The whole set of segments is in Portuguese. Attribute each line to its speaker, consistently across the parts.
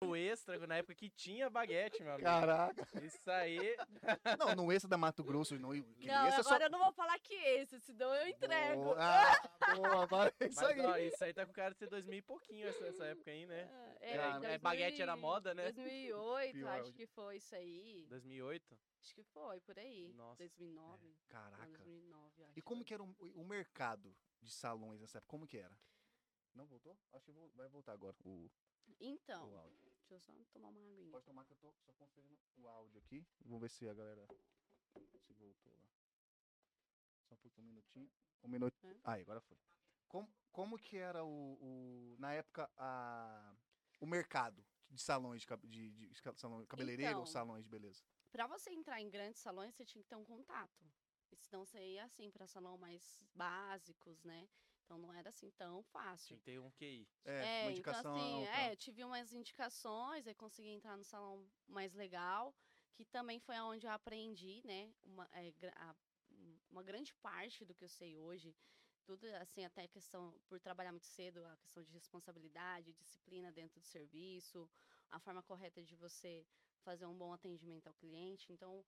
Speaker 1: o extra um na época que tinha baguete, meu amigo.
Speaker 2: Caraca.
Speaker 1: Isso aí.
Speaker 2: Não, no extra da Mato Grosso. No, que
Speaker 3: Não,
Speaker 2: esse é
Speaker 3: agora
Speaker 2: só-
Speaker 3: eu não vou falar que esse, senão eu entrego.
Speaker 2: Boa. Ah, boa, vai. É Isso
Speaker 1: Mas,
Speaker 2: aí.
Speaker 1: ó, isso aí tá com cara de ser 2000 e pouquinho essa, essa época aí, né?
Speaker 3: Ah,
Speaker 1: É, é,
Speaker 3: 2000
Speaker 1: baguete era moda, né?
Speaker 3: 2008,
Speaker 2: Pior,
Speaker 3: acho
Speaker 2: hoje.
Speaker 3: que foi isso aí.
Speaker 1: 2008?
Speaker 3: Acho que foi, por aí.
Speaker 1: Nossa,
Speaker 3: 2009. Não,
Speaker 2: É, Caraca.
Speaker 3: 2009, acho.
Speaker 2: Uhum. E como que era o, o mercado de salões nessa época? Como que era? Não voltou? Acho que vou- vai voltar agora o,
Speaker 3: foi.
Speaker 2: o
Speaker 3: Então,
Speaker 2: áudio.
Speaker 3: deixa eu só tomar uma aguinha.
Speaker 2: Pode tomar que eu tô só conferindo o áudio aqui. Vamos ver se a galera se voltou lá. Só um pouquinho, um minutinho. Um minuto.
Speaker 3: É.
Speaker 2: Aí, agora foi. Como, como que era o, o- na época a, o mercado de salões de, cab- de, de esca- salão- cabeleireiro ou
Speaker 3: Então.
Speaker 2: salões de beleza?
Speaker 3: Pra você entrar em grandes salões, você tinha que ter um contato. E senão você ia assim pra salão mais básicos, né? Então não era assim tão fácil.
Speaker 1: Tinha que ter um QI.
Speaker 2: É, uma indicação.
Speaker 3: Então, assim,
Speaker 2: pra-
Speaker 3: é, eu tive umas indicações, aí consegui entrar no salão mais legal, que também foi onde eu aprendi, né? Uma, é, gra- a- um- uma grande parte do que eu sei hoje. Tudo assim, até a questão, por trabalhar muito cedo, a questão de responsabilidade, disciplina dentro do serviço, a forma correta de você fazer um bom atendimento ao cliente. Então,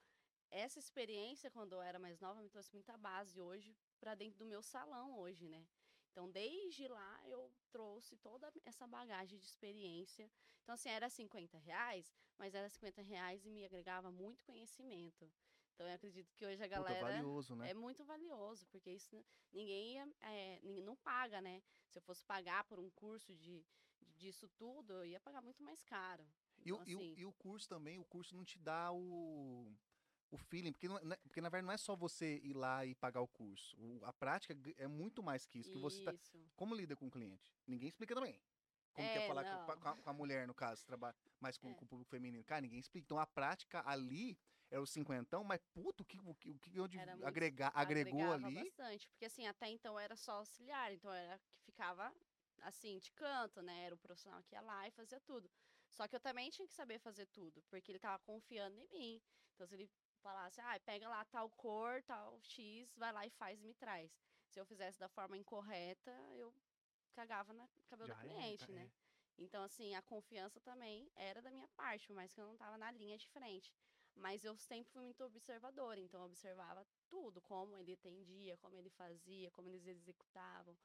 Speaker 3: essa experiência, quando eu era mais nova, me trouxe muita base hoje para dentro do meu salão hoje, né? Então, desde lá, eu trouxe toda essa bagagem de experiência. Então, assim, era 50 reais, mas era 50 reais e me agregava muito conhecimento. Então, eu acredito que hoje a
Speaker 2: Puta,
Speaker 3: galera...
Speaker 2: valioso, né?
Speaker 3: É muito valioso, porque isso n- ninguém ia, é, ninguém não paga, né? Se eu fosse pagar por um curso de, de- disso tudo, eu ia pagar muito mais caro.
Speaker 2: E, o-
Speaker 3: Então,
Speaker 2: e o-
Speaker 3: assim,
Speaker 2: e o curso também, o curso não te dá o, o feeling, porque, não é- não é- porque na verdade não é só você ir lá e pagar o curso. O- a prática g- é muito mais que isso. Que você tá,
Speaker 3: isso.
Speaker 2: como lida com o cliente? Ninguém explica também. Como que é
Speaker 3: É,
Speaker 2: falar com-
Speaker 3: não. É.
Speaker 2: pa- com, a, com a mulher, no caso, trabalha mais com, com o público feminino. Cara, ninguém explica. Então a prática ali era o cinquentão, mas puto, o que, o que, o que onde
Speaker 3: Era muito-
Speaker 2: agregar, agregou
Speaker 3: Agregava
Speaker 2: ali?
Speaker 3: Ah, bastante, porque assim, até então era só auxiliar, então era que ficava assim, de canto, né? Era o profissional que ia lá e fazia tudo. Só que eu também tinha que saber fazer tudo, porque ele tava confiando em mim. Então se ele falasse, ah, pega lá tal cor, tal X, vai lá e faz e me traz. Se eu fizesse da forma incorreta, eu cagava na cabelo
Speaker 2: Já
Speaker 3: do
Speaker 2: era,
Speaker 3: cliente,
Speaker 2: cara,
Speaker 3: né?
Speaker 2: é.
Speaker 3: Então, assim, a confiança também era da minha parte, por mais que eu não estava na linha de frente. Mas eu sempre fui muito observadora, então eu observava tudo, como ele atendia, como ele fazia, como eles executavam.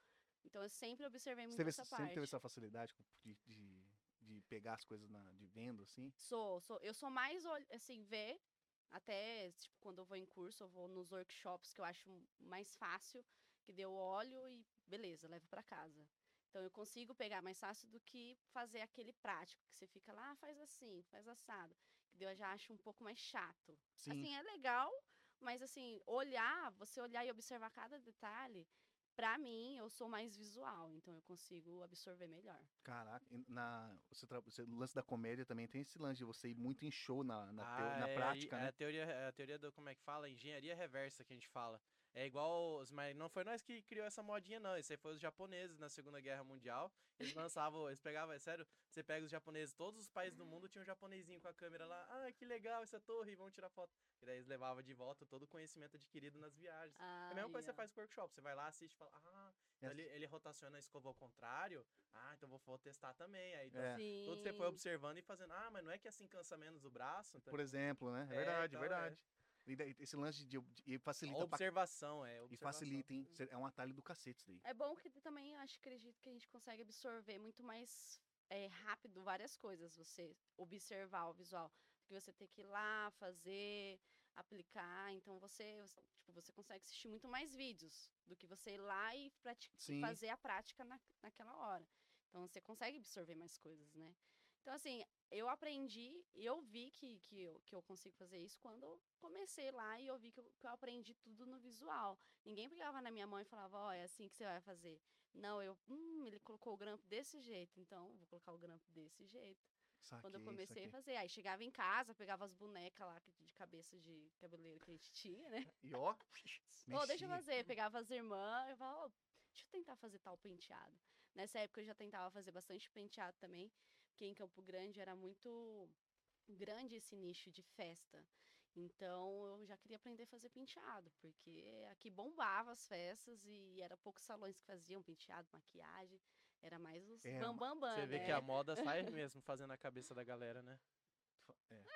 Speaker 3: Então eu sempre observei muito
Speaker 2: Você teve,
Speaker 3: essa
Speaker 2: sempre
Speaker 3: parte.
Speaker 2: teve essa facilidade de, de, de pegar as coisas na- de venda, assim?
Speaker 3: Sou, sou, eu sou mais olh- assim, ver. Até, tipo, quando eu vou em curso, eu vou nos workshops que eu acho mais fácil, que deu óleo e beleza, levo pra casa. Então eu consigo pegar mais fácil do que fazer aquele prático, que você fica lá, "Ah, faz assim, faz assado. Que daí eu já acho um pouco mais chato.
Speaker 2: Sim.
Speaker 3: Assim, é legal, mas assim, olhar, você olhar e observar cada detalhe, pra mim, eu sou mais visual, então eu consigo absorver melhor.
Speaker 2: Caraca, e na, você, tra- você- o lance da comédia também tem esse lance de você ir muito em show na, na, teo-
Speaker 1: Ah,
Speaker 2: na
Speaker 1: é,
Speaker 2: prática,
Speaker 1: aí-
Speaker 2: né?
Speaker 1: A teoria, a teoria do, como é que fala? Engenharia reversa que a gente fala. É igual, os- mas não foi nós que criou essa modinha, não. Isso aí foi os japoneses na Segunda Guerra Mundial. Eles lançavam, eles pegavam, é sério, você pega os japoneses, todos os países do mundo tinham um japonesinho com a câmera lá. Ah, que legal essa torre, vamos tirar foto. E daí eles levavam de volta todo o conhecimento adquirido nas viagens. É a mesma coisa que você faz com o workshop. Você vai lá, assiste e fala, ah,
Speaker 2: Yes.
Speaker 1: ele, ele rotaciona a escova ao contrário. Ah, então vou, vou testar também. Aí
Speaker 2: É.
Speaker 3: Sim.
Speaker 1: todo né? você foi observando e fazendo, ah, mas não é que assim cansa menos o braço? Então,
Speaker 2: Por exemplo, né? É
Speaker 1: É,
Speaker 2: verdade, é
Speaker 1: então,
Speaker 2: verdade. E daí, esse lance de, de- e facilita pra-
Speaker 1: Observação, é.
Speaker 2: E
Speaker 1: observação.
Speaker 2: facilita,
Speaker 3: Hum.
Speaker 2: hein? Cê- É um atalho do cacete isso daí.
Speaker 3: É bom que também acho que acredito que a gente consegue absorver muito mais é, rápido várias coisas, você observar o visual. Que você tem que ir lá, fazer, aplicar. Então você, você- tipo, você consegue assistir muito mais vídeos do que você ir lá e prati- e
Speaker 2: Sim.
Speaker 3: fazer a prática na, naquela hora. Então você consegue absorver mais coisas, né? Então, assim, eu aprendi, eu vi que, que, eu, que eu consigo fazer isso quando eu comecei lá e eu vi que eu, que eu aprendi tudo no visual. Ninguém pegava na minha mão e falava, ó, é assim que você vai fazer. Não, eu, hum, ele colocou o grampo desse jeito, então eu vou colocar o grampo desse jeito.
Speaker 2: Saquei,
Speaker 3: quando eu comecei a
Speaker 2: saquei.
Speaker 3: fazer. Aí chegava em casa, pegava as bonecas lá que- de cabeça de cabeleiro que a gente tinha, né?
Speaker 2: E ó,
Speaker 3: Ô, deixa
Speaker 2: mexia.
Speaker 3: eu fazer. Pegava as irmãs, eu falava, ô, deixa eu tentar fazer tal penteado. Nessa época eu já tentava fazer bastante penteado também, porque em Campo Grande era muito grande esse nicho de festa. Então eu já queria aprender a fazer penteado, porque aqui bombava as festas e era poucos salões que faziam penteado, maquiagem. Era mais os
Speaker 2: Era
Speaker 3: bam,
Speaker 2: ma-
Speaker 3: bam,
Speaker 1: É,
Speaker 3: bam,
Speaker 1: Você vê
Speaker 3: né?
Speaker 1: que
Speaker 2: é.
Speaker 1: a moda sai mesmo fazendo a cabeça da galera, né?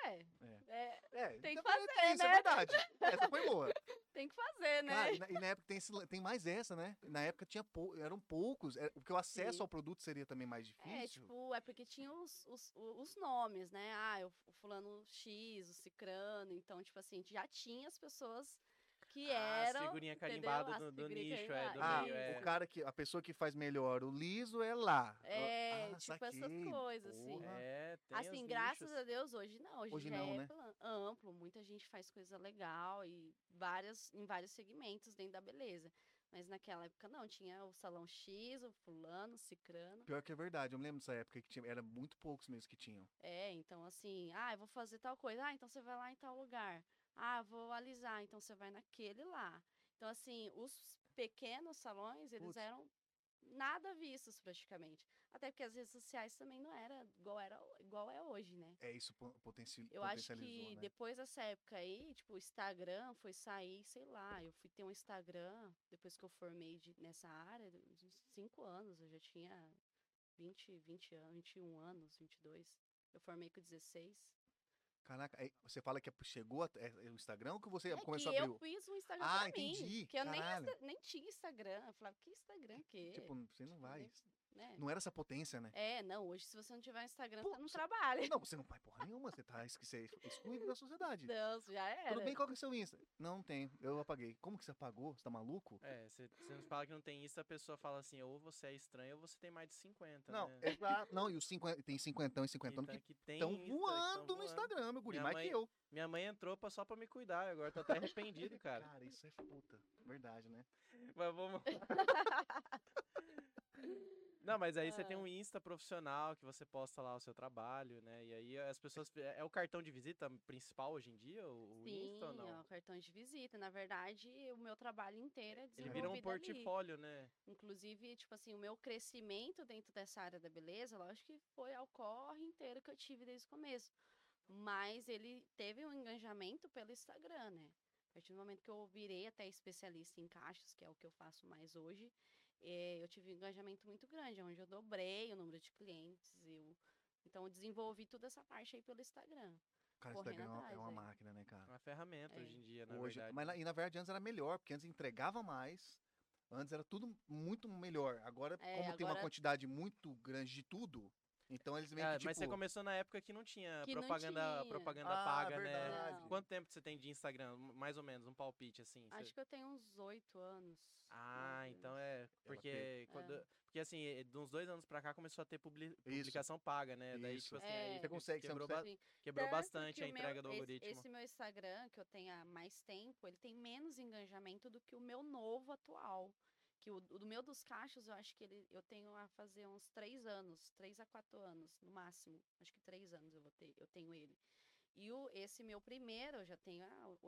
Speaker 3: É, é,
Speaker 2: É,
Speaker 3: Tem que
Speaker 2: também
Speaker 3: fazer,
Speaker 2: tem isso, é
Speaker 3: né?
Speaker 2: verdade. Essa foi boa.
Speaker 3: tem que fazer, né?
Speaker 2: Cara, e na, e na época tem, esse la- tem mais essa, né? Na época tinha pou, eram poucos, é, porque o acesso
Speaker 3: Sim.
Speaker 2: ao produto seria também mais difícil.
Speaker 3: É, tipo, é porque tinha os, os, o- os nomes, né? Ah, o o fulano X, o cicrano. Então, tipo assim, já tinha as pessoas que
Speaker 1: a
Speaker 3: eram.
Speaker 1: Ah, figurinha
Speaker 3: entendeu?
Speaker 1: carimbada
Speaker 3: As
Speaker 1: do, do
Speaker 3: figurinha
Speaker 1: nicho, é, do
Speaker 2: ah,
Speaker 3: carimbada,
Speaker 1: meio, é.
Speaker 2: o cara que a pessoa que faz melhor o liso é lá.
Speaker 3: É,
Speaker 2: Ah,
Speaker 3: tipo
Speaker 2: saquei.
Speaker 3: essas coisas, assim.
Speaker 2: Porra.
Speaker 1: É, tem os
Speaker 3: Assim, graças
Speaker 1: nichos.
Speaker 3: a Deus, hoje não. Hoje,
Speaker 2: Hoje
Speaker 3: já
Speaker 2: não,
Speaker 3: é
Speaker 2: né?
Speaker 3: plan- amplo, muita gente faz coisa legal e várias, em vários segmentos dentro da beleza. Mas naquela época não, tinha o salão X, o fulano, o cicrano.
Speaker 2: Pior que é verdade, eu me lembro dessa época que tinha, era muito poucos mesmo que tinham.
Speaker 3: É, então assim, ah, eu vou fazer tal coisa, ah, então você vai lá em tal lugar. Ah, vou alisar, então você vai naquele lá. Então assim, os pequenos salões, eles
Speaker 2: Putz.
Speaker 3: eram nada vistos praticamente. Até porque as redes sociais também não era igual era igual é hoje, né?
Speaker 2: É isso po- potenci-
Speaker 3: Eu acho
Speaker 2: potencializou,
Speaker 3: que
Speaker 2: né?
Speaker 3: depois dessa época aí, tipo, o Instagram foi sair, sei lá, eu fui ter um Instagram depois que eu formei de- nessa área, de- de uns 5 anos, eu já tinha 20, 20 anos, 21 anos, 22. Eu formei com 16.
Speaker 2: Caraca, aí você fala que chegou até é, o Instagram ou que você
Speaker 3: É
Speaker 2: começou
Speaker 3: que
Speaker 2: a abrir?
Speaker 3: eu
Speaker 2: o-
Speaker 3: fiz um Instagram
Speaker 2: Ah,
Speaker 3: pra mim,
Speaker 2: entendi,
Speaker 3: que eu nem,
Speaker 2: caralho.
Speaker 3: insta- nem tinha Instagram. Eu falava, que Instagram que?
Speaker 2: Tipo, você não vai.
Speaker 3: né?
Speaker 2: Não era essa potência, né?
Speaker 3: É, não, hoje se você não tiver um Instagram,
Speaker 2: Pô,
Speaker 3: você não
Speaker 2: você-
Speaker 3: trabalha.
Speaker 2: Não, você não vai porra nenhuma, você tá esque- você é excluído da sociedade.
Speaker 3: Não, já era.
Speaker 2: Tudo bem, qual que é o seu Insta? Não tem, eu apaguei. Como que você apagou? Você tá maluco?
Speaker 1: É, você não fala que não tem isso, a pessoa fala assim, ou você é estranho ou você tem mais de 50,
Speaker 2: não,
Speaker 1: né?
Speaker 2: exato. Não, e os 50, tem cinquentão e cinquentão que
Speaker 1: Então tem
Speaker 2: estão
Speaker 1: isso, é que tão
Speaker 2: voando no
Speaker 1: voando.
Speaker 2: Instagram, meu guri,
Speaker 1: Minha
Speaker 2: mais
Speaker 1: mãe- é
Speaker 2: que eu.
Speaker 1: Minha mãe entrou pra, só pra me cuidar, agora tô até arrependido, cara.
Speaker 2: Cara, isso é puta. Verdade, né?
Speaker 1: Mas vamos lá. Não, mas aí você tem um Insta profissional que você posta lá o seu trabalho, né? E aí as pessoas. É o cartão de visita principal hoje em dia, o, o Insta ou
Speaker 3: Sim,
Speaker 1: não?
Speaker 3: ó, cartão de visita. Na verdade, o meu trabalho inteiro é
Speaker 1: Ele
Speaker 3: desenvolvido
Speaker 1: vira um
Speaker 3: ali.
Speaker 1: portfólio, né?
Speaker 3: Inclusive, tipo assim, o meu crescimento dentro dessa área da beleza, lógico que foi ao corre inteiro que eu tive desde o começo. Mas ele teve um engajamento pelo Instagram, né? A partir do momento que eu virei até especialista em caixas, que é o que eu faço mais hoje, eh, eu tive um engajamento muito grande, onde eu dobrei o número de clientes. Eu... Então, eu desenvolvi toda essa parte aí pelo Instagram.
Speaker 2: Cara, o
Speaker 3: Correndo
Speaker 2: Instagram é uma- é
Speaker 3: atrás,
Speaker 2: uma
Speaker 3: é.
Speaker 2: máquina, né, cara?
Speaker 1: Uma ferramenta
Speaker 3: É.
Speaker 1: hoje em dia, na
Speaker 2: Hoje,
Speaker 1: verdade.
Speaker 2: mas na- e na verdade antes era melhor, porque antes entregava mais. Antes era tudo muito melhor. Agora,
Speaker 3: É,
Speaker 2: como tem uma
Speaker 3: agora-
Speaker 2: quantidade muito grande de tudo, então eles meio
Speaker 1: Ah,
Speaker 2: que tipo,
Speaker 1: mas você começou na época que não tinha
Speaker 3: Que não
Speaker 1: propaganda,
Speaker 3: tinha.
Speaker 1: propaganda
Speaker 2: ah,
Speaker 1: paga, né?
Speaker 2: verdade.
Speaker 3: Não.
Speaker 1: Quanto tempo que você tem de Instagram? M- Mais ou menos, um palpite, assim. você-
Speaker 3: Acho que eu tenho uns oito anos.
Speaker 1: Ah,
Speaker 3: nove
Speaker 1: então
Speaker 3: anos.
Speaker 1: é. Porque quando.
Speaker 3: É.
Speaker 1: Porque assim, eh, de uns dois anos pra cá começou a ter publi- publicação paga, né? Daí,
Speaker 2: Isso.
Speaker 1: tipo assim, aí
Speaker 3: É.
Speaker 2: Você consegue, você
Speaker 1: quebrou,
Speaker 2: consegue-
Speaker 1: ba-
Speaker 3: Sim.
Speaker 1: quebrou
Speaker 3: Tanto
Speaker 1: bastante
Speaker 3: que
Speaker 1: a
Speaker 3: o meu-
Speaker 1: entrega do
Speaker 3: esse-
Speaker 1: algoritmo.
Speaker 3: Esse, meu Instagram, que eu tenho há mais tempo, ele tem menos engajamento do que o meu novo atual. Que o, o do meu dos cachos, eu acho que ele, eu tenho a fazer uns três anos, três a quatro anos, no máximo. Acho que três anos eu, vou ter, eu tenho ele. E o, esse meu primeiro, eu já tenho há oito,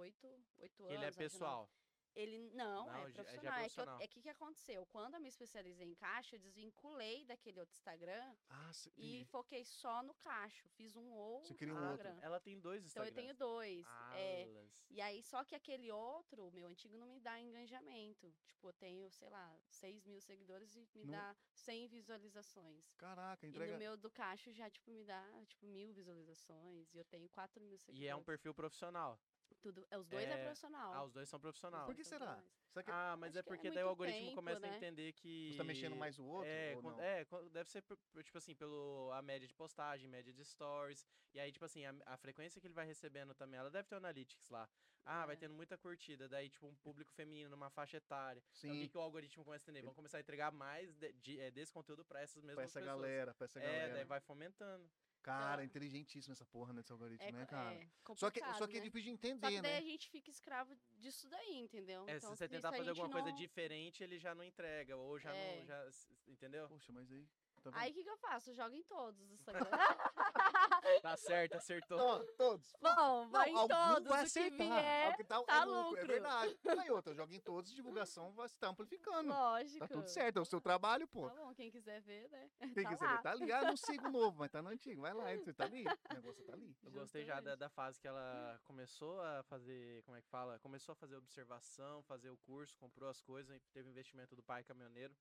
Speaker 3: oito anos.
Speaker 1: Ele é
Speaker 3: acho que nove.
Speaker 1: pessoal.
Speaker 3: Ele não,
Speaker 1: Não, já- já é
Speaker 3: é profissional. É que eu-
Speaker 1: profissional.
Speaker 3: é que que aconteceu? Quando eu me especializei em caixa, eu desvinculei daquele outro Instagram
Speaker 2: Ah, se-
Speaker 3: e
Speaker 2: ih,
Speaker 3: foquei só no cacho. Fiz um outro
Speaker 2: cria um outro.
Speaker 3: Instagram.
Speaker 1: Ela tem dois
Speaker 3: Então eu
Speaker 1: Instagrams. Ah,
Speaker 3: tenho dois.
Speaker 2: Ah,
Speaker 3: é.
Speaker 1: Alas.
Speaker 3: E aí, só que aquele outro, o meu antigo, não me dá engajamento. Tipo, eu tenho, sei lá, 6 mil seguidores e me
Speaker 2: Não-
Speaker 3: dá 100 visualizações.
Speaker 2: caraca,
Speaker 3: E no
Speaker 2: entrega.
Speaker 3: meu do cacho já, tipo, me dá, tipo, mil visualizações. E eu tenho 4 mil seguidores.
Speaker 1: E é um perfil profissional.
Speaker 3: Tudo. é, Os dois é,
Speaker 1: é,
Speaker 3: profissional.
Speaker 1: Ah, os dois são profissional.
Speaker 2: Por que
Speaker 3: são
Speaker 2: será?
Speaker 3: profissionais.
Speaker 2: Será que
Speaker 1: Ah, mas
Speaker 3: Acho
Speaker 1: é
Speaker 3: que é
Speaker 1: porque daí
Speaker 3: muito
Speaker 1: o algoritmo
Speaker 3: tempo,
Speaker 1: começa a
Speaker 3: né?
Speaker 1: entender que.
Speaker 2: você tá mexendo mais o outro?
Speaker 1: É,
Speaker 2: ou
Speaker 1: quan-
Speaker 2: não?
Speaker 1: é, quan- deve ser, por- por, tipo assim, pelo a média de postagem, média de stories. E aí, tipo assim, a, a frequência que ele vai recebendo também, ela deve ter o analytics lá. Ah, vai
Speaker 3: É.
Speaker 1: tendo muita curtida. Daí, tipo, um público feminino numa faixa etária. Então, o que,
Speaker 2: Sim,
Speaker 1: que o algoritmo começa a entender? Vão começar a entregar mais de- de- eh, desse conteúdo pra essas mesmas
Speaker 2: pra essa
Speaker 1: pessoas.
Speaker 2: galera, pra essa
Speaker 1: É,
Speaker 2: galera. né?
Speaker 1: daí vai fomentando.
Speaker 2: Cara, inteligentíssimo essa porra nesse algoritmo,
Speaker 3: É,
Speaker 2: né,
Speaker 3: co-
Speaker 2: cara?
Speaker 3: é
Speaker 2: só que, só
Speaker 3: complicado,
Speaker 2: que é
Speaker 3: né?
Speaker 2: difícil de
Speaker 3: Só que
Speaker 2: entender,
Speaker 3: daí
Speaker 2: né?
Speaker 3: a gente fica escravo disso daí, entendeu?
Speaker 1: É,
Speaker 3: Então,
Speaker 1: se você
Speaker 3: isso
Speaker 1: tentar
Speaker 3: a
Speaker 1: fazer alguma
Speaker 3: gente
Speaker 1: coisa
Speaker 3: não-
Speaker 1: diferente, ele já não entrega. Ou já não.
Speaker 3: É.
Speaker 1: Já, s- entendeu?
Speaker 2: Poxa, mas aí. Tá vendo?
Speaker 3: Aí o que, que eu faço? Eu jogo em todos os Instagram.
Speaker 1: Tá certo, acertou.
Speaker 2: Ó, todos.
Speaker 3: Bom, vai em
Speaker 2: algum
Speaker 3: todos.
Speaker 2: vai
Speaker 3: o
Speaker 2: acertar.
Speaker 3: que vier,
Speaker 2: Alguém tá,
Speaker 3: tá
Speaker 2: é lucro, é
Speaker 3: lucro.
Speaker 2: verdade. Aí outra, joga em todos, divulgação vai estar amplificando.
Speaker 3: lógico.
Speaker 2: Tá tudo certo, é o seu trabalho, pô.
Speaker 3: Tá bom, quem quiser ver, né?
Speaker 2: Quem
Speaker 3: tá
Speaker 2: quiser
Speaker 3: lá.
Speaker 2: ver, tá ali. Ah, não sigo o novo, mas tá no antigo. Vai lá, hein, você tá ali. O negócio tá ali.
Speaker 1: Eu gostei já da,
Speaker 3: Justamente.
Speaker 1: da fase que ela
Speaker 3: Hum.
Speaker 1: começou a fazer, como é que fala? Começou a fazer observação, fazer o curso, comprou as coisas, teve investimento do pai caminhoneiro.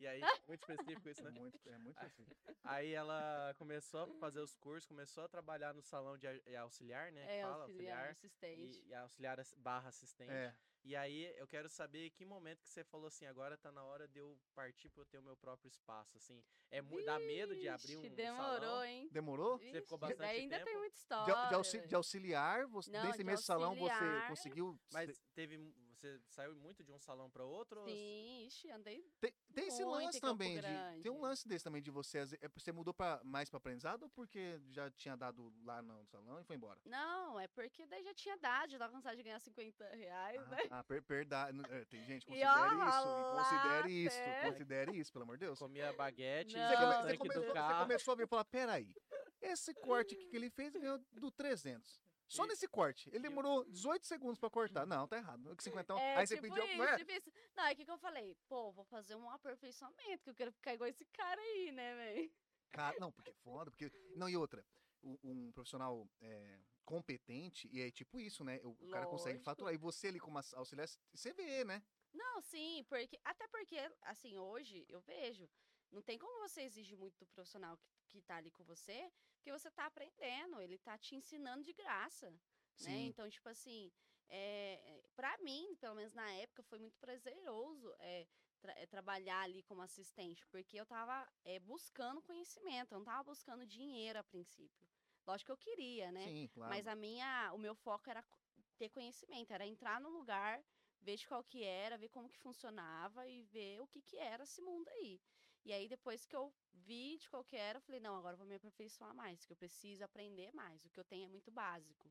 Speaker 1: E aí, muito específico isso,
Speaker 2: É
Speaker 1: né?
Speaker 2: muito, é muito específico.
Speaker 1: Aí ela começou a fazer os cursos, começou a trabalhar no salão de a- auxiliar, né?
Speaker 3: É,
Speaker 1: que Fala,
Speaker 3: auxiliar, assistente.
Speaker 1: E, e auxiliar ass- barra assistente.
Speaker 2: É,
Speaker 1: E aí eu quero saber que momento que você falou assim, agora tá na hora de eu partir pra eu ter o meu próprio espaço, assim. É muito dá medo de abrir
Speaker 3: Ixi,
Speaker 1: um, um
Speaker 3: demorou,
Speaker 1: salão.
Speaker 3: hein?
Speaker 2: demorou? De,
Speaker 1: Você ficou
Speaker 3: Ixi,
Speaker 1: bastante
Speaker 3: daí ainda tem
Speaker 1: tempo?
Speaker 3: muita história.
Speaker 2: au- de auxi-
Speaker 3: velho.
Speaker 2: de auxiliar, você,
Speaker 3: Não,
Speaker 2: nesse
Speaker 3: de
Speaker 2: mesmo salão você
Speaker 3: auxiliar.
Speaker 2: conseguiu.
Speaker 1: Mas
Speaker 2: se-
Speaker 1: teve mu- você saiu muito de um salão pra outro? ou s-
Speaker 3: Sim, ixi, andei.
Speaker 2: Tem, tem esse
Speaker 3: muito em
Speaker 2: lance
Speaker 3: Campo
Speaker 2: também. De, tem um
Speaker 3: Grande.
Speaker 2: lance desse também de você. às ve- é, Você mudou pra, mais pra aprendizado ou porque já tinha dado lá no salão e foi embora?
Speaker 3: Não, é porque daí já tinha idade, tava cansado de ganhar 50 reais, né?
Speaker 2: Ah, ah, per, perda- n- é, tem gente,
Speaker 3: E
Speaker 2: considere isso.
Speaker 3: olha
Speaker 2: Considere
Speaker 3: lá,
Speaker 2: isso.
Speaker 3: até.
Speaker 2: Considere isso, pelo amor de Deus.
Speaker 1: Comia baguete,
Speaker 3: Não.
Speaker 2: Você, come-
Speaker 1: enchia o
Speaker 2: você
Speaker 1: tanque
Speaker 2: começou,
Speaker 1: do
Speaker 2: você
Speaker 1: carro.
Speaker 2: começou a ver e falar, peraí, esse corte aqui que ele fez ganhou do 300. Só
Speaker 1: E-
Speaker 2: nesse corte. Ele
Speaker 1: e o-
Speaker 2: demorou 18 segundos pra cortar. Não, tá errado. 50,
Speaker 3: É,
Speaker 2: aí você
Speaker 3: tipo
Speaker 2: pediu...
Speaker 3: isso,
Speaker 2: não é?
Speaker 3: tipo isso. Não, é que que eu falei, pô, vou fazer um aperfeiçoamento, que eu quero ficar igual esse cara aí, né, velho?
Speaker 2: Cara, não, porque é foda, porque. Não, e outra, o- um profissional é, competente, e é tipo isso, né? O, o cara consegue
Speaker 3: Lógico.
Speaker 2: faturar. E você ali como ass- auxiliar, c- você vê, né?
Speaker 3: Não, sim, porque. Até porque, assim, hoje eu vejo. Não tem como você exigir muito do profissional que, que tá ali com você, porque você tá aprendendo, ele tá te ensinando de graça. né?
Speaker 2: Sim.
Speaker 3: Então, tipo assim, é, para mim, pelo menos na época, foi muito prazeroso é, tra- é, trabalhar ali como assistente, porque eu tava é, buscando conhecimento, eu não tava buscando dinheiro a princípio. Lógico que eu queria, né?
Speaker 2: Sim, claro.
Speaker 3: Mas a minha, o meu foco era co- ter conhecimento, era entrar no lugar, ver de qual que era, ver como que funcionava e ver o que que era esse mundo aí. E aí depois que eu vi de qual que era, eu falei, não, agora eu vou me aperfeiçoar mais, que eu preciso aprender mais, o que eu tenho é muito básico.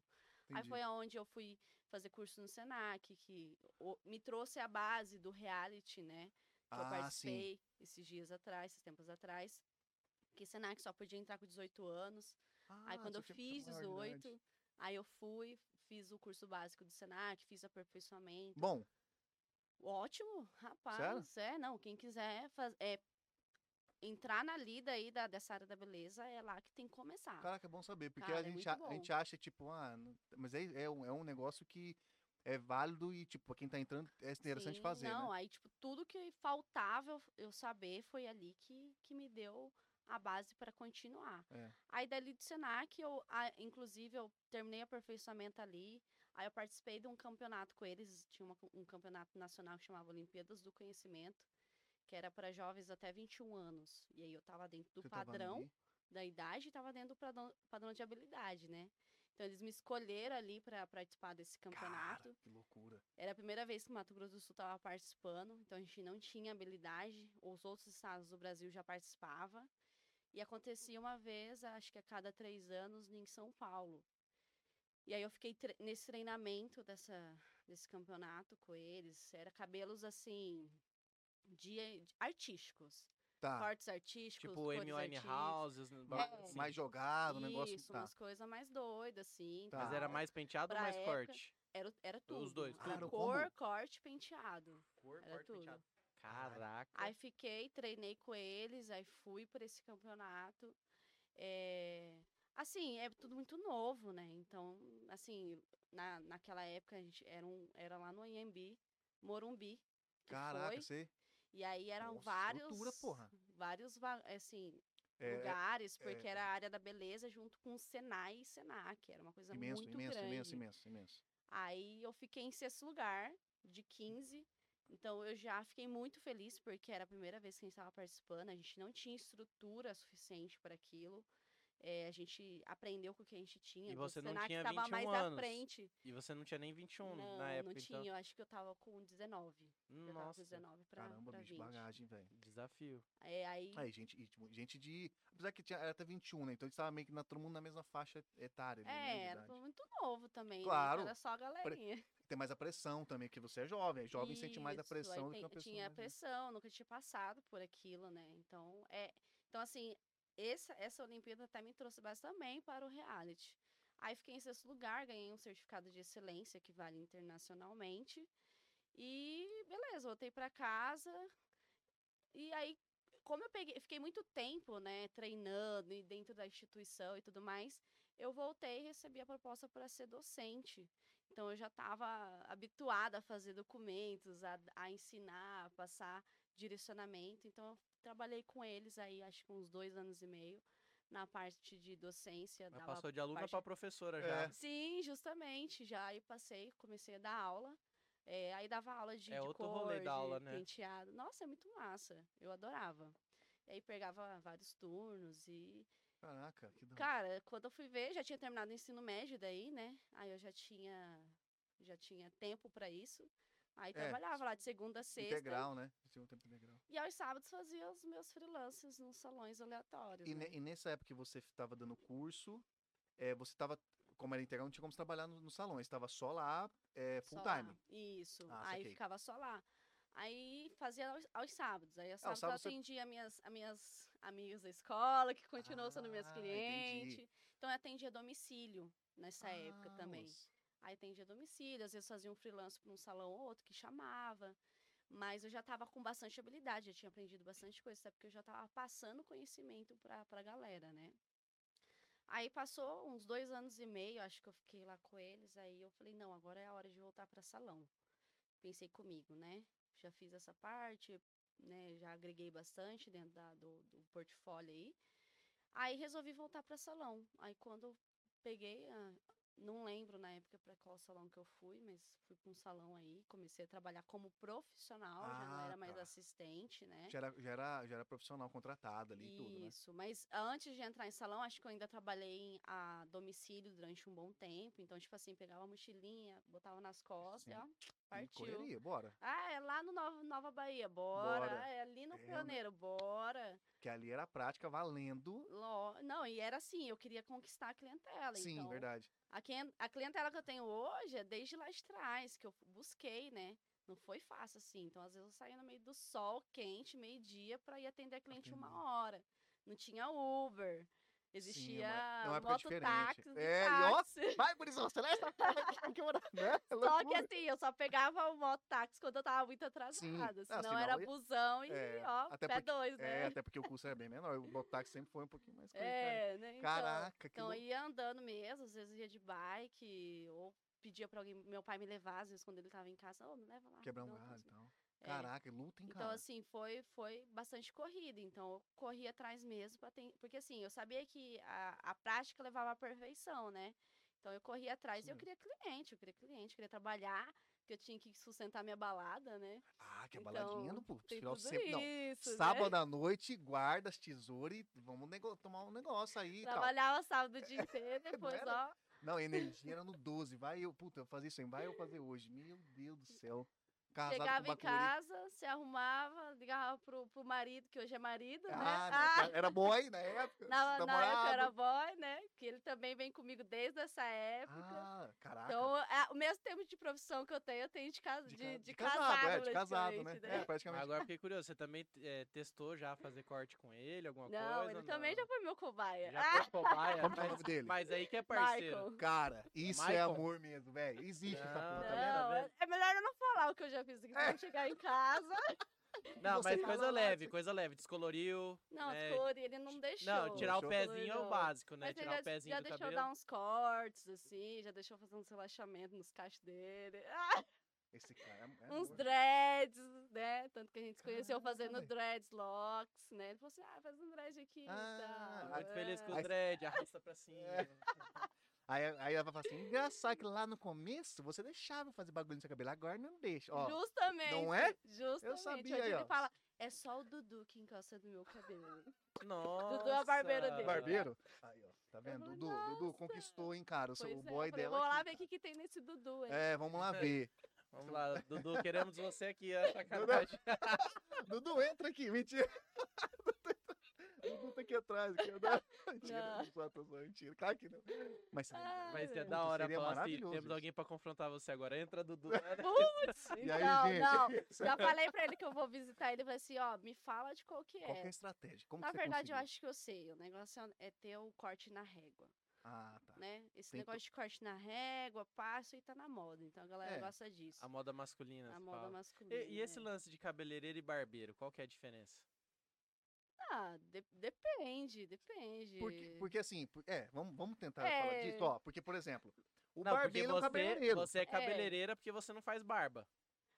Speaker 3: Aí
Speaker 2: Entendi.
Speaker 3: foi aonde eu fui fazer curso no Senac, que o- me trouxe a base do reality, né? Que eu
Speaker 2: ah, sim.
Speaker 3: participei esses dias atrás, esses tempos atrás. Que Senac só podia entrar com 18 anos. aí
Speaker 2: Ah,
Speaker 3: quando
Speaker 2: você
Speaker 3: eu
Speaker 2: tinha
Speaker 3: fiz então,
Speaker 2: maior de idade.
Speaker 3: 18, aí eu fui, fiz o curso básico do Senac, fiz aperfeiçoamento.
Speaker 2: Bom,
Speaker 3: Ótimo, rapaz. É, não, quem quiser faz- é, entrar na lida aí da, dessa área da beleza, é lá que tem que começar.
Speaker 2: caraca, é bom saber, porque
Speaker 3: Cara,
Speaker 2: a,
Speaker 3: é
Speaker 2: gente,
Speaker 3: muito
Speaker 2: a, a
Speaker 3: bom.
Speaker 2: gente acha, tipo, ah, não- mas é, é, um, é um negócio que é válido e, tipo, pra quem tá entrando é interessante
Speaker 3: Sim,
Speaker 2: fazer,
Speaker 3: Não,
Speaker 2: né?
Speaker 3: aí, tipo, tudo que faltava eu, eu saber foi ali que, que me deu a base para continuar.
Speaker 2: É.
Speaker 3: Aí, dali do Senac, eu, a- inclusive, eu terminei aperfeiçoamento ali. Aí, eu participei de um campeonato com eles. Tinha uma co- um campeonato nacional que chamava Olimpíadas do Conhecimento, que era para jovens até 21 anos. E aí, eu tava dentro do
Speaker 2: Você tava
Speaker 3: padrão
Speaker 2: ali.
Speaker 3: da idade estava dentro do padrão, padrão de habilidade, né? Então, eles me escolheram ali para participar desse campeonato.
Speaker 2: Cara, que loucura.
Speaker 3: Era a primeira vez que o Mato Grosso do Sul estava participando, então a gente não tinha habilidade, os outros estados do Brasil já participavam. E acontecia uma vez, acho que a cada três anos, em São Paulo. E aí eu fiquei tre- nesse treinamento dessa, desse campeonato com eles. Era cabelos assim, de, de- artísticos.
Speaker 2: Tá,
Speaker 3: Cortes artísticos,
Speaker 1: Tipo
Speaker 3: cores
Speaker 1: M.O.M.
Speaker 3: artísticas.
Speaker 1: House, os bagulho
Speaker 3: É.
Speaker 1: assim.
Speaker 2: mais jogado, o negócio.
Speaker 3: Isso,
Speaker 2: tá.
Speaker 3: umas coisas mais doidas, assim.
Speaker 2: Tá.
Speaker 1: Mas era
Speaker 3: tal.
Speaker 1: mais penteado ou
Speaker 3: Pra
Speaker 1: mais
Speaker 3: época-
Speaker 1: corte?
Speaker 3: Era, era tudo.
Speaker 1: dois,
Speaker 3: Era
Speaker 2: tudo.
Speaker 3: cor,
Speaker 2: Como?
Speaker 3: corte, penteado.
Speaker 1: Cor,
Speaker 3: Era corte, tudo. penteado.
Speaker 1: Caraca.
Speaker 2: É.
Speaker 3: Aí fiquei, treinei com eles, aí fui para esse campeonato. É, Assim, é tudo muito novo, né? Então, assim, na, naquela época a gente era, um, era lá no Anhembi, Morumbi. que
Speaker 2: Caraca,
Speaker 3: foi,
Speaker 2: você.
Speaker 3: E aí eram
Speaker 2: Nossa,
Speaker 3: vários.
Speaker 2: estrutura, porra.
Speaker 3: Vários, va- assim,
Speaker 2: É, é
Speaker 3: lugares, porque era a área da beleza junto com o Senai e Senac. Era uma coisa
Speaker 2: imenso,
Speaker 3: muito
Speaker 2: imenso,
Speaker 3: grande.
Speaker 2: imenso, imenso, imenso.
Speaker 3: Aí eu fiquei em sexto lugar, de 15. Então eu já fiquei muito feliz, porque era a primeira vez que a gente estava participando, a gente não tinha estrutura suficiente para aquilo. É, a gente aprendeu com o que a gente tinha.
Speaker 1: E
Speaker 3: então,
Speaker 1: você
Speaker 3: o
Speaker 1: não
Speaker 3: Senac
Speaker 1: tinha
Speaker 3: tava
Speaker 1: 21
Speaker 3: mais
Speaker 1: anos.
Speaker 3: à frente.
Speaker 1: E você não tinha nem 21
Speaker 3: não,
Speaker 1: na época,
Speaker 3: não tinha. Eu acho que eu tava com 19.
Speaker 1: então.
Speaker 3: Eu tava com
Speaker 1: Nossa,
Speaker 3: 19 pra,
Speaker 2: Caramba,
Speaker 3: pra
Speaker 2: bicho,
Speaker 3: 20.
Speaker 2: bagagem, velho.
Speaker 1: desafio.
Speaker 3: É, aí,
Speaker 2: Aí, gente, e, tipo, gente de. Apesar que tinha, era até 21, né? Então eles estavam meio que na, todo mundo na mesma faixa etária. ali, né, de
Speaker 3: é, era
Speaker 2: idade.
Speaker 3: muito novo também. né?
Speaker 2: Claro.
Speaker 3: Era só a galerinha.
Speaker 2: Tem mais a pressão também, que você é jovem. aí Jovem sente mais a
Speaker 3: Isso, aí
Speaker 2: pressão do que
Speaker 3: tem-
Speaker 2: uma pessoa.
Speaker 3: Tinha
Speaker 2: mais velha.
Speaker 3: pressão, nunca tinha passado por aquilo, né? Então, é, então assim, essa, essa Olimpíada até me trouxe bastante também para o reality. Aí fiquei em sexto lugar, ganhei um certificado de excelência que vale internacionalmente. E beleza, voltei para casa. E aí, como eu peguei, fiquei muito tempo, né, treinando e dentro da instituição e tudo mais, eu voltei e recebi a proposta para ser docente. Então eu já estava habituada a fazer documentos, a, a ensinar, a passar direcionamento. Então, eu trabalhei com eles aí, acho que uns dois anos e meio, na parte de docência.
Speaker 1: Mas
Speaker 3: dava
Speaker 1: passou de aluna
Speaker 3: parte-
Speaker 1: pra professora
Speaker 2: É.
Speaker 1: já.
Speaker 3: Sim, justamente. Já aí passei, comecei a dar aula. É, aí dava aula de,
Speaker 1: É
Speaker 3: de
Speaker 1: outro
Speaker 3: cor,
Speaker 1: rolê
Speaker 3: de
Speaker 1: dar aula, né?
Speaker 3: penteado. Nossa, é muito massa. Eu adorava. E aí pegava vários turnos e...
Speaker 2: Caraca, que
Speaker 1: Hum.
Speaker 2: da...
Speaker 3: Cara, quando eu fui ver, já tinha terminado o ensino médio daí, né? Aí eu já tinha, já tinha tempo pra isso. Aí
Speaker 1: É.
Speaker 3: trabalhava lá de segunda a sexta.
Speaker 2: integral, né? Tinha um tempo integral.
Speaker 3: E aos sábados fazia os meus freelances nos salões aleatórios,
Speaker 2: E,
Speaker 3: né?
Speaker 2: ne- e nessa época que você estava dando curso, é, você estava, como era integral, não tinha como você trabalhar no, no salão, estava só lá, é, full
Speaker 3: Só lá.
Speaker 2: time.
Speaker 3: Isso.
Speaker 2: Ah,
Speaker 3: aí
Speaker 2: saquei.
Speaker 3: ficava só lá. Aí fazia aos, aos sábados. Aí aos
Speaker 2: Ah, aos
Speaker 3: sábados eu
Speaker 2: sábados você-
Speaker 3: atendia as minhas, as minhas amigas da escola, que continuam sendo minhas
Speaker 2: Ah, entendi.
Speaker 3: clientes. Então eu atendia domicílio nessa época
Speaker 2: Ah,
Speaker 3: também.
Speaker 2: moço.
Speaker 3: Aí atendia domicílio, às vezes fazia um freelance para um salão ou outro que chamava. Mas eu já estava com bastante habilidade, já tinha aprendido bastante coisa, até porque eu já estava passando conhecimento para a galera, né? Aí passou uns dois anos e meio, acho que eu fiquei lá com eles. Aí eu falei, não, agora é a hora de voltar para salão. Pensei comigo, né? Já fiz essa parte, né? Já agreguei bastante dentro da- do, do portfólio aí. Aí resolvi voltar para salão. Aí quando eu peguei a, não lembro na época para qual salão que eu fui, mas fui para um salão aí, comecei a trabalhar como profissional, já não
Speaker 2: Ah,
Speaker 3: era mais
Speaker 2: tá.
Speaker 3: assistente, né?
Speaker 2: Já, era, já, era, já era profissional contratada ali e tudo, né?
Speaker 3: Isso, mas antes de entrar em salão, acho que eu ainda trabalhei em- a domicílio durante um bom tempo. Então, tipo assim, pegava a mochilinha, botava nas costas,
Speaker 2: Sim.
Speaker 3: ó,
Speaker 2: E
Speaker 3: partiu.
Speaker 2: correria, bora.
Speaker 3: Ah, é lá no Nova, Nova Bahia, bora.
Speaker 2: Bora.
Speaker 3: Ah, É ali no
Speaker 2: É, né?
Speaker 3: Pioneiro, bora.
Speaker 2: Que ali era a prática valendo.
Speaker 3: Lo- Não, e era assim, eu queria conquistar a clientela.
Speaker 2: Sim,
Speaker 3: então,
Speaker 2: verdade.
Speaker 3: A, quien- a clientela que eu tenho hoje é desde lá de trás, que eu busquei, né? Não foi fácil assim. Então, às vezes, eu saía no meio do sol quente, meio-dia, para ir atender a cliente
Speaker 2: Atender.
Speaker 3: uma hora. Não tinha Uber. Existia
Speaker 2: uma- uma época
Speaker 3: mototáxi,
Speaker 2: diferente. É, e ó,
Speaker 3: táxi.
Speaker 2: Vai, gurizão, acelera essa porra aqui, que eu vou dar- né?
Speaker 3: Só que
Speaker 2: Loucura.
Speaker 3: assim, eu só pegava o mototáxi quando eu tava muito atrasada.
Speaker 2: Ah,
Speaker 3: Senão,
Speaker 2: senão
Speaker 3: era
Speaker 2: ia-
Speaker 3: busão e,
Speaker 2: é,
Speaker 3: ó,
Speaker 2: até
Speaker 3: pé
Speaker 2: porque-
Speaker 3: dois,
Speaker 2: É,
Speaker 3: né?
Speaker 2: até porque o curso era bem menor. O Botax sempre foi um pouquinho mais caro.
Speaker 3: É, né? Então,
Speaker 2: Caraca, que
Speaker 3: Então eu
Speaker 2: louco.
Speaker 3: ia andando mesmo, às vezes ia de bike, ou pedia pra alguém, meu pai me levar, às vezes quando ele tava em casa, ô, me leva lá.
Speaker 2: Quebrar um
Speaker 3: rapidão,
Speaker 2: galho
Speaker 3: tá,
Speaker 2: e tal.
Speaker 3: é.
Speaker 2: Caraca, luta, hein,
Speaker 3: Então,
Speaker 2: cara.
Speaker 3: assim, foi, foi bastante corrida. Então, eu corri atrás mesmo. Pra ten- Porque, assim, eu sabia que a, a prática levava à perfeição, né? Então, eu corri atrás e eu
Speaker 2: Sim.
Speaker 3: queria cliente, eu queria cliente, eu queria trabalhar, porque eu tinha que sustentar minha balada, né?
Speaker 2: Ah, que a baladinha
Speaker 3: então,
Speaker 2: no pô,
Speaker 3: Tem
Speaker 2: final
Speaker 3: tudo
Speaker 2: de semana. Não,
Speaker 3: isso, né?
Speaker 2: Sábado à noite, guarda as tesouras e vamos nego- tomar um negócio aí e tal.
Speaker 3: Trabalhava sábado o dia inteiro, depois,
Speaker 2: era?
Speaker 3: ó,
Speaker 2: Não, energia era no 12. Vai eu, puta, eu fazer isso aí, vai eu fazer hoje. Meu Deus do céu. Casado
Speaker 3: Chegava
Speaker 2: com
Speaker 3: em
Speaker 2: bacuri.
Speaker 3: casa, né? se arrumava, ligava pro, pro marido, que hoje é marido, né?
Speaker 2: Ah, na- era boy na época.
Speaker 3: na, na época
Speaker 2: namorado.
Speaker 3: era boy, né? Que ele também vem comigo desde essa época.
Speaker 2: Ah, caraca.
Speaker 3: então, é, o mesmo tempo de profissão que eu tenho, eu tenho de, casa de,
Speaker 2: ca-
Speaker 3: de, casado,
Speaker 2: é, de casado, né?
Speaker 3: praticamente,
Speaker 2: É, praticamente.
Speaker 1: Agora fiquei curioso, você também é, testou já fazer corte com ele, alguma coisa?
Speaker 3: Não, ele também já foi meu cobaia. Ah,
Speaker 1: Já foi cobaia,
Speaker 2: Como que é o
Speaker 1: mas,
Speaker 2: nome dele?
Speaker 1: mas aí que é parceiro.
Speaker 3: Michael.
Speaker 2: Cara, isso é
Speaker 1: Michael.
Speaker 2: amor mesmo, velho. Existe essa
Speaker 1: Não,
Speaker 2: porra,
Speaker 1: tá
Speaker 2: tá vendo?
Speaker 3: Não,
Speaker 1: vendo?
Speaker 3: é melhor eu não falar o que eu já fiz, que é. chegar em casa.
Speaker 1: Não,
Speaker 2: Você
Speaker 1: mas
Speaker 2: falou
Speaker 1: coisa
Speaker 2: lá,
Speaker 1: leve, coisa leve. Descoloriu.
Speaker 3: Não,
Speaker 1: né?
Speaker 3: ficou, ele não deixou.
Speaker 1: Não, tirar o
Speaker 2: Deixou.
Speaker 1: pezinho é o
Speaker 3: Coloriu.
Speaker 1: básico, né?
Speaker 3: Mas ele
Speaker 1: tirar
Speaker 3: já,
Speaker 1: o pezinho
Speaker 3: já
Speaker 1: do
Speaker 3: deixou
Speaker 1: cabelo.
Speaker 3: dar uns cortes, assim, já deixou fazer uns relaxamentos nos cachos dele. Ah,
Speaker 2: É Esse cara é, é
Speaker 3: uns
Speaker 2: amor.
Speaker 3: dreads, né? Tanto que a gente se conheceu
Speaker 2: Caraca,
Speaker 3: fazendo
Speaker 2: velho.
Speaker 3: dreads locks, né? Ele falou assim, ah, faz um dread aqui
Speaker 2: Ah,
Speaker 3: e tal.
Speaker 1: Muito feliz com
Speaker 3: Ah,
Speaker 1: o dread, arrasta pra cima.
Speaker 2: É. Aí, aí ela vai falar assim: engraçado que lá no começo você deixava eu fazer bagulho no seu cabelo, agora não deixa. Ó,
Speaker 3: é, Justamente.
Speaker 2: não é?
Speaker 3: Justamente.
Speaker 2: sabia,
Speaker 3: Hoje
Speaker 2: aí, ó.
Speaker 3: ele fala, é só o Dudu que encosta no meu cabelo.
Speaker 1: Nossa.
Speaker 3: barbeiro é dele.
Speaker 2: barbeiro. Aí, ó, tá vendo?
Speaker 3: falei,
Speaker 2: Dudu, Dudu conquistou, hein, cara, o, seu,
Speaker 3: Pois
Speaker 2: o
Speaker 3: é,
Speaker 2: boy
Speaker 3: eu falei,
Speaker 2: dela.
Speaker 3: vou lá
Speaker 2: aqui,
Speaker 3: ver o que, que tem nesse Dudu, hein?
Speaker 2: cara. É, vamos lá ver.
Speaker 1: Vamos lá, Dudu, queremos você aqui. é ó,
Speaker 2: é
Speaker 1: sacanagem.
Speaker 2: Dudu, entra aqui, mentira. Dudu tá aqui atrás. Aqui, ó. mentira,
Speaker 3: Não.
Speaker 2: pessoal, tô só mentira. Claro que não. Mas seria
Speaker 3: Ah,
Speaker 2: maravilhoso.
Speaker 1: Mas é
Speaker 3: velho.
Speaker 1: da hora
Speaker 2: Seria
Speaker 1: falar assim,
Speaker 2: maravilhoso
Speaker 1: temos
Speaker 2: isso.
Speaker 1: alguém pra confrontar você agora. Entra, Dudu.
Speaker 3: Putz,
Speaker 2: E aí,
Speaker 3: não,
Speaker 2: gente?
Speaker 3: não. Já falei pra ele que eu vou visitar ele, falei assim, ó, me fala de qual que
Speaker 2: Qual que é a
Speaker 3: é.
Speaker 2: estratégia? Como
Speaker 3: Na
Speaker 2: que você
Speaker 3: verdade, eu
Speaker 2: conseguiu?
Speaker 3: acho que eu sei. O negócio é é ter o corte na régua,
Speaker 2: Ah, tá.
Speaker 3: né? Esse
Speaker 2: Tem to-
Speaker 3: negócio de corte na régua, passo e tá na moda. Então a galera
Speaker 2: É,
Speaker 3: gosta disso.
Speaker 1: A
Speaker 3: A,
Speaker 1: moda masculina. se
Speaker 3: moda
Speaker 1: fala.
Speaker 3: masculina.
Speaker 1: E, e esse
Speaker 3: é.
Speaker 1: lance de cabeleireiro e barbeiro, qual que é a diferença?
Speaker 3: Ah, de- depende, depende.
Speaker 2: Porque, porque assim, por- é, vamos, vamos tentar falar
Speaker 3: É.
Speaker 2: disso, ó. Porque, por exemplo, o
Speaker 1: não, porque
Speaker 2: barbeiro é um
Speaker 1: você,
Speaker 2: cabeleireiro.
Speaker 1: você é cabeleireira porque você não faz barba.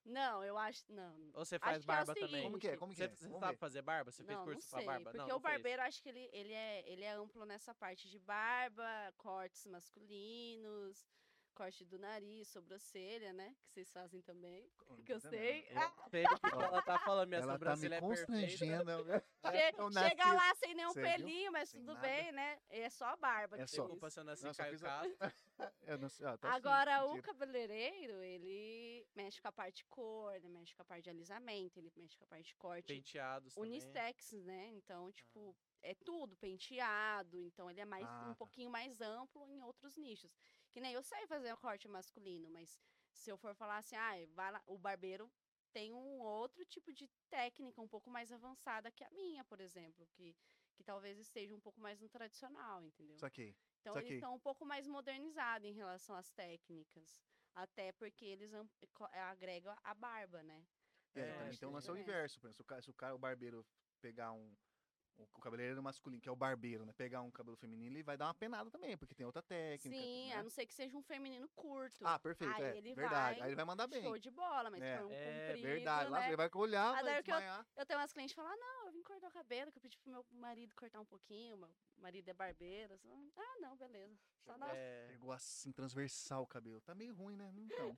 Speaker 3: Não, eu acho. Não.
Speaker 1: Ou você faz
Speaker 3: que é o
Speaker 1: barba
Speaker 2: Como
Speaker 1: também?
Speaker 3: seguinte,
Speaker 2: que é? Como que
Speaker 1: Você,
Speaker 2: é?
Speaker 1: você
Speaker 2: Vamos
Speaker 1: sabe
Speaker 2: ver.
Speaker 1: fazer barba? Você fez
Speaker 3: não,
Speaker 1: curso
Speaker 3: não
Speaker 1: pra
Speaker 3: sei,
Speaker 1: barba?
Speaker 3: Porque
Speaker 1: não,
Speaker 3: o
Speaker 1: não fez.
Speaker 3: barbeiro, acho que ele, ele, é, ele é amplo nessa parte de barba, cortes masculinos, corte do nariz, sobrancelha, né? Que vocês fazem também. Que eu sei.
Speaker 2: Eu-
Speaker 1: Sei do que ela tá falando, minha
Speaker 2: Ela tá me
Speaker 1: sobrancelha é perfeita.
Speaker 2: constrangendo.
Speaker 3: Che-
Speaker 2: É o
Speaker 3: chega
Speaker 2: narciso.
Speaker 3: lá sem nenhum
Speaker 2: Você viu?
Speaker 3: pelinho, mas
Speaker 2: Sem
Speaker 3: tudo
Speaker 2: nada.
Speaker 3: bem, né? É só a barba.
Speaker 2: É
Speaker 3: que
Speaker 2: só.
Speaker 3: fez.
Speaker 1: Desculpa se eu nasci
Speaker 2: Não,
Speaker 1: em
Speaker 2: só
Speaker 1: Caio
Speaker 2: fiz a-
Speaker 1: Castro.
Speaker 2: Eu não sei, ó, tá assim,
Speaker 3: Agora, o
Speaker 2: mentira.
Speaker 3: cabeleireiro, ele mexe com a parte de cor, ele mexe com a parte de alisamento, ele mexe com a parte de corte
Speaker 1: Penteados também.
Speaker 3: unisex, né? Então, tipo, é tudo penteado, então ele é mais
Speaker 2: Ah,
Speaker 3: um
Speaker 2: tá.
Speaker 3: pouquinho mais amplo em outros nichos. Que nem eu sei fazer o corte masculino, mas se eu for falar assim, ah, vai lá- o barbeiro tem um outro tipo de técnica um pouco mais avançada que a minha, por exemplo, que que talvez esteja um pouco mais no tradicional, entendeu?
Speaker 2: Saquei.
Speaker 3: Então
Speaker 2: Saquei.
Speaker 3: eles estão um pouco mais modernizados em relação às técnicas. Até porque eles am- co- agregam a barba, né?
Speaker 2: É,
Speaker 1: É,
Speaker 2: também
Speaker 1: acho
Speaker 2: tem um
Speaker 1: que
Speaker 2: lance ao
Speaker 3: é.
Speaker 2: inverso. por exemplo, Se o, cara, se o cara, o barbeiro, pegar um. O o cabeleireiro masculino, que é o barbeiro, né? Pegar um cabelo feminino, ele vai dar uma penada também, porque tem outra técnica.
Speaker 3: Sim,
Speaker 2: né?
Speaker 3: a não ser que seja um feminino curto.
Speaker 2: Ah, perfeito.
Speaker 3: Aí
Speaker 2: é,
Speaker 3: ele
Speaker 2: verdade.
Speaker 3: vai-
Speaker 2: Aí ele vai mandar Tá bem.
Speaker 3: Show de bola, mas
Speaker 2: É.
Speaker 3: foi um
Speaker 1: É,
Speaker 3: comprido,
Speaker 2: Verdade. Lá
Speaker 3: né?
Speaker 2: ele vai olhar,
Speaker 3: Ah, daí
Speaker 2: vai
Speaker 3: o que eu-
Speaker 2: desmaiar.
Speaker 3: Eu tenho umas clientes que falam, "Ah, não, eu vim cortar o cabelo, que eu pedi pro meu marido cortar um pouquinho, meu marido é barbeiro. assim, Ah, não, beleza. Só na...
Speaker 1: É,
Speaker 2: Pegou assim, transversal o cabelo. Tá meio ruim, né? Então.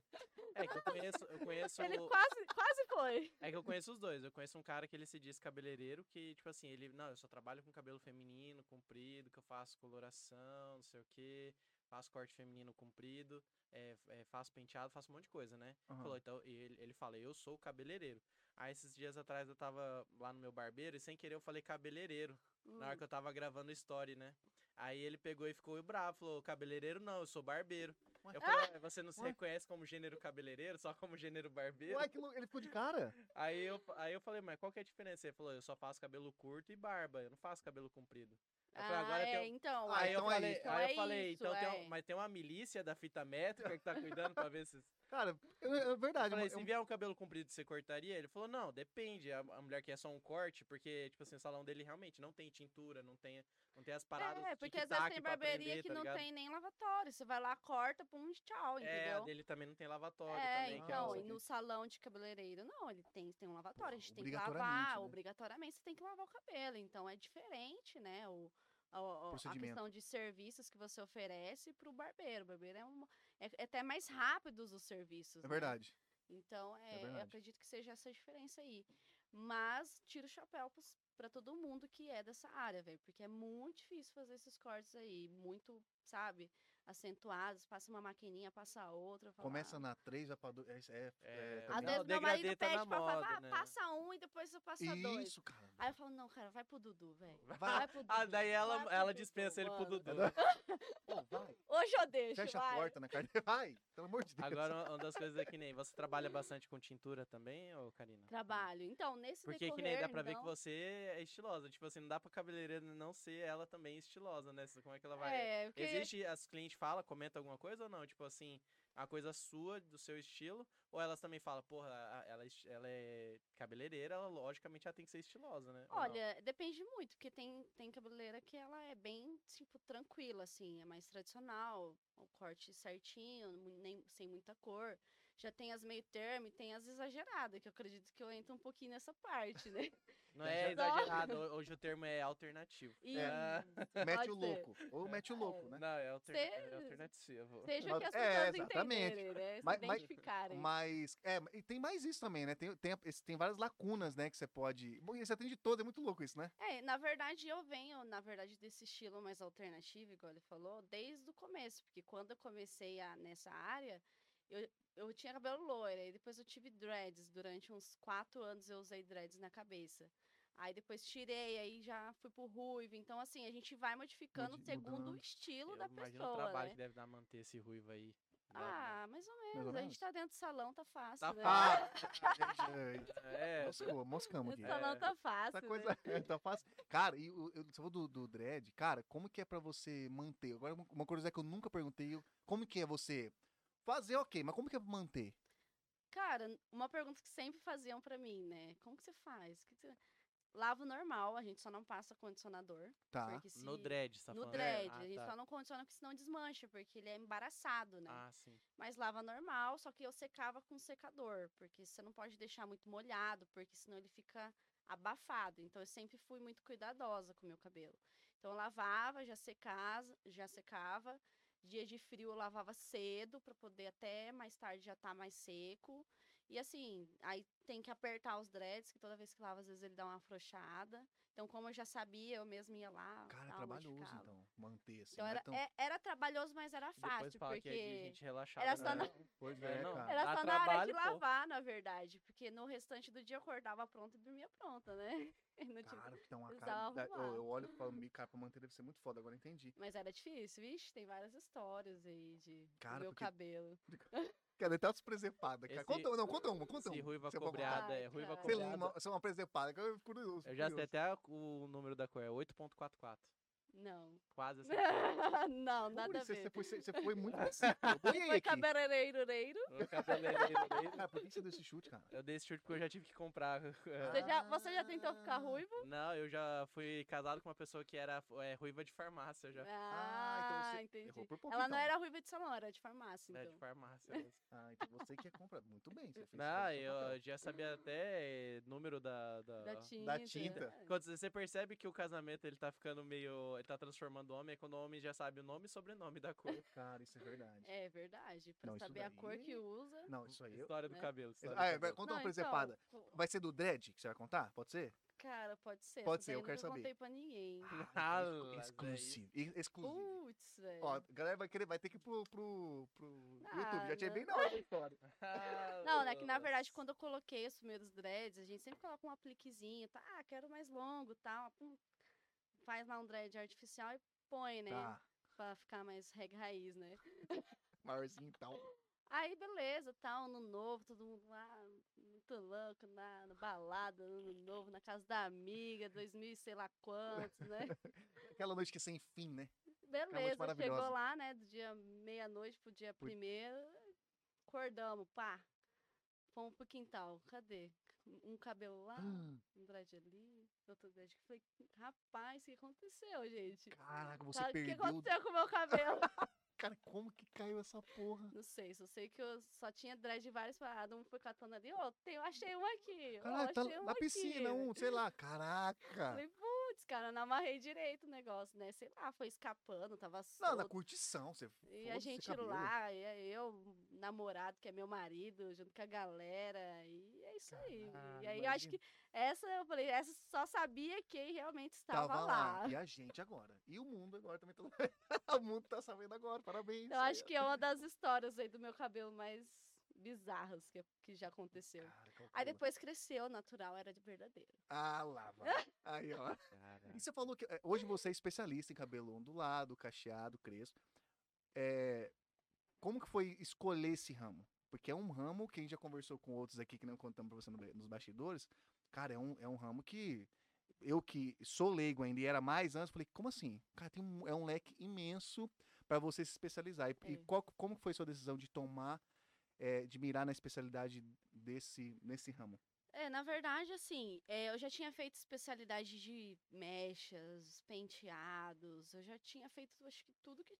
Speaker 1: é que eu conheço, eu conheço
Speaker 3: Ele quase, quase foi.
Speaker 1: É que eu conheço os dois. Eu conheço um cara que ele se diz cabeleireiro, que, tipo assim, ele. Não, eu só trabalho com cabelo feminino, comprido, que eu faço coloração, não sei o quê, faço corte feminino comprido, é, é, faço penteado, faço um monte de coisa, né?
Speaker 2: Aham.
Speaker 1: Falou, então, e ele, ele fala, eu sou cabeleireiro. Aí esses dias atrás eu tava lá no meu barbeiro e sem querer eu falei cabeleireiro. Na hora que eu tava gravando o story, né? Aí ele pegou e ficou bravo, falei cabeleireiro não, eu sou barbeiro.
Speaker 2: Ué?
Speaker 1: Eu falei, "Ué, você não se
Speaker 2: Ah! Ué?
Speaker 1: reconhece como gênero cabeleireiro, só como gênero barbeiro?
Speaker 2: Ué, que lou- ele ficou de cara.
Speaker 1: Aí eu, aí eu falei, mas qual que é a diferença? Ele falou, eu só faço cabelo curto e barba, eu não faço cabelo comprido. Eu falei,
Speaker 3: Ah,
Speaker 1: agora
Speaker 3: é,
Speaker 1: tem
Speaker 3: então.
Speaker 2: Ah,
Speaker 1: Aí eu
Speaker 2: então é
Speaker 1: falei, aí
Speaker 2: isso.
Speaker 3: Então
Speaker 1: eu
Speaker 3: é
Speaker 1: falei,
Speaker 3: isso,
Speaker 1: então tem
Speaker 3: é.
Speaker 1: um- mas tem uma milícia da fita métrica que tá cuidando pra ver se. Eu
Speaker 2: Cara, eu- é verdade.
Speaker 1: falei,
Speaker 2: eu-
Speaker 1: se
Speaker 2: eu-
Speaker 1: vier um cabelo comprido, você cortaria? Ele falou, não, depende. A, a mulher quer só um corte, porque, tipo assim, o salão dele realmente não tem tintura, não tem, não tem as paradas.
Speaker 3: É,
Speaker 1: de
Speaker 3: porque às vezes
Speaker 1: tic-tac
Speaker 3: tem
Speaker 1: pra
Speaker 3: barbearia
Speaker 1: prender,
Speaker 3: que
Speaker 1: tá
Speaker 3: não
Speaker 1: ligado?
Speaker 3: tem nem lavatório. Você vai lá, corta, pum, tchau,
Speaker 1: É, a
Speaker 3: entendeu?
Speaker 1: dele também não tem lavatório
Speaker 3: É,
Speaker 1: também. que é
Speaker 3: então,
Speaker 1: outra
Speaker 3: e
Speaker 1: que-
Speaker 3: no salão de cabeleireiro, não, ele tem, tem um lavatório, a gente tem que
Speaker 2: obrigatoriamente,
Speaker 3: lavar,
Speaker 2: né?
Speaker 3: obrigatoriamente você tem que lavar o cabelo, então é diferente, né, o, a- a- a
Speaker 2: Procedimento.
Speaker 3: questão de serviços que você oferece pro barbeiro, o barbeiro é, uma, é, é até mais rápidos os serviços,
Speaker 2: É
Speaker 3: né?
Speaker 2: verdade.
Speaker 3: Então, é, eu
Speaker 2: verdade.
Speaker 3: acredito que seja essa diferença aí, mas tira o chapéu pros- pra todo mundo que é dessa área, velho, porque é muito difícil fazer esses cortes aí, muito, sabe, acentuados, passa uma maquininha, passa outra, fala,
Speaker 2: Começa
Speaker 3: "Ah,
Speaker 2: na 3, vai pra 2. É, é,
Speaker 1: É,
Speaker 2: é,
Speaker 1: Às Não, vezes
Speaker 2: também-
Speaker 3: às
Speaker 1: meu
Speaker 3: vezes meu
Speaker 1: degradê marido
Speaker 3: marido
Speaker 1: tá pede
Speaker 3: pede
Speaker 1: na pra
Speaker 3: pra
Speaker 1: falar, moda, "Ah,
Speaker 3: falar,
Speaker 1: né?
Speaker 3: passa um e depois eu passo dois.
Speaker 2: Isso, cara.
Speaker 3: Aí eu falo, não, cara, vai pro Dudu, velho.
Speaker 1: Vai-
Speaker 3: tá Vai pro Dudu.
Speaker 1: Ah, daí ela, ela dispensa ele pro Dudu.
Speaker 2: Pô, vai.
Speaker 3: Hoje eu deixo,
Speaker 2: Fecha
Speaker 3: vai.
Speaker 2: a porta na carteira. Vai. Pelo amor de Deus.
Speaker 1: Agora, uma- uma das coisas é que nem você trabalha bastante com tintura também, ô Karina?
Speaker 3: Trabalho. Então, nesse
Speaker 1: Porque que
Speaker 3: decorrer,
Speaker 1: nem dá pra ver que
Speaker 3: então,
Speaker 1: você é estilosa. Tipo assim, não dá pra cabeleireira não ser ela também estilosa, né? Como é que ela vai.
Speaker 3: É, porque...
Speaker 1: Existe, as clientes falam, comentam alguma coisa ou não? Tipo assim, a coisa sua, do seu estilo, ou elas também falam, porra, a- ela, é esti- ela é cabeleireira, ela logicamente ela tem que ser estilosa, né? Ou não?
Speaker 3: Olha, depende muito, porque tem, tem cabeleireira que ela é bem, tipo, tranquila, assim, é mais tradicional, o corte certinho, mu- nem, sem muita cor. Já tem as meio termo e tem as exageradas, que eu acredito que eu entro um pouquinho nessa parte, né?
Speaker 1: não é
Speaker 2: já-
Speaker 1: exagerado, ho- hoje o termo é alternativo.
Speaker 3: E
Speaker 1: Ah,
Speaker 2: Mete
Speaker 3: pode
Speaker 2: o
Speaker 3: ser.
Speaker 2: louco. Ou mete o louco, né?
Speaker 1: Não, é, alter...
Speaker 3: Cê-
Speaker 1: é alternativo.
Speaker 3: Seja o que as
Speaker 2: É,
Speaker 3: pessoas
Speaker 2: exatamente.
Speaker 3: entenderem, né? Se
Speaker 2: Mas- mas-
Speaker 3: identificarem.
Speaker 2: Mas, é, e tem mais isso também, né? Tem, tem, esse- tem várias lacunas, né? Que você pode. Bom, você atende todo, é muito louco isso, né?
Speaker 3: É, na verdade, eu venho, na verdade, desse estilo mais alternativo, igual ele falou, desde o começo. Porque quando eu comecei a, nessa área, eu, eu tinha cabelo loiro. Aí depois eu tive dreads. Durante uns quatro anos eu usei dreads na cabeça. Aí depois tirei, aí já fui pro ruivo. Então, assim, a gente vai modificando
Speaker 2: Modi-
Speaker 3: segundo o
Speaker 2: mudando.
Speaker 3: estilo
Speaker 1: Eu
Speaker 3: da
Speaker 1: imagino o
Speaker 3: pessoa,
Speaker 1: trabalho
Speaker 3: né?
Speaker 1: que deve dar manter esse ruivo aí. Dá, né?
Speaker 3: Ah, mais ou menos.
Speaker 2: ou
Speaker 3: A
Speaker 2: menos?
Speaker 3: gente tá dentro do salão, tá fácil,
Speaker 1: Tá
Speaker 3: né?
Speaker 1: fácil.
Speaker 2: Ah, Gente,
Speaker 1: É,
Speaker 2: é, moscou, moscamos aqui.
Speaker 3: Dentro do salão tá fácil,
Speaker 2: Essa
Speaker 3: né?
Speaker 2: coisa tá fácil. Cara, e o- eu, você falou do, do dread, cara, como que é pra você manter? Agora, uma- uma curiosidade que eu nunca perguntei, eu- como que é você fazer ok, mas como que é pra manter?
Speaker 3: Cara, uma pergunta que sempre faziam pra mim, né? Como que você faz? Que que você- lava normal, a gente só não passa condicionador.
Speaker 2: Tá.
Speaker 3: porque se-
Speaker 1: No dread, você tá
Speaker 3: no
Speaker 1: falando?
Speaker 3: dread,
Speaker 1: Ah,
Speaker 3: a gente
Speaker 1: tá.
Speaker 3: só não condiciona porque senão desmancha, porque ele é embaraçado, né?
Speaker 1: Ah, sim.
Speaker 3: Mas lava normal, só que eu secava com secador, porque você não pode deixar muito molhado, porque senão ele fica abafado. Então eu sempre fui muito cuidadosa com o meu cabelo. Então eu lavava, já secava, já secava. Dia de frio eu lavava cedo para poder até mais tarde já estar mais seco. E assim, aí tem que apertar os dreads, que toda vez que lava às vezes ele dá uma afrouxada. Então como eu já sabia, eu mesma ia lá,
Speaker 2: Cara, é
Speaker 3: tal,
Speaker 2: trabalhoso,
Speaker 3: modificava.
Speaker 2: então, manter assim.
Speaker 3: Então
Speaker 2: não é
Speaker 3: era,
Speaker 2: tão-
Speaker 3: é- era trabalhoso, mas era
Speaker 1: Depois
Speaker 3: fácil,
Speaker 1: fala
Speaker 3: porque
Speaker 1: que é de gente relaxada.
Speaker 3: era só
Speaker 1: né?
Speaker 3: na-
Speaker 2: Pois
Speaker 1: É,
Speaker 2: é,
Speaker 1: não.
Speaker 2: cara.
Speaker 3: Era
Speaker 1: Dá
Speaker 3: só na hora de
Speaker 1: trabalho, pô.
Speaker 3: lavar, na verdade. Porque no restante do dia eu acordava pronta e dormia pronta, né? E não tinha-
Speaker 2: Cara, que dá uma cara.
Speaker 3: precisava
Speaker 2: dá- Eu,
Speaker 3: arrumar.
Speaker 2: eu olho pra mim, cara, pra manter deve ser muito foda, agora entendi.
Speaker 3: Mas era difícil, vixe, tem várias histórias aí de do
Speaker 2: Cara,
Speaker 3: meu
Speaker 2: porque-
Speaker 3: cabelo.
Speaker 2: Cara, ele tá se presepada, cara.
Speaker 1: Esse-
Speaker 2: Conta, não, conta uma, conta
Speaker 1: Se
Speaker 2: uma.
Speaker 1: ruiva
Speaker 2: Você vai contar.
Speaker 1: cobreada, é
Speaker 3: Ai,
Speaker 1: ruiva
Speaker 3: cara.
Speaker 2: Sei
Speaker 1: cobreada.
Speaker 2: lá, uma, sei lá, uma presepada, que eu fico curioso.
Speaker 1: Eu já sei
Speaker 2: curioso.
Speaker 1: até o número da cor, é 8.44.
Speaker 3: Não.
Speaker 1: Quase assim.
Speaker 3: não, nada a
Speaker 2: Putz, você,
Speaker 3: ver.
Speaker 2: você foi, você, você foi muito específico. Põe aí
Speaker 3: Foi
Speaker 2: aqui.
Speaker 3: cabeleireiro-reiro.
Speaker 2: Cara, por que você deu esse chute, cara?
Speaker 1: Eu dei esse chute porque eu já tive que comprar.
Speaker 3: Você já, você já tentou ficar
Speaker 2: Ah.
Speaker 3: ruivo?
Speaker 1: Não, eu já fui casado com uma pessoa que era é, ruiva de farmácia
Speaker 3: é
Speaker 1: já.
Speaker 3: Ah,
Speaker 2: então você
Speaker 3: entendi.
Speaker 2: Errou por pouco,
Speaker 3: Ela
Speaker 2: então.
Speaker 3: não era ruiva de salão, era de farmácia,
Speaker 1: É, de
Speaker 3: então.
Speaker 1: farmácia. mesmo.
Speaker 2: Ah, então você que é compra. Muito bem. Você fez
Speaker 1: Não,
Speaker 2: fez seu papel.
Speaker 1: eu já sabia até número da. da...
Speaker 3: Da tinta.
Speaker 2: tinta.
Speaker 3: é.
Speaker 1: Quando você percebe que o casamento ele tá ficando meio. ele tá transformando o homem, é quando o homem já sabe o nome e sobrenome da cor.
Speaker 2: Cara, isso é verdade.
Speaker 3: É verdade, pra
Speaker 2: Não, isso
Speaker 3: saber a cor
Speaker 2: daí-
Speaker 3: que usa.
Speaker 2: Não, isso aí. Eu...
Speaker 1: História do
Speaker 3: né?
Speaker 1: cabelo. história do
Speaker 2: Ah, é, vai-
Speaker 1: cabelo.
Speaker 2: conta uma
Speaker 3: Não, então,
Speaker 2: presepada.
Speaker 3: co-
Speaker 2: Vai ser do dread que você vai contar? Pode ser?
Speaker 3: Cara, pode ser.
Speaker 2: Pode
Speaker 3: essa
Speaker 2: ser, eu
Speaker 3: daí
Speaker 2: quero
Speaker 3: nunca
Speaker 2: saber.
Speaker 3: contei pra ninguém.
Speaker 2: Ah,
Speaker 1: Ah,
Speaker 2: então,
Speaker 1: lá,
Speaker 2: exclusivo. ex- Exclusivo.
Speaker 3: Putz, velho.
Speaker 2: Ó, a galera vai, querer, vai ter que ir pro, pro, pro YouTube. Já
Speaker 3: Ah,
Speaker 2: tinha bem na
Speaker 3: não.
Speaker 2: hora da história.
Speaker 1: Ah,
Speaker 3: Não, né? Que na
Speaker 1: Lula.
Speaker 3: verdade, quando eu coloquei os primeiros dreads, a gente sempre coloca um apliquezinho, tá? Ah, quero mais longo tal. pum, faz lá um dread artificial e põe, né?
Speaker 2: Tá.
Speaker 3: Pra ficar mais reg raiz, né?
Speaker 2: Maiorzinho e tal.
Speaker 3: Aí, beleza, tal, ano novo, todo mundo lá, muito louco, na, na balada, no ano novo, na casa da amiga, 2000 e sei lá quantos, né?
Speaker 2: Aquela noite que é sem fim, né?
Speaker 3: Beleza,
Speaker 2: maravilhosa.
Speaker 3: chegou lá, né, do dia meia-noite pro dia
Speaker 2: Putz.
Speaker 3: primeiro, acordamos, pá, fomos pro quintal, cadê? Um cabelo lá,
Speaker 2: Hum,
Speaker 3: um dread ali, outro dread aqui. Falei, "Hum, rapaz, o que aconteceu, gente?
Speaker 2: Caraca, você
Speaker 3: Sabe, o que
Speaker 2: perdeu.
Speaker 3: aconteceu com o meu cabelo?
Speaker 2: Cara, como que caiu essa porra?
Speaker 3: Não sei, só sei que eu só tinha dread de várias paradas, um foi catando ali, ó, tem, eu achei um aqui, ó,
Speaker 2: Caralho, tá
Speaker 3: achei um
Speaker 2: na
Speaker 3: aqui.
Speaker 2: piscina, um, sei lá. Caraca.
Speaker 3: Falei, putz, cara, eu não amarrei direito o negócio, né? Sei lá, foi escapando, tava
Speaker 2: Não, na
Speaker 3: solto.
Speaker 2: curtição. Você
Speaker 3: E a
Speaker 2: foda-se
Speaker 3: gente
Speaker 2: cabelo.
Speaker 3: lá, e aí eu, namorado, que é meu marido, junto com a galera, e é isso aí.
Speaker 2: Caralho,
Speaker 3: e aí eu acho
Speaker 2: imagina.
Speaker 3: que essa, eu falei, essa só sabia quem realmente estava lá.
Speaker 2: E a gente agora. E o mundo agora também tá. o mundo tá sabendo agora, parabéns.
Speaker 3: Então acho que é uma das histórias aí do meu cabelo mais bizarras que, que já aconteceu. Aí depois cresceu, natural, era de verdadeiro.
Speaker 2: Ah, lá, vai. Aí, ó. E você falou que é, hoje você é especialista em cabelo ondulado, cacheado, crespo. É, como que foi escolher esse ramo? Porque é um ramo que a gente já conversou com outros aqui que não contamos pra você no ba- nos bastidores. Cara, é um, é um ramo que eu que sou leigo ainda e era mais antes, falei, como assim? Cara, tem um, é um leque imenso pra você se especializar. E, e
Speaker 3: É.
Speaker 2: qual, como que foi sua decisão de tomar, é, de mirar na especialidade desse, nesse ramo?
Speaker 3: É, na verdade, assim, é, eu já tinha feito especialidade de mechas, penteados, eu já tinha feito, acho que tudo que,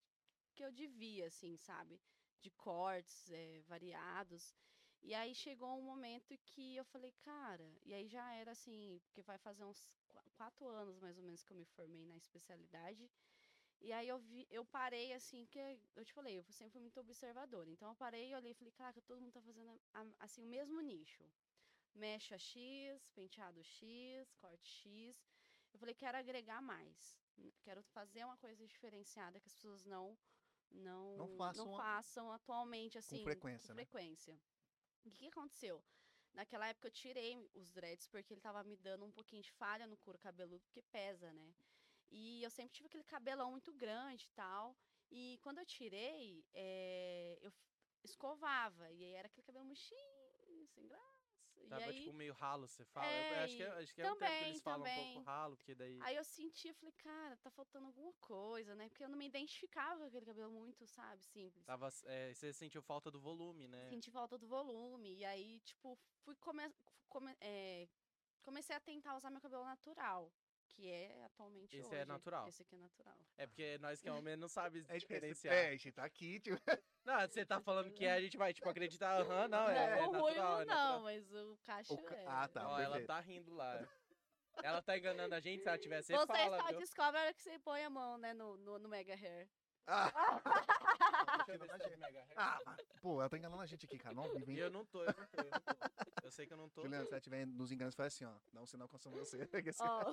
Speaker 3: que eu devia, assim, sabe? De cortes é, variados. E aí chegou um momento que eu falei, cara, e aí já era assim, porque vai fazer uns qua- quatro anos mais ou menos que eu me formei na especialidade. E aí eu vi, eu parei assim, que eu te falei, eu sempre fui muito observadora. Então eu parei e olhei e falei, caraca, todo mundo tá fazendo a- a- assim o mesmo nicho mecha X, penteado X, corte X. Eu falei, quero agregar mais. n- Quero fazer uma coisa diferenciada que as pessoas não não,
Speaker 2: Não façam a-
Speaker 3: façam atualmente assim,
Speaker 2: frequência,
Speaker 3: com
Speaker 2: né?
Speaker 3: frequência. O que, que aconteceu? Naquela época eu tirei os dreads porque ele tava me dando um pouquinho de falha no couro cabeludo, porque pesa, né? E eu sempre tive aquele cabelão muito grande e tal. E quando eu tirei, eh, eu f- escovava. E aí era aquele cabelo mochinho, sem graça. e
Speaker 1: Tava
Speaker 3: aí,
Speaker 1: tipo meio ralo, você fala. Eu- eu
Speaker 3: É,
Speaker 1: acho que, é-
Speaker 3: e
Speaker 1: acho que é um tempo que eles
Speaker 3: também,
Speaker 1: falam um
Speaker 3: também.
Speaker 1: pouco ralo, porque daí.
Speaker 3: aí eu sentia, falei, cara, tá faltando alguma coisa, né? Porque eu não me identificava com aquele cabelo muito, sabe, simples.
Speaker 1: Tava, é, você sentiu falta do volume, né?
Speaker 3: Senti falta do volume. E aí, tipo, fui come... Come... é, comecei a tentar usar meu cabelo natural, que é atualmente
Speaker 1: Esse
Speaker 3: hoje.
Speaker 1: é natural.
Speaker 3: Esse aqui é natural.
Speaker 1: É porque nós que é homem não sabe
Speaker 2: É,
Speaker 1: diferenciar.
Speaker 2: é, a gente tá aqui, tipo,
Speaker 1: Não, você tá falando que é, a gente vai, tipo, acreditar, aham, não, é, é
Speaker 3: o
Speaker 1: natural, é
Speaker 3: ruivo não,
Speaker 1: natural.
Speaker 3: mas o cacho
Speaker 2: ca-
Speaker 3: é.
Speaker 2: Ah, tá.
Speaker 1: Ó, ela
Speaker 2: perfeito.
Speaker 1: tá rindo lá. Ela tá enganando a gente, se ela tivesse,
Speaker 3: Você
Speaker 1: fala,
Speaker 3: só
Speaker 1: viu?
Speaker 3: descobre a hora que você põe a mão, né, no, no, no Mega Hair.
Speaker 2: Ah,
Speaker 1: Deixa eu ver se tá de mega hair.
Speaker 2: ah, mas, pô, ela tá enganando a gente aqui, cara. Não vive, hein?
Speaker 1: Eu não tô, eu não tô, eu não tô. Eu sei que eu não tô.
Speaker 2: Juliana, se ela estiver nos enganos, faz assim, ó. Dá um sinal com você. que assim,
Speaker 3: Ó,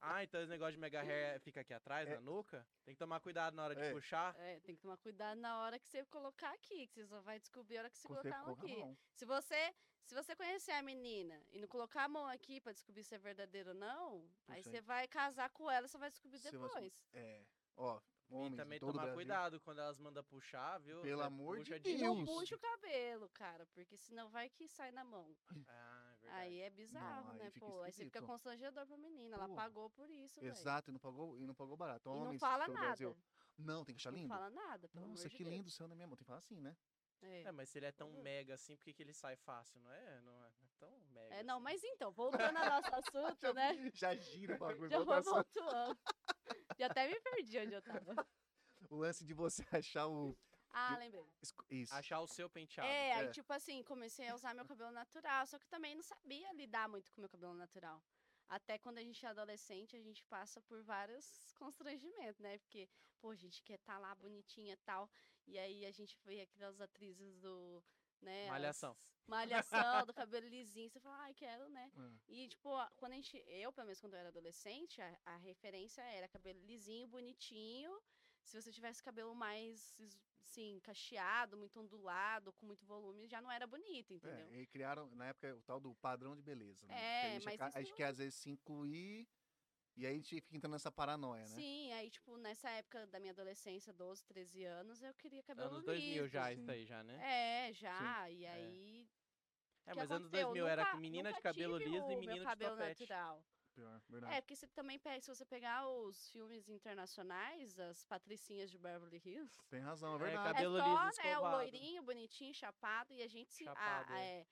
Speaker 1: Ah, então esse negócio de mega hair fica aqui atrás,
Speaker 2: É.
Speaker 1: na nuca? Tem que tomar cuidado na hora de
Speaker 2: É.
Speaker 1: puxar.
Speaker 3: é, tem que tomar cuidado na hora que você colocar aqui, que você só vai descobrir a hora que você
Speaker 2: quando você
Speaker 3: colocar a mão
Speaker 2: coloca a
Speaker 3: aqui.
Speaker 2: mão.
Speaker 3: Se você, se você conhecer a menina e não colocar a mão aqui pra descobrir se é verdadeiro ou não, aí
Speaker 2: Puxa,
Speaker 3: você
Speaker 2: hein?
Speaker 3: vai casar com ela, você vai descobrir
Speaker 2: Você vai
Speaker 3: depois.
Speaker 2: descobrir. É, ó.
Speaker 1: e
Speaker 2: Homens,
Speaker 1: também
Speaker 2: de todo o
Speaker 1: tomar
Speaker 2: Brasil.
Speaker 1: cuidado quando elas mandam puxar, viu?
Speaker 2: Pelo
Speaker 1: Você
Speaker 2: amor de
Speaker 1: puxa
Speaker 3: E não
Speaker 2: Deus.
Speaker 3: puxa o cabelo, cara, porque senão vai que sai na mão.
Speaker 1: Ah, é verdade.
Speaker 3: Aí é bizarro,
Speaker 2: aí
Speaker 3: né?
Speaker 2: fica
Speaker 3: Pô, aí você fica
Speaker 2: esquisito.
Speaker 3: constrangedor pra menina. Ela
Speaker 2: Porra.
Speaker 3: pagou por isso, velho.
Speaker 2: Exato, e não pagou, e não pagou barato.
Speaker 3: E
Speaker 2: Homens,
Speaker 3: não
Speaker 2: de
Speaker 3: fala
Speaker 2: todo o
Speaker 3: nada.
Speaker 2: Brasil. Não, tem que achar
Speaker 3: Não
Speaker 2: lindo.
Speaker 3: fala nada, pelo amor
Speaker 2: Nossa,
Speaker 3: de
Speaker 2: que
Speaker 3: Deus.
Speaker 2: lindo o céu na minha mão. Tem que falar assim, né?
Speaker 1: É, mas se ele é tão
Speaker 3: Uhum.
Speaker 1: mega assim, por que, que ele sai fácil, não é? Não é tão mega.
Speaker 3: É. É, não,
Speaker 1: assim.
Speaker 3: mas então, voltando ao nosso assunto, né?
Speaker 2: Já gira o bagulho.
Speaker 3: Já
Speaker 2: volta
Speaker 3: vou
Speaker 2: só.
Speaker 3: voltando. Já até me perdi onde eu tava.
Speaker 2: O lance de você achar o.
Speaker 3: Ah,
Speaker 2: Ju-
Speaker 3: lembrei.
Speaker 2: esco- Isso.
Speaker 1: Achar o seu penteado.
Speaker 3: É, aí
Speaker 2: É.
Speaker 3: tipo assim, comecei a usar meu cabelo natural, só que também não sabia lidar muito com meu cabelo natural. Até quando a gente é adolescente, a gente passa por vários constrangimentos, né? Porque, pô, a gente quer estar lá bonitinha e tal. E aí a gente vê aquelas atrizes do. Né, as-
Speaker 1: Malhação.
Speaker 3: Malhação, do cabelo lisinho. Você fala, ai, quero, né?
Speaker 2: Ah,
Speaker 3: E, tipo, a- quando a gente. Eu, pelo menos quando eu era adolescente, a, a referência era cabelo lisinho, bonitinho. Se você tivesse cabelo mais, es- assim, cacheado, muito ondulado, com muito volume, já não era bonito, entendeu?
Speaker 2: É, e criaram, na época, o tal do padrão de beleza. Né?
Speaker 3: É,
Speaker 2: Que a gente,
Speaker 3: mas
Speaker 2: aca-
Speaker 3: isso
Speaker 2: a gente
Speaker 3: não-
Speaker 2: quer às vezes se incluir e aí a gente fica entrando nessa
Speaker 1: é,
Speaker 2: paranoia, né?
Speaker 3: Sim, aí, tipo, nessa época da minha adolescência, 12, 13 anos, eu queria cabelo
Speaker 1: Anos
Speaker 3: liso.
Speaker 1: 2000 já,
Speaker 2: sim.
Speaker 1: isso aí já, né?
Speaker 3: É, já. E
Speaker 1: é.
Speaker 3: aí.
Speaker 1: É,
Speaker 3: o que
Speaker 1: mas anos
Speaker 3: aconteceu?
Speaker 1: 2000 era
Speaker 3: Nunca-
Speaker 1: com menina de
Speaker 3: nunca
Speaker 1: cabelo
Speaker 3: tive
Speaker 1: liso
Speaker 3: o
Speaker 1: e
Speaker 3: meu
Speaker 1: menino de Né?
Speaker 3: cabelo
Speaker 1: topete.
Speaker 3: natural.
Speaker 2: Pior, verdade.
Speaker 3: É, porque você também pega, se você pegar os filmes internacionais, as patricinhas de Beverly Hills,
Speaker 2: Tem razão, é
Speaker 1: É,
Speaker 2: verdade.
Speaker 1: cabelo
Speaker 3: é
Speaker 1: liso
Speaker 3: só, né, o
Speaker 1: escovado.
Speaker 3: loirinho, bonitinho, chapado, e a gente se, a-
Speaker 1: Chapado,
Speaker 3: a- é,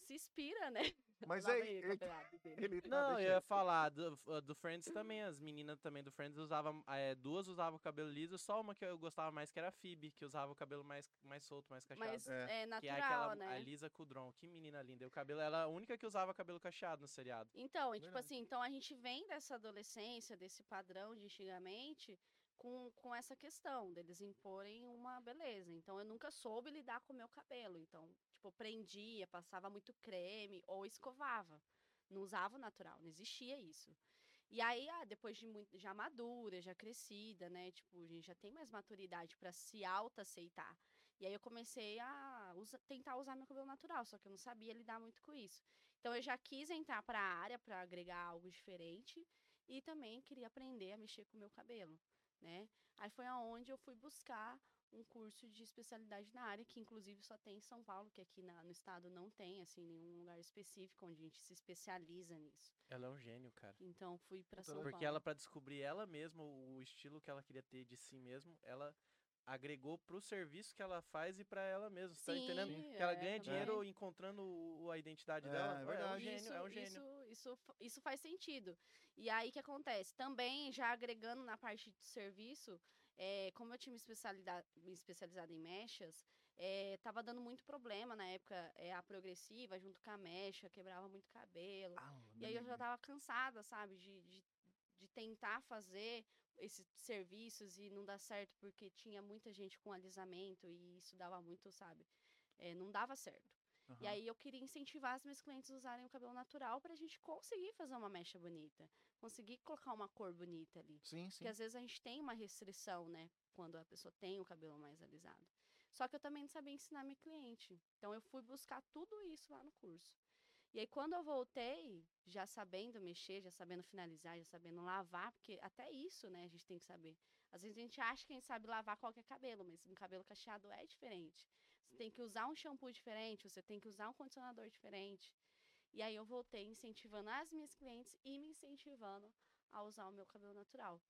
Speaker 3: se inspira, né?
Speaker 2: Mas
Speaker 3: Lá
Speaker 2: é,
Speaker 3: vem ele,
Speaker 2: ele,
Speaker 3: cabelado dele.
Speaker 2: ele tá
Speaker 1: Não, eu
Speaker 2: deixando-
Speaker 1: ia falar do, uh, do Friends também. As meninas também do Friends usavam. é, duas usavam o cabelo liso, só uma que eu gostava mais, que era a Phoebe, que usava o cabelo mais, mais solto, mais cacheado.
Speaker 3: Mas
Speaker 2: É.
Speaker 3: é,
Speaker 1: que
Speaker 3: natural,
Speaker 1: é aquela
Speaker 3: né?
Speaker 1: a Lisa Kudron, que menina linda. E o cabelo, ela é a única que usava cabelo cacheado no seriado.
Speaker 3: Então, e, tipo
Speaker 2: Verdade.
Speaker 3: assim, então a gente vem dessa adolescência, desse padrão de antigamente, com, com essa questão deles imporem uma beleza. Então, eu nunca soube lidar com o meu cabelo. Então, tipo, prendia, passava muito creme ou escovava. Não usava o natural, não existia isso. E aí, ah, depois de muito, já madura, já crescida, né? Tipo, a gente já tem mais maturidade pra se autoaceitar. E aí eu comecei a usa- tentar usar meu cabelo natural, só que eu não sabia lidar muito com isso. Então eu já quis entrar para a área para agregar algo diferente e também queria aprender a mexer com o meu cabelo, né? Aí foi aonde eu fui buscar um curso de especialidade na área que inclusive só tem em São Paulo, que aqui na- no estado não tem assim nenhum lugar específico onde a gente se especializa nisso.
Speaker 1: Ela é um gênio, cara.
Speaker 3: Então fui para São Paulo.
Speaker 1: Porque ela, pra descobrir ela mesma, o o estilo que ela queria ter de si mesma, ela agregou pro serviço que ela faz e pra ela mesma. Você tá entendendo?
Speaker 3: Sim,
Speaker 1: Que ela
Speaker 3: é,
Speaker 1: ganha
Speaker 3: também.
Speaker 1: dinheiro encontrando o- a identidade
Speaker 2: É,
Speaker 1: dela.
Speaker 2: é
Speaker 1: Ué, É um
Speaker 2: verdade.
Speaker 1: gênio, é um
Speaker 3: Isso-
Speaker 1: gênio.
Speaker 3: Isso, isso, fa- isso faz sentido. E aí o que acontece? Também, já agregando na parte de serviço, é, como eu tinha me especialida- me especializado em mechas, é, tava dando muito problema na época é, a progressiva junto com a mecha, quebrava muito cabelo.
Speaker 2: Ah,
Speaker 3: E aí eu já
Speaker 1: uhum.
Speaker 2: menina.
Speaker 3: tava cansada, sabe, de, de, de tentar fazer esses serviços e não dar certo porque tinha muita gente com alisamento e isso dava muito, sabe, é, não dava certo. E
Speaker 2: Aham.
Speaker 3: aí eu queria incentivar as minhas clientes a usarem o cabelo natural pra gente conseguir fazer uma mecha bonita, conseguir colocar uma cor bonita ali.
Speaker 2: Sim, sim.
Speaker 3: Porque assim, às vezes a gente tem uma restrição, né, quando a pessoa tem o cabelo mais alisado. Só que eu também não sabia ensinar minha cliente. Então eu fui buscar tudo isso lá no curso. E aí quando eu voltei, já sabendo mexer, já sabendo finalizar, já sabendo lavar, porque até isso, né, a gente tem que saber. Às vezes a gente acha que a gente sabe lavar qualquer cabelo, mas um cabelo cacheado é diferente. Você tem que usar um shampoo diferente, você tem que usar um condicionador diferente. E aí eu voltei incentivando as minhas clientes e me incentivando a usar o meu cabelo natural.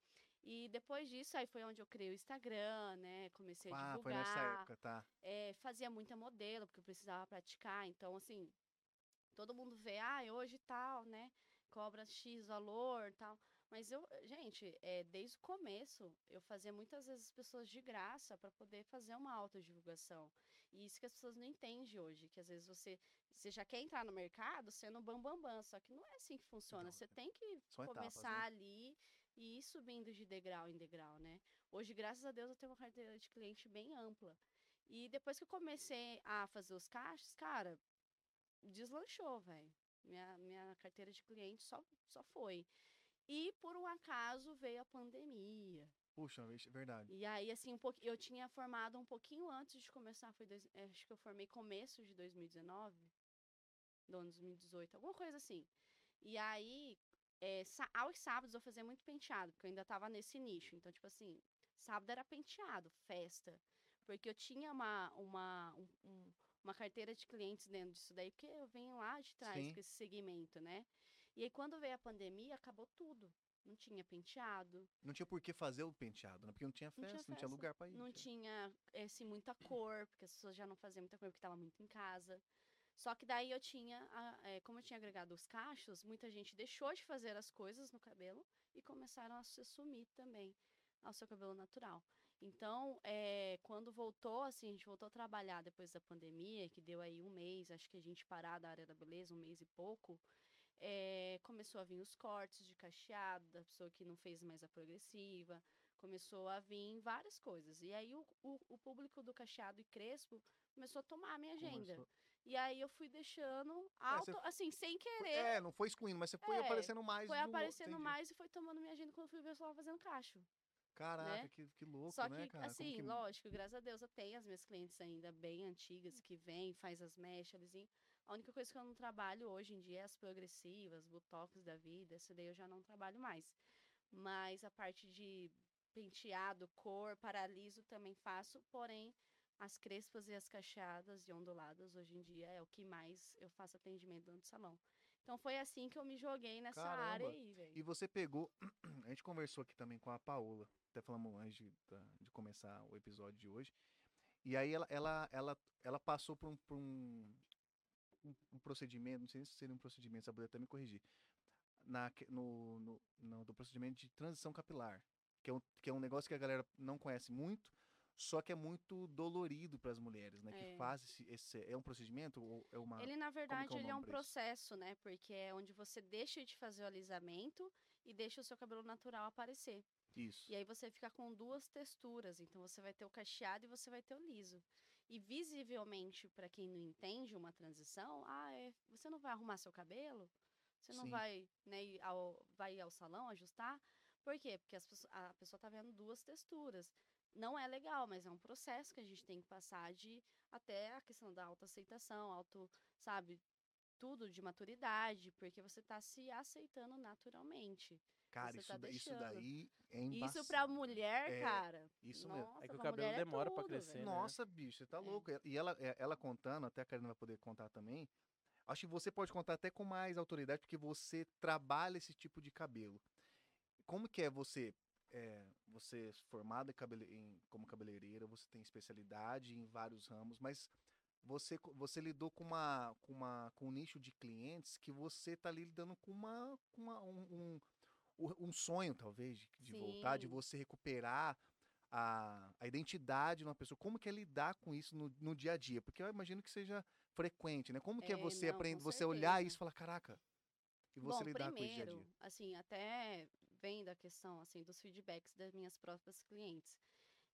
Speaker 3: E depois disso, aí foi onde eu criei o Instagram, né? Comecei a
Speaker 2: Ah,
Speaker 3: divulgar.
Speaker 2: foi nessa época, tá.
Speaker 3: eh, É, fazia muita modelo, porque eu precisava praticar. Então, assim, Todo mundo vê, ah, hoje tal, né? Cobra X valor tal. Mas eu, gente, é, desde o começo, eu fazia muitas vezes as pessoas de graça para poder fazer uma autodivulgação. E isso que as pessoas não entendem hoje, que às vezes você, você já quer entrar no mercado sendo bambambam, bam, bam, só que não é assim que funciona.
Speaker 2: Não,
Speaker 3: você tem que
Speaker 2: São etapas,
Speaker 3: começar
Speaker 2: né?
Speaker 3: ali e ir subindo de degrau em degrau, né? Hoje, graças a Deus, eu tenho uma carteira de cliente bem ampla. E depois que eu comecei a fazer os caixas, cara, deslanchou, velho. Minha, minha carteira de cliente só, só foi. E por um acaso veio a pandemia.
Speaker 2: Puxa, vixe, verdade.
Speaker 3: E aí, assim, um pouqui- eu tinha formado um pouquinho antes de começar, foi dois- eh, acho que eu formei começo de 2019, do ano 2018, alguma coisa assim. E aí, eh, sa- aos sábados eu fazia muito penteado, porque eu ainda tava nesse nicho. Então, tipo assim, sábado era penteado, festa. Porque eu tinha uma, uma, um- um- uma carteira de clientes dentro disso daí, porque eu venho lá de trás
Speaker 2: Sim.
Speaker 3: com esse segmento, né? E aí, quando veio a pandemia, acabou tudo. Não tinha penteado,
Speaker 2: Não tinha por que fazer o penteado, né? Porque não tinha festa,
Speaker 3: tinha
Speaker 2: não tinha,
Speaker 3: festa,
Speaker 2: lugar pra ir.
Speaker 3: não
Speaker 2: tinha-
Speaker 3: tinha eh, assim, muita cor, porque as pessoas já não faziam muita cor porque tava muito em casa. Só que daí eu tinha, a- eh, como eu tinha agregado os cachos, muita gente deixou de fazer as coisas no cabelo e começaram a se assumir também ao seu cabelo natural. Então, eh, quando voltou, assim, a gente voltou a trabalhar depois da pandemia, que deu aí um mês, acho que a gente parar da área da beleza, um mês e pouco, eh, começou a vir os cortes de cacheado, da pessoa que não fez mais a progressiva, começou a vir várias coisas. E aí o, o- o público do cacheado e crespo começou a tomar a minha agenda.
Speaker 2: Começou-
Speaker 3: E aí eu fui deixando
Speaker 2: Ah, você
Speaker 3: alto, assim, sem querer.
Speaker 2: É, não foi excluindo, mas você foi
Speaker 3: É,
Speaker 2: aparecendo mais.
Speaker 3: foi
Speaker 2: no-
Speaker 3: aparecendo
Speaker 2: entendi.
Speaker 3: mais e foi tomando minha agenda quando eu fui ver eu só tava fazendo cacho.
Speaker 2: Caraca,
Speaker 3: né?
Speaker 2: que, que louco,
Speaker 3: Só que,
Speaker 2: né, cara? Como
Speaker 3: assim,
Speaker 2: que-
Speaker 3: lógico, graças a Deus eu tenho as minhas clientes ainda bem antigas que vêm, faz as mechas, alisinho. A única coisa que eu não trabalho hoje em dia é as progressivas, botox da vida, essa daí eu já não trabalho mais. Mas a parte de penteado, cor, paraliso também faço, porém as crespas e as cacheadas e onduladas hoje em dia é o que mais eu faço atendimento dentro do salão. Então foi assim que eu me joguei nessa
Speaker 2: Caramba.
Speaker 3: área aí, velho.
Speaker 2: E você pegou. A gente conversou aqui também com a Paola, até falamos antes de, da- de começar o episódio de hoje. E aí ela, ela, ela, ela passou por um, por um, um- um procedimento, não sei se seria um procedimento, você poderia até me corrigir. Na, que- no, no, no- do procedimento de transição capilar, que é, um, que é um negócio que a galera não conhece muito, só que é muito dolorido para as mulheres, né? Que
Speaker 3: É.
Speaker 2: faz esse, esse- É um procedimento ou é uma.
Speaker 3: Ele, na verdade,
Speaker 2: é o
Speaker 3: ele é um
Speaker 2: nome pra isso?
Speaker 3: processo, né? Porque é onde você deixa de fazer o alisamento e deixa o seu cabelo natural aparecer.
Speaker 2: Isso.
Speaker 3: E aí você fica com duas texturas. Então você vai ter o cacheado e você vai ter o liso. E visivelmente, para quem não entende uma transição, ah, é, você não vai arrumar seu cabelo? Você não
Speaker 2: Sim.
Speaker 3: vai, né, ir ao, vai ao salão ajustar? Por quê? Porque as pesso- a pessoa tá vendo duas texturas. Não é legal, mas é um processo que a gente tem que passar de até a questão da autoaceitação, auto, sabe, tudo de maturidade, porque você tá se aceitando naturalmente.
Speaker 2: Cara,
Speaker 3: você
Speaker 2: isso,
Speaker 3: tá
Speaker 2: da- isso
Speaker 3: deixando.
Speaker 2: daí é
Speaker 3: E
Speaker 2: embaçado.
Speaker 3: Isso pra mulher,
Speaker 2: É,
Speaker 3: cara.
Speaker 2: Isso mesmo.
Speaker 3: nossa,
Speaker 1: É que o
Speaker 3: pra
Speaker 1: cabelo
Speaker 3: mulher é
Speaker 1: demora pra
Speaker 3: tudo,
Speaker 1: crescer,
Speaker 3: velho.
Speaker 1: né?
Speaker 2: Nossa, bicho, você tá
Speaker 3: É.
Speaker 2: louco. E ela, é- ela contando, até a Karina vai poder contar também. Acho que você pode contar até com mais autoridade, porque você trabalha esse tipo de cabelo. Como que é você? É, você é formada em cabele- em- como cabeleireira, você tem especialidade em vários ramos, mas você, co- você lidou com, uma, com, uma, com um nicho de clientes que você tá ali lidando com, uma, com uma- um, um, um sonho, talvez, de, de voltar, de
Speaker 3: Sim.
Speaker 2: você recuperar a, a identidade de uma pessoa. Como que é lidar com isso no, no dia a dia? Porque eu imagino que seja frequente, né? Como que é
Speaker 3: É,
Speaker 2: você
Speaker 3: não, com
Speaker 2: aprender, você olhar
Speaker 3: certeza.
Speaker 2: isso e falar, caraca, e você
Speaker 3: Bom,
Speaker 2: lidar com isso dia a
Speaker 3: primeiro,
Speaker 2: dia?
Speaker 3: assim, até vendo a questão assim dos feedbacks das minhas próprias clientes,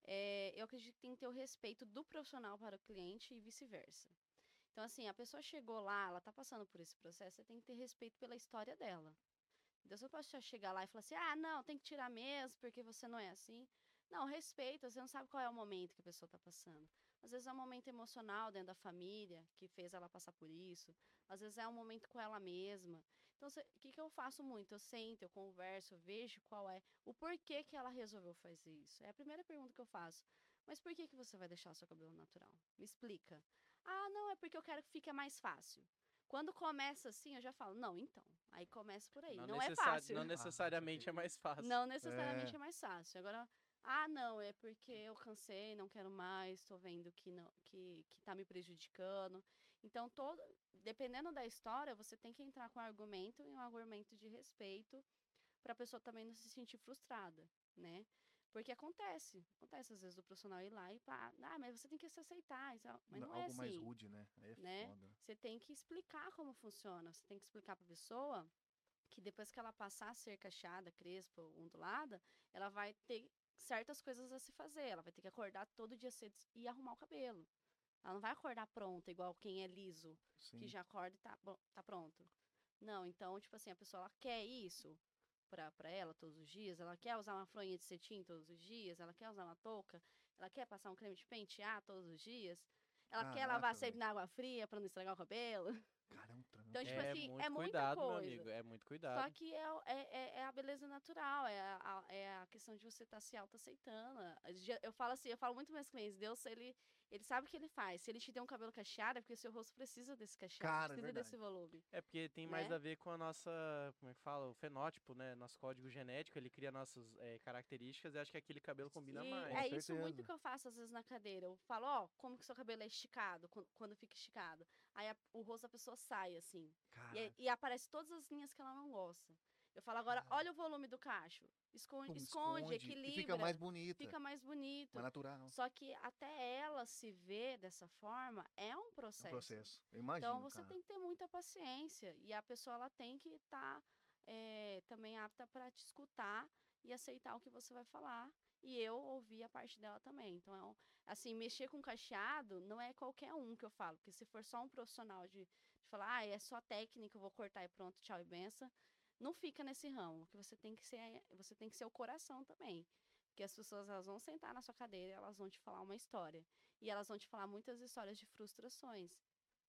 Speaker 3: é, eu acredito que tem que ter o respeito do profissional para o cliente e vice-versa. Então, assim, a pessoa chegou lá, ela tá passando por esse processo, você tem que ter respeito pela história dela. Então, você não pode só chegar lá e falar assim, ah, não, tem que tirar mesmo, porque você não é assim. Não, respeita, você não sabe qual é o momento que a pessoa tá passando. Às vezes é um momento emocional dentro da família que fez ela passar por isso. Às vezes é um momento com ela mesma. Então, cê- o que, que eu faço muito? Eu sento, eu converso, eu vejo qual é o porquê que ela resolveu fazer isso. É a primeira pergunta que eu faço. Mas por que, que você vai deixar o seu cabelo natural? Me explica. Ah, não, é porque eu quero que fique mais fácil. Quando começa assim, eu já falo, não, então. Aí começa por aí. Não, é
Speaker 1: necessari-
Speaker 3: fácil.
Speaker 2: Ah,
Speaker 1: Não necessariamente é mais fácil.
Speaker 3: Não necessariamente é. mais fácil. Agora, ah, não, é porque eu cansei, não quero mais, tô vendo que não que, que tá me prejudicando. Então, todo, dependendo da história, você tem que entrar com um argumento e um argumento de respeito para a pessoa também não se sentir frustrada, né? Porque acontece, acontece às vezes o profissional ir lá e pá, ah, mas você tem que se aceitar, isso- mas não,
Speaker 2: Algo
Speaker 3: é assim.
Speaker 2: mais rude, né? É
Speaker 3: né?
Speaker 2: foda.
Speaker 3: Você tem que explicar como funciona. Você tem que explicar para a pessoa que depois que ela passar a ser cacheada, crespa, ondulada, ela vai ter certas coisas a se fazer. Ela vai ter que acordar todo dia cedo e arrumar o cabelo. Ela não vai acordar pronta, igual quem é liso,
Speaker 2: Sim.
Speaker 3: que já acorda e tá, bom, tá pronto. Não, então, tipo assim, a pessoa ela quer isso pra, pra ela todos os dias, ela quer usar uma fronha de cetim todos os dias, ela quer usar uma touca, ela quer passar um creme de pentear todos os dias, ela quer
Speaker 2: Caraca,
Speaker 3: lavar
Speaker 2: velho.
Speaker 3: sempre na água fria pra não estragar o cabelo.
Speaker 2: Cara, é um trampo.
Speaker 3: Então, tipo
Speaker 1: é
Speaker 3: assim,
Speaker 1: muito
Speaker 3: é muita
Speaker 1: cuidado, meu
Speaker 3: coisa.
Speaker 1: amigo. É muito
Speaker 3: Só
Speaker 1: cuidado.
Speaker 3: que é, o- é- é- é a beleza natural, é a, a- é a questão de você estar se autoaceitando. Já- Eu falo assim, eu falo muito mais clientes, Deus, ele, ele sabe o que ele faz. Se ele te deu um cabelo cacheado, é porque seu rosto precisa desse cacheado,
Speaker 2: Cara, é
Speaker 3: precisa
Speaker 2: verdade.
Speaker 3: desse volume.
Speaker 1: É porque tem mais
Speaker 3: né?
Speaker 1: a ver com a nossa, como é que fala? O fenótipo, né? Nosso código genético, ele cria nossas eh, características e acho que aquele cabelo combina
Speaker 3: E
Speaker 1: mais.
Speaker 2: Com
Speaker 3: é isso muito
Speaker 2: certeza.
Speaker 3: que eu faço às vezes na cadeira. Eu falo, ó, como que seu cabelo é esticado, quan- quando fica esticado. Aí a- o rosto da pessoa sai, assim. E,
Speaker 2: Cara,
Speaker 3: aí- e aparece todas as linhas que ela não gosta. Eu falo agora,
Speaker 2: Cara.
Speaker 3: olha o volume do cacho. Esconde,
Speaker 2: pum,
Speaker 3: esconde,
Speaker 2: Ah. E
Speaker 3: equilibra.
Speaker 2: fica mais bonita,
Speaker 3: fica mais bonito.
Speaker 2: mais natural. é um
Speaker 3: Só que até ela se ver dessa forma é um
Speaker 2: É
Speaker 3: processo.
Speaker 2: um processo. Eu imagino,
Speaker 3: Então você
Speaker 2: cara.
Speaker 3: tem que ter muita paciência e a pessoa ela tem que estar também apta para te escutar e aceitar o que você vai falar. E eu ouvir a parte dela também. Então, é um- assim, mexer com cacheado não é qualquer um que eu falo. Porque se for só um profissional de, de falar, ah, é só técnica, eu vou cortar e pronto, tchau e benção, não fica nesse ramo. Que você tem que ser, você tem que ser o coração também. Porque as pessoas elas vão sentar na sua cadeira e elas vão te falar uma história. E elas vão te falar muitas histórias de frustrações.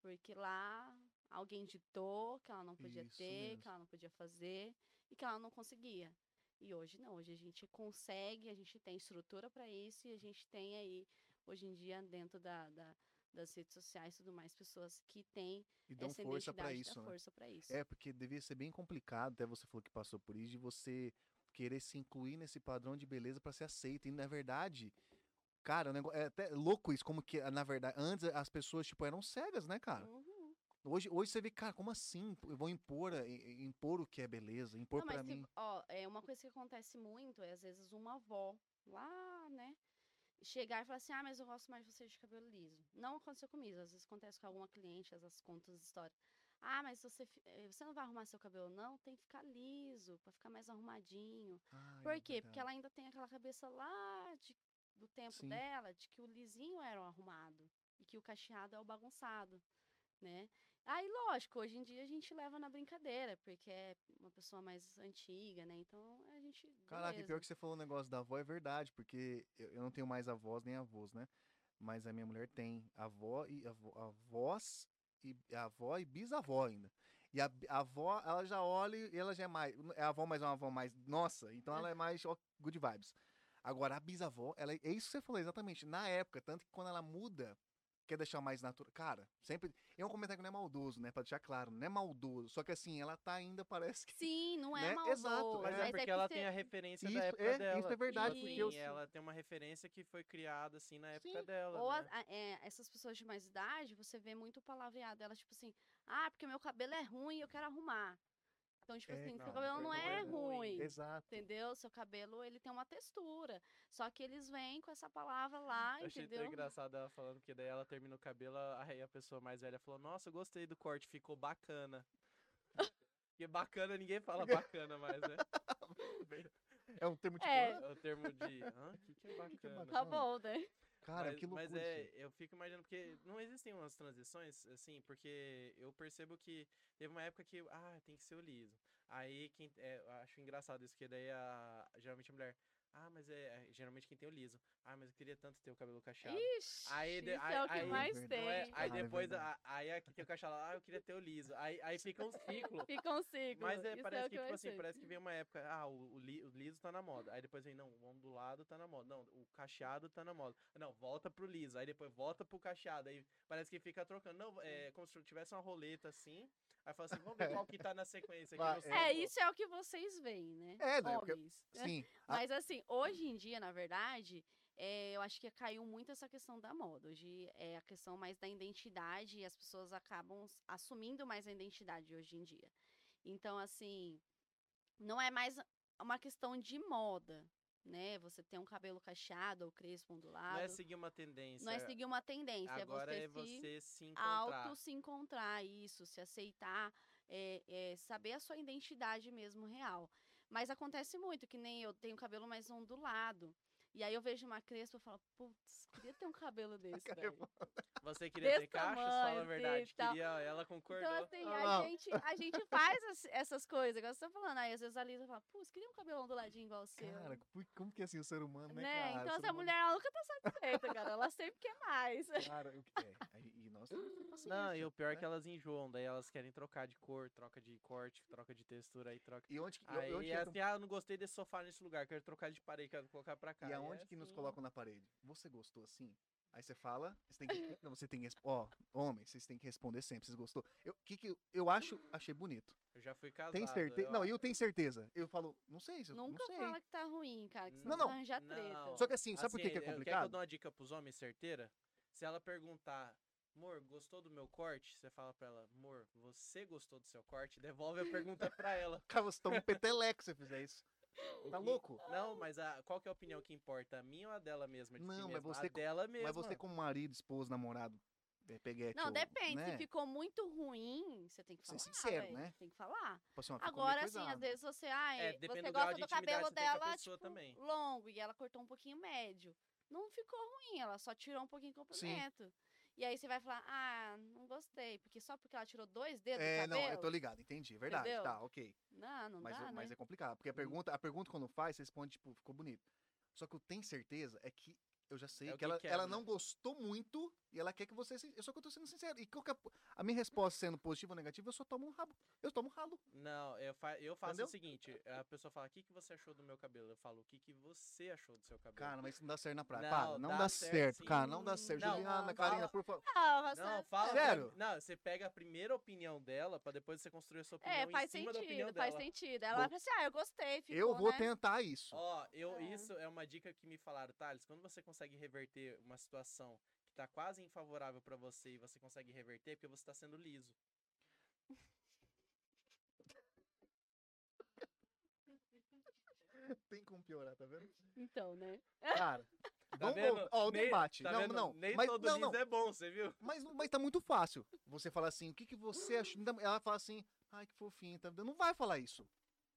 Speaker 3: Porque lá alguém ditou que ela não podia
Speaker 2: Isso
Speaker 3: ter,
Speaker 2: mesmo.
Speaker 3: que ela não podia fazer e que ela não conseguia. E hoje não, hoje a gente consegue, a gente tem estrutura para isso e a gente tem aí, hoje em dia, dentro da- da- das redes sociais e tudo mais, pessoas que têm
Speaker 2: E dão
Speaker 3: essa
Speaker 2: força pra
Speaker 3: identidade, dá
Speaker 2: isso, né?
Speaker 3: força pra isso.
Speaker 2: É, porque devia ser bem complicado, até você falou que passou por isso, de você querer se incluir nesse padrão de beleza pra ser aceito. E na verdade, cara, o negócio, é até louco isso, como que, na verdade, antes as pessoas, tipo, eram cegas, né, cara?
Speaker 3: Uhum.
Speaker 2: Hoje, hoje você vê, cara, como assim? Eu vou impor, a- i- impor o que é beleza, impor
Speaker 3: Não,
Speaker 2: pra
Speaker 3: mas se-
Speaker 2: mim.
Speaker 3: ó, é uma coisa que acontece muito é às vezes uma avó lá, né? Chegar e falar assim, ah, mas eu gosto mais de você de cabelo liso. Não aconteceu comigo, às vezes acontece com alguma cliente, às vezes conta as histórias. Ah, mas você, fi- eh, você não vai arrumar seu cabelo, não? Tem que ficar liso, pra ficar mais arrumadinho.
Speaker 2: Ah, é
Speaker 3: Por quê?
Speaker 2: verdade.
Speaker 3: Porque ela ainda tem aquela cabeça lá de- do tempo
Speaker 2: Sim.
Speaker 3: dela, de que o lisinho era o arrumado e que o cacheado é o bagunçado, né? Aí, lógico, hoje em dia a gente leva na brincadeira, porque é uma pessoa mais antiga, né? Então a gente.
Speaker 2: Caraca, e
Speaker 3: beleza.
Speaker 2: pior que você falou o negócio da avó é verdade, porque eu, eu não tenho mais avós nem avós, né? Mas a minha mulher tem avó e avó, avós e avó e bisavó ainda. E a, bi- a avó, ela já olha e ela já é mais. É a avó, mas é uma avó mais. Nossa, então ela é mais ó, good vibes. Agora, a bisavó, ela, é isso que você falou exatamente. Na época, tanto que quando ela muda, quer deixar mais natural. Cara, sempre. É um comentário que não é maldoso, né? Pra deixar claro, não é maldoso. Só que assim, ela tá ainda, parece que.
Speaker 3: Sim, não é
Speaker 2: né?
Speaker 3: maldoso.
Speaker 2: Exato,
Speaker 1: Mas
Speaker 2: é.
Speaker 1: é,
Speaker 3: que
Speaker 1: porque ela
Speaker 3: você-
Speaker 1: tem a referência
Speaker 2: Isso,
Speaker 1: da época
Speaker 2: é, isso é
Speaker 1: dela. Tipo
Speaker 2: verdade,
Speaker 3: porque
Speaker 1: assim,
Speaker 3: eu-
Speaker 1: ela tem uma referência que foi criada assim na época
Speaker 2: Sim,
Speaker 1: dela.
Speaker 3: Ou a-
Speaker 1: né?
Speaker 3: a- é, essas pessoas de mais idade, você vê muito o palavreado delas, tipo assim, ah, porque meu cabelo é ruim e eu quero arrumar. Então, tipo
Speaker 2: É,
Speaker 3: assim,
Speaker 1: não,
Speaker 3: seu cabelo não,
Speaker 1: não é
Speaker 3: é,
Speaker 1: ruim.
Speaker 3: ruim.
Speaker 2: Exato.
Speaker 3: Entendeu? Seu cabelo, ele tem uma textura. Só que eles vêm com essa palavra lá,
Speaker 1: Eu Ah, achei tão
Speaker 3: Ah, entendeu?
Speaker 1: engraçado ela falando, porque daí ela termina o cabelo, aí a pessoa mais velha falou, nossa, eu gostei do corte, ficou bacana. Porque bacana, ninguém fala bacana mais, né?
Speaker 2: É um termo de
Speaker 3: É.
Speaker 1: É o termo de, hã? O que, que é bacana?
Speaker 3: Tá
Speaker 2: Não.
Speaker 3: bom, né?
Speaker 2: Cara,
Speaker 1: mas,
Speaker 2: que loucura.
Speaker 1: Mas é, eu fico imaginando, porque não existem umas transições, assim, porque eu percebo que teve uma época que, ah, tem que ser o liso. Aí, quem, é, eu acho engraçado isso, porque daí a, geralmente a mulher, ah, mas é, é, geralmente quem tem o liso. Ah, mas eu queria tanto ter o cabelo cacheado.
Speaker 3: Ixi,
Speaker 1: Aí de-
Speaker 3: isso
Speaker 1: aí-
Speaker 3: é o que
Speaker 1: aí-
Speaker 3: mais
Speaker 2: Não é-
Speaker 1: Não é?
Speaker 3: tem.
Speaker 1: Aí
Speaker 2: Cara, é
Speaker 1: depois,
Speaker 2: verdade.
Speaker 1: a- aí aqui tem o cachorro, ah, eu queria ter o liso. Aí, aí fica um ciclo.
Speaker 3: Fica um ciclo.
Speaker 1: Mas é,
Speaker 3: isso
Speaker 1: parece que,
Speaker 3: o que
Speaker 1: tipo
Speaker 3: mais
Speaker 1: assim,
Speaker 3: tem.
Speaker 1: parece que vem uma época, ah, o, o li- o liso tá na moda. Aí depois vem, não, o ondulado tá na moda. Não, o cacheado tá na moda. Não, volta pro liso. Aí depois volta pro cacheado. Aí parece que fica trocando. Não, é como se tivesse uma roleta assim. Aí fala assim, vamos ver qual que tá na sequência aqui.
Speaker 2: Vai,
Speaker 1: no
Speaker 3: É,
Speaker 1: ciclo.
Speaker 3: isso é o que vocês veem, né?
Speaker 2: É, né, porque-
Speaker 3: Homens.
Speaker 1: Ah.
Speaker 2: Sim. a-
Speaker 3: Mas assim, hoje em dia, na verdade, é, eu acho que caiu muito essa questão da moda. Hoje é a questão mais da identidade e as pessoas acabam s- assumindo mais a identidade hoje em dia. Então, assim, não é mais uma questão de moda, né? Você ter um cabelo cacheado ou crespo ondulado.
Speaker 1: Não é seguir uma tendência.
Speaker 3: não é seguir uma tendência,
Speaker 1: Agora
Speaker 3: é
Speaker 1: é você se encontrar.
Speaker 3: auto se encontrar isso, se aceitar, é, é, saber a sua identidade mesmo real. Mas acontece muito, que nem eu tenho cabelo mais ondulado. E aí eu vejo uma crespa e falo, putz, queria ter um cabelo desse.
Speaker 2: cara é
Speaker 3: velho."
Speaker 1: Você queria
Speaker 3: desse
Speaker 1: ter cachos?
Speaker 3: tamanho,
Speaker 1: Fala a
Speaker 3: assim,
Speaker 1: verdade.
Speaker 3: e tal.
Speaker 1: Queria, ela concordou.
Speaker 3: Então, assim,
Speaker 2: Não,
Speaker 3: a
Speaker 2: não.
Speaker 3: gente, a gente faz as- essas coisas, igual você tá falando. Aí às vezes a Lisa fala, putz, queria um cabelo onduladinho igual o seu.
Speaker 2: Cara, por- como que é assim o ser humano, né,
Speaker 3: né?
Speaker 2: cara?
Speaker 3: Então
Speaker 2: O ser
Speaker 3: essa
Speaker 2: humano-
Speaker 3: mulher ela nunca tá satisfeita, cara. Ela sempre quer mais.
Speaker 2: Cara, o que é? Aí- E nós temos que ter
Speaker 1: Não, e
Speaker 2: paciência,
Speaker 1: o pior é
Speaker 2: né?
Speaker 1: que elas enjoam, daí elas querem trocar de cor, troca de corte, troca de textura, aí troca.
Speaker 2: E onde que, e
Speaker 1: Aí
Speaker 2: onde
Speaker 1: é
Speaker 2: que-
Speaker 1: assim, ah, eu não gostei desse sofá nesse lugar, quero trocar de parede, quero colocar pra cá.
Speaker 2: E
Speaker 1: é
Speaker 2: aonde que nos
Speaker 1: assim.
Speaker 2: colocam na parede? Você gostou assim? Aí você fala, você tem que. Não, você tem que. res- Ó, homem, vocês têm que responder sempre. Vocês gostou? Eu, que que eu, eu acho, achei bonito.
Speaker 1: Eu já fui casado.
Speaker 2: Tem certeza.
Speaker 1: eu-
Speaker 2: Não, eu tenho certeza. Eu falo, não sei, se eu
Speaker 3: Nunca
Speaker 2: não sei.
Speaker 3: fala que tá ruim, cara. Que você
Speaker 2: Não,
Speaker 3: não,
Speaker 2: não.
Speaker 3: arranjar
Speaker 1: Não.
Speaker 3: treta.
Speaker 2: Só que assim, sabe por que,
Speaker 1: Assim,
Speaker 2: que
Speaker 1: eu- quer
Speaker 2: é
Speaker 1: que eu
Speaker 2: complicado?
Speaker 1: dou uma dica pros homens certeira? Se ela perguntar, amor, gostou do meu corte? Você fala pra ela, amor, você gostou do seu corte? Devolve a pergunta pra ela.
Speaker 2: Cara, você toma um peteleco se você fizer isso.
Speaker 1: O
Speaker 2: Tá
Speaker 1: que-
Speaker 2: louco?
Speaker 1: Não, mas a, qual que é a opinião que importa? A minha ou a dela mesma? De si
Speaker 2: Não, mas
Speaker 1: mesma?
Speaker 2: você
Speaker 1: A
Speaker 2: co-
Speaker 1: dela mesma.
Speaker 2: Mas você, como marido, esposo, namorado, é, peguete.
Speaker 3: Não,
Speaker 2: ou,
Speaker 3: depende.
Speaker 2: Né?
Speaker 3: Se ficou muito ruim, você tem que
Speaker 2: Ser
Speaker 3: falar.
Speaker 2: sincero,
Speaker 3: velho,
Speaker 2: né?
Speaker 3: Tem que falar.
Speaker 2: Tipo assim, ó, ficou meio
Speaker 3: Agora, assim, às
Speaker 2: coisado.
Speaker 3: vezes você, ah,
Speaker 1: É,
Speaker 3: é,
Speaker 1: depende
Speaker 3: você
Speaker 1: do grau
Speaker 3: gosta
Speaker 1: de
Speaker 3: do
Speaker 1: intimidade
Speaker 3: cabelo
Speaker 1: que você tem com a
Speaker 3: dela
Speaker 1: pessoa
Speaker 3: tipo,
Speaker 1: também.
Speaker 3: longo e ela cortou um pouquinho médio. Não ficou ruim, ela só tirou um pouquinho de comprimento. E aí você vai falar, ah, não gostei, porque só porque ela tirou dois dedos
Speaker 2: É,
Speaker 3: do
Speaker 2: não,
Speaker 3: cabelo.
Speaker 2: eu tô ligado, entendi. Verdade,
Speaker 3: Entendeu?
Speaker 2: tá, ok.
Speaker 3: Não, não
Speaker 2: Mas,
Speaker 3: dá,
Speaker 2: é-
Speaker 3: né?
Speaker 2: mas é complicado, porque a pergunta, a pergunta quando faz, você responde, tipo, ficou bonito. Só que eu tenho certeza é que eu já sei
Speaker 1: É o
Speaker 2: que, né?
Speaker 1: que
Speaker 2: ela,
Speaker 1: quebra.
Speaker 2: ela não gostou muito e ela quer que você. se- Eu só que eu tô sendo sincero. E qualquer, a minha resposta sendo positiva ou negativa, eu só tomo um rabo. Eu tomo um ralo.
Speaker 1: Não, eu, fa- eu faço
Speaker 2: Entendeu?
Speaker 1: o seguinte: a pessoa fala, o que, que você achou do meu cabelo? Eu falo, o que, que você achou do seu cabelo?
Speaker 2: Cara, mas isso não dá certo na praia.
Speaker 1: Não,
Speaker 2: Para, não
Speaker 1: dá
Speaker 2: dá,
Speaker 1: certo,
Speaker 2: certo,
Speaker 1: sim.
Speaker 2: cara. Não dá certo.
Speaker 1: Não,
Speaker 2: Juliana,
Speaker 3: não,
Speaker 2: Karina,
Speaker 1: fala-
Speaker 2: por favor.
Speaker 3: Não, você-
Speaker 1: não, fala. pra
Speaker 2: Sério?
Speaker 1: mim- Não, você pega a primeira opinião dela pra depois você construir a sua opinião
Speaker 3: É, faz
Speaker 1: em cima da opinião
Speaker 3: sentido, faz
Speaker 1: dela.
Speaker 3: sentido. Ela vai falar assim, ah, eu gostei, ficou,
Speaker 2: Eu vou
Speaker 3: né?
Speaker 2: tentar isso.
Speaker 1: Ó, eu,
Speaker 3: É.
Speaker 1: isso é uma dica que me falaram, Thales. Quando você consegue reverter uma situação que tá quase infavorável pra você e você consegue reverter, é porque você tá sendo liso.
Speaker 2: Tem como piorar, tá vendo?
Speaker 3: Então, né?
Speaker 2: Cara,
Speaker 1: Tá
Speaker 2: vamos.
Speaker 1: vendo?
Speaker 2: Ó, o
Speaker 1: Nem-
Speaker 2: debate.
Speaker 1: tá
Speaker 2: não,
Speaker 1: vendo?
Speaker 2: não.
Speaker 1: Nem
Speaker 2: mas,
Speaker 1: todo
Speaker 2: não,
Speaker 1: liso
Speaker 2: não.
Speaker 1: é bom, você viu?
Speaker 2: Mas, não- mas tá muito fácil. Você fala assim, o que, que você achou? Ainda- Ela fala assim, ai que fofinho, tá? não vai falar isso.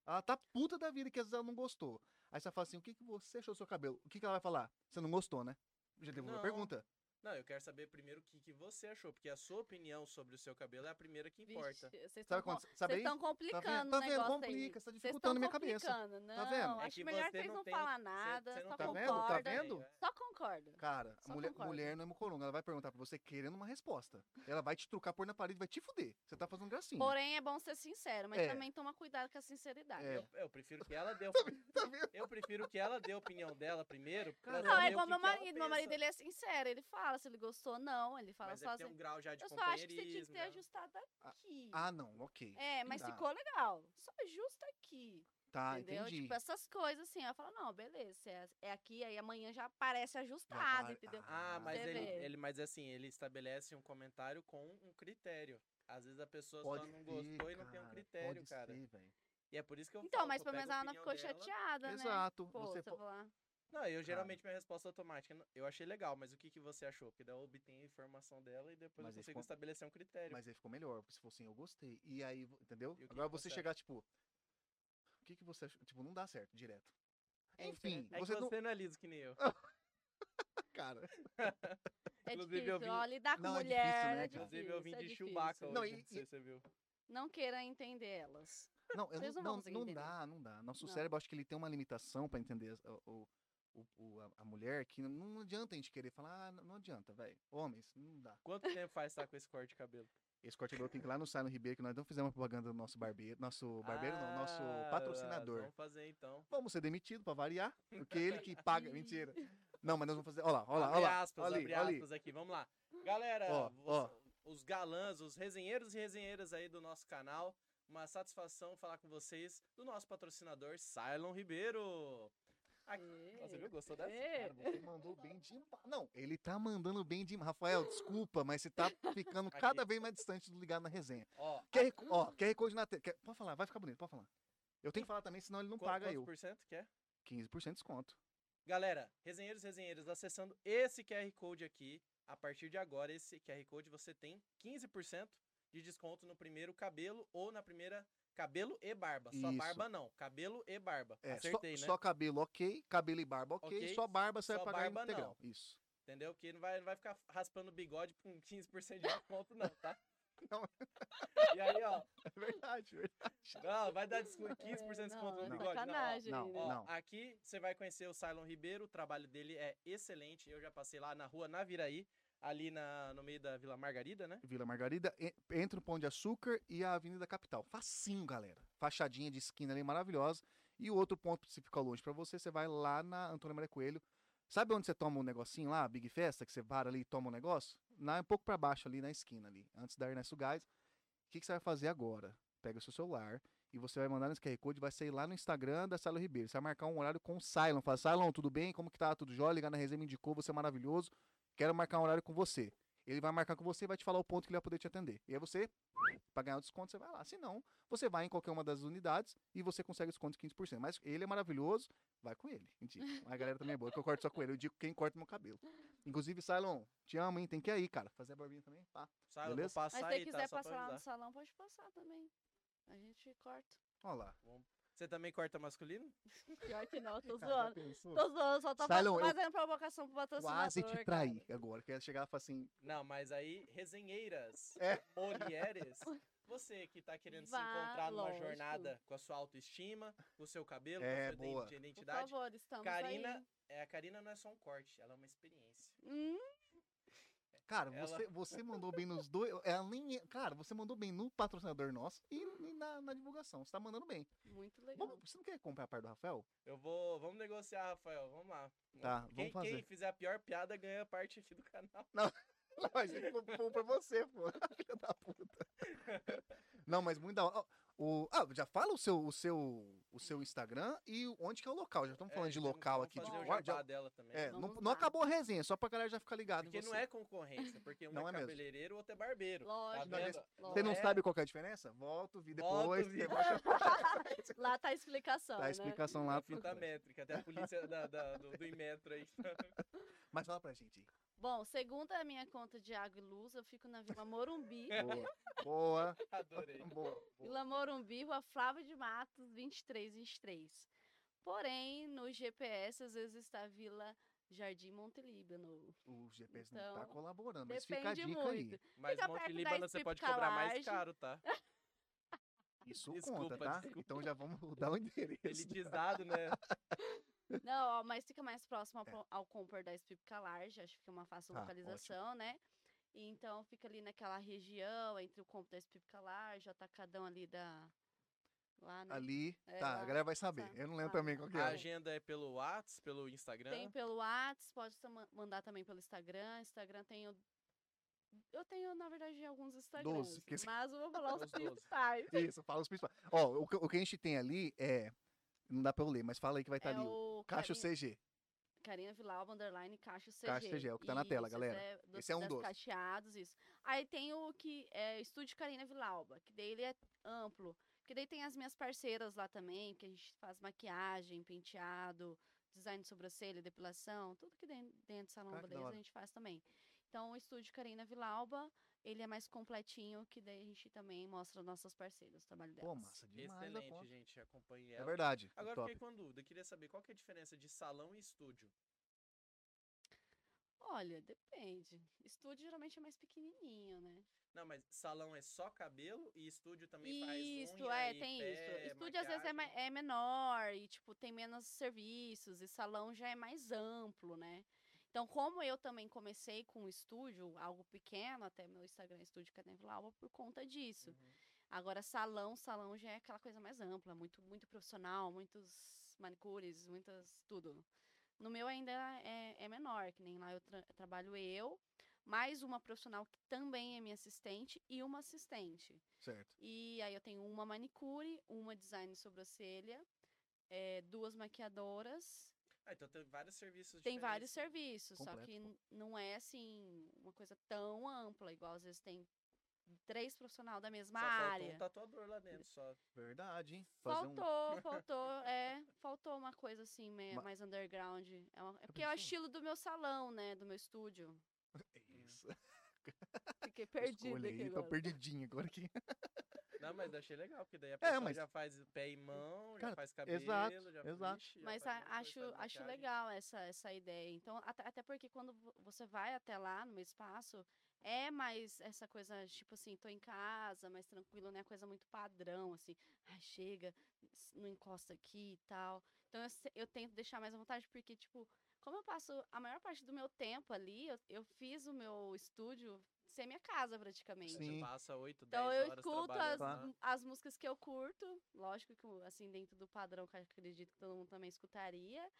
Speaker 2: Ela tá puta da vida que às vezes ela não gostou. Aí você fala assim, o que, que você achou do seu cabelo? O que, que ela vai falar? Você não gostou, né? Já devolveu
Speaker 1: Não.
Speaker 2: a pergunta.
Speaker 1: Não, eu quero saber primeiro o que, que você achou, porque a sua opinião sobre o seu cabelo é a primeira que importa.
Speaker 3: Vixe, vocês
Speaker 2: Sabe
Speaker 3: estão
Speaker 2: quando,
Speaker 3: com...
Speaker 2: sabe
Speaker 3: vocês
Speaker 2: aí?
Speaker 3: estão
Speaker 2: Tá
Speaker 3: complicando
Speaker 2: vendo?
Speaker 3: o
Speaker 2: Tá vendo?
Speaker 3: negócio aí.
Speaker 2: Complica, você tá
Speaker 3: Vocês
Speaker 2: dificultando
Speaker 3: estão
Speaker 2: a minha cabeça.
Speaker 3: complicando, Não,
Speaker 2: Tá vendo?
Speaker 1: É
Speaker 3: acho
Speaker 1: que
Speaker 3: melhor
Speaker 1: você
Speaker 3: vocês
Speaker 1: não
Speaker 3: não,
Speaker 1: tem-
Speaker 3: falar
Speaker 1: você-
Speaker 3: nada,
Speaker 1: você não tá
Speaker 3: só
Speaker 2: Tá
Speaker 3: concorda.
Speaker 2: vendo? Tá vendo?
Speaker 1: É.
Speaker 3: Só concorda.
Speaker 2: Cara,
Speaker 3: Só
Speaker 2: mulher,
Speaker 3: concordo.
Speaker 2: mulher não é mocoronga. Ela vai perguntar pra você querendo uma resposta. Ela vai te trucar por na parede, vai te fuder. Você tá fazendo gracinha.
Speaker 3: Porém, é bom ser sincero, mas
Speaker 2: É.
Speaker 3: também toma cuidado com a sinceridade.
Speaker 2: É.
Speaker 1: Eu, eu prefiro que ela dê.
Speaker 2: Tá vendo?
Speaker 1: Eu prefiro que ela dê a opinião dela primeiro. pra
Speaker 2: Cara,
Speaker 1: eu
Speaker 3: Não,
Speaker 1: saber
Speaker 3: é
Speaker 1: o
Speaker 3: igual
Speaker 1: que
Speaker 3: meu
Speaker 1: que ela
Speaker 3: marido. Meu
Speaker 1: pensa.
Speaker 3: marido, ele é sincero, ele fala se ele gostou ou não, ele fala
Speaker 1: Mas
Speaker 3: só
Speaker 1: é que tem
Speaker 3: assim.
Speaker 1: um grau já de
Speaker 3: Eu só acho que você tinha que
Speaker 1: companheirismo.
Speaker 3: ter
Speaker 1: né?
Speaker 3: ajustado aqui.
Speaker 2: Ah, não, ok.
Speaker 3: é, mas
Speaker 2: tá.
Speaker 3: ficou legal. Só ajusta aqui.
Speaker 2: Tá,
Speaker 3: entendeu?
Speaker 2: entendi.
Speaker 3: Tipo, essas coisas assim. Ela fala, não, beleza, é, é aqui, aí amanhã já parece
Speaker 2: Já
Speaker 3: ajustado,
Speaker 2: pare-
Speaker 3: entendeu?
Speaker 1: Ah, mas
Speaker 3: Você
Speaker 1: ele,
Speaker 3: vê.
Speaker 1: ele, mas assim, ele estabelece um comentário com um critério. Às vezes a pessoa só
Speaker 2: pode
Speaker 1: não
Speaker 2: ser,
Speaker 1: gostou e não tem um
Speaker 2: cara,
Speaker 1: critério,
Speaker 2: pode
Speaker 1: cara.
Speaker 2: ser, velho.
Speaker 1: E é por isso que eu
Speaker 3: Então,
Speaker 1: falo
Speaker 3: mas
Speaker 1: que eu
Speaker 3: pelo menos
Speaker 1: pego a
Speaker 3: ela não ficou
Speaker 1: opinião dela.
Speaker 3: chateada, né?
Speaker 2: Exato.
Speaker 3: Pô,
Speaker 2: você
Speaker 3: você
Speaker 2: fa-
Speaker 3: falar.
Speaker 1: Não, eu geralmente minha resposta é automática. "Não, Eu achei legal, mas o que, que você achou? Porque daí eu obtenho a informação dela e depois
Speaker 2: Mas
Speaker 1: eu
Speaker 2: aí
Speaker 1: consigo
Speaker 2: ficou-
Speaker 1: estabelecer um critério.
Speaker 2: Mas aí ficou melhor, porque se fosse assim, eu gostei. E aí, vo- entendeu?
Speaker 1: E o que
Speaker 2: Agora
Speaker 1: que você
Speaker 2: você chegar, tipo, o que, que você achou? Tipo, não dá certo, direto.
Speaker 3: É,
Speaker 2: Enfim,
Speaker 1: É
Speaker 2: você
Speaker 1: que
Speaker 2: não.
Speaker 1: você não é liso que nem eu.
Speaker 2: Cara.
Speaker 3: É
Speaker 1: Inclusive, eu
Speaker 3: difícil,
Speaker 1: vi-
Speaker 3: ó, lidar com
Speaker 2: Não, é difícil,
Speaker 3: mulher.
Speaker 2: né,
Speaker 3: é
Speaker 2: cara?
Speaker 1: Inclusive, eu vim
Speaker 3: difícil, é
Speaker 1: de
Speaker 3: difícil.
Speaker 1: Chewbacca
Speaker 2: Não,
Speaker 1: hoje,
Speaker 2: e-
Speaker 1: não sei se você viu.
Speaker 3: Não queira entender elas.
Speaker 2: Não, eu
Speaker 3: Vocês
Speaker 2: não,
Speaker 3: não vão
Speaker 2: não,
Speaker 3: conseguir
Speaker 2: não
Speaker 3: entender.
Speaker 2: dá, não dá. Nosso
Speaker 3: Não.
Speaker 2: cérebro, acho que ele tem uma limitação pra entender as- o, o, o- a, a mulher, que não, não adianta a gente querer falar, ah, não, não adianta, velho. Homens, não dá.
Speaker 1: Quanto tempo faz estar com esse corte de cabelo?
Speaker 2: Esse corte de cabelo tem que ir lá no Silent Ribeiro, que nós não fizemos a propaganda do nosso barbeiro, nosso barbeiro não, nosso
Speaker 1: Ah,
Speaker 2: patrocinador.
Speaker 1: Vamos fazer então.
Speaker 2: Vamos ser demitido pra variar, porque ele que paga. Mentira. Não, mas nós vamos fazer. Olha lá, olha lá,
Speaker 1: abre
Speaker 2: olha lá.
Speaker 1: aspas,
Speaker 2: olha ali,
Speaker 1: abre
Speaker 2: olha ali.
Speaker 1: aspas aqui, vamos lá. Galera,
Speaker 2: Ó,
Speaker 1: os,
Speaker 2: ó.
Speaker 1: os galãs, os resenheiros e resenheiras aí do nosso canal, uma satisfação falar com vocês do nosso patrocinador, Cylon Ribeiro. Nossa, viu? Gostou dessa?
Speaker 3: É.
Speaker 2: Você mandou bem demais. Não, ele tá mandando bem demais. Rafael, desculpa, mas você tá ficando
Speaker 1: Aqui.
Speaker 2: cada vez mais distante do ligado na resenha.
Speaker 1: Ó,
Speaker 2: QR, co- ó, QR Code na tela. Quer- Pode falar, vai ficar bonito, pode falar. Eu tenho que falar também, senão ele não
Speaker 1: qu-
Speaker 2: paga
Speaker 1: quantos
Speaker 2: eu.
Speaker 1: por cento que é?
Speaker 2: 15% de desconto.
Speaker 1: Galera, resenheiros, resenheiros, acessando esse QR Code aqui, a partir de agora, esse QR Code você tem 15% de desconto no primeiro cabelo ou na primeira cabelo e barba. Só
Speaker 2: Isso.
Speaker 1: barba não, cabelo e barba.
Speaker 2: É, só,
Speaker 1: Acertei, né?
Speaker 2: só cabelo ok, cabelo e barba ok,
Speaker 1: Ok,
Speaker 2: só barba você
Speaker 1: só
Speaker 2: vai pagar
Speaker 1: barba
Speaker 2: integral. Isso.
Speaker 1: Entendeu? Porque não vai, não vai ficar raspando o bigode com 15% de desconto não, tá?
Speaker 2: Não.
Speaker 1: E aí, ó,
Speaker 2: É verdade, verdade.
Speaker 1: não, vai dar desconto, 15% de
Speaker 3: É,
Speaker 1: desconto
Speaker 3: não,
Speaker 1: no
Speaker 3: é
Speaker 1: bigode. Não, ó.
Speaker 3: sacanagem,
Speaker 2: Não,
Speaker 3: né?
Speaker 1: Ó,
Speaker 2: não.
Speaker 1: aqui você vai conhecer o Cylon Ribeiro, o trabalho dele é excelente. Eu já passei lá na rua Naviraí, ali na, no meio da Vila Margarida, né?
Speaker 2: Vila Margarida, e- entre o Pão de Açúcar e a Avenida Capital. Facinho, galera. Fachadinha de esquina ali maravilhosa. E o outro ponto, se ficar longe pra você, você vai lá na Antônio Maria Coelho. Sabe onde você toma um negocinho lá, Big Festa, que você para ali e toma um negócio? Na, um pouco pra baixo ali, na esquina ali, antes da Ernesto Gás. O que, que você vai fazer agora? Pega o seu celular e você vai mandar nesse QR Code, vai sair lá no Instagram da Cylon Ribeiro. Você vai marcar um horário com o Cylon. Fala, Cylon, tudo bem? Como que tá? Tudo jóia? Ligar na resenha me indicou, você é maravilhoso. Quero marcar um horário com você. Ele vai marcar com você e vai te falar o ponto que ele vai poder te atender. E aí você, pra ganhar o desconto, você vai lá. Se não, você vai em qualquer uma das unidades e você consegue o desconto de 15%. Mas ele é maravilhoso, vai com ele. Indico. A galera também é boa, que eu corto só com ele. Eu digo quem corta meu cabelo. Inclusive, Cylon, te amo, hein? Tem que ir aí, cara. Fazer a barbinha também, Tá. pá.
Speaker 1: Sabe? Eu vou
Speaker 2: Beleza?
Speaker 1: passar
Speaker 3: Mas se
Speaker 1: aí,
Speaker 3: você
Speaker 1: tá?
Speaker 3: quiser
Speaker 1: Só pra
Speaker 3: passar lá no
Speaker 1: avisar.
Speaker 3: salão, pode passar também. A gente corta.
Speaker 2: Ó lá.
Speaker 1: Você também corta masculino?
Speaker 3: Pior que não, eu tô
Speaker 2: Cara, já
Speaker 3: zoando.
Speaker 2: pensou?
Speaker 3: Tô zoando, só tô fa-
Speaker 2: Cylon, eu
Speaker 3: fazendo provocação pro patrocinador.
Speaker 2: Quase te
Speaker 3: cara.
Speaker 2: traí agora. Que eu ia chegar e falar assim,
Speaker 1: Não, mas aí, resenheiras,
Speaker 2: É.
Speaker 1: mulheres, você que tá querendo
Speaker 3: Vá,
Speaker 1: se encontrar numa
Speaker 3: lógico.
Speaker 1: jornada com a sua autoestima, com o seu cabelo,
Speaker 2: É,
Speaker 1: com a sua
Speaker 2: boa.
Speaker 1: ident-
Speaker 3: Por
Speaker 1: identidade.
Speaker 3: favor, estamos
Speaker 1: Karina,
Speaker 3: aí.
Speaker 1: é, a Karina não é só um corte, ela é uma experiência.
Speaker 3: Hum,
Speaker 2: cara,
Speaker 1: Ela-
Speaker 2: você, você mandou bem nos dois. Ela nem, cara, você mandou bem no patrocinador nosso e, e na, na divulgação. Você tá mandando bem.
Speaker 3: muito legal.
Speaker 2: Vamos, você não quer comprar a parte do Rafael?
Speaker 1: Eu vou. Vamos negociar, Rafael. Vamos lá.
Speaker 2: Tá, vamos
Speaker 1: Quem, quem
Speaker 2: fazer.
Speaker 1: fizer a pior piada ganha a parte aqui do canal.
Speaker 2: Não, mas ele comprou pra você, pô. Filha da puta. Não, mas muito da hora. Ó, O, ah, já fala o seu, o, seu, o seu Instagram e o- onde que é o local. Já estamos falando
Speaker 1: É,
Speaker 2: de
Speaker 1: vamos-
Speaker 2: local
Speaker 1: vamos
Speaker 2: aqui. De
Speaker 1: fazer o
Speaker 2: corte, já-
Speaker 1: jabá dela também.
Speaker 2: é, não,
Speaker 3: Vamos
Speaker 2: não
Speaker 3: lá.
Speaker 2: acabou a resenha, só pra galera já ficar ligado. em
Speaker 1: Porque não
Speaker 2: você.
Speaker 1: é concorrência, porque um
Speaker 2: Não
Speaker 1: é,
Speaker 2: é mesmo.
Speaker 1: cabeleireiro, o outro é barbeiro.
Speaker 3: Lógico,
Speaker 1: tá vendo?
Speaker 3: lógico.
Speaker 2: Você não
Speaker 1: é.
Speaker 2: sabe qual que é a diferença? Volta o vídeo
Speaker 1: Volta o
Speaker 2: depois.
Speaker 1: vídeo.
Speaker 2: você baixa
Speaker 3: Lá tá a explicação,
Speaker 2: a
Speaker 3: né?
Speaker 2: explicação
Speaker 1: Tem
Speaker 2: lá.
Speaker 1: a fita métrica, até a polícia da, da- do, do Inmetro aí.
Speaker 2: Mas fala pra gente. aí.
Speaker 3: Bom, segundo a minha conta de água e luz, eu fico na Vila Morumbi.
Speaker 2: Boa, boa,
Speaker 1: Adorei.
Speaker 2: boa. É boa.
Speaker 3: Vila Morumbi, Rua Flávio de Matos, 2323. Porém, no GPS, às vezes está Vila Jardim Montelíbano.
Speaker 2: O GPS não tá
Speaker 3: Então,
Speaker 2: colaborando, mas fica a
Speaker 3: Depende
Speaker 2: dica
Speaker 3: muito.
Speaker 2: aí.
Speaker 1: Mas
Speaker 3: Fica
Speaker 1: Monte
Speaker 3: perto da
Speaker 1: Líbano você pode
Speaker 3: Strip
Speaker 1: cobrar mais
Speaker 3: Calage.
Speaker 1: caro, tá?
Speaker 2: Isso
Speaker 1: Desculpa,
Speaker 2: conta, tá?
Speaker 1: desculpa.
Speaker 2: Então já vamos dar o endereço.
Speaker 1: Elitizado, né?
Speaker 3: Não, ó, mas fica mais próximo ao,
Speaker 2: É.
Speaker 3: pro- ao Compor da Espírito Calarge, acho que é uma fácil
Speaker 2: Tá,
Speaker 3: localização, né? E então fica ali naquela região, entre o Compor da Espírito Calarge, o atacadão ali da... Lá, né?
Speaker 2: Ali,
Speaker 3: É,
Speaker 2: tá,
Speaker 3: lá, Ah,
Speaker 2: a galera vai saber.
Speaker 3: sabe?
Speaker 2: Eu não lembro
Speaker 3: Lá.
Speaker 2: também qual que
Speaker 1: A
Speaker 2: é.
Speaker 1: agenda é pelo Whats, pelo Instagram.
Speaker 3: Tem pelo Whats, pode sa- ma- mandar também pelo Instagram. Instagram tem o... Eu tenho, na verdade, alguns Instagrams,
Speaker 2: que esse-
Speaker 3: mas eu vou falar os
Speaker 1: Os 12.
Speaker 3: principais.
Speaker 2: Isso, fala os principais. Ó, o, que- o que a gente tem ali é. Não dá pra eu ler, mas fala aí que vai estar
Speaker 3: É
Speaker 2: Tá ali. O...
Speaker 3: o
Speaker 2: Cacho
Speaker 3: Karina-
Speaker 2: CG.
Speaker 3: Karina Vilauba, underline, Caixa CG.
Speaker 2: Caixa CG, é o que tá na tela,
Speaker 3: Isso,
Speaker 2: galera.
Speaker 3: esse é, do-
Speaker 2: Esse é um
Speaker 3: das
Speaker 2: dos.
Speaker 3: Cacheados, isso. Aí tem o que é Estúdio Karina Vilauba, que daí ele é amplo. Que daí tem as minhas parceiras lá também, que a gente faz maquiagem, penteado, design de sobrancelha, depilação, tudo que den- dentro do Salão
Speaker 2: Cara, que da
Speaker 3: Beleza a
Speaker 2: hora.
Speaker 3: gente faz também. Então, o Estúdio Karina Vilauba, ele é mais completinho, que daí a gente também mostra nossas parceiras, o trabalho delas.
Speaker 2: Pô, massa demais. da
Speaker 1: Excelente,
Speaker 2: conta.
Speaker 1: gente. Acompanhe
Speaker 2: É
Speaker 1: ela.
Speaker 2: verdade. é
Speaker 1: Agora
Speaker 2: top.
Speaker 1: fiquei com a dúvida. Queria saber qual que é a diferença de salão e estúdio.
Speaker 3: Olha, depende. Estúdio geralmente é mais pequenininho, né?
Speaker 1: Não, mas salão é só cabelo e estúdio também faz
Speaker 3: Isso,
Speaker 1: unha
Speaker 3: é,
Speaker 1: e
Speaker 3: tem
Speaker 1: pé,
Speaker 3: isso. Estúdio às vezes é,
Speaker 1: maquiagem.
Speaker 3: ma- é menor e, tipo, tem menos serviços, e salão já é mais amplo, né? Então, como eu também comecei com o estúdio, algo pequeno, até meu Instagram é Estúdio Canevilalba, por conta disso.
Speaker 1: Uhum.
Speaker 3: Agora, salão, salão já é aquela coisa mais ampla, muito, muito profissional, muitos manicures, muitas. tudo. No meu ainda é, é menor, que nem lá eu tra- trabalho eu, mais uma profissional que também é minha assistente e uma assistente.
Speaker 2: Certo.
Speaker 3: E aí eu tenho uma manicure, uma design de sobrancelha, eh, duas maquiadoras
Speaker 1: Ah, então tem vários serviços
Speaker 3: Tem vários
Speaker 1: diferentes.
Speaker 3: serviços, só
Speaker 2: Completo,
Speaker 3: que
Speaker 2: pô.
Speaker 3: n- não é assim uma coisa tão ampla, igual às vezes tem três profissionais da mesma
Speaker 1: Só faltou um
Speaker 3: área.
Speaker 1: tatuador lá dentro, só.
Speaker 2: Verdade, hein? Fazer um-
Speaker 3: Faltou, faltou, é, faltou uma coisa assim, me-
Speaker 2: Ma-
Speaker 3: mais underground. É, uma- é porque é o
Speaker 2: pensou?
Speaker 3: estilo do meu salão, né, do meu estúdio. Hum.
Speaker 2: Isso.
Speaker 3: Fiquei
Speaker 2: Escolha
Speaker 3: perdida aqui
Speaker 2: aí, tô
Speaker 3: agora.
Speaker 2: perdidinho agora aqui.
Speaker 1: Não, mas eu achei legal, porque daí a pessoa
Speaker 2: É, mas-
Speaker 1: já faz pé e mão, já
Speaker 2: Cara,
Speaker 1: faz cabelo,
Speaker 2: exato,
Speaker 1: já
Speaker 2: exato.
Speaker 1: Ixi, já
Speaker 3: Mas
Speaker 1: faz
Speaker 3: a-
Speaker 1: um monte de
Speaker 3: acho,
Speaker 1: coisa, faz
Speaker 3: acho
Speaker 1: maquiagem.
Speaker 3: legal essa, essa ideia. Então, até, até porque quando vo- você vai até lá no meu espaço, é mais essa coisa, tipo assim, tô em casa, mais tranquilo, não é coisa muito padrão, assim, ai, chega, s- não encosta aqui e tal. Então eu, se- eu tento deixar mais à vontade, porque, tipo, como eu passo a maior parte do meu tempo ali, eu, eu fiz o meu estúdio ser minha casa praticamente.
Speaker 1: Você
Speaker 2: Sim. Tá.
Speaker 1: passa 8, 10
Speaker 3: Então eu
Speaker 1: horas
Speaker 3: escuto as,
Speaker 1: trabalhando né? lá.
Speaker 3: mu- as músicas que eu curto, lógico que eu, assim, dentro do padrão que eu acredito que todo mundo também escutaria.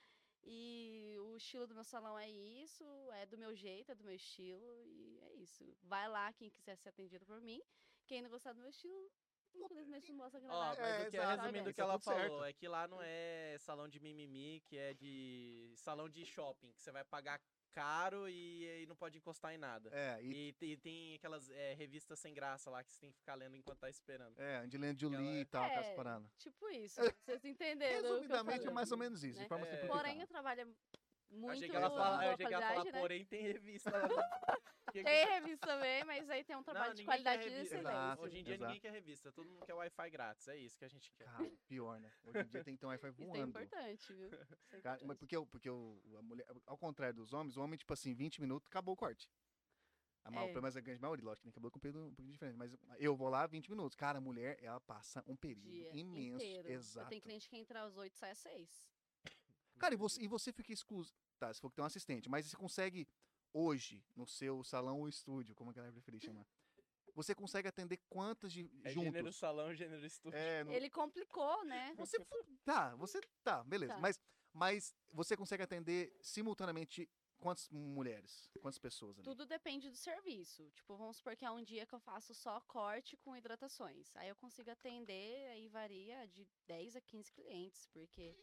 Speaker 3: E o estilo do meu salão é isso, é do meu jeito, é do meu estilo, e é isso. Vai lá quem quiser ser atendido por mim. Quem não gostar do meu estilo, infelizmente não posso
Speaker 1: Ó,
Speaker 3: agradar.
Speaker 1: mas
Speaker 2: É,
Speaker 1: o que
Speaker 2: exato,
Speaker 1: resumindo o
Speaker 2: tá
Speaker 1: que ela
Speaker 2: tudo certo.
Speaker 1: falou é que lá não é salão de mimimi, que é de salão de shopping, que você vai pagar caro e, e não pode encostar em nada.
Speaker 2: É, e,
Speaker 1: E, te- tem aquelas é, revistas sem graça lá que você tem que ficar lendo enquanto tá esperando.
Speaker 2: é Angelina Jolie e tal, aquelas
Speaker 3: É,
Speaker 2: paradas.
Speaker 3: Tipo isso, vocês entenderam. o que eu
Speaker 2: Resumidamente, é
Speaker 3: falei.
Speaker 2: mais ou menos isso.
Speaker 3: né?
Speaker 2: De forma
Speaker 1: É.
Speaker 2: simplificada.
Speaker 3: Porém, eu trabalho muito
Speaker 1: achei que ela
Speaker 2: boa
Speaker 1: fala,
Speaker 3: boa
Speaker 1: eu achei que ela fala,
Speaker 3: qualidade, né?
Speaker 1: porém tem revista lá. Que-
Speaker 3: Tem revista também, mas aí tem um trabalho de
Speaker 1: ninguém quer
Speaker 3: qualidade né? de
Speaker 1: revista.
Speaker 2: Exato.
Speaker 3: excelência.
Speaker 1: Hoje em dia
Speaker 2: Exato.
Speaker 1: ninguém quer revista, todo mundo quer Wi-Fi grátis, é isso que a gente quer.
Speaker 2: Cara, pior, né? Hoje em dia tem que ter um Wi-Fi
Speaker 3: Isso é
Speaker 2: voando.
Speaker 3: importante, viu? Isso é
Speaker 2: Cara, mas
Speaker 3: importante.
Speaker 2: porque, o- porque o, a mulher, ao contrário dos homens, o homem, tipo assim, 20 minutos, acabou o corte. A maior,
Speaker 3: É.
Speaker 2: pelo menos a grande maioria, lógico, que tem cabelo comprido um pouquinho diferente. Mas eu vou lá 20 minutos. Cara, a mulher, ela passa um período
Speaker 3: dia
Speaker 2: imenso.
Speaker 3: inteiro. Eu
Speaker 2: Exato.
Speaker 3: tenho cliente que entra às 8 e sai às 6.
Speaker 2: Cara, e você, e você fica exclusivo. Tá, se for que tem um assistente, mas você consegue hoje, no seu salão ou estúdio, como a galera preferir chamar, você consegue atender quantas de,
Speaker 1: É gênero
Speaker 2: juntos?
Speaker 1: salão, gênero estúdio.
Speaker 2: É, não-
Speaker 3: Ele complicou, né?
Speaker 2: Você fu- tá, você tá, beleza.
Speaker 3: Tá.
Speaker 2: Mas, mas você consegue atender simultaneamente quantas mulheres, quantas pessoas ali?
Speaker 3: Tudo depende do serviço. Tipo, vamos supor que é um dia que eu faço só corte com hidratações. Aí eu consigo atender, aí varia de 10 a 15 clientes, porque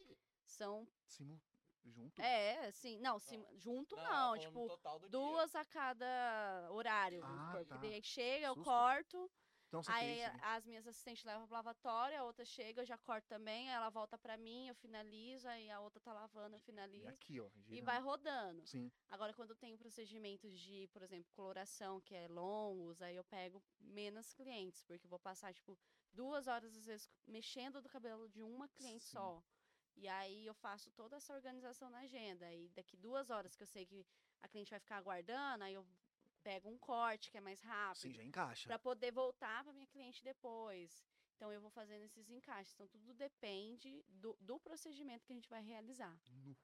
Speaker 3: são.
Speaker 2: Simu- junto?
Speaker 3: É, assim, não, sim, junto
Speaker 1: ela
Speaker 3: não,
Speaker 1: falou no
Speaker 3: tipo,
Speaker 1: total do dia.
Speaker 3: duas a cada horário. vamos
Speaker 2: Ah,
Speaker 3: supor, porque
Speaker 2: tá.
Speaker 3: daí chega, eu
Speaker 2: Susto.
Speaker 3: corto,
Speaker 2: Então você
Speaker 3: Aí
Speaker 2: tem isso, né?
Speaker 3: as minhas assistentes levam pro lavatório, a outra chega, eu já corto também, aí ela volta pra mim, eu finalizo, aí a outra tá lavando, eu
Speaker 2: E
Speaker 3: finalizo.
Speaker 2: É aqui, ó.
Speaker 3: E
Speaker 2: girando.
Speaker 3: vai rodando.
Speaker 2: Sim.
Speaker 3: Agora, quando tem procedimentos de, por exemplo, coloração, que é longos, aí eu pego menos clientes, porque eu vou passar, tipo, duas horas, às vezes, mexendo do cabelo de uma cliente
Speaker 2: Sim.
Speaker 3: só. E aí eu faço toda essa organização na agenda. E daqui duas horas que eu sei que a cliente vai ficar aguardando, aí eu pego um corte que é mais rápido
Speaker 2: Sim, já encaixa.
Speaker 3: para poder voltar para minha cliente depois. Então eu vou fazendo esses encaixes. Então tudo depende do, do procedimento que a gente vai realizar.
Speaker 2: Nu.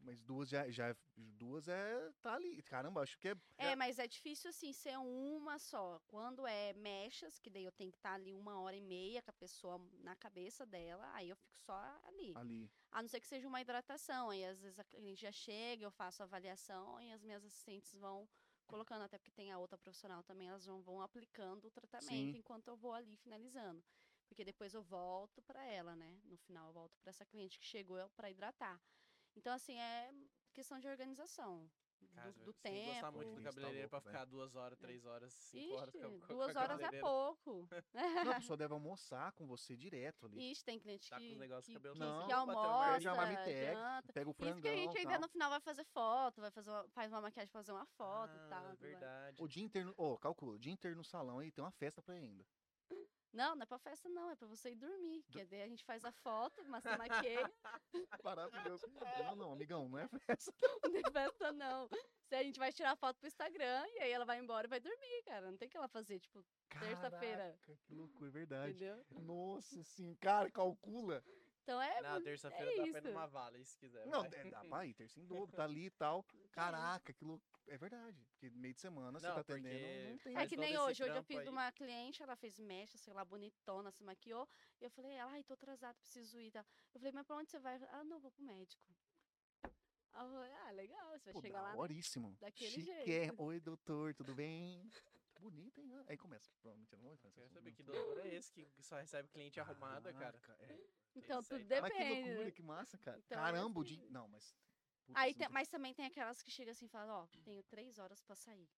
Speaker 2: Mas duas já, já. Duas é. Tá ali. Caramba, acho que é.
Speaker 3: É, mas é difícil assim ser uma só. Quando é mechas, que daí eu tenho que estar ali uma hora e meia com a pessoa na cabeça dela, aí eu fico só ali.
Speaker 2: Ali.
Speaker 3: A não ser que seja uma hidratação. Aí às vezes a cliente já chega, eu faço a avaliação e as minhas assistentes vão colocando, até porque tem a outra profissional também, elas vão, vão aplicando o tratamento
Speaker 2: Sim.
Speaker 3: enquanto eu vou ali finalizando. Porque depois eu volto para ela, né? No final eu volto para essa cliente que chegou para hidratar. Então, assim, é questão de organização. do-
Speaker 1: Cara,
Speaker 3: do
Speaker 1: velho, você tem que gostar muito
Speaker 2: Isso,
Speaker 1: do
Speaker 2: tá
Speaker 1: cabeleireiro pra
Speaker 2: louco,
Speaker 1: ficar duas horas, três horas, cinco horas.
Speaker 3: Ixi,
Speaker 1: com a- com a
Speaker 3: duas horas é
Speaker 1: cabeleireira.
Speaker 3: pouco.
Speaker 2: Não, a pessoa deve almoçar com você direto ali.
Speaker 3: Ixi, tem cliente
Speaker 1: Tá com
Speaker 3: que,
Speaker 1: os negócios
Speaker 3: que,
Speaker 1: do cabelo
Speaker 3: que,
Speaker 2: todo
Speaker 3: que
Speaker 1: bateu, um vai
Speaker 3: almoça,
Speaker 2: pegar é uma marmitex,
Speaker 3: janta.
Speaker 2: Pega o
Speaker 3: Por isso que a
Speaker 2: frangão.
Speaker 3: gente ainda
Speaker 2: tal.
Speaker 3: no final vai fazer foto, vai fazer uma, faz uma maquiagem pra fazer uma foto e tal.
Speaker 1: Ah,
Speaker 3: tudo mais.
Speaker 1: verdade.
Speaker 2: O dia inteiro. Ô, calcula. O dia inteiro no salão aí tem uma festa pra ele ainda.
Speaker 3: Não, não é pra festa, não, é pra você ir dormir. Porque daí a gente faz a foto, mas você maqueia.
Speaker 2: Maravilhoso. Não, não, amigão, não é
Speaker 3: Não é festa, não. Se a gente vai tirar foto pro Instagram e aí ela vai embora e vai dormir, cara. Não tem o que ela fazer, tipo, Terça-feira.
Speaker 2: Caraca, Que loucura, é verdade.
Speaker 3: entendeu?
Speaker 2: Nossa, sim, cara, calcula.
Speaker 3: Então é.
Speaker 1: Na terça-feira dá
Speaker 3: é
Speaker 1: pra ir
Speaker 3: isso.
Speaker 1: numa vala, se quiser.
Speaker 2: Não,
Speaker 1: vai.
Speaker 2: é, dá pra ir, terça em dobro, tá ali e tal. Caraca, que louco. É verdade. Porque meio de semana você
Speaker 1: Não,
Speaker 2: tá atendendo.
Speaker 1: porque
Speaker 2: Não tem.
Speaker 3: É
Speaker 1: faz
Speaker 3: que
Speaker 1: todo
Speaker 3: nem
Speaker 1: esse
Speaker 3: hoje. Hoje eu
Speaker 1: trampo
Speaker 3: fiz
Speaker 1: aí.
Speaker 3: uma cliente, ela fez mecha, sei lá, bonitona, se maquiou. E eu falei, ai, tô atrasada, preciso ir. tá? Eu falei, mas pra onde você vai? Ela, ah, não, vou pro médico. Aí eu falei, ah, legal, você vai
Speaker 2: Pô,
Speaker 3: chegar lá.
Speaker 2: daoríssimo.
Speaker 3: daquele
Speaker 2: Chique
Speaker 3: jeito.
Speaker 2: é. Oi, doutor, tudo bem? Tá bonita, hein? Aí começa. Pronto, mentira, não vou fazer
Speaker 1: Quero
Speaker 2: isso,
Speaker 1: saber
Speaker 2: não.
Speaker 1: que doutor é esse que só recebe cliente arrumada, cara.
Speaker 2: Ah, Caraca, é.
Speaker 3: Então
Speaker 1: isso aí
Speaker 3: tudo
Speaker 1: tá-
Speaker 2: Mas que
Speaker 3: depende. né?
Speaker 2: loucura, que massa, cara.
Speaker 3: Então,
Speaker 2: Caramba, o
Speaker 3: assim-
Speaker 2: dia. Não, mas Putz,
Speaker 3: Aí
Speaker 2: não
Speaker 3: tem-
Speaker 2: tem-
Speaker 3: mas também tem aquelas que chegam assim e falam, ó, tenho três horas pra sair.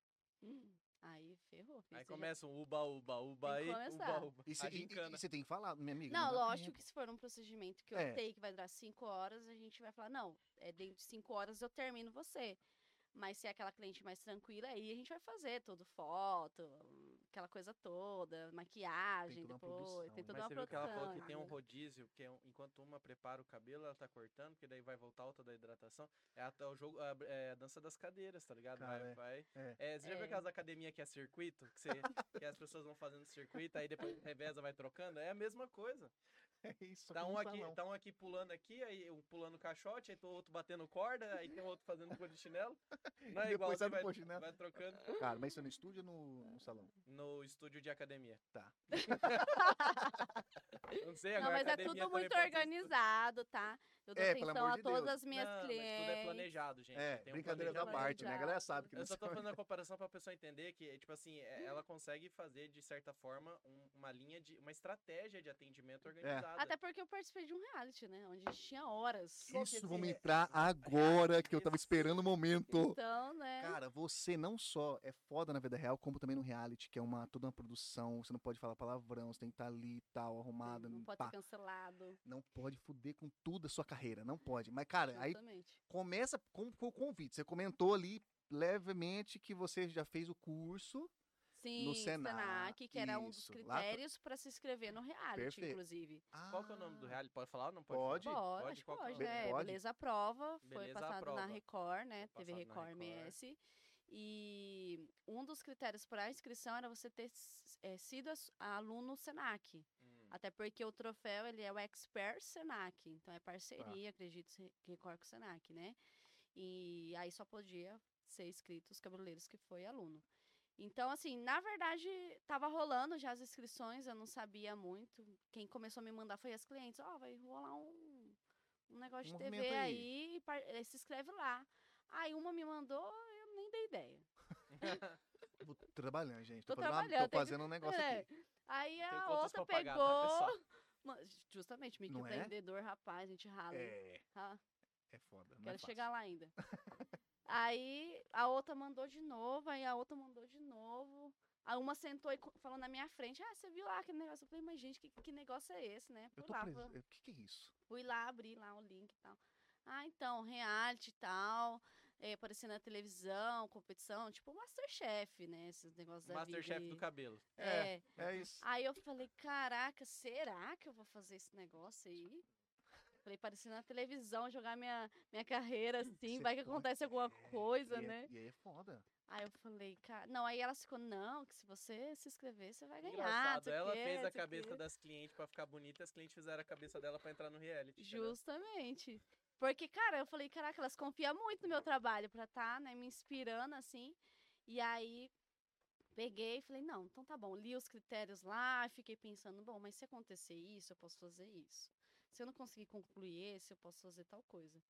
Speaker 3: Hum, aí ferrou.
Speaker 1: Aí
Speaker 3: você já-
Speaker 1: começa um uba, uba, uba
Speaker 3: Tem
Speaker 1: aí,
Speaker 3: que
Speaker 1: uba,
Speaker 3: começar.
Speaker 1: uba.
Speaker 2: E
Speaker 1: a gincana.
Speaker 2: você tem que falar, minha amiga.
Speaker 3: Não,
Speaker 2: dá
Speaker 3: lógico
Speaker 2: tempo.
Speaker 3: que se for um procedimento que eu
Speaker 2: É.
Speaker 3: tenho, que vai durar cinco horas, a gente vai falar, não, é dentro de cinco horas eu termino você. Mas se é aquela cliente mais tranquila, aí a gente vai fazer tudo, foto, aquela coisa toda, maquiagem
Speaker 2: toda uma
Speaker 3: depois,
Speaker 2: produção,
Speaker 3: tem
Speaker 2: né?
Speaker 3: toda
Speaker 1: Mas
Speaker 3: uma
Speaker 1: você viu que ela falou que tem um
Speaker 3: entendeu?
Speaker 1: rodízio, que é um- enquanto uma prepara o cabelo, ela tá cortando, que daí vai voltar a outra da hidratação. É até o jogo, a, é a dança das cadeiras, tá ligado?
Speaker 2: Cara,
Speaker 1: vai,
Speaker 2: é.
Speaker 1: vai.
Speaker 2: É.
Speaker 1: É, você já viu
Speaker 3: É.
Speaker 1: aquelas academias que é circuito? Que, você- que as pessoas vão fazendo circuito, aí depois reveza, vai trocando? É a mesma coisa.
Speaker 2: É isso, só
Speaker 1: Tá
Speaker 2: que
Speaker 1: um,
Speaker 2: no
Speaker 1: aqui,
Speaker 2: salão.
Speaker 1: tá um aqui pulando aqui, aí um pulando caixote, aí tem outro batendo corda, aí tem um outro fazendo pôr de chinelo. Não é
Speaker 2: E
Speaker 1: igual,
Speaker 2: depois
Speaker 1: você
Speaker 2: sai do
Speaker 1: vai,
Speaker 2: pôr de chinelo.
Speaker 1: vai trocando
Speaker 2: Cara, mas isso é no estúdio ou no, no salão?
Speaker 1: no estúdio de academia.
Speaker 2: Tá.
Speaker 1: Eu Não sei,
Speaker 3: Não,
Speaker 1: agora
Speaker 3: mas é
Speaker 1: academia
Speaker 3: tudo
Speaker 1: também
Speaker 3: muito
Speaker 1: pode ser estúdio.
Speaker 3: organizado, tá? Eu dou
Speaker 2: É, pelo
Speaker 3: atenção
Speaker 2: amor
Speaker 3: a
Speaker 2: de
Speaker 3: todas
Speaker 2: Deus.
Speaker 3: as minhas
Speaker 1: Não,
Speaker 3: clientes.
Speaker 1: Mas tudo é planejado, gente.
Speaker 2: É,
Speaker 1: tem um
Speaker 2: brincadeira da
Speaker 3: planejamento
Speaker 2: parte, né? A galera
Speaker 3: planejado.
Speaker 2: sabe que não
Speaker 1: Eu só tô
Speaker 2: sabe.
Speaker 1: fazendo a comparação pra pessoa entender que, tipo assim, é- ela consegue fazer, de certa forma, um- uma linha de. uma estratégia de
Speaker 2: É.
Speaker 1: atendimento organizada.
Speaker 3: Até porque eu participei de um reality, né? Onde a gente tinha horas.
Speaker 1: Qual que é esse-
Speaker 2: Isso,
Speaker 3: assim,
Speaker 2: vamos entrar agora, que eu tava esperando o momento.
Speaker 3: Então, né?
Speaker 2: Cara, você não só é foda na vida real, como também no reality, que é uma, toda uma produção, você não pode falar palavrão, você tem que estar ali e tal, arrumado.
Speaker 3: não pode
Speaker 2: pá.
Speaker 3: ser cancelado.
Speaker 2: Não pode fuder com tudo a sua carreira, não pode. Mas, cara, É, aí
Speaker 3: Exatamente.
Speaker 2: começa com, com o convite. Você comentou ali levemente que você já fez o curso.
Speaker 3: Sim,
Speaker 2: Senac,
Speaker 3: Senac, que era um dos
Speaker 2: isso, lá pra-
Speaker 3: critérios para se inscrever no reality,
Speaker 2: Perfeito.
Speaker 3: inclusive.
Speaker 1: Qual que é o
Speaker 3: Ah,
Speaker 1: nome do
Speaker 2: reality?
Speaker 1: reality? Pode falar ou não
Speaker 2: Ah.
Speaker 1: pode?
Speaker 2: Pode.
Speaker 1: falar?
Speaker 3: Pode, acho que
Speaker 1: qual que é o
Speaker 3: pode,
Speaker 1: nome?
Speaker 3: né?
Speaker 2: Pode?
Speaker 3: Beleza a prova, foi
Speaker 1: Beleza à
Speaker 3: passado na
Speaker 1: prova.
Speaker 3: Record, né?
Speaker 1: Foi
Speaker 3: TV
Speaker 1: passado na
Speaker 3: Record,
Speaker 1: Record.
Speaker 3: MS. E um dos critérios para a inscrição era você ter s- eh, sido as- aluno Senac.
Speaker 1: Hum,
Speaker 3: Até porque o troféu ele é o Expert Senac, então é parceria, acredito, se- Record com o Senac, né? E aí só podia ser inscrito os cabeleireiros que foi aluno. Então, assim, na verdade, tava rolando já as inscrições, eu não sabia muito. Quem começou a me mandar foi as clientes, ó, vai rolar um, um negócio
Speaker 2: Um
Speaker 3: de TV
Speaker 2: movimento
Speaker 3: aí,
Speaker 2: aí.
Speaker 3: e par- eh, se inscreve lá. Aí uma me mandou, eu nem dei ideia.
Speaker 2: Vou trabalhando, gente. Tô,
Speaker 3: Tô
Speaker 2: fazendo, uma-
Speaker 3: trabalhando,
Speaker 2: tô
Speaker 3: tem que-
Speaker 2: fazendo um negócio
Speaker 3: É.
Speaker 2: aqui.
Speaker 3: Aí
Speaker 1: tenho
Speaker 3: a
Speaker 1: contas
Speaker 3: outra
Speaker 1: pra pagar, tá, pessoal?
Speaker 3: pegou. Ma- Justamente,
Speaker 2: Não é?
Speaker 3: microempreendedor, rapaz, a gente rala. hein?
Speaker 2: É,
Speaker 3: Ra-
Speaker 2: é foda. Não é
Speaker 3: Quero
Speaker 2: fácil.
Speaker 3: chegar lá ainda. aí a outra mandou de novo, aí a outra mandou de novo. A uma sentou e co- falou na minha frente, ah, você viu lá aquele negócio? Eu falei, mas gente, que, que negócio é esse, né?
Speaker 2: Eu
Speaker 3: Fui
Speaker 2: tô
Speaker 3: lá,
Speaker 2: preso.
Speaker 3: fui-
Speaker 2: O que, que é isso?
Speaker 3: fui lá, abri lá o link e tal. Ah, então, reality e tal, é, aparecendo na televisão, competição, tipo Masterchef, né? Esses negócios da vida
Speaker 1: Masterchef
Speaker 3: aí.
Speaker 1: do cabelo.
Speaker 2: É.
Speaker 3: É.
Speaker 2: É isso.
Speaker 3: Aí eu falei, caraca, será que eu vou fazer esse negócio aí? Falei, parecendo na televisão, jogar minha, minha carreira assim,
Speaker 2: Você
Speaker 3: vai que
Speaker 2: pode-
Speaker 3: acontece alguma
Speaker 2: É,
Speaker 3: coisa,
Speaker 2: e é-
Speaker 3: né?
Speaker 2: E aí é foda.
Speaker 3: Aí eu falei, cara. Não, aí ela ficou, não, que se você se inscrever, você vai ganhar. não
Speaker 1: Engraçado.
Speaker 3: sei o
Speaker 1: Ela
Speaker 3: quê,
Speaker 1: fez
Speaker 3: não
Speaker 1: a
Speaker 3: sei o
Speaker 1: cabeça
Speaker 3: quê."
Speaker 1: das clientes pra ficar bonita e as clientes fizeram a cabeça dela pra entrar no reality. entendeu?
Speaker 3: Justamente. Porque, cara, eu falei, caraca, elas confiam muito no meu trabalho pra tá, né, me inspirando assim. E aí peguei e falei, não, então tá bom, li os critérios lá, fiquei pensando, bom, mas se acontecer isso, eu posso fazer isso. Se eu não conseguir concluir esse, eu posso fazer tal coisa.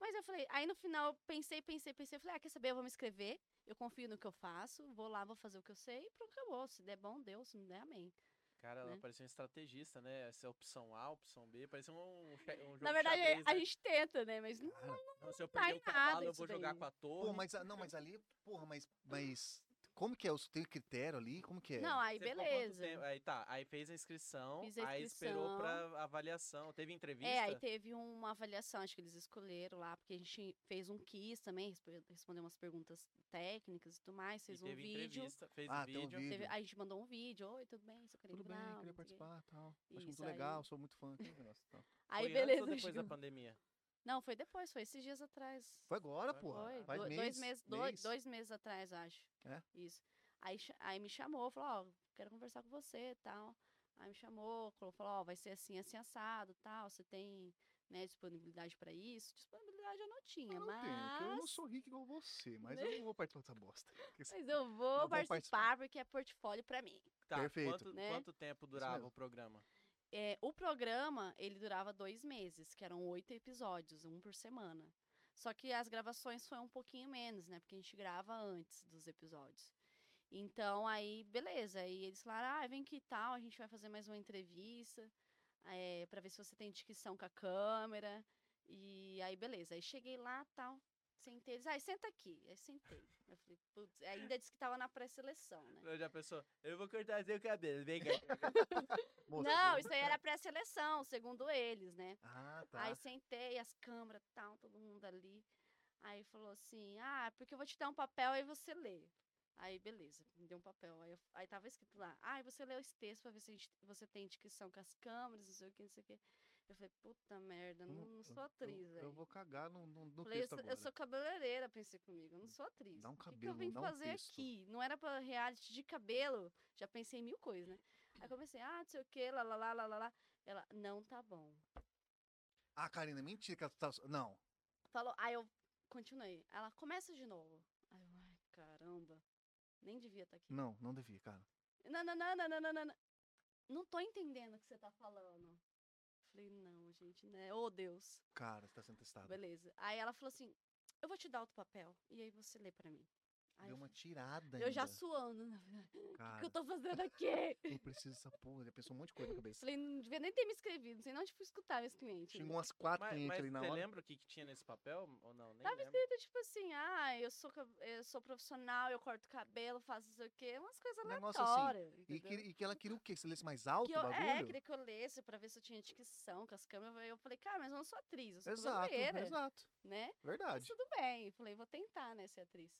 Speaker 3: Mas eu falei, aí no final eu pensei, pensei, pensei, falei, ah, quer saber, eu vou me inscrever, eu confio no que eu faço, vou lá, vou fazer o que eu sei e pronto, acabou. Se der bom, deu, se não der, amém.
Speaker 1: Cara, ela
Speaker 3: né?
Speaker 1: parecia um estrategista, né? Essa é a opção A, opção B. Parecia um, um, che- um jogo
Speaker 3: Na
Speaker 1: de
Speaker 3: verdade,
Speaker 1: xadrez,
Speaker 3: a
Speaker 1: né?
Speaker 3: gente tenta, né, mas não
Speaker 2: Cara,
Speaker 1: Não, se eu
Speaker 3: tá
Speaker 1: perder
Speaker 3: em
Speaker 1: o
Speaker 3: nada
Speaker 1: cavalo, eu
Speaker 3: isso
Speaker 1: vou jogar
Speaker 3: daí.
Speaker 1: com a torre.
Speaker 2: Pô, mas, a- não, mas ali, porra, mas, mas como que é? Os- Tem critério ali? Como que é?
Speaker 3: Não, aí
Speaker 1: Você ficou quanto
Speaker 3: beleza.
Speaker 1: tempo? Aí tá, aí fez a inscrição,
Speaker 3: Fiz a
Speaker 1: aí esperou
Speaker 3: inscrição.
Speaker 1: pra avaliação. Teve entrevista?
Speaker 3: É, aí teve uma avaliação, acho que eles escolheram lá, porque a gente fez um quiz também, respo- respondeu umas perguntas técnicas e tudo mais,
Speaker 1: E
Speaker 3: fez um
Speaker 1: teve
Speaker 3: vídeo.
Speaker 1: entrevista, fez
Speaker 2: Ah,
Speaker 1: um
Speaker 2: tem um
Speaker 1: vídeo.
Speaker 2: vídeo.
Speaker 3: teve- a gente mandou um vídeo, oi, tudo bem, sou
Speaker 2: Tudo
Speaker 3: Karine
Speaker 2: bem, queria
Speaker 3: Brown, não sei o quê.
Speaker 2: participar tal. Acho muito
Speaker 3: Isso, aí-
Speaker 2: legal, sou muito fã. aquele negócio e tal.
Speaker 3: Aí,
Speaker 1: Foi antes
Speaker 3: beleza.
Speaker 1: ou depois da
Speaker 3: chegou-
Speaker 1: pandemia?
Speaker 3: Não, foi depois, foi esses dias atrás.
Speaker 2: Foi agora,
Speaker 1: Foi
Speaker 2: porra.
Speaker 3: Foi,
Speaker 2: Faz
Speaker 3: do-
Speaker 2: mês,
Speaker 3: dois, meses, do-
Speaker 2: mês.
Speaker 3: dois meses atrás, eu acho.
Speaker 2: É?
Speaker 3: Isso. Aí, cha- aí me chamou, falou, ó, quero conversar com você e tal. Aí me chamou, falou, falou, ó, vai ser assim, assim, assado tal. Você tem né, disponibilidade pra isso? Disponibilidade eu não
Speaker 2: Ah,
Speaker 3: tinha,
Speaker 2: não
Speaker 3: mas. Né?
Speaker 2: tenho, que eu não sou rico igual você, mas eu não vou participar dessa bosta. Isso
Speaker 3: Mas eu vou
Speaker 2: Não vou
Speaker 3: participar,
Speaker 2: participar.
Speaker 3: porque é portfólio pra mim.
Speaker 1: Tá,
Speaker 2: Perfeito.
Speaker 1: Quanto,
Speaker 3: Né?
Speaker 1: quanto tempo durava
Speaker 2: mesmo.
Speaker 1: o programa?
Speaker 3: É, o programa, ele durava dois meses, que eram oito episódios, um por semana. Só que as gravações foi um pouquinho menos, né? Porque a gente grava antes dos episódios. Então, aí, beleza. Aí eles falaram, ah, vem que tal, a gente eh, vai fazer mais uma entrevista é, para ver se você tem dicção com a câmera. E aí, beleza. Aí cheguei lá, tal, sentei. Eles, aí senta aqui. Aí sentei. Eu falei, putz, ainda disse que tava na pré-seleção, né?
Speaker 1: Eu já pensou, eu vou cortar seu cabelo, vem cá.
Speaker 2: Moça,
Speaker 3: Não,
Speaker 2: vamos-
Speaker 3: isso aí era pré-seleção, segundo eles, né?
Speaker 2: Ah, tá.
Speaker 3: Aí sentei, as câmeras tal, todo mundo ali. Aí falou assim: Ah, porque eu vou te dar um papel, aí você lê. Aí, beleza, me deu um papel. Aí, eu- aí tava escrito lá: Ah, você lê os textos pra ver se a gente- você tem descrição com as câmeras, não sei o que, não sei o que. Eu falei: Puta merda,
Speaker 2: Hum, Eu
Speaker 3: não, não sou atriz.
Speaker 2: eu,
Speaker 3: velho."
Speaker 2: eu vou cagar no, no, no
Speaker 3: Falei, eu
Speaker 2: texto
Speaker 3: sou, eu
Speaker 2: agora.
Speaker 3: sou cabeleireira, pensei comigo, eu não sou atriz.
Speaker 2: Dá um
Speaker 3: o que, que eu
Speaker 2: cabelo,
Speaker 3: vim
Speaker 2: dá um
Speaker 3: fazer
Speaker 2: texto."
Speaker 3: aqui? Não era pra reality de cabelo, já pensei em mil coisas, né? Aí comecei, ah, não sei o que, lá, lá, lá, lá, lá, lá. Ela, não tá bom.
Speaker 2: Ah, Karina, mentira que ela tá... Não.
Speaker 3: Falou, aí eu continuei. Ela começa de novo. Aí eu, ai, caramba. Nem devia estar aqui.
Speaker 2: Não, não devia, cara.
Speaker 3: Não, não, não, não, não, não, não, não. Não tô entendendo o que você tá falando. Falei, não, gente, né? Ô, Deus.
Speaker 2: Cara, você tá sendo testado.
Speaker 3: Beleza. Aí ela falou assim: eu vou te dar outro papel. E aí você lê pra mim. Aí
Speaker 2: Deu
Speaker 3: eu,
Speaker 2: uma
Speaker 3: fa-
Speaker 2: tirada
Speaker 3: eu já
Speaker 2: ainda.
Speaker 3: suando, né? Falei, "Ah, O que
Speaker 2: Cara,
Speaker 3: eu tô fazendo aqui?
Speaker 2: eu preciso dessa porra. Já pensou um monte de coisa na cabeça.
Speaker 3: Falei, não devia nem ter me inscrevido, senão, tipo, escutar meus clientes. né?
Speaker 2: Tinha umas quatro
Speaker 1: Mas,
Speaker 2: clientes
Speaker 1: mas
Speaker 2: tá ali na
Speaker 1: você
Speaker 2: hora.
Speaker 1: lembra o que, que tinha nesse papel? Ou não? Nem
Speaker 3: Tava
Speaker 1: lembro.
Speaker 2: um
Speaker 3: Então, tipo assim, ah, eu sou, ca- eu sou profissional, eu corto cabelo, faço isso aqui, umas coisas
Speaker 2: Um negócio assim,
Speaker 3: aleatórias.
Speaker 2: E que,
Speaker 3: entendeu?
Speaker 2: e que ela queria o quê? Que você lesse mais alto
Speaker 3: que
Speaker 2: o
Speaker 3: eu, é,
Speaker 2: bagulho?
Speaker 3: queria que eu lesse pra ver se eu tinha dicção com as câmeras. Eu falei, cara, mas eu não sou atriz, eu sou
Speaker 2: Exato,
Speaker 3: cabeleireira,
Speaker 2: exato.
Speaker 3: né? Mas
Speaker 2: Verdade.
Speaker 3: tudo bem. Eu falei, vou tentar, né, ser atriz.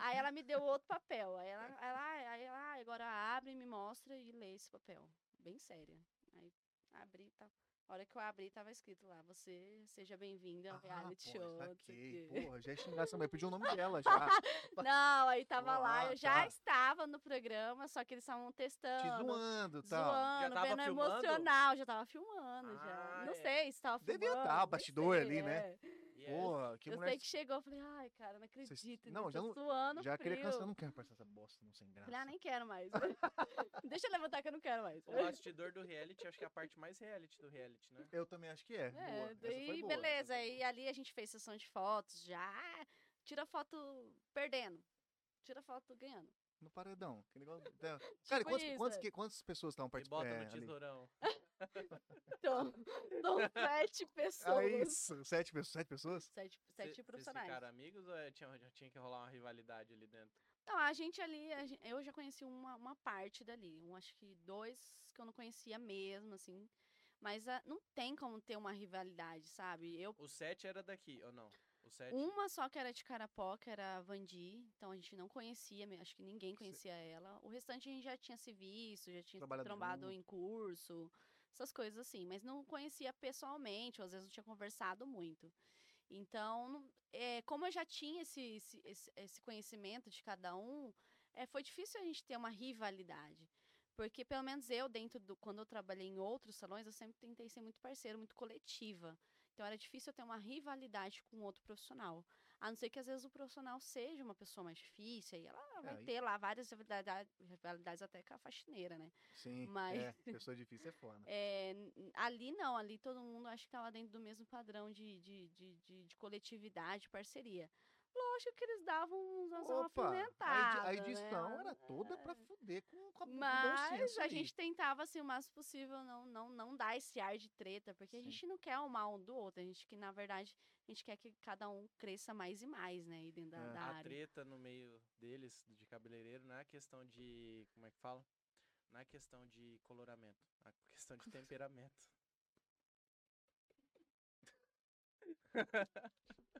Speaker 3: aí ela me deu outro papel. Aí ela, ela, aí ela "Ah, agora abre, me mostra e lê esse papel. Bem séria. Aí abri e tal. A hora que eu abri, tava escrito lá, você seja bem-vindo ao
Speaker 2: Ah,
Speaker 3: reality
Speaker 2: porra,
Speaker 3: show. não sei o
Speaker 2: saquei.
Speaker 3: quê.
Speaker 2: Porra, já ia xingar essa mulher. Pediu o nome dela já.
Speaker 3: Não, aí tava lá,
Speaker 2: Ah,
Speaker 3: eu já
Speaker 2: tá.
Speaker 3: estava no programa, só que eles estavam testando.
Speaker 2: Te um zoando e tal.
Speaker 3: zoando,
Speaker 1: tava
Speaker 3: vendo
Speaker 1: filmando?
Speaker 3: emocional, já tava filmando, já.
Speaker 1: Ah,
Speaker 3: Não
Speaker 1: é.
Speaker 3: sei se tava filmando.
Speaker 2: Devia tá,
Speaker 3: nem
Speaker 2: bastidor
Speaker 3: sei,
Speaker 2: ali, né?
Speaker 3: é.
Speaker 1: E é-
Speaker 2: Porra, que
Speaker 3: eu
Speaker 2: mulher.
Speaker 3: sei que chegou, eu falei, ai, cara, não
Speaker 2: Vocês-
Speaker 3: acredito.
Speaker 2: não,
Speaker 3: Não,
Speaker 2: já
Speaker 3: já
Speaker 2: não-
Speaker 3: suando
Speaker 2: Já queria
Speaker 3: frio.
Speaker 2: cancelar. Não quero passar essa bosta, não sem graça.
Speaker 3: Falei, ah, nem quero mais. Deixa eu levantar que eu não quero mais.
Speaker 1: O bastidor do reality, acho que é a parte mais reality do reality, né?
Speaker 2: Eu também acho que é. boa. Essa
Speaker 3: É,
Speaker 2: foi
Speaker 3: daí,
Speaker 2: boa.
Speaker 3: beleza.
Speaker 1: foi
Speaker 3: Aí ali a gente fez sessão de fotos já. Tira foto perdendo. Tira foto ganhando.
Speaker 2: No paredão. Que negócio... da- Cara, e
Speaker 3: Tipo
Speaker 2: quantas,
Speaker 3: isso,
Speaker 2: quantas
Speaker 3: é.
Speaker 2: que- quantas pessoas é, estavam
Speaker 1: E bota no
Speaker 2: participando?
Speaker 1: tesourão.
Speaker 3: Então, são sete pessoas.
Speaker 2: É isso. Sete pessoas? Sete pessoas?
Speaker 3: Sete,
Speaker 1: Cê-
Speaker 3: sete
Speaker 1: vocês
Speaker 3: profissionais.
Speaker 1: ficaram amigos ou é- tinha, já tinha que rolar uma rivalidade ali dentro?
Speaker 3: Não, Então, a gente ali, a gen- eu já conheci uma, uma parte dali. Um, acho que dois que eu não conhecia mesmo, assim. Mas ah, não tem como ter uma rivalidade, sabe? Eu,
Speaker 1: O 7 era daqui, ou não? O 7.
Speaker 3: uma só que era de Carapó, que era a Vandi. Então a gente não conhecia, me- acho que ninguém conhecia ela. O restante a gente já tinha se visto, já tinha se
Speaker 2: Trabalhado
Speaker 3: trombado
Speaker 2: junto.
Speaker 3: em curso, essas coisas assim. Mas não conhecia pessoalmente, ou às vezes não tinha conversado muito. Então, não- é, como eu já tinha esse, esse, esse- esse conhecimento de cada um, é, foi difícil a gente ter uma rivalidade. Porque, pelo menos eu, dentro do. Quando eu trabalhei em outros salões, eu sempre tentei ser muito parceiro, muito coletiva. Então, era difícil eu ter uma rivalidade com outro profissional. A não ser que, às vezes, o profissional seja uma pessoa mais difícil, e ela vai
Speaker 2: É, aí-
Speaker 3: ter lá várias rivalidades, rivalidades até com a faxineira, né?
Speaker 2: Sim.
Speaker 3: Mas-
Speaker 2: É, pessoa difícil é foda.
Speaker 3: É, n- ali não, ali todo mundo acho que estava dentro do mesmo padrão de, de, de, de, de coletividade, parceria. Lógico que eles davam uns uns
Speaker 2: Opa,
Speaker 3: alfinetadas,
Speaker 2: a, edi- a edição
Speaker 3: né?
Speaker 2: era toda pra fuder com, com a- com o é bom
Speaker 3: Mas
Speaker 2: senso
Speaker 3: a
Speaker 2: ali.
Speaker 3: gente tentava, assim, o máximo possível não, não, não dar esse ar de treta, porque a
Speaker 2: Sim.
Speaker 3: gente não quer o mal um do outro, a gente que, na verdade, a gente quer que cada um cresça mais e mais, né, aí dentro da,
Speaker 2: É.
Speaker 3: da
Speaker 1: a
Speaker 3: área.
Speaker 1: treta no meio deles, de cabeleireiro, não é questão de. Como é que fala? Não é questão de coloramento. É questão de temperamento.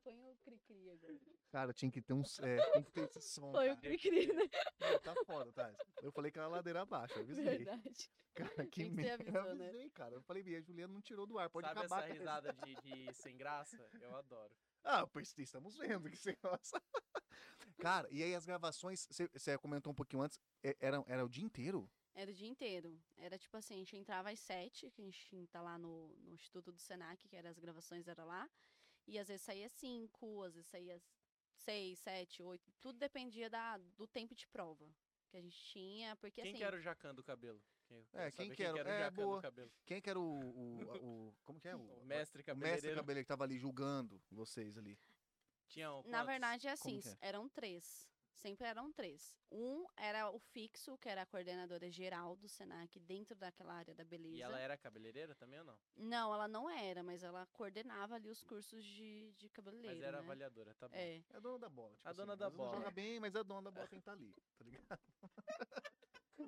Speaker 3: Põe o um cri-cri agora.
Speaker 2: Cara, tinha que ter uns. É, tem que ter esse som.
Speaker 3: Põe o
Speaker 2: cara.
Speaker 3: cri-cri, né,
Speaker 2: Não, tá foda, tá? Eu falei que era ladeira abaixo, eu avisei.
Speaker 3: verdade.
Speaker 2: Cara, é. que
Speaker 3: Tem que ser
Speaker 2: merda. Eu
Speaker 3: avisou, né?
Speaker 2: avisei, cara. Eu falei, a Juliana não tirou do ar, pode
Speaker 1: Sabe
Speaker 2: acabar
Speaker 1: essa
Speaker 2: com esse-
Speaker 1: risada de, de sem graça? Eu adoro.
Speaker 2: Ah, pois estamos vendo que você gosta. Cara, e aí as gravações, você- você comentou um pouquinho antes, é- era, era o dia inteiro?
Speaker 3: Era o dia inteiro. Era tipo assim, a gente entrava às sete, que a gente tá lá no, no Instituto do Senac, que era as gravações, era lá. E às vezes saía cinco, às vezes saía seis, sete, oito. Tudo dependia da, do tempo de prova que a gente tinha. Porque
Speaker 1: quem
Speaker 3: assim,
Speaker 1: que era o Jacan do cabelo? Quem, eu quero
Speaker 2: É, quem
Speaker 1: saber
Speaker 2: que era?
Speaker 1: o
Speaker 2: É,
Speaker 1: Jacan
Speaker 2: boa.
Speaker 1: do cabelo?
Speaker 2: Quem que era o. o- a- o- como que é?
Speaker 1: O mestre
Speaker 2: o mestre
Speaker 1: cabeleireiro.
Speaker 2: cabeleiro que tava ali julgando vocês ali.
Speaker 1: Tinha um,
Speaker 3: na
Speaker 1: quantos?
Speaker 3: verdade é assim,
Speaker 2: que é?
Speaker 3: eram três. Sempre eram três. Um era o fixo, que era a coordenadora geral do Senac dentro daquela área da beleza.
Speaker 1: E ela é era cabeleireira também ou não?
Speaker 3: Não, ela não era, mas ela coordenava ali os cursos de, de cabeleireiro.
Speaker 1: Mas era
Speaker 3: né?
Speaker 1: avaliadora, tá bom.
Speaker 3: É.
Speaker 2: É a dona da bola. tipo
Speaker 1: A
Speaker 2: assim,
Speaker 1: dona
Speaker 2: às
Speaker 1: da
Speaker 2: vezes não
Speaker 1: bola.
Speaker 2: joga bem, mas é a dona da bola tem que estar ali, tá ligado?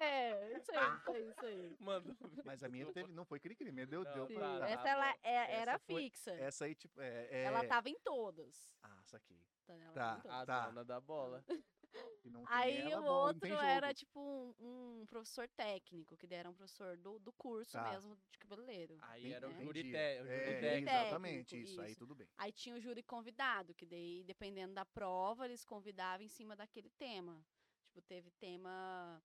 Speaker 3: É, isso aí,
Speaker 2: Ah.
Speaker 3: isso aí, isso aí.
Speaker 1: Mano,
Speaker 2: Mas a minha teve, não foi cri-cri, minha deu,
Speaker 1: Não,
Speaker 2: deu
Speaker 1: Sim.
Speaker 2: pra...
Speaker 1: Tá,
Speaker 3: essa ela é- era
Speaker 2: essa foi-
Speaker 3: fixa.
Speaker 2: Essa aí, tipo, é... é-
Speaker 3: Ela tá tava em todas.
Speaker 2: Ah, saquei.
Speaker 3: Então, ela
Speaker 2: Tá.
Speaker 3: tava em todas.
Speaker 1: A
Speaker 2: Tá.
Speaker 1: dona da bola.
Speaker 2: E não tem
Speaker 3: Aí
Speaker 2: ela,
Speaker 3: o
Speaker 2: bola, não tem
Speaker 3: outro era
Speaker 2: jogo.
Speaker 3: tipo um, um professor técnico, que era um professor do, do curso
Speaker 2: Tá.
Speaker 3: mesmo de cabeleireiro.
Speaker 1: Aí
Speaker 2: Entendi,
Speaker 1: era o
Speaker 2: entendi.
Speaker 1: Jurité. O
Speaker 2: É,
Speaker 1: Jurité.
Speaker 3: Juritex.
Speaker 2: exatamente,
Speaker 3: Técnico,
Speaker 2: isso. Aí
Speaker 3: isso.
Speaker 2: tudo bem.
Speaker 3: Aí tinha o júri convidado, que daí, dependendo da prova, eles convidavam em cima daquele tema. Tipo, teve tema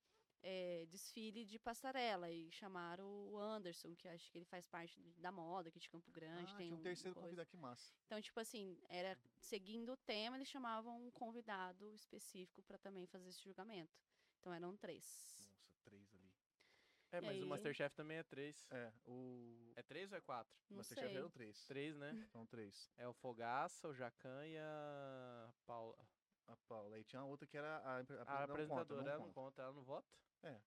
Speaker 3: eh, desfile de passarela e chamaram o Anderson, que acho que ele faz parte de- da moda aqui de Campo Grande.
Speaker 2: Ah,
Speaker 3: tem
Speaker 2: tinha um
Speaker 3: um-
Speaker 2: terceiro
Speaker 3: coisa.
Speaker 2: convidado, que massa.
Speaker 3: Então, tipo assim, era seguindo o tema, eles chamavam um convidado específico para também fazer esse julgamento. Então eram
Speaker 1: Hum,
Speaker 3: três.
Speaker 2: Nossa, três ali.
Speaker 1: É, mas o
Speaker 3: aí?
Speaker 1: Masterchef também é três.
Speaker 2: É, o...
Speaker 1: É três ou é quatro?
Speaker 3: Não
Speaker 2: Você já
Speaker 3: sei.
Speaker 2: viu três.
Speaker 1: Três, né?
Speaker 2: São três.
Speaker 1: É o Fogaça, o Jacan e a Paula.
Speaker 2: A Paula. Aí tinha a outra que era a, empre-
Speaker 1: A apresentadora, um ela
Speaker 2: Não conta, não
Speaker 1: não conta, ela não vota.
Speaker 3: É.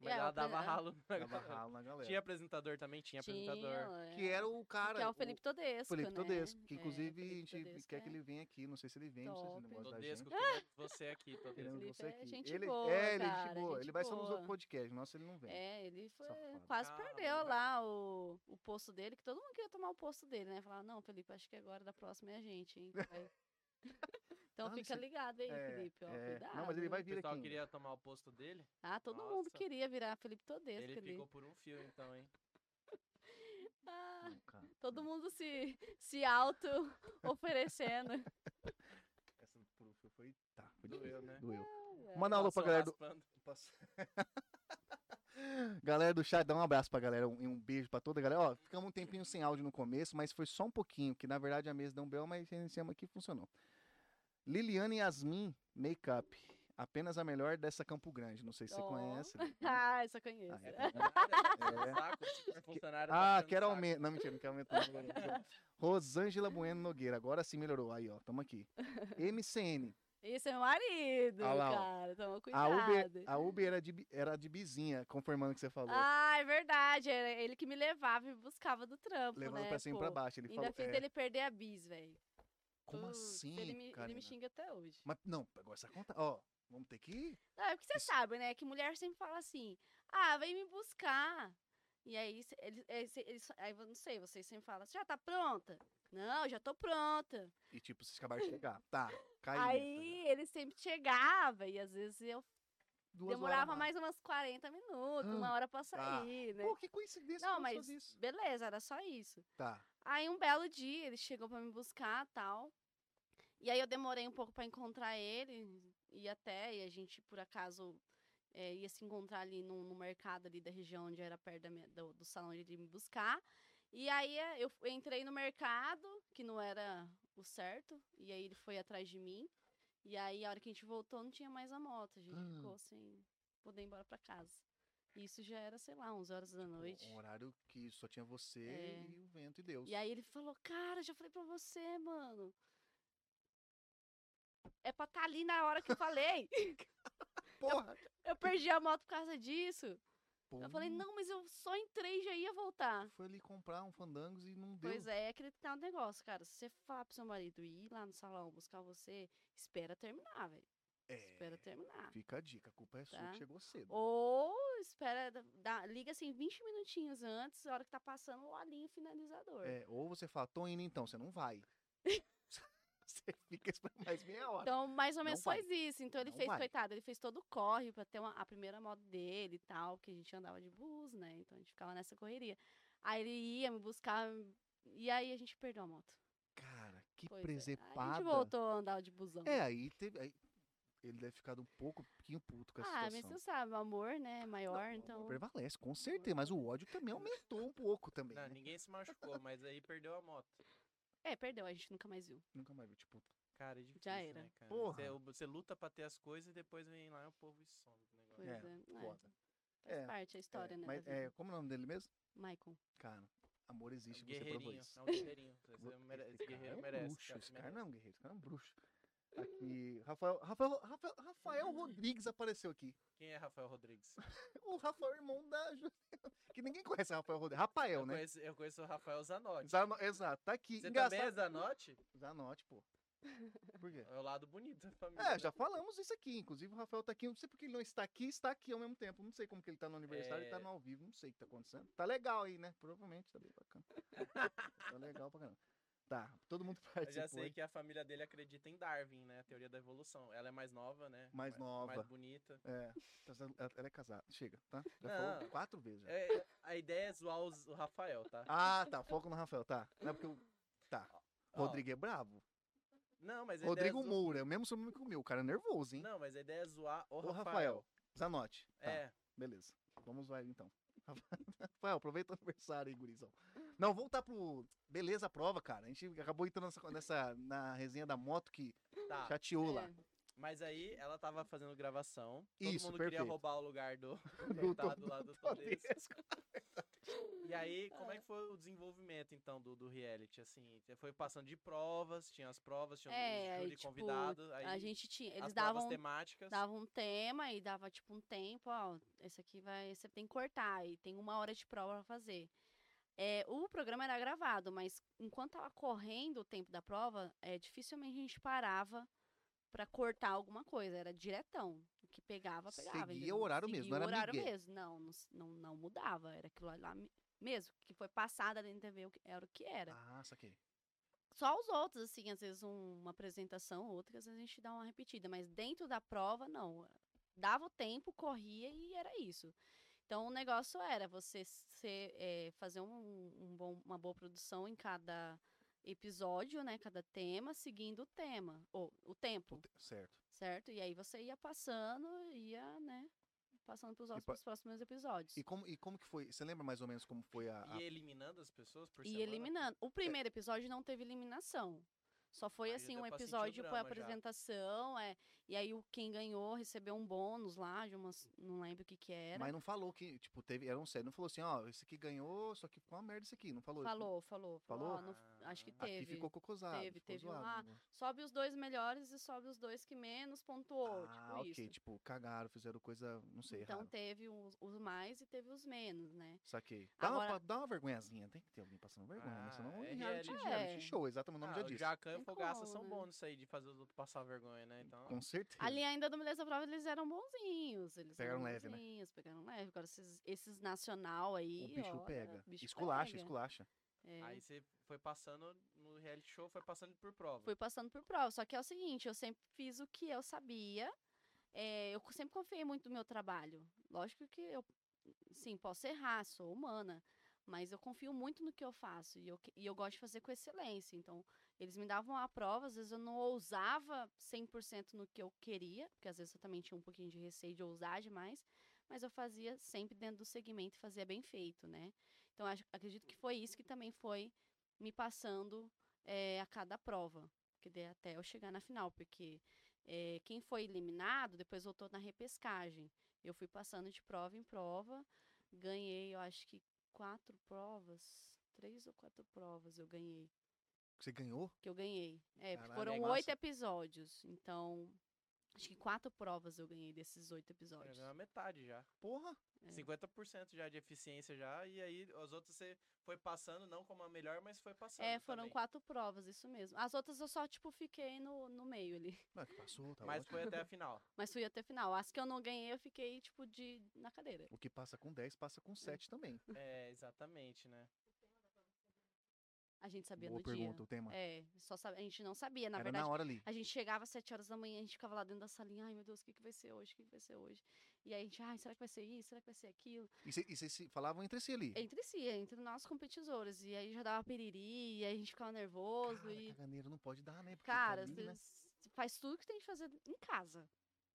Speaker 1: Mas
Speaker 3: É,
Speaker 1: ela
Speaker 3: o pre-
Speaker 1: dava
Speaker 3: é,
Speaker 1: ralo. na
Speaker 2: conta. Dava
Speaker 1: galera.
Speaker 2: ralo na galera.
Speaker 1: Tinha apresentador também? Tinha apresentador.
Speaker 3: é.
Speaker 2: Que era o cara...
Speaker 3: que é o Felipe Todesco,
Speaker 2: Felipe
Speaker 3: né?
Speaker 2: Todesco, que
Speaker 3: É,
Speaker 2: inclusive
Speaker 3: Felipe
Speaker 2: a gente
Speaker 3: Todesco
Speaker 2: quer
Speaker 3: é-
Speaker 2: que ele venha aqui. Não sei se ele vem, não sei se ele
Speaker 3: Top.
Speaker 2: gosta da gente.
Speaker 1: Todesco, queremos você aqui, Todesco.
Speaker 2: Queremos
Speaker 3: Felipe
Speaker 2: você
Speaker 3: é
Speaker 2: aqui.
Speaker 3: gente
Speaker 2: ele,
Speaker 3: boa,
Speaker 2: é, ele é gente
Speaker 3: cara,
Speaker 2: boa.
Speaker 3: gente
Speaker 2: ele vai só nos outros
Speaker 3: boa.
Speaker 2: podcasts. Nossa, ele não vem.
Speaker 3: É, ele foi,
Speaker 2: Safado.
Speaker 3: quase
Speaker 1: Calma,
Speaker 3: perdeu
Speaker 1: vai-
Speaker 3: lá o, o posto dele, que todo mundo queria tomar o posto dele, né? Falar, não, Felipe, acho que agora da próxima é a gente, hein? que vai." então
Speaker 2: Ah, não
Speaker 3: fica
Speaker 2: sei.
Speaker 3: ligado aí,
Speaker 2: É,
Speaker 3: Felipe, ó,
Speaker 2: é.
Speaker 3: cuidado.
Speaker 2: Não, mas ele
Speaker 3: hein?
Speaker 2: vai
Speaker 1: O
Speaker 2: vir
Speaker 1: pessoal
Speaker 2: aqui. ainda.
Speaker 1: queria tomar o posto dele.
Speaker 3: Ah, todo mundo
Speaker 1: Nossa.
Speaker 3: queria virar Felipe Todesco
Speaker 1: Ele
Speaker 3: ali.
Speaker 1: ficou por um fio, então, hein?
Speaker 3: Ah,
Speaker 2: Não, cara,
Speaker 3: todo
Speaker 2: não.
Speaker 3: mundo se, se auto oferecendo.
Speaker 2: Essa pro- foi- foi. Tá, foi
Speaker 1: Doeu,
Speaker 2: difícil,
Speaker 1: né?
Speaker 2: Doeu.
Speaker 3: É,
Speaker 2: Manda um alô
Speaker 1: Passou
Speaker 2: pra galera do.
Speaker 1: raspando.
Speaker 2: galera do chat, dá um abraço pra galera um- e um beijo pra toda a galera. Ó, ficamos um tempinho sem áudio no começo, mas foi só um pouquinho, que na verdade a mesa deu um bel, mas iniciamos aqui e funcionou. Liliane Yasmin Makeup. Apenas a melhor dessa Campo Grande. Não sei se você
Speaker 3: Ó.
Speaker 2: conhece. né?
Speaker 3: Ah, isso eu
Speaker 2: Ah,
Speaker 3: conheço.
Speaker 2: é.
Speaker 1: É funcionário,
Speaker 2: É.
Speaker 1: saco, os funcionários tá
Speaker 2: Ah,
Speaker 1: puxando
Speaker 2: quero
Speaker 1: saco.
Speaker 2: aumentar. Não, mentira, não quero aumentar. não, não. Rosângela Bueno Nogueira. Agora sim melhorou. Aí, ó, tamo aqui. MCN.
Speaker 3: Esse é meu marido,
Speaker 2: Ah lá, ó.
Speaker 3: cara. Toma
Speaker 2: A
Speaker 3: cuidado.
Speaker 2: Uber, a Uber era, de, bi- era de vizinha, confirmando o que você falou.
Speaker 3: Ah, é verdade. Era ele que me levava e me buscava do trampo,
Speaker 2: levando
Speaker 3: né?
Speaker 2: pra cima e
Speaker 3: pô.
Speaker 2: pra baixo. Ele
Speaker 3: Ainda
Speaker 2: falou,
Speaker 3: fiz
Speaker 2: é,
Speaker 3: ele perder a bis, velho.
Speaker 2: como
Speaker 3: Putz,
Speaker 2: assim,
Speaker 3: Ele me, ele
Speaker 2: Karina?
Speaker 3: me xinga até hoje.
Speaker 2: Mas, não, agora você conta. Ó, vamos ter que ir.
Speaker 3: Não, é porque você
Speaker 2: Isso-
Speaker 3: sabe, né? Que mulher sempre fala assim: ah, vem me buscar. E aí, cê- eles, eles, eles- aí eu não sei, vocês sempre falam: você já tá pronta? Não, já tô pronta.
Speaker 2: E tipo, vocês acabaram de chegar. Tá, caiu.
Speaker 3: aí ele sempre chegava e às vezes eu demorava mais umas 40 minutos,
Speaker 2: Ah,
Speaker 3: uma hora pra
Speaker 2: tá.
Speaker 3: sair, né?
Speaker 2: Pô, que coincidência
Speaker 3: Não,
Speaker 2: que
Speaker 3: mas
Speaker 2: aconteceu disso.
Speaker 3: beleza, era só isso.
Speaker 2: Tá.
Speaker 3: Aí um belo dia ele chegou pra me buscar tal. E aí eu demorei um pouco pra encontrar ele. E até, e a gente, por acaso, eh, ia se encontrar ali no, no mercado ali da região onde era perto da minha- do, do salão onde ele ia me buscar. E aí eh, eu fu- entrei no mercado, que não era o certo. E aí ele foi atrás de mim. E aí a hora que a gente voltou não tinha mais a moto. A gente
Speaker 2: Ah.
Speaker 3: ficou sem poder ir embora pra casa. E Isso já era, sei lá, 11 horas da
Speaker 2: Pô,
Speaker 3: noite.
Speaker 2: Um horário que só tinha você
Speaker 3: É.
Speaker 2: e o vento e Deus.
Speaker 3: E aí ele falou, cara, já falei pra você, mano. É pra tá ali na hora que eu falei.
Speaker 2: Porra!
Speaker 3: eu perdi a moto por causa disso.
Speaker 2: Pô,
Speaker 3: Eu falei,
Speaker 2: Hum.
Speaker 3: não, mas eu só entrei e já ia voltar.
Speaker 2: Foi ali comprar um fandangos e não deu.
Speaker 3: Pois é, é aquele tal negócio, cara. Se você falar pro seu marido ir lá no salão buscar você, espera terminar, velho. é, Espera terminar.
Speaker 2: É, Fica a dica, a culpa é sua
Speaker 3: Tá.
Speaker 2: que chegou cedo.
Speaker 3: Ou espera, da- da- liga assim 20 minutinhos antes, a hora que tá passando o olhinho finalizador.
Speaker 2: É, ou você fala, tô indo então, você não vai. você fica esperando mais meia hora.
Speaker 3: Então, mais ou menos
Speaker 2: Não vai.
Speaker 3: foi isso. Então, ele
Speaker 2: Não
Speaker 3: fez,
Speaker 2: vai.
Speaker 3: coitado, ele fez todo o corre pra ter uma- a primeira moto dele e tal, que a gente andava de bus, né? Então, a gente ficava nessa correria. Aí, ele ia me buscar, e aí a gente perdeu a moto.
Speaker 2: Cara, que
Speaker 3: Pois é. Aí, a gente
Speaker 2: presepada.
Speaker 3: voltou a andar de busão.
Speaker 2: É, aí teve. aí ele deve ficar um pouco pouquinho puto com essa
Speaker 3: ah, mas
Speaker 2: situação.
Speaker 3: você sabe, o amor, né? é Maior,
Speaker 2: Não, o
Speaker 3: então...
Speaker 2: amor Prevalece, com certeza. Mas o ódio também aumentou um pouco também.
Speaker 1: Não,
Speaker 2: né?
Speaker 1: ninguém se machucou, mas aí perdeu a moto.
Speaker 3: É, perdeu, a gente nunca mais viu.
Speaker 2: Nunca mais vi, tipo,
Speaker 1: Cara, é difícil,
Speaker 3: era.
Speaker 1: né, cara?
Speaker 2: Porra.
Speaker 1: Você, você luta pra ter as coisas e depois vem lá e o povo e some do negócio.
Speaker 3: Pois
Speaker 2: É,
Speaker 3: é, é,
Speaker 2: foda.
Speaker 3: faz
Speaker 2: É,
Speaker 3: parte, a história,
Speaker 2: É,
Speaker 3: né?
Speaker 2: mas
Speaker 3: da vida.
Speaker 2: é, como é o nome dele mesmo?
Speaker 3: Michael.
Speaker 2: Cara, amor existe, você provou
Speaker 1: Guerreirinho,
Speaker 2: isso.
Speaker 1: é um guerreirinho. Você
Speaker 2: Vo-
Speaker 1: mere-
Speaker 2: esse
Speaker 1: Esse
Speaker 2: cara
Speaker 1: guerreiro
Speaker 2: é
Speaker 1: merece.
Speaker 2: bruxo,
Speaker 1: cara,
Speaker 2: esse cara
Speaker 1: merece.
Speaker 2: não é um guerreiro, esse cara é um bruxo. Aqui, Rafael, Rafael, Rafael, Rafael Rodrigues apareceu aqui.
Speaker 1: Quem é Rafael Rodrigues?
Speaker 2: O Rafael, irmão da. Ju- Que ninguém conhece Rafael Rodrigues. Rafael,
Speaker 1: eu,
Speaker 2: né?
Speaker 1: conheço, eu conheço o Rafael Zanotti.
Speaker 2: Zano- Exato, tá aqui.
Speaker 1: Você
Speaker 2: Engraçado.
Speaker 1: também é Zanotti?
Speaker 2: Zanotti, pô. Por quê?
Speaker 1: É o lado bonito da família.
Speaker 2: É,
Speaker 1: né?
Speaker 2: já falamos isso aqui. Inclusive, o Rafael tá aqui. Não sei porque ele não está aqui, está aqui ao mesmo tempo. Não sei como que ele tá no aniversário, ele tá
Speaker 1: É.
Speaker 2: no ao vivo. Não sei o que tá acontecendo. Tá legal aí, né? Provavelmente, tá bem bacana. tá legal pra caramba. Tá, todo mundo
Speaker 1: Eu já
Speaker 2: participou.
Speaker 1: sei que a família dele acredita em Darwin, né? A teoria da evolução. Ela é mais nova, né?
Speaker 2: Mais nova.
Speaker 1: Mais bonita.
Speaker 2: É, tá sendo- ela- ela é casada. Chega, tá? Já
Speaker 1: Não.
Speaker 2: falou quatro vezes. já.
Speaker 1: É, a ideia é zoar os- o Rafael, tá?
Speaker 2: Ah, tá. Foco no Rafael, tá. Não é porque o
Speaker 1: Ó,
Speaker 2: Rodrigo é bravo.
Speaker 1: Não, mas a
Speaker 2: Rodrigo
Speaker 1: ideia é zo-
Speaker 2: Moura, é o mesmo sobrenome que o meu. O cara é nervoso, hein?
Speaker 1: Não, mas a ideia é zoar o
Speaker 2: Ô,
Speaker 1: Rafael.
Speaker 2: Rafael. Zanotti. Tá,
Speaker 1: É.
Speaker 2: Beleza. Vamos lá então. Rafael, aproveita o aniversário aí, gurizão. Não, voltar pro. Beleza, a prova, cara. A gente acabou entrando nessa, nessa- na resenha da moto que
Speaker 1: Tá.
Speaker 2: chateou lá.
Speaker 3: É.
Speaker 1: Mas aí ela tava fazendo gravação. Todo
Speaker 2: Isso,
Speaker 1: mundo queria
Speaker 2: perfeito.
Speaker 1: roubar o lugar do
Speaker 2: Do
Speaker 1: tá
Speaker 2: Tom-
Speaker 1: do lado do Todesco.
Speaker 2: Todesco.
Speaker 1: E aí, como é que foi o desenvolvimento, então, do, do reality? Assim, você foi passando de provas, tinha as provas, tinha o
Speaker 3: É, aí,
Speaker 1: júri
Speaker 3: tipo,
Speaker 1: convidado. Aí
Speaker 3: A gente tinha.
Speaker 1: as
Speaker 3: Eles
Speaker 1: provas
Speaker 3: davam,
Speaker 1: temáticas.
Speaker 3: davam um tema e dava, tipo, um tempo, ó, esse aqui vai. Você tem que cortar e tem uma hora de prova pra fazer. É, o programa era gravado, mas enquanto tava correndo o tempo da prova, é, dificilmente a gente parava pra cortar alguma coisa. Era diretão. O que pegava, pegava.
Speaker 2: Seguia
Speaker 3: entendeu?
Speaker 2: o horário mesmo,
Speaker 3: Seguia
Speaker 2: não
Speaker 3: o
Speaker 2: era
Speaker 3: horário
Speaker 2: migué.
Speaker 3: mesmo. Não, não, s- não, não mudava. Era aquilo lá me- mesmo. Que foi passada dentro da TV, o que- era o que era
Speaker 2: Ah, saquei.
Speaker 3: só os outros, assim, às vezes um- uma apresentação, outra, que às vezes a gente dá uma repetida, mas dentro da prova, não. Dava o tempo, corria e era isso. Então o negócio era você ser, eh, fazer um- um bom- uma boa produção em cada episódio, né? Cada tema, seguindo o tema, ou o tempo,
Speaker 2: O te- Certo.
Speaker 3: certo? E aí você ia passando, ia, né? Passando pros,
Speaker 2: pa-
Speaker 3: outros, pros próximos episódios.
Speaker 2: E como, e como que foi? Você lembra mais ou menos como foi a. a-
Speaker 1: E eliminando as pessoas por
Speaker 3: E
Speaker 1: semana? É.
Speaker 3: eliminando. O primeiro episódio não teve eliminação. Só foi
Speaker 1: Aí já
Speaker 3: assim,
Speaker 1: deu
Speaker 3: um
Speaker 1: pra sentir o
Speaker 3: episódio foi
Speaker 1: drama já.
Speaker 3: apresentação, é, e aí o quem ganhou recebeu um bônus lá de umas, não lembro o que que era.
Speaker 2: Mas não falou que, tipo, teve. Era um sério. Não falou assim, ó, esse aqui ganhou, só que ficou uma merda esse aqui. Não falou isso.
Speaker 3: falou, falou, falou.
Speaker 2: né? Falou?
Speaker 3: ó, não- acho que
Speaker 1: Ah,
Speaker 2: Aqui
Speaker 3: teve.
Speaker 2: ficou cocosado.
Speaker 3: Teve,
Speaker 2: ficou
Speaker 3: teve um
Speaker 2: zoado,
Speaker 3: lá,
Speaker 2: né?
Speaker 3: Sobe os dois melhores e sobe os dois que menos pontuou,
Speaker 2: Ah,
Speaker 3: tipo
Speaker 2: ok.
Speaker 3: isso.
Speaker 2: Tipo, cagaram, fizeram coisa, não sei,
Speaker 3: então
Speaker 2: erraram.
Speaker 3: teve os, os mais e teve os menos, né?
Speaker 2: Saquei. Dá, uma,
Speaker 3: Agora-
Speaker 2: pa- dá uma vergonhazinha, tem que ter alguém passando vergonha, né? senão
Speaker 1: Ah,
Speaker 2: é
Speaker 1: é
Speaker 2: reality,
Speaker 1: reality.
Speaker 2: reality
Speaker 3: É.
Speaker 2: show, exatamente o nome
Speaker 1: Ah,
Speaker 2: já
Speaker 1: o
Speaker 2: disse.
Speaker 1: Jacan e o
Speaker 3: Tem
Speaker 1: Fogaça
Speaker 3: como,
Speaker 1: são
Speaker 3: né?
Speaker 1: bons nisso aí de fazer os outros passar vergonha, né? Então,
Speaker 2: Com certeza.
Speaker 3: Ali ainda do Beleza Prova eles eram bonzinhos, eles
Speaker 2: Pegaram
Speaker 3: eram
Speaker 2: leve, né?
Speaker 3: bonzinhos, pegaram leve. Agora esses, esses nacional aí,
Speaker 2: o bicho
Speaker 3: olha,
Speaker 2: pega.
Speaker 3: bicho
Speaker 2: esculacha,
Speaker 3: pega.
Speaker 2: esculacha.
Speaker 3: É.
Speaker 1: aí você foi passando no reality show, foi passando por prova.
Speaker 3: Fui passando por prova. Só que é o seguinte, eu sempre fiz o que eu sabia. É, eu co- sempre confiei muito no meu trabalho. Lógico que eu, sim, posso errar, sou humana. Mas eu confio muito no que eu faço. E eu, que- e eu gosto de fazer com excelência. Então, eles me davam a prova. Às vezes eu não ousava 100% no que eu queria. Porque às vezes eu também tinha um pouquinho de receio de ousar demais. Mas eu fazia sempre dentro do segmento e fazia bem feito, né? Então, acho- acredito que foi isso que também foi me passando eh, a cada prova que dê até eu chegar na final, porque eh, quem foi eliminado depois voltou na repescagem. Eu fui passando de prova em prova, ganhei, eu acho que quatro provas, três ou quatro provas eu ganhei,
Speaker 2: Você ganhou?
Speaker 3: que eu ganhei. É,
Speaker 2: Caralho,
Speaker 3: foram
Speaker 1: é
Speaker 3: oito
Speaker 1: massa.
Speaker 3: episódios, então acho que quatro provas eu ganhei desses oito
Speaker 1: Já
Speaker 3: episódios.
Speaker 1: ganhou a metade já.
Speaker 2: Porra!
Speaker 3: É.
Speaker 1: 50% já de eficiência já. E aí, os outros você foi passando, não como a melhor, mas foi
Speaker 2: tá
Speaker 1: passando.
Speaker 3: É, foram
Speaker 1: também.
Speaker 3: quatro provas, isso mesmo. As outras eu só, tipo, fiquei no, no meio ali.
Speaker 2: Não, que passou, tá
Speaker 1: Mas
Speaker 2: ótimo.
Speaker 1: foi até a final.
Speaker 3: Mas fui até a final. As que eu não ganhei, eu fiquei, tipo, de na cadeira.
Speaker 2: O que passa com 10, passa com 7 também.
Speaker 1: É, exatamente, né?
Speaker 3: A gente sabia
Speaker 2: Boa
Speaker 3: no
Speaker 2: pergunta,
Speaker 3: dia.
Speaker 2: o tema.
Speaker 3: É, só sabe- a gente não sabia, na
Speaker 2: Era
Speaker 3: verdade.
Speaker 2: na hora ali.
Speaker 3: A gente chegava às 7 horas da manhã, a gente ficava lá dentro da salinha, ai meu Deus, o que, que vai ser hoje? O que, que vai ser hoje? E aí a gente, ai, será que vai ser isso? Será que vai ser aquilo?
Speaker 2: E cê- e vocês se falavam entre si ali.
Speaker 3: Entre si, é, entre nós competidores. E aí já dava periri, e aí a gente ficava nervoso.
Speaker 2: Cara,
Speaker 3: e,
Speaker 2: caganeiro não pode dar, né? Porque
Speaker 3: cara,
Speaker 2: família, né?
Speaker 3: cê faz tudo que tem que fazer em casa.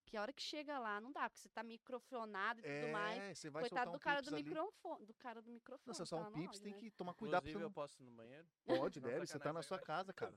Speaker 3: Que a hora que chega lá, não dá, porque você tá microfonado e tudo mais.
Speaker 2: É, você vai soltar
Speaker 3: Coitado
Speaker 2: um
Speaker 3: do cara
Speaker 2: pips
Speaker 3: do
Speaker 2: ali.
Speaker 3: microfone. Do cara do microfone.
Speaker 2: Não, se é só um
Speaker 3: fala, não,
Speaker 2: pips,
Speaker 3: olha,
Speaker 2: tem
Speaker 3: né?
Speaker 2: que tomar cuidado pra
Speaker 1: Inclusive,
Speaker 2: você
Speaker 1: eu
Speaker 2: não...
Speaker 1: posso ir no banheiro?
Speaker 2: Pode,
Speaker 1: Não,
Speaker 2: deve, você tá
Speaker 1: sacanagem,
Speaker 2: na
Speaker 1: vai,
Speaker 2: sua
Speaker 1: vai.
Speaker 2: casa, cara.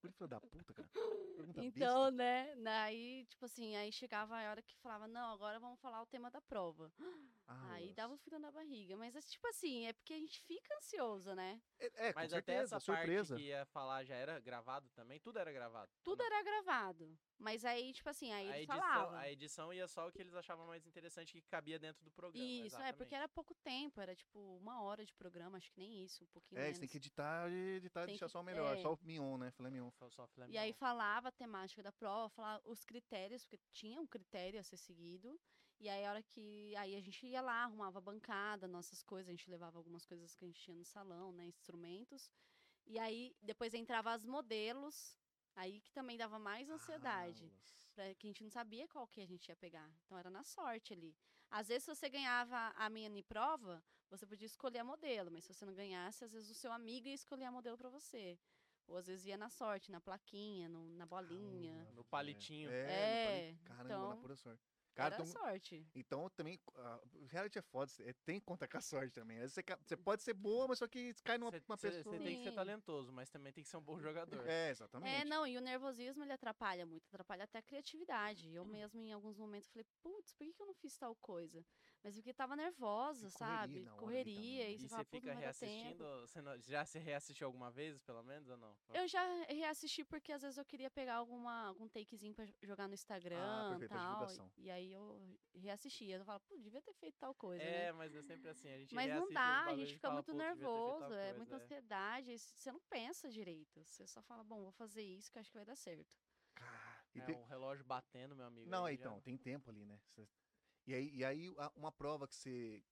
Speaker 2: Por filho da puta, cara. pergunta
Speaker 3: Então, né? Aí, tipo assim, aí chegava a hora que falava, não, agora vamos falar o tema da prova.
Speaker 2: besta. Ah,
Speaker 3: aí
Speaker 2: nossa.
Speaker 3: dava um frio na barriga. Mas, é tipo assim, é porque a gente fica ansioso, né?
Speaker 2: É, é, com
Speaker 1: Mas
Speaker 2: certeza,
Speaker 1: até essa
Speaker 2: surpresa.
Speaker 1: parte que ia falar já era gravado também? Tudo era gravado? ou
Speaker 3: Tudo
Speaker 1: não?
Speaker 3: era gravado. Mas aí, tipo assim, aí
Speaker 1: a
Speaker 3: eles
Speaker 1: edição,
Speaker 3: falavam.
Speaker 1: a edição ia só o que eles achavam mais interessante que cabia dentro do programa.
Speaker 3: Isso, é,
Speaker 1: exatamente.
Speaker 3: porque era pouco tempo, era tipo uma hora de programa, acho que nem isso, um pouquinho
Speaker 2: É,
Speaker 3: menos.
Speaker 2: você tem que editar e editar e
Speaker 3: Tem
Speaker 2: deixar
Speaker 3: que-
Speaker 2: só o melhor,
Speaker 3: é.
Speaker 2: só o mignon, né? Filé mignon.
Speaker 1: Só- só filé
Speaker 3: E aí
Speaker 1: mignon.
Speaker 3: falava a temática da prova, falava os critérios, porque tinha um critério a ser seguido. E aí a hora que aí a gente ia lá, arrumava a bancada, nossas coisas, a gente levava algumas coisas que a gente tinha no salão, né, instrumentos. E aí depois entrava as modelos, aí que também dava mais
Speaker 2: Ah,
Speaker 3: ansiedade.
Speaker 2: Aulas.
Speaker 3: pra- que a gente não sabia qual que a gente ia pegar. Então era na sorte ali. Às vezes, se você ganhava a mini prova, você podia escolher a modelo, mas se você não ganhasse, às vezes o seu amigo ia escolher a modelo pra você. Ou às vezes ia na sorte, na plaquinha, no- na bolinha.
Speaker 2: Aula,
Speaker 1: No
Speaker 2: velho.
Speaker 1: palitinho.
Speaker 2: É, no
Speaker 3: É,
Speaker 2: pali- Caramba, na
Speaker 3: então,
Speaker 2: pura sorte. Cara, tem
Speaker 3: Era
Speaker 2: um-
Speaker 3: sorte. É,
Speaker 2: Então também, ah, o reality é foda, cê- tem que contar com a sorte também. Às vezes Você, ca- você pode ser boa, mas só que cai numa
Speaker 1: Você
Speaker 2: uma pessoa...
Speaker 1: tem que ser
Speaker 3: Sim.
Speaker 1: talentoso, mas também tem que ser um bom jogador.
Speaker 2: É, exatamente.
Speaker 3: É, não, e o nervosismo ele atrapalha muito, atrapalha até a criatividade.
Speaker 2: Hum.
Speaker 3: Eu mesmo, em alguns momentos, falei, putz, por que, que eu não fiz tal coisa? Mas porque tava nervosa,
Speaker 2: E correria
Speaker 3: sabe?
Speaker 2: na hora então, né? ali
Speaker 3: Correria,
Speaker 2: também,
Speaker 3: e
Speaker 1: E
Speaker 3: você
Speaker 1: você
Speaker 3: fala, "Putz,
Speaker 1: fica
Speaker 3: não vai dar tempo."
Speaker 1: reassistindo? Você não- já se reassistiu alguma vez, pelo menos, ou não?
Speaker 3: Eu já reassisti porque às vezes eu queria pegar alguma, algum takezinho pra jo- jogar
Speaker 1: Ah,
Speaker 3: no Instagram e
Speaker 2: perfeito, pra
Speaker 3: tal.
Speaker 2: divulgação.
Speaker 3: E aí eu reassistia. Eu falo, pô, devia ter feito tal coisa, né?
Speaker 1: É, mas é sempre assim. A gente
Speaker 3: Mas
Speaker 1: reassiste
Speaker 3: não
Speaker 1: os
Speaker 3: dá, a
Speaker 1: bagulhos
Speaker 3: gente
Speaker 1: e
Speaker 3: fica
Speaker 1: fala,
Speaker 3: muito
Speaker 1: "Putz, devia ter feito
Speaker 3: nervoso,
Speaker 1: tal
Speaker 3: é
Speaker 1: coisa",
Speaker 3: muita ansiedade. aí c- Você não pensa direito. Você só fala, bom, vou fazer isso que eu acho que vai dar certo.
Speaker 2: Cara, e
Speaker 1: É,
Speaker 2: tem-
Speaker 1: um relógio batendo, meu amigo.
Speaker 2: Não,
Speaker 1: aí
Speaker 2: é,
Speaker 1: já-
Speaker 2: então, tem tempo ali, né? Cê- E aí, e aí a- uma prova que você...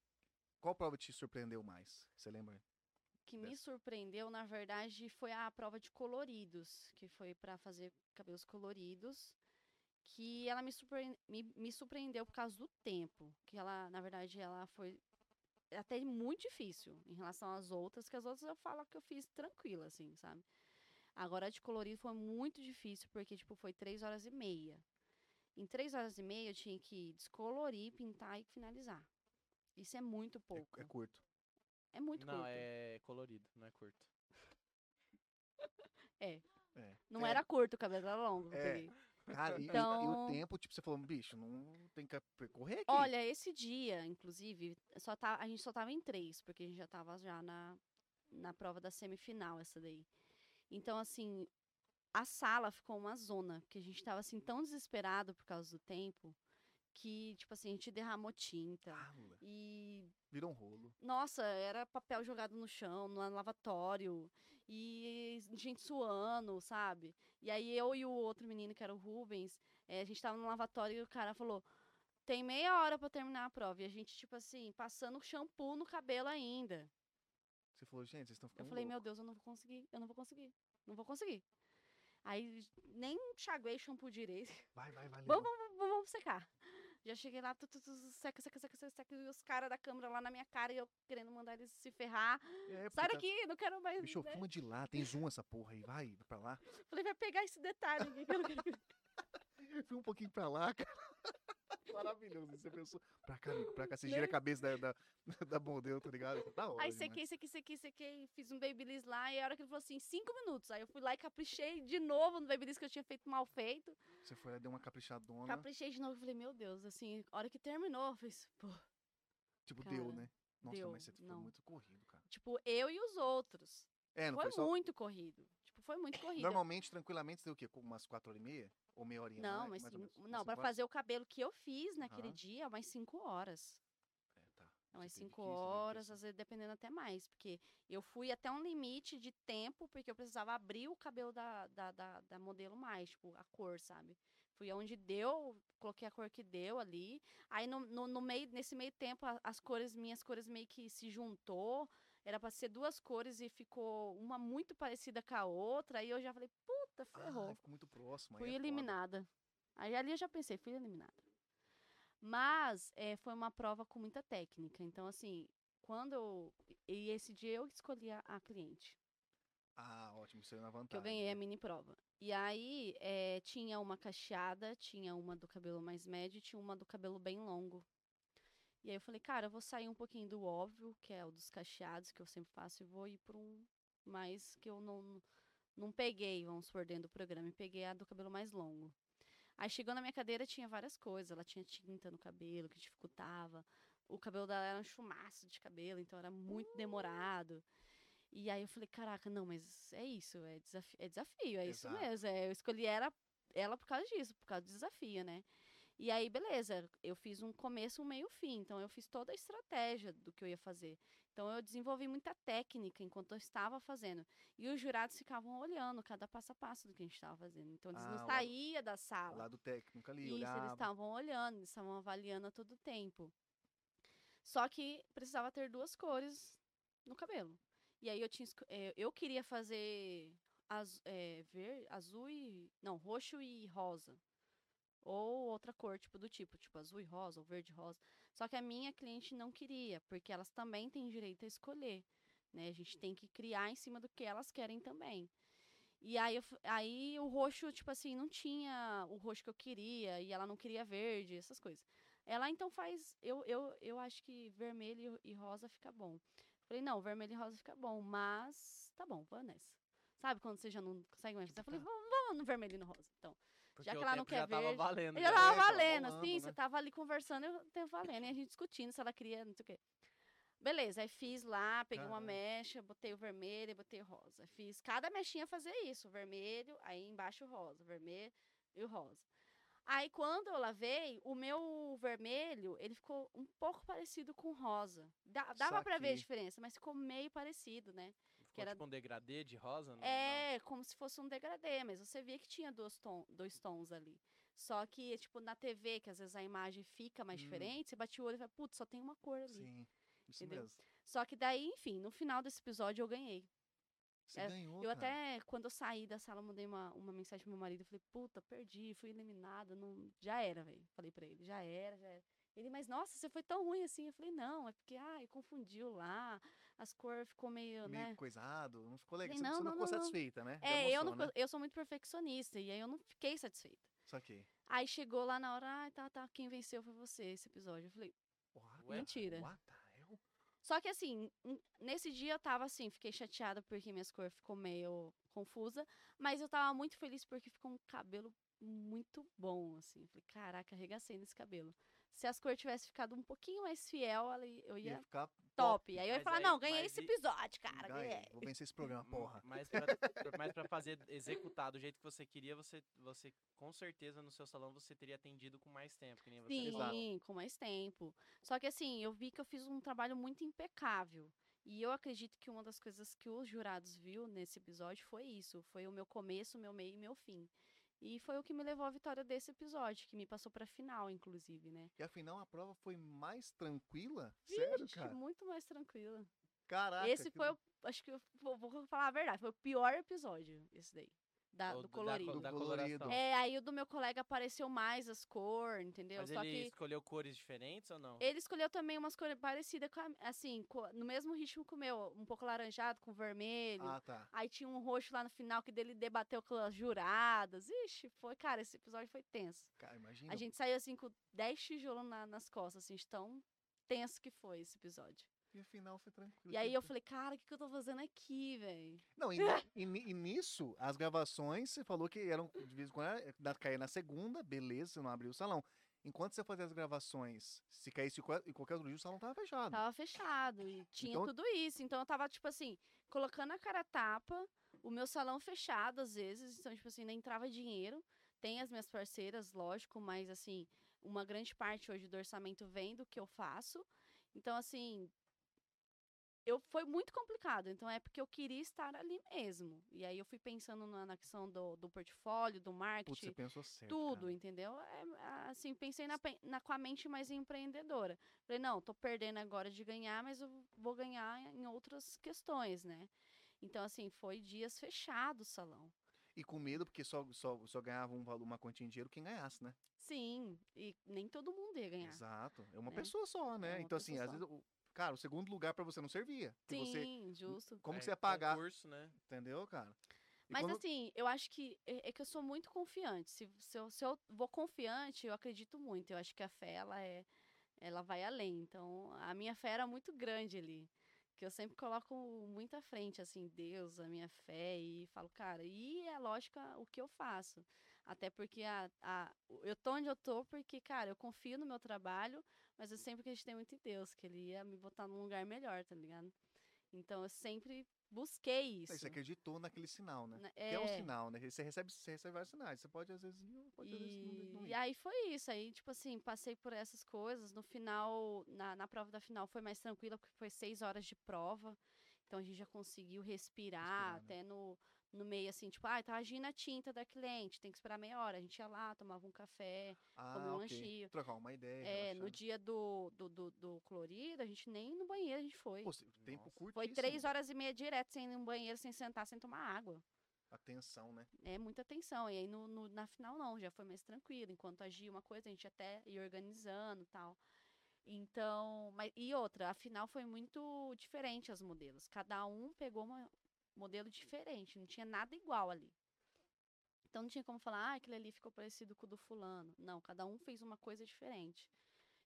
Speaker 2: Qual prova te surpreendeu mais? Você lembra? É,
Speaker 3: O que me surpreendeu, na verdade, foi a prova de coloridos, que foi pra fazer cabelos coloridos. Que ela me, surpre- me- me surpreendeu por causa do tempo. Que ela, na verdade, ela foi até muito difícil em relação às outras, que as outras eu falo que eu fiz tranquila, assim, sabe? Agora a de colorido foi muito difícil, porque, tipo, foi três horas e meia. Em três horas e meia eu tinha que descolorir, pintar e finalizar. Isso é muito
Speaker 2: É,
Speaker 3: pouco.
Speaker 2: é curto.
Speaker 3: É, muito
Speaker 1: Não,
Speaker 3: curto.
Speaker 1: é colorido, não é curto.
Speaker 2: É.
Speaker 3: Não
Speaker 2: É,
Speaker 3: era curto o cabelo, era longo.
Speaker 2: É.
Speaker 3: Felipe.
Speaker 2: Cara, e- e- e, o
Speaker 3: Então-
Speaker 2: tempo, tipo, você falou, bicho, não tem que percorrer aqui.
Speaker 3: Olha, esse dia, inclusive, só tá, a gente só tava em três, porque a gente já tava já na, na prova da semifinal, essa daí. Então, assim, a sala ficou uma zona, porque a gente tava, assim, tão desesperado por causa do tempo, que, tipo assim, a gente derramou tinta.
Speaker 2: Aula.
Speaker 3: E
Speaker 2: Ah, Virou um rolo.
Speaker 3: Nossa, era papel jogado no chão, no lavatório, e gente suando, sabe? E aí eu e o outro menino, que era o Rubens, eh, a gente tava no lavatório e o cara falou: tem meia hora pra terminar a prova. E a gente, tipo assim, passando shampoo no cabelo ainda.
Speaker 2: Você falou, gente, vocês estão
Speaker 3: Eu
Speaker 2: ficando
Speaker 3: falei,
Speaker 2: louco.
Speaker 3: meu Deus, eu não vou conseguir, eu não vou conseguir, não vou conseguir. Aí nem enxaguei shampoo direito.
Speaker 2: Vai, vai, vai.
Speaker 3: Vamos, vamos, vamos, vamos secar. Já cheguei lá, tu, tu, tu, seca, seca, seca, seca, seca, e os caras da câmera lá na minha cara e eu querendo mandar eles se ferrar.
Speaker 2: É, porque
Speaker 3: Sai
Speaker 2: tá-
Speaker 3: daqui, não quero mais.
Speaker 2: Bicho,
Speaker 3: né?
Speaker 2: fuma de lá, tem zoom essa porra aí, vai pra lá.
Speaker 3: Falei, vai pegar esse detalhe aqui que eu não quero que-
Speaker 2: Fuma um pouquinho pra lá, cara. Maravilhoso. Você pensou, pra cá, amigo, pra cá. Você gira
Speaker 3: Né?
Speaker 2: a cabeça da, da, da modelo, tá ligado? Da hora.
Speaker 3: Aí
Speaker 2: demais.
Speaker 3: sequei, sequei, sequei, sequei. Fiz um babyliss lá. E a hora que ele falou assim, cinco minutos. Aí eu fui lá e caprichei de novo no babyliss que eu tinha feito mal feito.
Speaker 2: Você foi lá, deu uma caprichadona.
Speaker 3: Caprichei de novo. Falei, meu Deus, assim, a hora que terminou, eu fiz, pô.
Speaker 2: Tipo,
Speaker 3: Cara,
Speaker 2: deu, né? Nossa,
Speaker 3: deu,
Speaker 2: mas você foi
Speaker 3: não.
Speaker 2: muito corrido, cara.
Speaker 3: Tipo, eu e os outros.
Speaker 2: É, não
Speaker 3: foi
Speaker 2: foi, só.
Speaker 3: muito corrido. Tipo, foi muito corrido.
Speaker 2: Normalmente, tranquilamente, você deu o quê? Com Umas 4 horas e meia? Ou meia horinha?
Speaker 3: Não,
Speaker 2: né? mais,
Speaker 3: mas
Speaker 2: mais ou
Speaker 3: sim-
Speaker 2: menos? Umas
Speaker 3: não, pra
Speaker 2: cinco horas?
Speaker 3: fazer o cabelo que eu fiz naquele
Speaker 2: Aham.
Speaker 3: dia, mais cinco horas.
Speaker 2: É, tá.
Speaker 3: É umas
Speaker 2: Você teve que ir, você teve
Speaker 3: 5
Speaker 2: que ir,
Speaker 3: horas,
Speaker 2: você-
Speaker 3: às vezes dependendo até mais, porque eu fui até um limite de tempo, porque eu precisava abrir o cabelo da, da, da, da modelo mais, tipo, a cor, sabe? Fui aonde deu, coloquei a cor que deu ali. Aí no, no, no meio, nesse meio tempo, a- as cores, minhas cores meio que se juntou. Era pra ser duas cores e ficou uma muito parecida com a outra. Aí eu já falei, puta, ferrou.
Speaker 2: Ah, ficou muito próximo. aí
Speaker 3: Fui
Speaker 2: é foda.
Speaker 3: eliminada. Aí ali eu já pensei, fui eliminada. Mas eh, foi uma prova com muita técnica. Então, assim, quando eu. E esse dia eu escolhi a, a cliente,
Speaker 2: Ah, ótimo, saiu na
Speaker 3: que
Speaker 2: vantagem.
Speaker 3: eu ganhei a
Speaker 2: né?
Speaker 3: mini prova. E aí eh, tinha uma cacheada, tinha uma do cabelo mais médio e tinha uma do cabelo bem longo. E aí eu falei, cara, eu vou sair um pouquinho do óbvio, que é o dos cacheados, que eu sempre faço, e vou ir para um mais que eu não. Não peguei, vamos supor, dentro do programa, e peguei a do cabelo mais longo. Aí chegou na minha cadeira, tinha várias coisas. Ela tinha tinta no cabelo, que dificultava. O cabelo dela era um chumaço de cabelo, então era muito demorado. E aí eu falei, caraca, não, mas é isso, é, desafi é desafio, é isso
Speaker 2: Exato.
Speaker 3: mesmo. é, eu escolhi era, ela por causa disso, por causa do desafio, né? E aí, beleza, eu fiz um começo, um meio e fim. Então, eu fiz toda a estratégia do que eu ia fazer. Então, eu desenvolvi muita técnica enquanto eu estava fazendo. E os jurados ficavam olhando cada passo a passo do que a gente estava fazendo. Então, eles
Speaker 2: Ah,
Speaker 3: não
Speaker 2: o-
Speaker 3: saíam da sala.
Speaker 2: Lá do técnico ali,
Speaker 3: Isso, eles
Speaker 2: olhava.
Speaker 3: estavam olhando, eles estavam avaliando a todo tempo. Só que precisava ter duas cores no cabelo. E aí eu tinha. esco- eh, Eu queria fazer az, eh, ver, azul e. Não, roxo e rosa. Ou outra cor, tipo, do tipo, tipo azul e rosa, ou verde e rosa. Só que a minha cliente não queria, porque elas também têm direito a escolher. Né? A gente tem que criar em cima do que elas querem também. E aí, eu, f- aí o roxo, tipo assim, não tinha o roxo que eu queria, e ela não queria verde, essas coisas. Ela então faz. Eu, eu, eu acho que vermelho e rosa fica bom. Falei, não, vermelho e rosa fica bom, mas tá bom, vamos nessa. Sabe quando você já não consegue mais? Eu falei,
Speaker 2: tá.
Speaker 3: vamos, vamos no vermelho e no rosa. Então.
Speaker 1: Porque
Speaker 3: que
Speaker 1: o
Speaker 3: ela não
Speaker 1: tempo já
Speaker 3: quer
Speaker 1: tava
Speaker 3: verde,
Speaker 1: valendo. né?
Speaker 3: Eu
Speaker 1: já.
Speaker 3: já tava
Speaker 2: tava
Speaker 3: valendo,
Speaker 2: rolando,
Speaker 3: sim,
Speaker 2: né?
Speaker 3: você tava ali conversando, eu tava valendo, e a gente discutindo se ela queria, não sei o quê. Beleza, aí fiz lá, peguei uma
Speaker 2: Caralho.
Speaker 3: mecha, botei o vermelho e botei o rosa. Fiz cada mechinha fazer isso, o vermelho, aí embaixo o rosa, o vermelho e o rosa. Aí quando eu lavei, o meu vermelho, ele ficou um pouco parecido com o rosa. Dá- dava pra ver a
Speaker 2: Saquei.
Speaker 3: diferença, mas ficou meio parecido, né?
Speaker 1: Ficou
Speaker 3: era-
Speaker 1: tipo um degradê de
Speaker 2: Uhum.
Speaker 1: rosa, não?
Speaker 3: É, como se fosse um degradê, mas você via que tinha dois, ton- dois tons ali. Só que, tipo, na TV, que às vezes a imagem fica mais
Speaker 2: Hum.
Speaker 3: diferente, você bate o olho e fala, putz, só tem uma cor ali.
Speaker 2: Sim. Isso
Speaker 3: Entendeu?
Speaker 2: mesmo.
Speaker 3: Só que daí, enfim, no final desse episódio eu ganhei.
Speaker 2: Você
Speaker 3: É,
Speaker 2: ganhou,
Speaker 3: eu
Speaker 2: cara.
Speaker 3: até, quando eu saí da sala, eu mandei uma, uma mensagem pro meu marido, eu falei, puta, perdi, fui eliminada, não... já era, velho. Falei pra ele, já era, já era. Ele, mas nossa, você foi tão ruim assim. Eu falei, não, é porque, ai, confundiu lá, as cores ficou meio,
Speaker 2: Meio
Speaker 3: né?
Speaker 2: coisado, não ficou legal.
Speaker 3: Falei,
Speaker 2: Você não,
Speaker 3: não,
Speaker 2: você não
Speaker 3: não,
Speaker 2: ficou
Speaker 3: não, não.
Speaker 2: satisfeita, né? Já
Speaker 3: É, eu, não,
Speaker 2: mostrou, né?
Speaker 3: eu sou muito perfeccionista, e aí eu não fiquei satisfeita.
Speaker 2: Saquei.
Speaker 3: Aí chegou lá na hora, ah, tá, tá, quem venceu foi você esse episódio. Eu falei,
Speaker 2: What
Speaker 1: Ué,
Speaker 3: mentira.
Speaker 2: What the hell?
Speaker 3: Só que assim, n- nesse dia eu tava assim, fiquei chateada porque minhas cores ficou meio confusa, mas eu tava muito feliz porque ficou um cabelo muito bom, assim. Eu Falei, caraca, arregacei nesse cabelo. Se as cores tivessem ficado um pouquinho mais fiel, ela i- eu
Speaker 2: Ia
Speaker 3: ia
Speaker 2: ficar
Speaker 3: top. Aí eu ia
Speaker 1: Mas
Speaker 3: falar,
Speaker 1: aí-
Speaker 3: não, ganhei
Speaker 1: mas
Speaker 3: esse
Speaker 1: e-
Speaker 3: episódio, cara.
Speaker 2: Ganhei,
Speaker 3: ganhei."
Speaker 2: Vou vencer esse programa,
Speaker 1: Hum,
Speaker 2: Ah, porra.
Speaker 1: Mas pra, mas pra fazer executar do jeito que você queria, você, você com certeza no seu salão você teria atendido com mais tempo, que nem você
Speaker 3: Sim,
Speaker 1: falou.
Speaker 3: com mais tempo. Só que assim, eu vi que eu fiz um trabalho muito impecável. E eu acredito que uma das coisas que os jurados viu nesse episódio foi isso. Foi o meu começo, meu meio e meu fim. E foi o que me levou à vitória desse episódio, que me passou pra final, inclusive, né?
Speaker 2: E afinal a prova foi mais tranquila? Sério,
Speaker 3: Vixe,
Speaker 2: cara?
Speaker 3: muito mais tranquila.
Speaker 2: Caraca.
Speaker 3: esse
Speaker 2: que
Speaker 3: foi o. Acho que eu vou, vou falar a verdade. Foi o pior episódio, esse daí. Da,
Speaker 1: Ou da
Speaker 3: do
Speaker 1: co-
Speaker 3: colorido.
Speaker 1: Da,
Speaker 2: Do
Speaker 1: coloração.
Speaker 2: colorido.
Speaker 3: É, aí o do meu colega apareceu mais as cores, entendeu?
Speaker 1: Mas
Speaker 3: Só
Speaker 1: ele
Speaker 3: que. É.
Speaker 1: escolheu cores diferentes ou não?
Speaker 3: Ele escolheu também umas cores parecidas com a, assim, co- no mesmo ritmo que o meu, um pouco laranjado com vermelho.
Speaker 2: Ah, tá.
Speaker 3: Aí tinha um roxo lá no final que dele debateu com as juradas. Ixi, foi, cara, esse episódio foi tenso.
Speaker 2: Cara, imagina.
Speaker 3: A gente saiu assim com 10 tijolos na- nas costas, assim, de tão tenso que foi esse episódio.
Speaker 2: E afinal foi tranquilo.
Speaker 3: E aí eu
Speaker 2: tranquilo.
Speaker 3: falei, cara, o que, que eu tô fazendo aqui, velho?
Speaker 2: Não, e, e ni- e nisso, as gravações, você falou que eram de vez em quando era- da- caía na segunda, beleza, você não abriu o salão. Enquanto você fazia as gravações, se caísse em qual- em qualquer outro dia, o salão tava fechado.
Speaker 3: Tava fechado e tinha
Speaker 2: Então-
Speaker 3: tudo isso. Então eu tava, tipo assim, colocando a cara a tapa, o meu salão fechado às vezes. Então, tipo assim, não entrava dinheiro. Tem as minhas parceiras, lógico, mas assim, uma grande parte hoje do orçamento vem do que eu faço. Então, assim, eu foi muito complicado. Então é porque eu queria estar ali mesmo. E aí eu fui pensando na, na questão do, do portfólio, do marketing
Speaker 2: Putz, você pensou certo.
Speaker 3: tudo,
Speaker 2: cara.
Speaker 3: entendeu? É, a- assim, pensei na, pen- na- com a mente mais empreendedora. Falei, não, tô perdendo agora de ganhar, mas eu vou ganhar em outras questões, né? Então, assim, foi dias fechados o salão.
Speaker 2: E com medo, porque só, só, só ganhava um valor, uma quantia em dinheiro quem ganhasse, né?
Speaker 3: Sim, e nem todo mundo ia ganhar.
Speaker 2: Exato. É uma
Speaker 3: né?
Speaker 2: pessoa só, né?
Speaker 3: É uma
Speaker 2: então, assim,
Speaker 3: pessoa
Speaker 2: às
Speaker 3: só.
Speaker 2: vezes, o- cara, o segundo lugar pra você não servia. Que você,
Speaker 3: Sim, justo.
Speaker 2: como
Speaker 1: É,
Speaker 2: que você ia pagar?
Speaker 1: Concurso, né?
Speaker 2: Entendeu, cara? E
Speaker 3: Mas
Speaker 2: quando-
Speaker 3: assim, eu acho que é, é que eu sou muito confiante. Se, se eu, se eu vou confiante, eu acredito muito. Eu acho que a fé ela é, ela vai além. Então a minha fé era muito grande ali. que eu sempre coloco muito à frente, assim, Deus, a minha fé, e falo, cara, e é lógica o que eu faço. Até porque a, a, eu tô onde eu tô, porque, cara, eu confio no meu trabalho, mas eu sempre acreditei muito em Deus, que ele ia me botar num lugar melhor, tá ligado? Então eu sempre busquei isso.
Speaker 2: Você acreditou naquele sinal, né?
Speaker 3: Na-
Speaker 2: Que é um sinal, né? Você recebe, você recebe vários sinais. Você pode, às vezes, ir, pode, às vezes, não, não
Speaker 3: E,
Speaker 2: ir.
Speaker 3: e aí foi isso. Aí, tipo assim, passei por essas coisas. No final, na, na prova da final foi mais tranquila, porque foi seis horas de prova. Então a gente já conseguiu
Speaker 2: Respirar,
Speaker 3: respirar,
Speaker 2: né?
Speaker 3: até no, no meio, assim, tipo, ah, tá agindo a tinta da cliente, tem que esperar meia hora. A gente ia lá, tomava um café,
Speaker 2: Ah,
Speaker 3: comia um
Speaker 2: ok.
Speaker 3: lanchinho.
Speaker 2: Trocar uma ideia,
Speaker 3: É, no
Speaker 2: relaxar.
Speaker 3: dia do, do, do, do colorido, a gente nem no banheiro a gente foi.
Speaker 2: Pô, se- tempo
Speaker 1: Nossa.
Speaker 2: curto.
Speaker 3: Foi três horas e meia direto, sem ir no banheiro, sem sentar, sem tomar água.
Speaker 2: Atenção, né?
Speaker 3: é muita tensão. E aí no, no- na final não, já foi mais tranquilo. Enquanto agia uma coisa, a gente até ia organizando e tal. Então, mas e outra, a final foi muito diferente as modelos. Cada um pegou um modelo diferente, não tinha nada igual ali. Então não tinha como falar, ah, aquele ali ficou parecido com o do fulano. Não, cada um fez uma coisa diferente.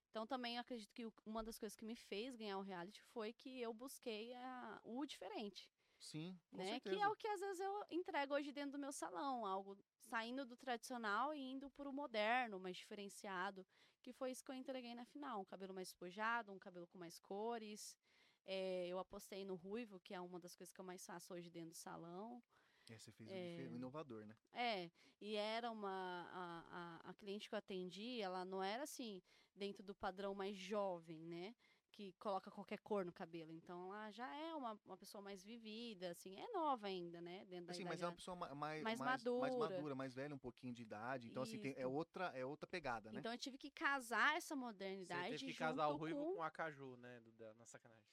Speaker 3: Então também eu acredito que o- uma das coisas que me fez ganhar o reality foi que eu busquei a- o diferente
Speaker 2: Sim, com
Speaker 3: né?
Speaker 2: certeza.
Speaker 3: Que é o que às vezes eu entrego hoje dentro do meu salão, algo saindo do tradicional e indo para o moderno, mais diferenciado, que foi isso que eu entreguei na final, um cabelo mais espojado, um cabelo com mais cores. É, eu apostei no ruivo, que é uma das coisas que eu mais faço hoje dentro do salão.
Speaker 2: É, você fez
Speaker 3: é.
Speaker 2: um difer- um inovador, né?
Speaker 3: É, e era uma. A, a, a cliente que eu atendi, ela não era assim, dentro do padrão mais jovem, né? Que coloca qualquer cor no cabelo. Então ela já é uma, uma pessoa mais vivida, assim, é nova ainda, né? Dentro da
Speaker 2: Assim,
Speaker 3: idade
Speaker 2: mas é uma
Speaker 3: dela.
Speaker 2: pessoa ma- mais,
Speaker 3: Mais
Speaker 2: mais
Speaker 3: madura.
Speaker 2: madura, mais velha um pouquinho de idade. Então, assim, tem- é,
Speaker 3: Isso.
Speaker 2: outra, é outra pegada, né?
Speaker 3: Então eu tive que casar essa
Speaker 1: Você
Speaker 3: modernidade
Speaker 1: teve que
Speaker 3: junto
Speaker 1: casar o ruivo
Speaker 3: com...
Speaker 1: com a caju, né? Do, da, na sacanagem.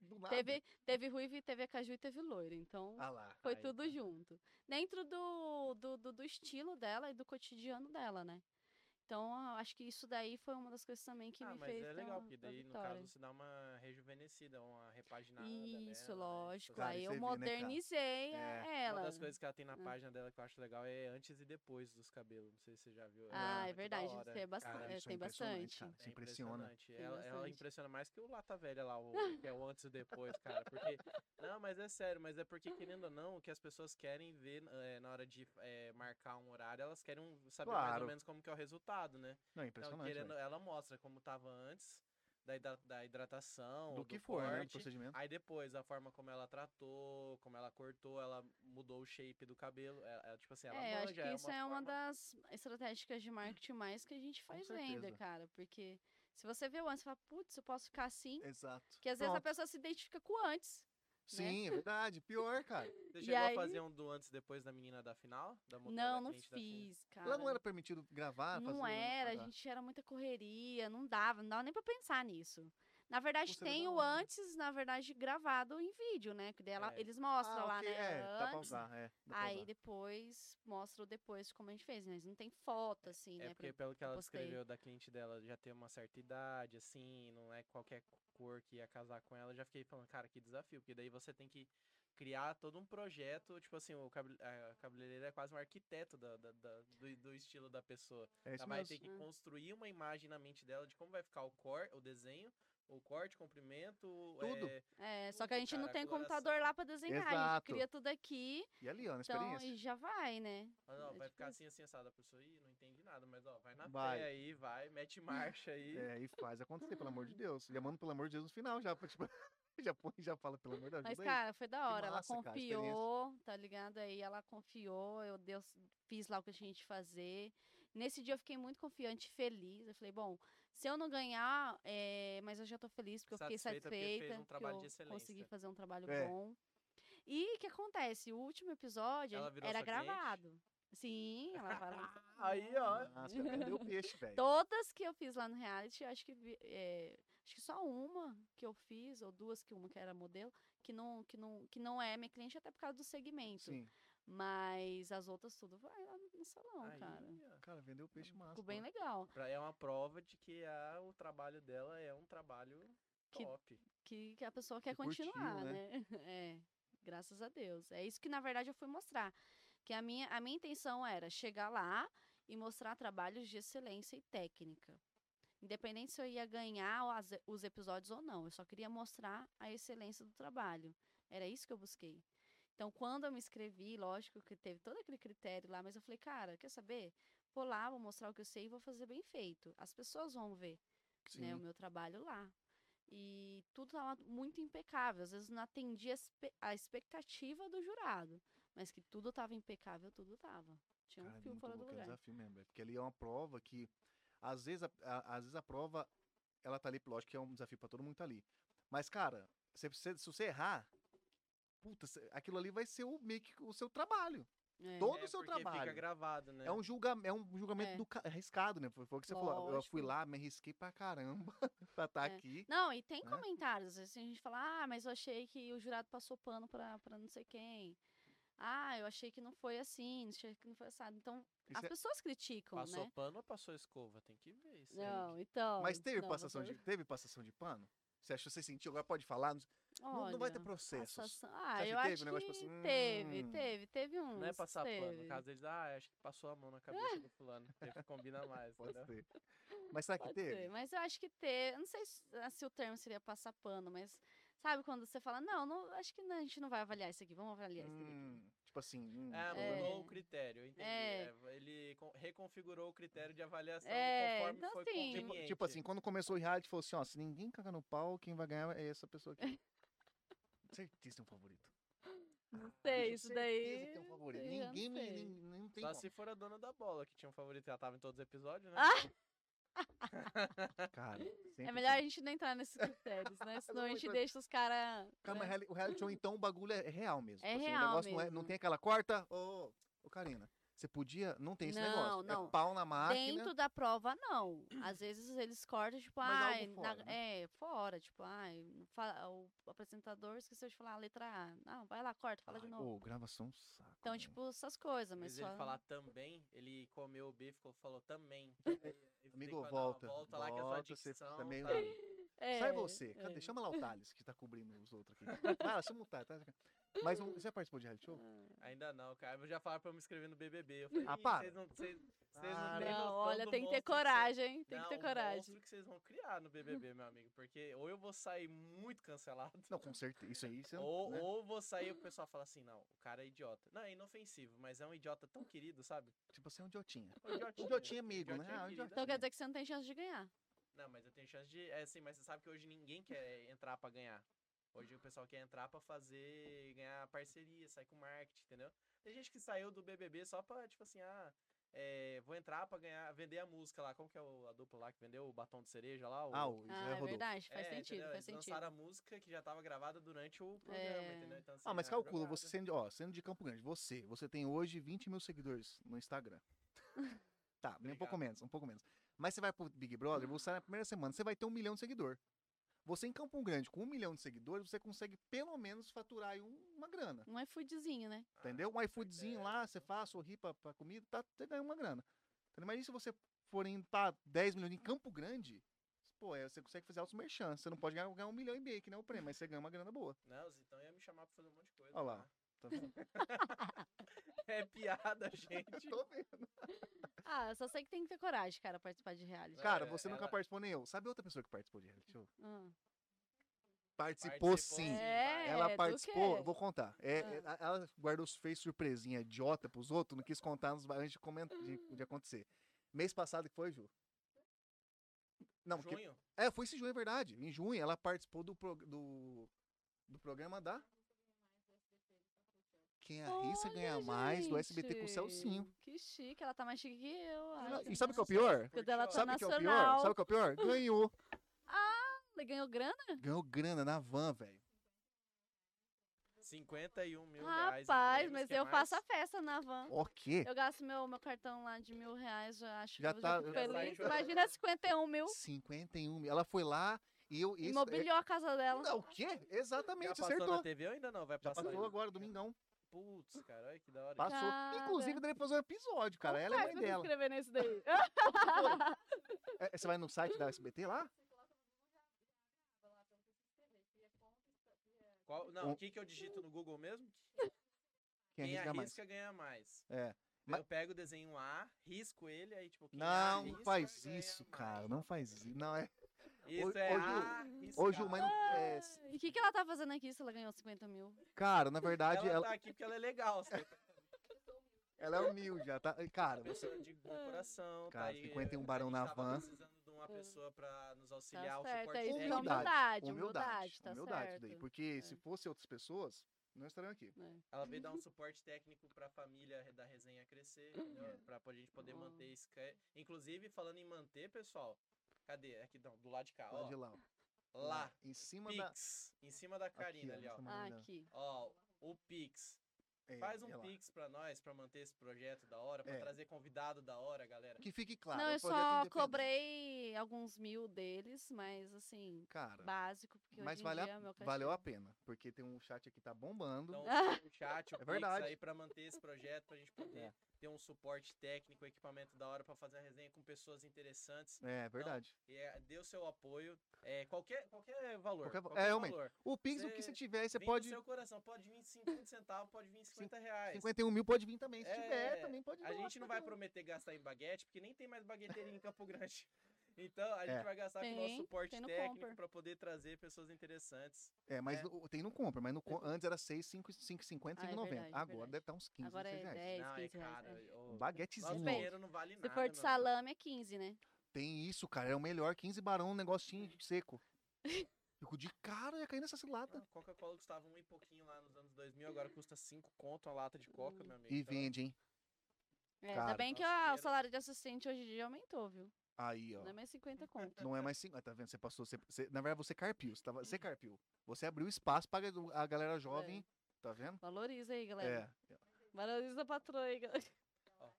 Speaker 2: Do nada.
Speaker 3: Então, Teve, teve ruivo, e teve a caju e teve loiro. Então
Speaker 2: Ah lá.
Speaker 3: foi
Speaker 1: aí
Speaker 3: tudo
Speaker 1: tá.
Speaker 3: junto. Dentro do, do, do, do estilo dela e do cotidiano dela, né? Então eu acho que isso daí foi uma das coisas também que
Speaker 1: ah,
Speaker 3: me
Speaker 1: mas
Speaker 3: fez
Speaker 1: é
Speaker 3: ter
Speaker 1: legal,
Speaker 3: uma-
Speaker 1: porque
Speaker 3: uma
Speaker 1: daí, no
Speaker 3: vitória.
Speaker 1: caso, se dá uma rejuvenescida, uma repaginada
Speaker 3: Isso,
Speaker 1: nela, né? Fazer-
Speaker 3: lógico.
Speaker 2: Cara,
Speaker 3: aí
Speaker 2: isso
Speaker 3: eu
Speaker 2: é vida, né, cara?
Speaker 3: modernizei a-
Speaker 1: É, Uma
Speaker 3: ela. Ah.
Speaker 1: das coisas que ela tem na página dela que eu acho legal é antes e depois dos cabelos. Não sei se você já viu.
Speaker 3: Ah, é
Speaker 1: muito da
Speaker 3: verdade, isso
Speaker 1: hora.
Speaker 3: é bastante-
Speaker 1: Cara,
Speaker 3: é,
Speaker 2: Ah, isso
Speaker 3: tem
Speaker 2: impressionante,
Speaker 3: bastante.
Speaker 2: cara, isso
Speaker 1: é
Speaker 2: impressiona.
Speaker 1: impressionante. Ela, ela
Speaker 3: bastante.
Speaker 1: impressiona mais que o Lata Velha lá, o que é o antes e depois, cara. Porque. Não, mas é sério, mas é porque, querendo ou não, o que as pessoas querem ver eh, na hora de eh, marcar um horário, elas querem saber mais
Speaker 2: Claro.
Speaker 1: ou menos como que é o resultado, né?
Speaker 2: Não, é
Speaker 1: Então,
Speaker 2: impressionante.
Speaker 1: querendo,
Speaker 2: velho.
Speaker 1: ela mostra como tava antes da, hidra- da hidratação,
Speaker 2: Do que for, né? O
Speaker 1: corte,
Speaker 2: procedimento.
Speaker 1: Aí depois, a forma como ela tratou, como ela cortou, ela mudou o shape do cabelo. Ela, ela, tipo assim, ela
Speaker 3: É, eu acho
Speaker 1: manja,
Speaker 3: que
Speaker 1: é
Speaker 3: isso é uma
Speaker 1: forma-
Speaker 3: das estratégias de marketing mais que a gente faz ainda,
Speaker 2: certeza.
Speaker 3: cara. Porque se você vê o antes, você fala, putz, eu posso ficar assim.
Speaker 2: Exato.
Speaker 3: Porque às vezes a
Speaker 2: Pronto.
Speaker 3: pessoa se identifica com o antes. né?
Speaker 2: Sim, é verdade. Pior, cara.
Speaker 1: Você
Speaker 3: E
Speaker 1: chegou
Speaker 3: aí-
Speaker 1: a fazer um do antes e depois da menina da final? Da mo- da
Speaker 3: Não, não
Speaker 1: cliente da final?
Speaker 3: fiz, cara.
Speaker 2: Lá assim, não era permitido gravar?
Speaker 3: Ah. Não
Speaker 2: fazer-
Speaker 3: era,
Speaker 2: ah,
Speaker 3: a
Speaker 2: tá.
Speaker 3: gente era muita correria, não dava, não dava nem pra pensar nisso. Na verdade,
Speaker 2: Pô, seria
Speaker 3: tem
Speaker 2: da
Speaker 3: o
Speaker 2: hora, né?
Speaker 3: antes, na verdade, gravado em vídeo, né? Que daí ela-
Speaker 1: É.
Speaker 3: eles
Speaker 2: Ah,
Speaker 3: mostram lá,
Speaker 2: ok,
Speaker 3: né?
Speaker 2: É, dá pra
Speaker 3: antes.
Speaker 2: usar, é. dá pra
Speaker 3: Aí
Speaker 2: usar.
Speaker 3: depois mostra o depois como a gente fez, mas não tem foto, assim,
Speaker 1: É
Speaker 3: né? pra-
Speaker 1: porque pelo que ela
Speaker 3: postei.
Speaker 1: descreveu da cliente dela, já tem uma certa idade, assim, não é qualquer cor que ia casar com ela. Eu já fiquei falando, cara, que desafio, porque daí você tem que criar todo um projeto, tipo assim, o cabele- a cabeleireira é quase um arquiteto da- da- da- do, do estilo da pessoa.
Speaker 2: É
Speaker 1: Ela
Speaker 2: isso
Speaker 1: vai
Speaker 2: mesmo.
Speaker 1: ter que
Speaker 3: Hum.
Speaker 1: construir uma imagem na mente dela de como vai ficar o cor, o desenho, o corte, o comprimento,
Speaker 2: Tudo.
Speaker 1: é,
Speaker 3: É, só
Speaker 1: tudo,
Speaker 3: que a gente não
Speaker 1: cara,
Speaker 3: tem
Speaker 1: a coloração.
Speaker 3: computador lá pra desenhar, a gente
Speaker 2: Exato.
Speaker 3: cria tudo aqui,
Speaker 2: E ali, ó, na
Speaker 3: então
Speaker 2: experiência.
Speaker 3: e já vai, né?
Speaker 1: Ah, não,
Speaker 3: É
Speaker 1: vai
Speaker 3: tipo
Speaker 1: ficar
Speaker 3: isso.
Speaker 1: assim, assim, assado. A pessoa, ih, não entendi nada, mas ó, vai na
Speaker 2: Vai.
Speaker 1: fé aí, vai, mete marcha aí.
Speaker 2: É, e faz acontecer, pelo amor de Deus. Já manda pelo amor de Deus no final, já. pra, Tipo, já põe, já fala, pelo amor de Deus.
Speaker 3: Mas, cara, foi da hora.
Speaker 2: massa,
Speaker 3: ela
Speaker 2: cara, a experiência.
Speaker 3: confiou, tá ligado? Aí ela confiou, eu deu, fiz lá o que a gente fazer. Nesse dia eu fiquei muito confiante, feliz. Eu falei, bom, se eu não ganhar, é, mas eu já tô feliz porque eu fiquei
Speaker 1: Satisfeita porque fez
Speaker 3: satisfeita.
Speaker 1: um trabalho
Speaker 3: eu
Speaker 1: de excelência.
Speaker 3: consegui fazer um trabalho
Speaker 2: É.
Speaker 3: bom. E o que acontece? O último episódio
Speaker 1: Ela virou
Speaker 3: era
Speaker 1: sua cliente?
Speaker 3: gravado. Sim, ela fala.
Speaker 1: Aí, ó.
Speaker 2: Nossa, cara, vendeu o peixe, velho.
Speaker 3: Todas que eu fiz lá no reality, eu acho que vi- é, acho que só uma que eu fiz ou duas que uma que era modelo, que não que não que não é minha cliente até por causa do segmento.
Speaker 2: Sim.
Speaker 3: Mas as outras tudo vai lá no salão,
Speaker 1: Aí,
Speaker 3: cara.
Speaker 1: ó.
Speaker 2: Cara, vendeu o peixe massa.
Speaker 3: Tá Ficou
Speaker 2: pô.
Speaker 3: bem legal.
Speaker 1: Pra- É uma prova de que a, o trabalho dela é um trabalho
Speaker 3: Que-
Speaker 1: top.
Speaker 3: Que, que a pessoa quer
Speaker 2: Que curtiu,
Speaker 3: continuar,
Speaker 2: né?
Speaker 3: né? É, graças a Deus. É isso que na verdade eu fui mostrar, que a minha a minha intenção era chegar lá e mostrar trabalhos de excelência e técnica. Independente se eu ia ganhar as- os episódios ou não, eu só queria mostrar a excelência do trabalho. Era isso que eu busquei. Então, quando eu me inscrevi, lógico que teve todo aquele critério lá, mas eu falei, cara, quer saber? Vou lá, vou mostrar o que eu sei e vou fazer bem feito. As pessoas vão ver né, o meu trabalho lá. E tudo estava muito impecável. Às vezes não atendia a espe- a expectativa do jurado, mas que tudo estava impecável, tudo estava. Tinha um
Speaker 2: Cara, é
Speaker 3: filme
Speaker 2: muito
Speaker 3: fora do
Speaker 2: louco, é um
Speaker 3: lugar.
Speaker 2: desafio mesmo, velho, porque ali é uma prova que às vezes a, a- às vezes a prova ela tá ali, lógico que é um desafio pra todo mundo que tá ali. Mas cara, você precisa- se você errar, puta, cê- aquilo ali vai ser o meio que o seu trabalho.
Speaker 3: É.
Speaker 2: Todo o seu
Speaker 1: porque Fica
Speaker 2: trabalho.
Speaker 1: gravado, né?
Speaker 2: É um, julga, é um julgamento
Speaker 3: É.
Speaker 2: do ca- arriscado, né? Foi, foi o que você falou. Eu- Eu fui
Speaker 3: Lógico.
Speaker 2: lá, me arrisquei pra caramba pra estar
Speaker 3: É.
Speaker 2: aqui.
Speaker 3: Não, e tem
Speaker 2: né?
Speaker 3: comentários. Às vezes a gente fala, ah, mas eu achei que o jurado passou pano pra, pra não sei quem. Ah, eu achei que não foi assim, achei que não foi assado. Então,
Speaker 2: Isso
Speaker 3: as
Speaker 2: é-
Speaker 3: pessoas criticam,
Speaker 1: Passou
Speaker 3: né?
Speaker 1: pano ou passou escova? Tem que ver isso aí.
Speaker 3: Não, então.
Speaker 2: Mas teve
Speaker 3: não,
Speaker 2: passação
Speaker 3: passou-
Speaker 2: de teve passação de pano? Você achou, você sentiu? Agora pode falar. Não, não- não vai ter
Speaker 3: Olha,
Speaker 2: processo.
Speaker 3: passação- Ah,
Speaker 2: acha
Speaker 3: eu
Speaker 2: que teve
Speaker 3: acho
Speaker 2: um negócio
Speaker 3: que
Speaker 2: tipo assim,
Speaker 3: teve,
Speaker 2: "Hum"?
Speaker 3: teve, teve um.
Speaker 1: Não é passar pano. No caso deles, ah, acho que passou a mão na cabeça do fulano. Tem que combinar mais,
Speaker 2: Pode
Speaker 1: entendeu?
Speaker 2: ser. Mas será é que
Speaker 3: Pode
Speaker 2: teve?
Speaker 3: ser, mas eu acho que ter. Não sei se, ah, se o termo seria passar pano, mas sabe quando você fala, não, não acho que não, a gente não vai avaliar isso aqui, vamos avaliar isso aqui.
Speaker 2: Hum, tipo assim. hum,
Speaker 1: Ah,
Speaker 2: fulano-
Speaker 1: mudou o critério, eu entendi.
Speaker 3: É.
Speaker 1: É, Ele con- reconfigurou o critério de avaliação
Speaker 3: É,
Speaker 1: conforme
Speaker 3: então
Speaker 1: foi
Speaker 3: assim-
Speaker 2: Tipo,
Speaker 1: conveniente.
Speaker 2: tipo assim, quando começou o reality, falou assim, ó, se ninguém caga no pau, quem vai ganhar é essa pessoa aqui. Certeza tem um favorito.
Speaker 3: Não
Speaker 2: Bicho,
Speaker 3: sei, isso
Speaker 2: certeza
Speaker 3: daí.
Speaker 2: tem um favorito.
Speaker 3: eu já não
Speaker 2: Ninguém me...
Speaker 3: sei.
Speaker 2: nin- Não tem
Speaker 1: Só
Speaker 2: como.
Speaker 1: se for a dona da bola, que tinha um favorito, ela tava em todos os episódios, né?
Speaker 2: Cara,
Speaker 3: É
Speaker 2: sempre
Speaker 3: melhor a
Speaker 2: tem.
Speaker 3: gente não entrar nesses critérios, né? Senão a
Speaker 2: vou
Speaker 3: gente
Speaker 2: entrar.
Speaker 3: deixa os caras.
Speaker 2: Cara, mas reali- o reality show, então, o bagulho é real mesmo.
Speaker 3: né? É
Speaker 2: Tipo o
Speaker 3: real
Speaker 2: negócio Não, é, não
Speaker 3: mesmo.
Speaker 2: tem aquela corta. Ô, ô, Karina, você podia... Não tem esse
Speaker 3: Não,
Speaker 2: negócio. É
Speaker 3: não.
Speaker 2: pau na máquina.
Speaker 3: Dentro da prova, não. Às vezes eles cortam, tipo,
Speaker 2: né? Mas algo
Speaker 3: ai, na-
Speaker 2: fora, né?
Speaker 3: é, fora, tipo, ai, fala- o apresentador esqueceu de falar a letra A. Não, vai lá, corta, fala de
Speaker 2: Ai,
Speaker 3: novo.
Speaker 2: Ô, gravação é um saco.
Speaker 3: Então,
Speaker 2: velho.
Speaker 3: tipo, essas coisas, mas
Speaker 1: Mas
Speaker 3: só...
Speaker 1: ele falar também, ele comeu o B ficou falou também. Aí, aí tem que
Speaker 2: Amigo,
Speaker 1: dar uma
Speaker 2: volta.
Speaker 1: Volta lá que é só
Speaker 2: você
Speaker 1: dicção,
Speaker 2: fica meio...
Speaker 1: tá?
Speaker 2: Sai
Speaker 3: É,
Speaker 2: você. Cadê?
Speaker 3: é.
Speaker 2: Chama lá o Thales, que tá cobrindo os outros aqui. Ah, chama o Thales. Thales. Mas um, você já participou de reality show?
Speaker 1: Ainda não, cara. Eu já falaram pra eu me inscrever no BBB. Eu falei,
Speaker 2: Ah,
Speaker 1: "Ih,
Speaker 2: para.
Speaker 1: Vocês não, vocês, vocês não
Speaker 2: Para.
Speaker 1: têm
Speaker 3: Ah, Não,
Speaker 1: noção
Speaker 3: olha,
Speaker 1: do
Speaker 3: tem
Speaker 1: monstro
Speaker 3: que ter
Speaker 2: assim.
Speaker 1: vocês-
Speaker 3: coragem, hein? tem
Speaker 1: Não,
Speaker 3: que ter
Speaker 1: o
Speaker 3: coragem.
Speaker 1: monstro que vocês vão criar no BBB, meu amigo. Porque ou eu vou sair muito cancelado.
Speaker 2: Não, com certeza. Isso aí você não.
Speaker 1: Ou,
Speaker 2: né?
Speaker 1: ou vou sair e o pessoal fala assim, não, o cara é idiota. Não, é inofensivo, mas é um idiota tão querido, sabe?
Speaker 2: Tipo, você é um idiotinha.
Speaker 1: Um idiotinha, é
Speaker 2: idiotinha amigo, né?
Speaker 1: idiotinha
Speaker 2: Ah, um
Speaker 1: querido.
Speaker 3: Então quer dizer que você não tem chance de ganhar.
Speaker 1: Não, mas eu tenho chance de... É assim, mas você sabe que hoje ninguém quer entrar pra ganhar. Hoje o pessoal quer entrar pra fazer, ganhar parceria, sair com marketing, entendeu? Tem gente que saiu do BBB só pra, tipo assim, ah, é, vou entrar pra ganhar, vender a música lá. Como que é o- a dupla lá que vendeu o batom de cereja lá? O...
Speaker 2: Ah, o Zé
Speaker 3: Ah, é
Speaker 2: Rodolfo.
Speaker 3: verdade, faz
Speaker 1: É,
Speaker 3: sentido,
Speaker 1: entendeu?
Speaker 3: faz
Speaker 1: Eles
Speaker 3: sentido.
Speaker 1: lançaram a música que já tava gravada durante o programa,
Speaker 3: É.
Speaker 1: entendeu? Então, assim,
Speaker 2: Ah, mas
Speaker 1: é
Speaker 2: calcula,
Speaker 1: jogada.
Speaker 2: você sendo, ó, sendo de Campo Grande, você, você tem hoje 20 mil seguidores no Instagram. tá, nem um pouco
Speaker 1: Obrigado.
Speaker 2: menos, um pouco menos. Mas você vai pro Big Brother, você na primeira semana, você vai ter um milhão de seguidor. Você em Campo Grande, com um milhão de seguidores, você consegue pelo menos faturar aí um- uma grana.
Speaker 3: Um iFoodzinho, né?
Speaker 1: Ah,
Speaker 2: Entendeu? Um
Speaker 1: tá
Speaker 2: iFoodzinho
Speaker 1: certo.
Speaker 2: lá, você faz, sorri pra, pra comida, tá, você ganha uma grana. Entendeu? Mas e se você for em tá, 10 milhões em Campo Grande, pô, é, você consegue fazer altos merchan. Você não pode ganhar, ganhar um milhão e meio, que não é o prêmio, mas você ganha uma grana boa.
Speaker 1: Não, o Zitão ia me chamar pra fazer um monte de coisa.
Speaker 2: Olha lá.
Speaker 1: né?
Speaker 2: Tá vendo?
Speaker 1: É piada, gente.
Speaker 2: Tô vendo.
Speaker 3: Ah, eu só sei que tem que ter coragem, cara, participar de reality.
Speaker 1: Não.
Speaker 2: Cara,
Speaker 1: é,
Speaker 2: você nunca
Speaker 1: ela-
Speaker 2: participou nem eu. Sabe outra pessoa que participou de reality show?
Speaker 3: Ah.
Speaker 2: Participou, sim.
Speaker 1: sim, vai.
Speaker 3: É,
Speaker 2: Ela
Speaker 3: do
Speaker 2: participou,
Speaker 3: quê? Ah.
Speaker 2: eu vou contar. É, é, a- Ela guardou, fez surpresinha idiota pros outros, não quis contar nos ba- antes de, comen- de- de acontecer. Mês passado que foi, Ju? Não, porque
Speaker 1: Junho?
Speaker 2: É, foi esse junho, é verdade. Em junho, ela participou do, pro- do, do programa da. Quem arrisca
Speaker 3: Olha,
Speaker 2: ganha mais do SBT com o
Speaker 3: gente,
Speaker 2: Celcinho.
Speaker 3: Que chique, ela tá mais chique que eu.
Speaker 2: Ela-
Speaker 3: acho.
Speaker 2: E sabe o que é o pior?
Speaker 3: Porque o dela tá
Speaker 2: Sabe o que é o pior?
Speaker 3: nacional.
Speaker 2: Sabe o que é o pior? Ganhou.
Speaker 3: Ela ganhou grana?
Speaker 2: Ganhou grana na van, velho.
Speaker 1: 51 mil reais. em
Speaker 3: Rapaz,
Speaker 1: prêmios,
Speaker 3: mas
Speaker 1: que
Speaker 3: eu
Speaker 1: é mais?
Speaker 3: faço a festa na van.
Speaker 2: O quê?
Speaker 3: Eu gasto meu, meu cartão lá de mil reais, eu acho
Speaker 2: Já
Speaker 3: que
Speaker 2: tá-
Speaker 3: eu já fico
Speaker 1: Já tá
Speaker 3: feliz.
Speaker 1: enjoado.
Speaker 3: Imagina 51 mil,
Speaker 2: 51 mil. Ela foi lá e eu. isso-
Speaker 3: imobiliou a casa
Speaker 2: é-
Speaker 3: dela.
Speaker 2: Não, o quê?
Speaker 1: Já
Speaker 2: Exatamente,
Speaker 1: passou na
Speaker 2: acertou.
Speaker 1: TV ou ainda não? Vai
Speaker 2: Já
Speaker 1: passar
Speaker 2: passou
Speaker 1: ainda?
Speaker 2: agora, domingão.
Speaker 1: Putz, cara, olha que da hora.
Speaker 2: Passou.
Speaker 3: Cara.
Speaker 2: Inclusive, daí fazer um episódio, cara.
Speaker 3: Como
Speaker 2: Ela é
Speaker 3: faz
Speaker 2: mãe
Speaker 3: pra se
Speaker 2: dela.
Speaker 3: inscrever nesse daí?
Speaker 2: É, Você vai no site da SBT lá?
Speaker 1: Qual- não,
Speaker 2: Um-
Speaker 1: o que, que eu digito no Google mesmo?
Speaker 2: Quem
Speaker 1: Quem,
Speaker 2: Um arrisca é mais?
Speaker 1: é arrisca ganha mais.
Speaker 2: É. Mas-
Speaker 1: Eu pego o desenho A, risco ele, aí tipo. quem A
Speaker 2: Não
Speaker 1: risca,
Speaker 2: faz
Speaker 1: ganha
Speaker 2: isso,
Speaker 1: mais.
Speaker 2: cara. Não faz isso. Não, é.
Speaker 1: Isso
Speaker 2: Ô,
Speaker 1: é
Speaker 2: ô, Ju,
Speaker 1: A,
Speaker 2: Ô,
Speaker 1: riscar.
Speaker 2: Ju, mas não. é, s-
Speaker 3: E o que, que ela tá fazendo aqui se ela ganhou 50 mil? Tá
Speaker 2: cara, na verdade,
Speaker 1: Ela,
Speaker 2: ela,
Speaker 1: tá aqui porque ela é legal, sabe?
Speaker 2: ela é humilde. Ela tá... Cara,
Speaker 1: Uma
Speaker 2: você.
Speaker 1: pessoa de bom
Speaker 3: Ah.
Speaker 1: coração.
Speaker 2: Cara,
Speaker 1: tá aí,
Speaker 2: 51
Speaker 1: a
Speaker 2: barão
Speaker 1: gente
Speaker 2: na
Speaker 1: tava
Speaker 2: van.
Speaker 1: precisando de uma pessoa pra nos
Speaker 3: Tá
Speaker 1: auxiliar, o
Speaker 3: certo,
Speaker 1: suporte
Speaker 3: é isso que é
Speaker 1: técnico.
Speaker 3: humildade, humildade,
Speaker 2: Humildade,
Speaker 3: tá
Speaker 2: humildade
Speaker 3: certo.
Speaker 2: daí. Porque se fosse outras pessoas, não estariam aqui.
Speaker 3: É.
Speaker 1: Ela veio dar um suporte técnico pra família re- da resenha crescer,
Speaker 2: É.
Speaker 1: entendeu? pra a gente poder
Speaker 3: Ó.
Speaker 1: manter isso. que- Inclusive, falando em manter, pessoal, cadê? Aqui não, do lado de cá,
Speaker 2: Lá
Speaker 1: ó.
Speaker 2: de lá. ó.
Speaker 1: Lá,
Speaker 2: Em cima da.
Speaker 1: Pix, em cima da Karina
Speaker 2: ó,
Speaker 1: ali, ó.
Speaker 2: nessa mão.
Speaker 3: Ah,
Speaker 2: Humildade.
Speaker 3: aqui.
Speaker 1: Ó, o Pix.
Speaker 2: é,
Speaker 1: Faz um
Speaker 2: é lá.
Speaker 1: Pix pra nós, pra manter esse projeto da hora, pra
Speaker 2: É.
Speaker 1: trazer convidado da hora, galera.
Speaker 2: Que fique claro.
Speaker 3: não,
Speaker 2: é um
Speaker 3: eu
Speaker 2: projeto
Speaker 3: só
Speaker 2: independente.
Speaker 3: cobrei alguns mil deles, mas assim,
Speaker 2: Cara,
Speaker 3: básico, porque
Speaker 2: Tá. mas
Speaker 3: hoje em
Speaker 2: vale
Speaker 3: dia é
Speaker 2: a,
Speaker 3: meu cachê-
Speaker 2: valeu a pena. Porque tem um chat aqui que tá bombando.
Speaker 1: Então,
Speaker 3: Ah.
Speaker 1: o chat, o Pix
Speaker 2: É verdade. É.
Speaker 1: aí pra manter esse projeto, pra gente poder ter um suporte técnico, equipamento da hora pra fazer a resenha com pessoas interessantes.
Speaker 2: É verdade.
Speaker 1: E, é, dê o seu apoio. É, qualquer, qualquer valor.
Speaker 2: Qualquer va-
Speaker 1: qualquer
Speaker 2: é, realmente.
Speaker 1: valor.
Speaker 2: O Pix, o que
Speaker 1: Cê-
Speaker 2: você tiver, você
Speaker 1: Vem do
Speaker 2: pode.
Speaker 1: seu coração, pode vir 50 centavos, pode vir 50 reais.
Speaker 2: 51 mil pode vir também. Se
Speaker 1: É,
Speaker 2: tiver, também pode
Speaker 1: A
Speaker 2: doar,
Speaker 1: gente não vai
Speaker 2: porque-
Speaker 1: prometer gastar em baguete, porque nem tem mais bagueteria em Campo Grande. Então, a gente
Speaker 2: É.
Speaker 1: vai gastar com o nosso
Speaker 3: Tem,
Speaker 1: suporte
Speaker 3: tem no
Speaker 1: técnico
Speaker 3: Compra.
Speaker 1: para poder trazer pessoas interessantes.
Speaker 2: É, mas
Speaker 1: É.
Speaker 2: no- tem no compra, mas no, co- antes era 6, 5, 5, 50,
Speaker 3: Ah, é
Speaker 2: 5, 90.
Speaker 3: verdade, é
Speaker 2: Agora
Speaker 3: verdade.
Speaker 2: deve estar uns 15,
Speaker 3: Agora
Speaker 2: 16
Speaker 3: é
Speaker 2: reais.
Speaker 3: 10,
Speaker 1: não,
Speaker 3: 15
Speaker 1: é
Speaker 3: reais.
Speaker 1: caro.
Speaker 3: é.
Speaker 1: ô,
Speaker 2: Um
Speaker 1: Nosso
Speaker 2: baguetezinho.
Speaker 3: Depende.
Speaker 1: dinheiro não vale nada.
Speaker 3: Se for de
Speaker 1: mano.
Speaker 3: salame, é 15, né?
Speaker 2: Tem isso, cara. É o melhor. 15 barão, um negocinho seco. Fico de cara, ia cair nessa cilada.
Speaker 1: Ah, Coca-Cola custava um e pouquinho lá nos anos 2000, agora custa 5 conto a lata de coca, meu amigo.
Speaker 2: E
Speaker 1: Então,
Speaker 2: vende, hein?
Speaker 3: É, ainda
Speaker 2: Cara,
Speaker 3: bem que
Speaker 1: nosso
Speaker 3: ó, o
Speaker 1: dinheiro-
Speaker 3: salário de assistente hoje em dia aumentou, viu?
Speaker 2: Aí, ó.
Speaker 3: Não é mais 50 conto.
Speaker 2: Não é mais 5. Tá vendo? Você passou. Você, você- na verdade, você carpiu. Você, tava, você carpiu. Você abriu espaço pra ga- a
Speaker 3: É.
Speaker 2: galera jovem. Tá vendo?
Speaker 3: Valoriza aí, galera.
Speaker 2: É.
Speaker 3: Valoriza a patroa aí, galera.
Speaker 1: Ó.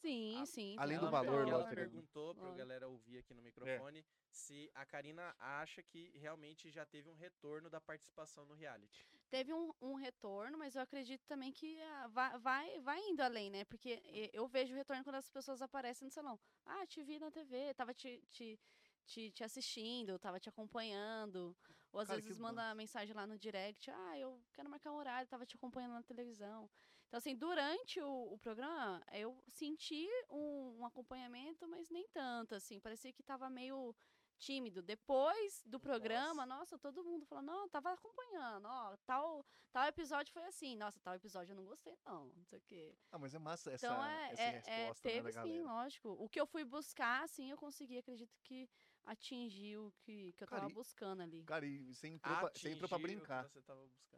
Speaker 3: Sim,
Speaker 1: A-
Speaker 3: sim.
Speaker 2: além
Speaker 3: tem
Speaker 1: ela-
Speaker 2: do
Speaker 3: um
Speaker 2: valor,
Speaker 3: valor.
Speaker 1: ela
Speaker 2: lógico. né? É.
Speaker 1: perguntou para
Speaker 3: Lógico.
Speaker 1: galera ouvir aqui no microfone se a Karina acha que realmente já teve um retorno da participação no reality.
Speaker 3: teve um, um retorno, mas eu acredito também que ah, va- vai, vai indo além, né? Porque e- eu vejo o retorno quando as pessoas aparecem no salão. Ah, te vi na TV, tava te, te, te, te assistindo, tava te acompanhando. Ou às
Speaker 2: Cara, que
Speaker 3: vezes manda
Speaker 2: massa.
Speaker 3: mensagem lá no direct, ah, eu quero marcar um horário, tava te acompanhando na televisão. Então, assim, durante o, o programa, eu senti um, um acompanhamento, mas nem tanto, assim. Parecia que tava meio tímido. Depois do programa, nossa, todo mundo falou, não, eu tava acompanhando, ó, tal, tal episódio foi assim, nossa, tal episódio eu não gostei, não, não sei o quê.
Speaker 2: Ah, mas é massa essa,
Speaker 3: Então é,
Speaker 2: essa
Speaker 3: é-
Speaker 2: resposta,
Speaker 3: é,
Speaker 2: né, da
Speaker 3: teve sim,
Speaker 2: galera.
Speaker 3: lógico. O que eu fui buscar, assim, eu consegui, acredito que atingiu o que, que eu
Speaker 2: Cara,
Speaker 3: tava
Speaker 2: e-
Speaker 3: buscando ali.
Speaker 2: Cara, e você entrou, pra, você entrou pra
Speaker 1: Atingir o que
Speaker 2: brincar.
Speaker 1: Você tava buscando.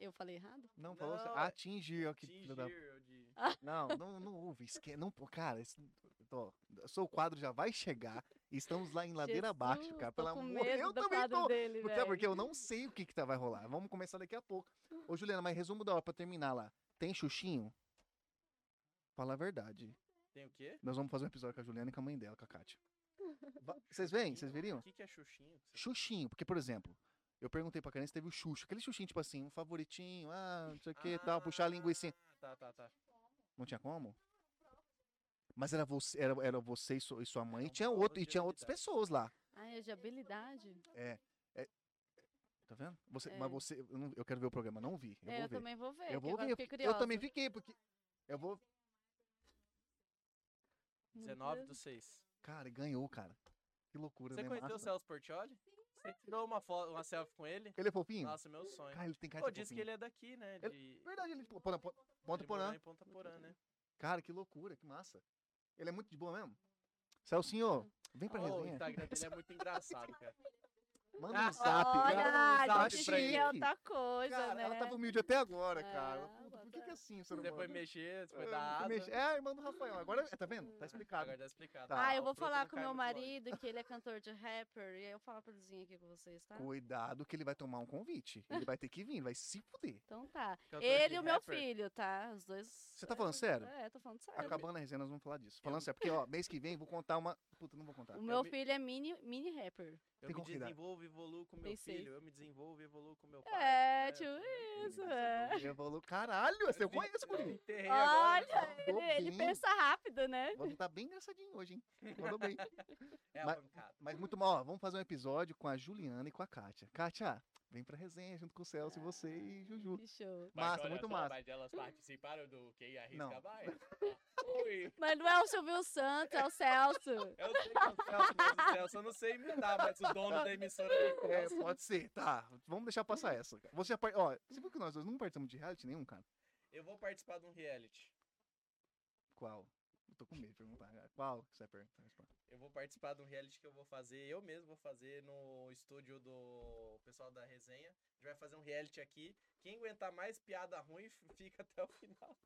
Speaker 3: Eu falei errado?
Speaker 2: Não, falou assim,
Speaker 1: Não, é-
Speaker 2: atingir, ó, que filho da...
Speaker 1: Atingir, eu de-
Speaker 2: Não, não, não houve, esque... não, pô, cara, esse... tô, seu quadro já vai chegar, estamos lá em ladeira abaixo,
Speaker 3: Jesus,
Speaker 2: cara,
Speaker 3: tô
Speaker 2: pelo
Speaker 3: com
Speaker 2: amor,
Speaker 3: medo
Speaker 2: eu
Speaker 3: do
Speaker 2: também
Speaker 3: quadro
Speaker 2: tô,
Speaker 3: Dele,
Speaker 2: porque,
Speaker 3: velho.
Speaker 2: porque eu não sei o que que tá, vai rolar, vamos começar daqui a pouco. Ô, Juliana, mas resumo da hora, pra terminar lá, tem xuxinho? Fala a verdade,
Speaker 1: Tem o quê?
Speaker 2: nós vamos fazer um episódio com a Juliana e com a mãe dela, com a Kátia. Va- Vocês veem? Vocês
Speaker 1: O
Speaker 2: veriam?
Speaker 1: que, que é Xuxinho? que você-
Speaker 2: Xuxinho, porque, por exemplo, eu perguntei pra Karen se teve o Xuxa, aquele Xuxinho, tipo assim, um favoritinho, ah, não sei o que, tal, puxar a linguiça
Speaker 1: Ah, Tá, tá, tá.
Speaker 2: Não tinha como? Mas era você, era, era você e sua, e sua mãe, e
Speaker 1: Eram
Speaker 2: tinha,
Speaker 1: provas
Speaker 2: outro, e
Speaker 1: de
Speaker 2: tinha outras
Speaker 1: habilidade.
Speaker 2: pessoas lá.
Speaker 3: Ah, é de habilidade?
Speaker 2: Tá vendo? Você,
Speaker 3: É.
Speaker 2: Mas você, eu, não- eu quero ver o programa, não vi. Eu
Speaker 3: é,
Speaker 2: vou
Speaker 3: eu
Speaker 2: ver.
Speaker 3: também vou ver.
Speaker 2: eu
Speaker 3: que
Speaker 2: vou
Speaker 3: agora
Speaker 2: ver.
Speaker 3: fiquei
Speaker 2: porque
Speaker 3: curiosa.
Speaker 2: Eu também fiquei, porque. Eu vou.
Speaker 1: 19 do 6.
Speaker 2: Cara, e ganhou, cara. Que loucura,
Speaker 1: Você
Speaker 2: né?
Speaker 1: conheceu o
Speaker 2: Massa.
Speaker 1: Celso Portioli? Você tirou uma, foto, uma selfie com ele?
Speaker 2: Ele é fofinho?
Speaker 1: Nossa, meu sonho.
Speaker 2: Cara, ele tem cara
Speaker 1: Pô,
Speaker 2: de
Speaker 1: disse que ele
Speaker 2: fofinho.
Speaker 1: é daqui, né? De...
Speaker 2: Ele- Verdade, ele. Pô, pô, pô, Ponta
Speaker 1: ele morou
Speaker 2: Porã.
Speaker 1: em Ponta Porã, né?
Speaker 2: Cara, que loucura, que massa. Ele é muito de boa mesmo? Celcinho, vem pra
Speaker 1: Ô, o
Speaker 2: resenha.
Speaker 1: Instagram dele é muito engraçado, cara.
Speaker 2: Manda
Speaker 1: Ah,
Speaker 2: um zap.
Speaker 1: Manda um
Speaker 3: Olha,
Speaker 1: zap
Speaker 3: gente,
Speaker 1: pra
Speaker 3: que
Speaker 2: ele.
Speaker 3: é outra coisa,
Speaker 2: Cara,
Speaker 3: né?
Speaker 2: ela tá tava humilde até agora,
Speaker 3: Ah,
Speaker 2: cara. Puta, por que,
Speaker 3: bota-
Speaker 2: que é assim, ser
Speaker 1: Você
Speaker 2: humano?
Speaker 1: foi mexer, você foi
Speaker 2: É,
Speaker 1: dar
Speaker 2: foi
Speaker 1: asa.
Speaker 2: mexer. É, a irmã do Rafael. Agora, tá vendo? Tá explicado.
Speaker 1: Agora tá explicado.
Speaker 2: Tá.
Speaker 3: Ah,
Speaker 1: Ah,
Speaker 3: eu
Speaker 1: o
Speaker 3: vou
Speaker 1: fruto
Speaker 3: falar
Speaker 1: não
Speaker 3: com
Speaker 1: cai
Speaker 3: meu
Speaker 1: muito longe.
Speaker 3: marido que ele é cantor de rapper. E aí eu falo a produzinha aqui com vocês, tá?
Speaker 2: Cuidado que ele vai tomar um convite. Ele vai ter que vir, ele vai se fuder.
Speaker 3: Então tá.
Speaker 1: Cantor
Speaker 3: Ele
Speaker 1: de
Speaker 3: e o meu
Speaker 1: rapper?
Speaker 3: filho, tá? Os dois.
Speaker 2: Você tá falando sério?
Speaker 3: É, tô falando sério.
Speaker 2: Acabando a resenha, nós vamos falar disso. Falando sério, porque, ó, mês que vem eu vou contar uma. Puta, não vou contar.
Speaker 3: O meu
Speaker 1: me-
Speaker 3: filho é mini, mini rapper.
Speaker 1: Eu
Speaker 2: Tem
Speaker 1: me
Speaker 2: como cuidar.
Speaker 1: desenvolvo e evoluo com meu
Speaker 3: Pensei.
Speaker 1: filho. Eu me desenvolvo e evoluo com meu pai.
Speaker 3: É,
Speaker 1: né?
Speaker 3: tipo isso,
Speaker 1: Ele
Speaker 3: é.
Speaker 2: Eu vou. Caralho, você
Speaker 1: Eu
Speaker 2: conhece,
Speaker 1: me- eu me
Speaker 2: guri.
Speaker 1: enterrei agora.
Speaker 3: Olha,
Speaker 2: Mandou
Speaker 3: ele, ele
Speaker 2: bem.
Speaker 3: pensa rápido, né?
Speaker 2: Vou tá bem engraçadinho hoje, hein? Mandou bem.
Speaker 1: É a
Speaker 2: Mas-
Speaker 1: bancada.
Speaker 2: Mas muito mal, ó. Vamos fazer um episódio com a Juliana e com a Kátia. Kátia, Vem pra resenha junto com o Celso e você e Juju.
Speaker 3: Que show.
Speaker 4: Mas
Speaker 2: Massa,
Speaker 4: olha
Speaker 2: muito
Speaker 4: só,
Speaker 2: massa.
Speaker 4: Mas elas participaram do Quem Arrisca
Speaker 2: Não.
Speaker 4: Mais? Ui,
Speaker 3: Mas não é o Silvio Santos, é o Celso.
Speaker 4: eu sei que eu
Speaker 1: Celso, mas o Celso, eu não sei imitar, mas o dono da emissora do
Speaker 2: É, pode ser, tá. Vamos deixar passar essa. cara. Você já par... Ó, você viu que nós dois não participamos de reality nenhum, cara?
Speaker 1: Eu vou participar de um reality.
Speaker 2: Qual? Eu tô com medo de perguntar. cara. Qual? Você vai perguntar. responde.
Speaker 1: Eu vou participar de um reality que eu vou fazer, eu mesmo vou fazer no estúdio do pessoal da resenha. A gente vai fazer um reality aqui. Quem aguentar mais piada ruim f- fica até o final.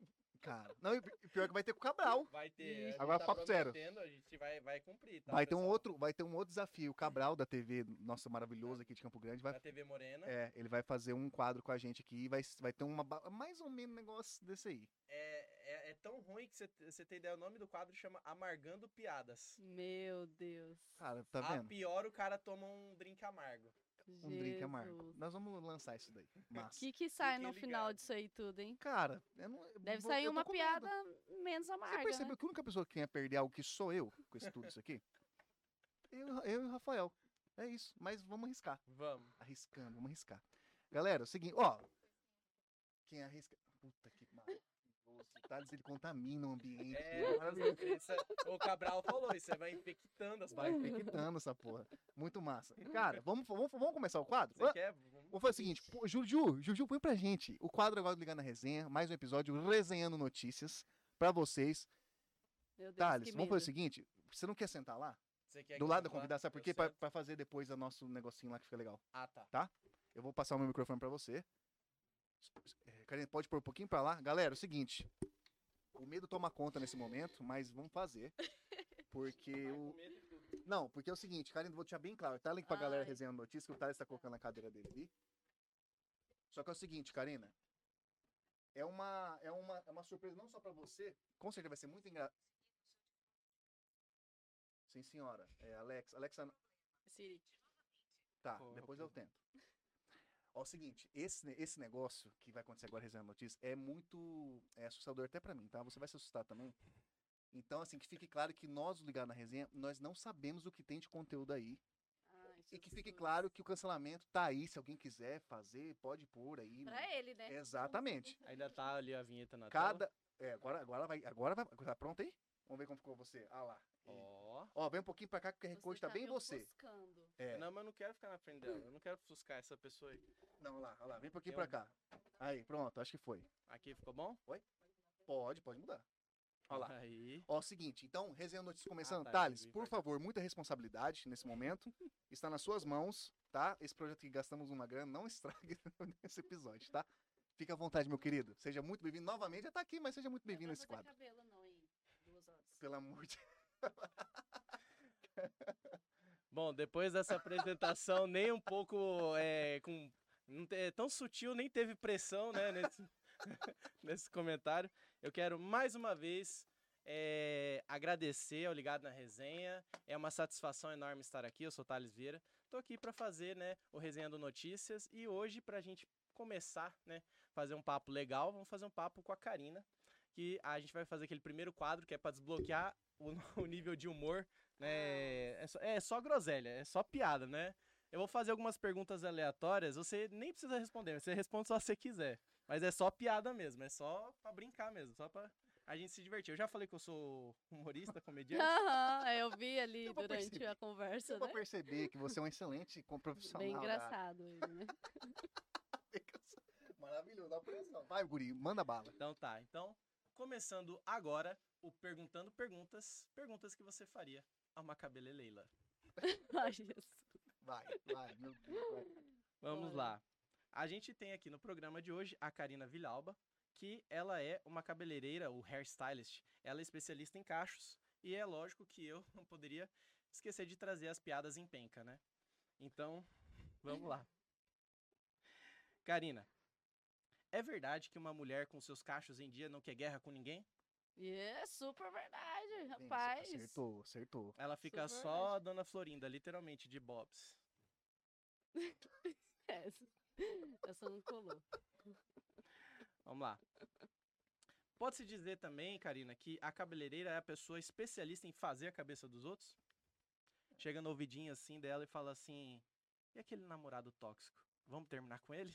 Speaker 2: Cara, não, e e pior que vai ter com o Cabral.
Speaker 1: Vai ter. a
Speaker 3: Ixi.
Speaker 1: gente
Speaker 2: Agora,
Speaker 1: tá
Speaker 2: papo sério.
Speaker 1: prometendo, A gente vai, vai cumprir. Tá,
Speaker 2: Vai ter, um
Speaker 1: pessoal?
Speaker 2: outro, vai ter um outro desafio. O Cabral, da TV, nossa, maravilhoso aqui de Campo Grande, vai
Speaker 1: Da TV Morena.
Speaker 2: né? É, ele vai fazer um quadro com a gente aqui e vai, vai ter uma ba- mais ou menos um negócio desse aí.
Speaker 1: É, é, é tão ruim que você tem ideia. O nome do quadro chama Amargando Piadas.
Speaker 3: Meu Deus.
Speaker 2: Cara, tá
Speaker 1: A
Speaker 3: Ah,
Speaker 2: vendo?
Speaker 1: pior, o cara toma um drink amargo.
Speaker 2: Um drink
Speaker 3: Jesus.
Speaker 2: amargo. Nós vamos lançar isso daí.
Speaker 3: O
Speaker 2: Mas,
Speaker 3: que que sai no
Speaker 1: Fiquem
Speaker 3: final
Speaker 1: ligados.
Speaker 3: disso aí tudo, hein?
Speaker 2: cara, eu não, eu
Speaker 3: Deve
Speaker 2: vou-
Speaker 3: sair
Speaker 2: eu tô
Speaker 3: uma
Speaker 2: com medo.
Speaker 3: piada menos amarga,
Speaker 2: Você
Speaker 3: né?
Speaker 2: percebeu que a única pessoa que ia perder é algo que sou eu com isso tudo isso aqui? Eu, eu e o Rafael. É isso. Mas vamos arriscar.
Speaker 1: Vamos.
Speaker 2: Arriscando, vamos arriscar. Galera, é o seguinte, ó. Quem arrisca. Puta que maravilhoso. Tá, eles- ele contamina o ambiente.
Speaker 1: É,
Speaker 2: maravilhoso.
Speaker 1: isso é- o Cabral falou, isso aí vai infectando as
Speaker 2: Vai
Speaker 1: pessoas.
Speaker 2: infectando essa porra. Muito massa. Cara, vamos, vamos, vamos começar o quadro?
Speaker 1: Você quer? Vamos-
Speaker 2: Vamos fazer o seguinte, pô, Juju, Juju, põe pra gente o quadro agora do Ligar na Resenha, mais um episódio resenhando notícias pra vocês.
Speaker 3: Meu Deus,
Speaker 2: Thales,
Speaker 3: que
Speaker 2: vamos fazer o
Speaker 3: medo.
Speaker 2: seguinte, você não quer sentar lá?
Speaker 1: Você quer
Speaker 2: do
Speaker 1: É que
Speaker 2: lado da
Speaker 1: eu vá?
Speaker 2: convidada, sabe por
Speaker 1: Eu
Speaker 2: quê? Pra,
Speaker 1: sento.
Speaker 2: pra fazer depois o nosso negocinho lá que fica legal.
Speaker 1: Ah, tá.
Speaker 2: Eu vou passar o meu microfone pra você. É, Karine, pode pôr um pouquinho pra lá? Galera, é o seguinte, o medo toma conta nesse momento, mas vamos fazer. Porque
Speaker 1: Vai
Speaker 2: o,
Speaker 1: com medo de tudo.
Speaker 2: Não, porque é o seguinte, Karine, vou deixar bem claro. Tá link pra galera
Speaker 3: Ai.
Speaker 2: resenhando notícia, que o Thales tá colocando na cadeira dele ali. Só que é o seguinte, Karina. É uma, é uma, é uma surpresa não só pra você, com certeza vai ser muito engraçado. Sim, senhora. É, Alex. Alexa,
Speaker 3: Siri.
Speaker 2: tá,
Speaker 1: Pô,
Speaker 2: depois
Speaker 1: ok.
Speaker 2: eu tento. Ó, é o seguinte, esse, ne- esse negócio que vai acontecer agora resenhando notícia é muito é assustador até pra mim, tá? Você vai se assustar também. Então, assim, que fique claro que nós, do Ligado na Resenha, nós não sabemos o que tem de conteúdo aí.
Speaker 3: Ai,
Speaker 2: E que fique
Speaker 3: Jesus.
Speaker 2: claro que o cancelamento tá aí. Se alguém quiser fazer, pode pôr aí. mano.
Speaker 3: Pra ele,
Speaker 2: é,
Speaker 3: né?
Speaker 2: Exatamente.
Speaker 1: Ainda tá ali a vinheta na tela.
Speaker 2: Cada. É, agora, agora vai. Agora vai. Tá pronto aí? Vamos ver como ficou você. Ah lá. Ó,
Speaker 1: Ó.
Speaker 2: vem um pouquinho pra cá que o QR Code tá bem em você.
Speaker 3: ofuscando.
Speaker 2: É.
Speaker 1: Não, mas eu não quero ficar na frente dela. Eu não quero fuscar essa pessoa aí.
Speaker 2: Não, lá, ó lá. Vem um pouquinho
Speaker 1: Eu-
Speaker 2: pra cá. Aí, pronto. Acho que foi.
Speaker 1: Aqui ficou bom?
Speaker 2: Pode, pode mudar. Ó lá.
Speaker 1: Aí.
Speaker 2: Ó, o seguinte, então, resenha notícias começando.
Speaker 1: tá,
Speaker 2: Thales,
Speaker 1: entendi,
Speaker 2: por
Speaker 1: perdão.
Speaker 2: favor, muita responsabilidade nesse momento. Está nas suas mãos, tá? Esse projeto que gastamos uma grana, não estrague nesse episódio, tá? Fica à vontade, meu querido. Seja muito bem-vindo novamente. Já tá aqui, mas seja muito bem-vindo nesse
Speaker 3: Não vai fazer
Speaker 2: quadro.
Speaker 3: cabelo, não, em duas horas.
Speaker 2: Pelo amor de
Speaker 1: Bom, depois dessa apresentação, nem um pouco é, com, não te- é tão sutil, nem teve pressão né, nesse, nesse comentário. Eu quero mais uma vez é, agradecer ao Ligado na Resenha. É uma satisfação enorme estar aqui. Eu sou Thales Vieira. Estou aqui para fazer né, o Resenha do Notícias e hoje, para a gente começar, né, fazer um papo legal, vamos fazer um papo com a Karina. Que a gente vai fazer aquele primeiro quadro que é para desbloquear o, o nível de humor né? É só, é só groselha, é só piada, né? Eu vou fazer algumas perguntas aleatórias, você nem precisa responder, você responde só se você quiser. Mas é só piada mesmo, é só pra brincar mesmo, só pra a gente se divertir. Eu já falei que eu sou humorista, comediante.
Speaker 3: Aham, eu vi ali
Speaker 2: Deu pra
Speaker 3: durante
Speaker 2: perceber.
Speaker 3: a conversa,
Speaker 2: Deus, pra
Speaker 3: né?
Speaker 2: perceber que você é um excelente com- profissional.
Speaker 3: Bem
Speaker 2: da-
Speaker 3: engraçado ele, né?
Speaker 2: Maravilhoso, dá pressão. Vai, guri, manda bala.
Speaker 1: Então tá, então, começando agora o Perguntando Perguntas, perguntas que você faria a uma cabeleleila.
Speaker 3: Ai, Jesus.
Speaker 2: Vai, vai, meu Deus. vai.
Speaker 1: Vamos
Speaker 3: Bora.
Speaker 1: lá. A gente tem aqui no programa de hoje a Karina Villalba, que ela é uma cabeleireira, o hairstylist. Ela é especialista em cachos e é lógico que eu não poderia esquecer de trazer as piadas em penca, né? Então, vamos lá. Karina, é verdade que uma mulher com seus cachos em dia não quer guerra com ninguém?
Speaker 3: E é super verdade,
Speaker 2: Bem,
Speaker 3: rapaz.
Speaker 2: Acertou, acertou.
Speaker 1: Ela fica
Speaker 3: Super
Speaker 1: só a Dona Florinda, literalmente, de bobs.
Speaker 3: Essa, essa não colou.
Speaker 1: Vamos lá. Pode-se dizer também, Karina, que a cabeleireira é a pessoa especialista em fazer a cabeça dos outros? Chega no ouvidinho assim dela e fala assim: e aquele namorado tóxico? Vamos terminar com ele?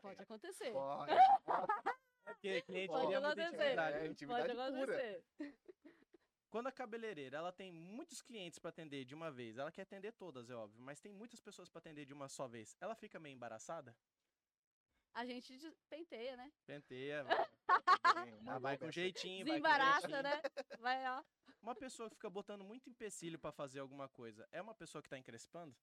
Speaker 3: Pode acontecer.
Speaker 2: Olha,
Speaker 1: É porque o cliente
Speaker 3: Pode
Speaker 1: queria
Speaker 3: lá
Speaker 1: muita
Speaker 3: desenho.
Speaker 1: intimidade.
Speaker 2: é
Speaker 3: Pode
Speaker 2: intimidade pura.
Speaker 3: acontecer.
Speaker 1: Quando a cabeleireira ela tem muitos clientes pra atender de uma vez, ela quer atender todas, é óbvio, mas tem muitas pessoas pra atender de uma só vez, ela fica meio embaraçada?
Speaker 3: A gente des- penteia, né?
Speaker 1: Penteia,
Speaker 2: Bem, uma
Speaker 1: vai, vai com
Speaker 2: conversa.
Speaker 1: jeitinho, vai com
Speaker 3: Desembaraça,
Speaker 1: jeitinho.
Speaker 3: né? Vai, ó.
Speaker 1: Uma pessoa que fica botando muito empecilho pra fazer alguma coisa, é uma pessoa que tá encrespando?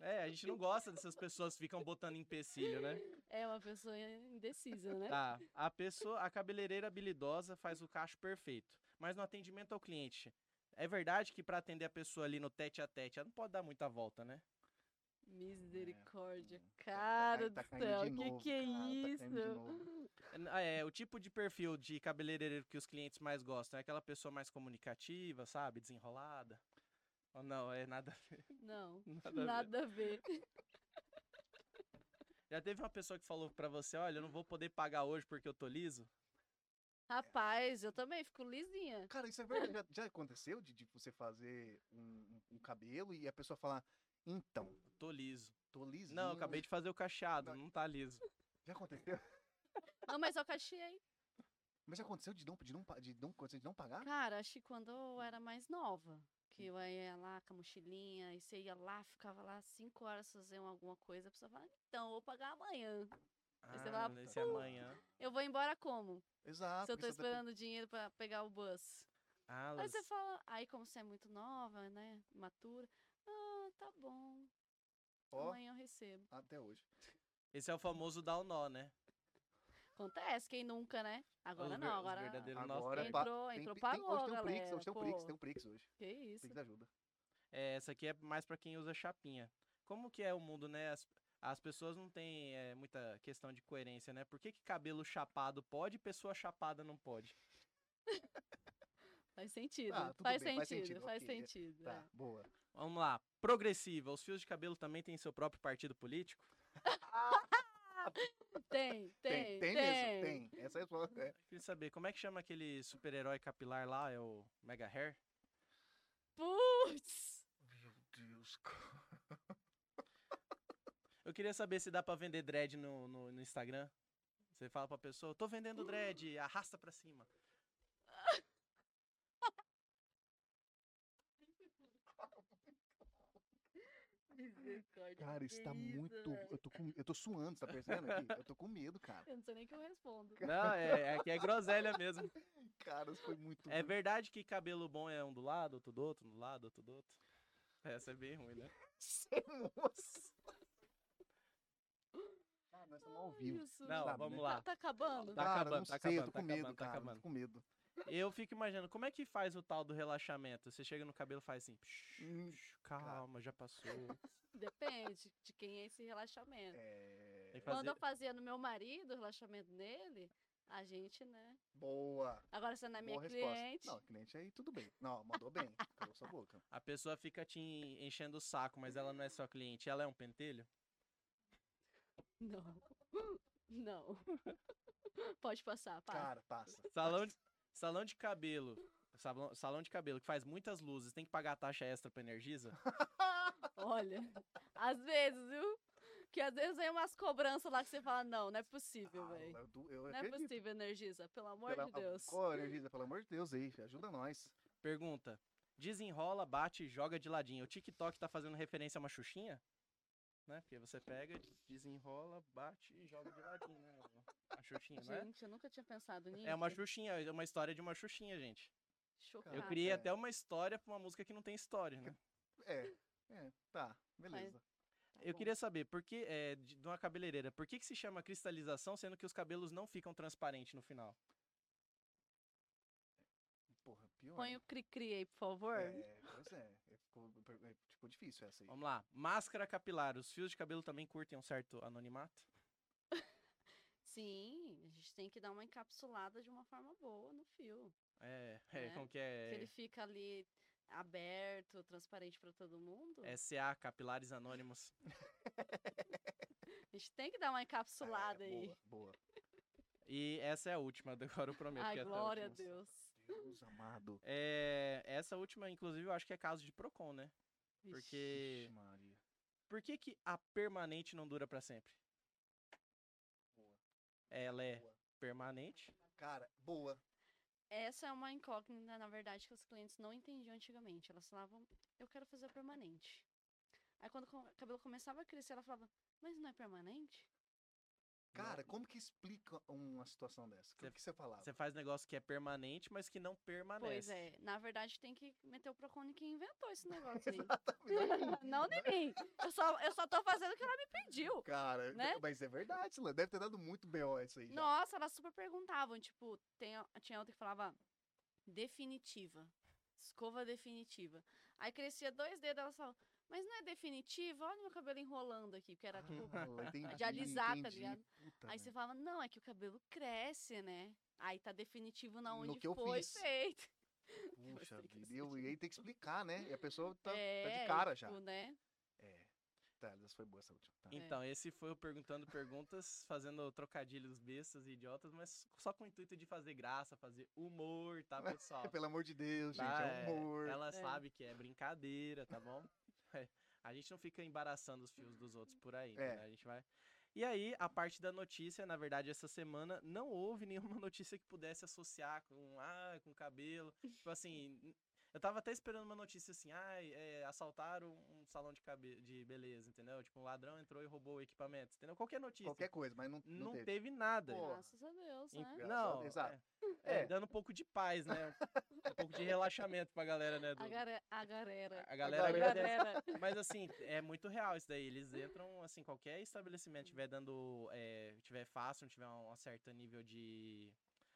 Speaker 1: É, a gente não gosta dessas pessoas que ficam botando empecilho, né?
Speaker 3: É uma pessoa indecisa, né?
Speaker 1: Tá, a pessoa, a cabeleireira habilidosa faz o cacho perfeito, mas no atendimento ao cliente, é verdade que pra atender a pessoa ali no tete a tete, ela não pode dar muita volta, né?
Speaker 3: Misericórdia.
Speaker 2: Hum, É, tá- tá
Speaker 3: Cara
Speaker 2: caindo- tá caindo
Speaker 3: do céu,
Speaker 2: de
Speaker 3: que
Speaker 2: novo,
Speaker 3: que é
Speaker 2: cara, tá caindo de
Speaker 3: isso?
Speaker 2: novo.
Speaker 1: Ah, É, o tipo de perfil de cabeleireiro que os clientes mais gostam é aquela pessoa mais comunicativa, sabe? Desenrolada. Ou não, é nada,
Speaker 3: Não,
Speaker 1: nada, a ver.
Speaker 3: nada a ver.
Speaker 1: Já teve uma pessoa que falou pra você, olha, eu não vou poder pagar hoje porque eu tô liso?
Speaker 3: Rapaz, eu também fico lisinha.
Speaker 2: Cara, isso é verdade. Já, já aconteceu de, de você fazer um, um- um cabelo e a pessoa falar, então,
Speaker 1: Tô liso.
Speaker 2: tô lisinho.
Speaker 1: Não, eu acabei de fazer o cacheado,
Speaker 2: Não.
Speaker 1: não tá liso.
Speaker 2: Já aconteceu?
Speaker 3: Não, mas eu cacheei.
Speaker 2: Mas já aconteceu de não, de não, pa- de não, de não pagar?
Speaker 3: Cara, acho que quando eu era mais nova, que eu ia lá com a mochilinha, e você ia lá, ficava lá cinco horas fazendo alguma coisa, a pessoa fala, então, eu vou pagar amanhã. Aí você
Speaker 1: Ah,
Speaker 3: fala,
Speaker 1: esse é amanhã.
Speaker 3: Eu vou embora como?
Speaker 2: Exato.
Speaker 3: Se eu tô
Speaker 2: porque você tá
Speaker 3: esperando dinheiro pra pegar o bus.
Speaker 1: Ah,
Speaker 3: Aí você
Speaker 1: Luz,
Speaker 3: fala, aí como você é muito nova, né, matura, ah, tá bom,
Speaker 2: com- ó,
Speaker 3: amanhã eu recebo.
Speaker 2: ah, até hoje.
Speaker 1: esse é o famoso dar o nó, né?
Speaker 3: Acontece, quem nunca, né? Agora
Speaker 1: Os ver-
Speaker 3: não,
Speaker 1: os
Speaker 3: agora...
Speaker 1: verdadeiros nós
Speaker 2: Agora
Speaker 1: temos.
Speaker 2: pa-
Speaker 3: Entrou,
Speaker 2: Tem
Speaker 3: entrou,
Speaker 2: pi- tem-
Speaker 3: pagou,
Speaker 2: hoje tem um Prix,
Speaker 3: galera.
Speaker 2: hoje tem um
Speaker 3: pô,
Speaker 2: Prix, tem um Prix hoje.
Speaker 3: Que isso?
Speaker 2: Prix da ajuda.
Speaker 1: É, essa aqui é mais pra quem usa chapinha. Como que é o mundo, né? As, as pessoas não têm é, muita questão de coerência, né? Por que, que cabelo chapado pode e pessoa chapada não pode?
Speaker 3: Faz sentido,
Speaker 2: Tá, tudo
Speaker 3: faz,
Speaker 2: bem, faz
Speaker 3: sentido
Speaker 2: sentido,
Speaker 3: faz
Speaker 2: ok,
Speaker 3: sentido,
Speaker 2: Tá,
Speaker 3: é.
Speaker 2: boa.
Speaker 1: Vamos lá. Progressiva. Os fios de cabelo também têm seu próprio partido político?
Speaker 3: Tem, tem,
Speaker 2: Tem, tem mesmo, tem. Essa é a sua- é.
Speaker 1: Queria saber, como é que chama aquele super-herói capilar lá? É o Mega Hair?
Speaker 3: Putz!
Speaker 2: Meu Deus, cara.
Speaker 1: Eu queria saber se dá pra vender dread no, no, no Instagram. Você fala pra pessoa, tô vendendo dread, arrasta pra cima.
Speaker 3: Misericórdia,
Speaker 2: Cara,
Speaker 3: que
Speaker 2: está
Speaker 3: isso,
Speaker 2: muito.
Speaker 3: velho.
Speaker 2: Eu tô, com... eu tô suando, você tá percebendo aqui? Eu tô com medo, cara.
Speaker 3: Eu não sei nem o que eu respondo.
Speaker 1: Não, é, é que é groselha mesmo.
Speaker 2: Cara, isso foi muito.
Speaker 1: É verdade que cabelo bom é um do lado, outro do outro, um do lado, outro do outro. Essa é bem ruim, né?
Speaker 2: Nossa. Cara, nós estamos ao
Speaker 3: Ai,
Speaker 2: vivo.
Speaker 3: Jesus.
Speaker 1: Não,
Speaker 2: sabe,
Speaker 1: vamos
Speaker 2: né?
Speaker 1: lá.
Speaker 3: Tá acabando?
Speaker 1: Tá.
Speaker 2: cara,
Speaker 1: acabando,
Speaker 2: não
Speaker 1: tá
Speaker 2: sei, eu
Speaker 1: acabando,
Speaker 2: tô
Speaker 1: tá
Speaker 2: com medo,
Speaker 1: acabando, tá
Speaker 2: cara.
Speaker 1: acabando.
Speaker 2: Tô com medo.
Speaker 1: Eu fico imaginando, como é que faz o tal do relaxamento? Você chega no cabelo e faz assim, psh,
Speaker 2: Hum,
Speaker 1: psh, calma, já passou.
Speaker 3: Depende de quem é esse relaxamento.
Speaker 2: É.
Speaker 1: Tem que
Speaker 3: Quando
Speaker 1: fazer.
Speaker 3: eu fazia no meu marido, o relaxamento nele, a gente, né?
Speaker 2: Boa.
Speaker 3: Agora você não é minha
Speaker 2: Boa resposta.
Speaker 3: cliente.
Speaker 2: Não, cliente aí tudo bem. Não, mandou bem. Calou sua boca.
Speaker 1: A pessoa fica te enchendo o saco, mas ela não é sua cliente, ela é um pentelho?
Speaker 3: Não. Não. Pode passar, passa.
Speaker 2: Cara, passa.
Speaker 1: Salão de, salão de cabelo. Salão, salão de cabelo que faz muitas luzes, tem que pagar a taxa extra pra Energisa?
Speaker 3: Olha, às vezes, viu? Que às vezes vem umas cobranças lá que você fala, não, não é possível,
Speaker 2: Ah,
Speaker 3: velho.
Speaker 2: eu, du- eu
Speaker 3: Não é
Speaker 2: acredito.
Speaker 3: possível, Energisa, pelo amor
Speaker 2: Pela-
Speaker 3: de Deus.
Speaker 2: Ô, Energisa, pelo amor de Deus aí, ajuda nós.
Speaker 1: Pergunta. Desenrola, bate e joga de ladinho. O TikTok tá fazendo referência a uma xuxinha? Né? Porque você pega, desenrola, bate e joga de ladinho, né? A xuxinha, não é?
Speaker 3: Gente, eu nunca tinha pensado nisso.
Speaker 1: É uma xuxinha, é uma história de uma xuxinha, gente.
Speaker 3: Chocada.
Speaker 1: Eu
Speaker 2: Ah,
Speaker 1: criei
Speaker 2: é.
Speaker 1: até uma história pra uma música que não tem história, né?
Speaker 2: É, é, tá, beleza.
Speaker 3: Tá
Speaker 1: Eu
Speaker 3: bom.
Speaker 1: queria saber, por que, é, de de uma cabeleireira, por que que se chama cristalização, sendo que os cabelos não ficam transparentes no final?
Speaker 2: Porra, pior.
Speaker 3: Põe o cri-cri aí, por favor.
Speaker 2: É, pois é, é, ficou, é, ficou difícil essa aí.
Speaker 1: Vamos lá. Máscara capilar. Os fios de cabelo também curtem um certo anonimato?
Speaker 3: Sim, a gente tem que dar uma encapsulada de uma forma boa no fio.
Speaker 1: É, é,
Speaker 3: Né?
Speaker 1: como que
Speaker 3: Que ele
Speaker 1: é?
Speaker 3: fica ali aberto, transparente pra todo mundo.
Speaker 1: SA, É capilares anônimos.
Speaker 3: A gente tem que dar uma encapsulada
Speaker 2: É,
Speaker 3: aí.
Speaker 2: Boa, boa.
Speaker 1: E essa é a última, agora eu prometo. que
Speaker 3: Ai,
Speaker 1: é até a
Speaker 3: glória a
Speaker 1: última.
Speaker 3: Deus.
Speaker 2: Deus amado.
Speaker 1: É, essa última, inclusive, eu acho que é caso de PROCON, né? Porque.
Speaker 2: Ixi, Maria.
Speaker 1: Por que, que a permanente não dura pra sempre? Ela é
Speaker 2: Boa.
Speaker 1: permanente.
Speaker 2: Cara, boa.
Speaker 3: Essa é uma incógnita, na verdade, que os clientes não entendiam antigamente. Elas falavam, eu quero fazer permanente. Aí quando co- o cabelo começava a crescer, ela falava, mas não é permanente?
Speaker 2: Cara, como que explica uma situação dessa? O
Speaker 1: Cê-
Speaker 2: que que você falava?
Speaker 1: Você faz negócio que é permanente, mas que não permanece.
Speaker 3: Pois é, na verdade tem que meter o Procon em quem inventou esse negócio aí.
Speaker 2: Exatamente.
Speaker 3: não em mim. Eu só, eu só tô fazendo o que ela me pediu.
Speaker 2: Cara,
Speaker 3: Né?
Speaker 2: mas é verdade, Silas. Deve ter dado muito B.O. isso aí. já.
Speaker 3: Nossa, elas super perguntavam, tipo, tem, a- tinha outra que falava definitiva. Escova definitiva. Aí crescia dois dedos, elas falavam, mas não é definitiva? Olha meu cabelo enrolando aqui, porque era tipo.
Speaker 2: Ah, entendi,
Speaker 3: de alisar, tá
Speaker 2: entendi.
Speaker 3: ligado?
Speaker 2: Puta né?
Speaker 3: Aí
Speaker 2: merda.
Speaker 3: você falava, não, é que o cabelo cresce, né? Aí tá definitivo na
Speaker 2: No
Speaker 3: onde
Speaker 2: que eu
Speaker 3: foi
Speaker 2: fiz.
Speaker 3: feito.
Speaker 2: Puxa
Speaker 3: explica isso
Speaker 2: vida, eu- e aí tem que explicar, né? E a pessoa tá, tá
Speaker 3: é,
Speaker 2: de cara já.
Speaker 3: tipo, né?
Speaker 2: É. Tá, essa foi boa essa última. Tá.
Speaker 1: Então, esse foi o Perguntando Perguntas, fazendo trocadilhos bestas e idiotas, mas só com o intuito de fazer graça, fazer humor, tá, pessoal?
Speaker 2: Pelo amor de Deus, gente,
Speaker 1: Tá,
Speaker 2: é
Speaker 1: é,
Speaker 2: humor.
Speaker 1: Ela
Speaker 3: É.
Speaker 1: sabe que é brincadeira, tá bom? É, A gente não fica embaraçando os fios dos outros por aí,
Speaker 2: É.
Speaker 1: né? A gente vai. E aí, a parte da notícia, na verdade, essa semana não houve nenhuma notícia que pudesse associar com ah, com cabelo. Tipo assim, n- eu tava até esperando uma notícia assim, ah, é, assaltaram um salão de, cabe... de beleza, entendeu? Tipo, um ladrão entrou e roubou o equipamento, entendeu? Qualquer notícia.
Speaker 2: Qualquer coisa, mas não, não,
Speaker 1: Não
Speaker 2: teve.
Speaker 1: teve, nada.
Speaker 2: Pô, Porra.
Speaker 3: Graças a Deus,
Speaker 1: Em-
Speaker 3: né?
Speaker 2: Graças a
Speaker 1: Não,
Speaker 2: Deus, exato.
Speaker 1: É,
Speaker 2: É.
Speaker 1: dando um pouco de paz, né? um pouco de relaxamento pra galera, né? do-
Speaker 3: A, gara- a galera.
Speaker 1: a galera
Speaker 2: A
Speaker 3: A
Speaker 1: agradece.
Speaker 3: galera.
Speaker 1: Mas assim, é muito real isso daí. Eles entram, assim, qualquer estabelecimento tiver dando. É, tiver fácil, tiver um, um certo nível de.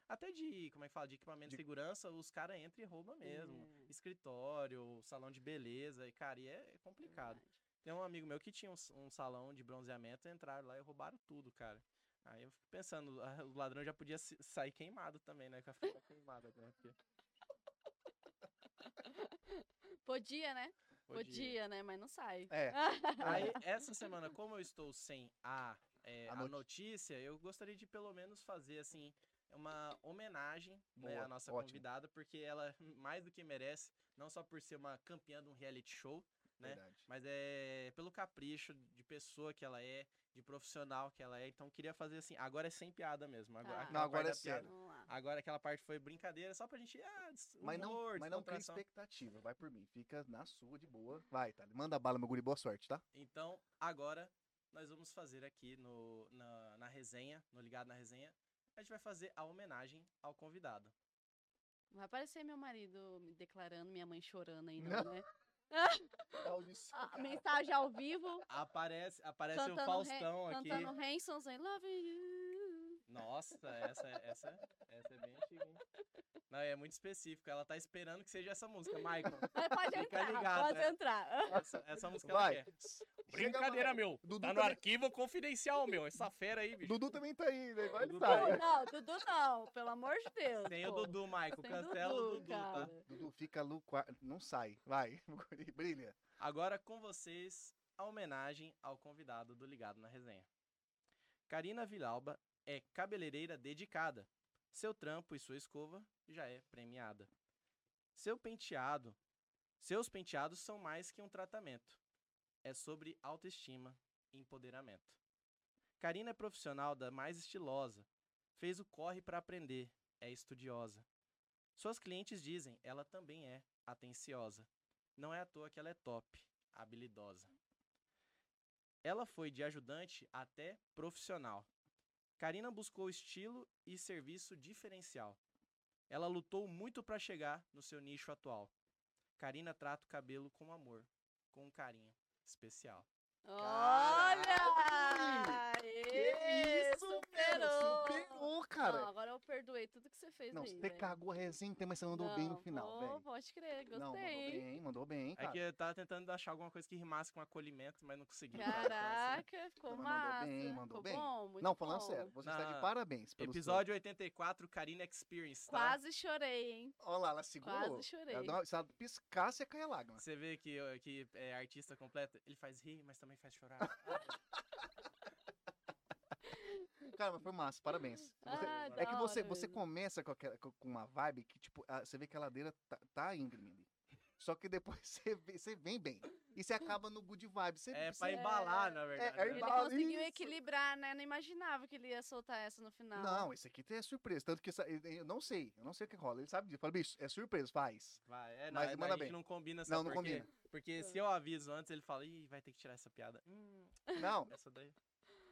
Speaker 1: Até de, como é que fala? De equipamento de, Hum.
Speaker 2: De-
Speaker 1: segurança, os caras entram e roubam mesmo.
Speaker 3: É,
Speaker 1: Escritório, salão de beleza, e, cara, e é, é complicado. Tem um amigo meu que tinha um, s- um salão de bronzeamento, entraram lá e roubaram tudo, cara. Aí eu fico pensando, ah, o ladrão já podia se- sair queimado também, né? Com a faca queimada, né? Porque
Speaker 3: Podia, né?
Speaker 1: podia.
Speaker 3: Podia, né? Mas não sai.
Speaker 2: É.
Speaker 1: Aí, essa semana, como eu estou sem a, é,
Speaker 2: A
Speaker 1: a,
Speaker 2: noti-
Speaker 1: notícia, eu gostaria de pelo menos fazer, assim, uma homenagem né,
Speaker 2: Boa,
Speaker 1: à nossa
Speaker 2: ótimo.
Speaker 1: convidada, porque ela mais do que merece, não só por ser uma campeã de um reality show, né?
Speaker 2: Verdade.
Speaker 1: mas é pelo capricho de pessoa que ela é, de profissional que ela é. Então, eu queria fazer assim, agora é sem piada mesmo. Agora,
Speaker 3: Tá.
Speaker 1: aquela
Speaker 2: Não, agora
Speaker 1: parte
Speaker 2: é
Speaker 1: da piada-
Speaker 2: sério.
Speaker 3: Vamos lá.
Speaker 1: Agora aquela parte foi brincadeira, só pra gente. Ah, des-
Speaker 2: Mas não,
Speaker 1: humor,
Speaker 2: mas não cria
Speaker 1: descontração.
Speaker 2: expectativa, vai por mim. Fica na sua, de boa. Vai, tá. Manda bala, meu guri, boa sorte, tá?
Speaker 1: Então, agora nós vamos fazer aqui no, na, na resenha, no Ligado na Resenha, a gente vai fazer a homenagem ao convidado.
Speaker 3: Vai aparecer meu marido me declarando, minha mãe chorando aí,
Speaker 2: Não.
Speaker 3: não, né?
Speaker 2: Olha isso,
Speaker 3: A
Speaker 2: cara.
Speaker 3: mensagem ao vivo,
Speaker 1: Aparece, aparece
Speaker 3: Cantando
Speaker 1: o
Speaker 3: re-
Speaker 1: um Faustão aqui.
Speaker 3: cantando Hanson's I Love You.
Speaker 1: Nossa, essa, é- essa, essa é bem antiga, hein? Não, é muito específico. Ela tá esperando que seja essa música, Michael.
Speaker 3: Mas pode
Speaker 1: Fica
Speaker 3: entrar,
Speaker 1: ligado,
Speaker 3: pode
Speaker 1: né?
Speaker 3: entrar.
Speaker 1: Essa, essa música
Speaker 2: Vai.
Speaker 1: ela quer.
Speaker 4: Brincadeira, meu.
Speaker 2: Dudu
Speaker 4: Tá no
Speaker 2: também-
Speaker 4: arquivo confidencial, meu. Essa fera aí, bicho.
Speaker 2: Dudu também tá aí, né? Vai,
Speaker 1: Dudu
Speaker 2: tá.
Speaker 1: tá
Speaker 3: Não, não, Dudu não, pelo amor de Deus.
Speaker 1: Tem o
Speaker 3: pô.
Speaker 1: Dudu, Michael.
Speaker 3: Tem
Speaker 1: Cancela o Dudu, tá?
Speaker 3: cara.
Speaker 2: Dudu fica no quarto. Não sai. Vai, meu guri, brilha.
Speaker 1: Agora com vocês, a homenagem ao convidado do Ligado na Resenha. Karina Vilauba é cabeleireira dedicada. Seu trampo e sua escova já é premiada. Seu penteado, seus penteados são mais que um tratamento. É sobre autoestima e empoderamento. Karina é profissional da mais estilosa. Fez o corre para aprender, é estudiosa. Suas clientes dizem, ela também é atenciosa. Não é à toa que ela é top, habilidosa. Ela foi de ajudante até profissional. Karina buscou estilo e serviço diferencial. Ela lutou muito para chegar no seu nicho atual. Karina trata o cabelo com amor, com um carinho especial.
Speaker 3: Olha! Aê,
Speaker 2: mano,
Speaker 3: superou!
Speaker 2: Superou,
Speaker 3: Não,
Speaker 2: cara.
Speaker 3: agora eu perdoei tudo que você fez
Speaker 2: Não,
Speaker 3: aí,
Speaker 2: você
Speaker 3: velho.
Speaker 2: cagou a resenha inteira, mas você mandou bem no
Speaker 3: Não,
Speaker 2: final,
Speaker 3: pô,
Speaker 2: velho.
Speaker 3: Pode crer, gostei.
Speaker 2: Não, mandou
Speaker 3: hein?
Speaker 2: bem, mandou bem,
Speaker 1: É
Speaker 2: cara.
Speaker 1: que eu tava tentando achar alguma coisa que rimasse com acolhimento, mas não consegui. cara, então, assim,
Speaker 3: Caraca, ficou
Speaker 2: Mas mandou
Speaker 3: massa.
Speaker 2: bem, mandou
Speaker 3: ficou
Speaker 2: bem.
Speaker 3: bom, muito
Speaker 2: Não, falando
Speaker 3: bom.
Speaker 2: sério, você está de
Speaker 1: Na-
Speaker 2: parabéns pelo
Speaker 1: Episódio 84, Karina Experience, tá?
Speaker 3: Quase chorei, hein?
Speaker 2: Olha lá, ela segurou.
Speaker 3: Quase chorei.
Speaker 2: Ela dá uma- se ela piscasse, ia cair a lágrima.
Speaker 1: Você vê que, que é artista completo, ele faz rir, mas também faz chorar.
Speaker 2: Cara, mas foi massa, parabéns. Você-
Speaker 3: Ah,
Speaker 2: é que
Speaker 3: da
Speaker 2: você,
Speaker 3: hora
Speaker 2: você
Speaker 3: mesmo.
Speaker 2: começa com, aquela- com- com uma vibe que, tipo, a- você vê que a ladeira tá, tá íngreme ali. Só que depois você, vê- você vem bem. E você acaba no good vibe. Você
Speaker 1: É
Speaker 2: você-
Speaker 1: pra embalar, na verdade.
Speaker 2: é
Speaker 1: né?
Speaker 3: Ele
Speaker 2: Bala-
Speaker 3: conseguiu
Speaker 2: Isso.
Speaker 3: equilibrar, né? Não imaginava que ele ia soltar essa no final.
Speaker 2: Não, esse aqui é surpresa. Tanto que essa- eu eu não sei, eu não sei o que rola. Ele sabe disso. Fala, bicho, é surpresa, faz.
Speaker 1: Vai, é, não,
Speaker 2: Mas
Speaker 1: é, não,
Speaker 2: manda
Speaker 1: a gente
Speaker 2: bem.
Speaker 1: não combina, sabe
Speaker 2: Não, não
Speaker 1: por quê?
Speaker 2: combina.
Speaker 1: Porque se eu aviso antes, ele fala, ih, vai ter que tirar essa piada. Hum,
Speaker 2: Não,
Speaker 1: essa daí.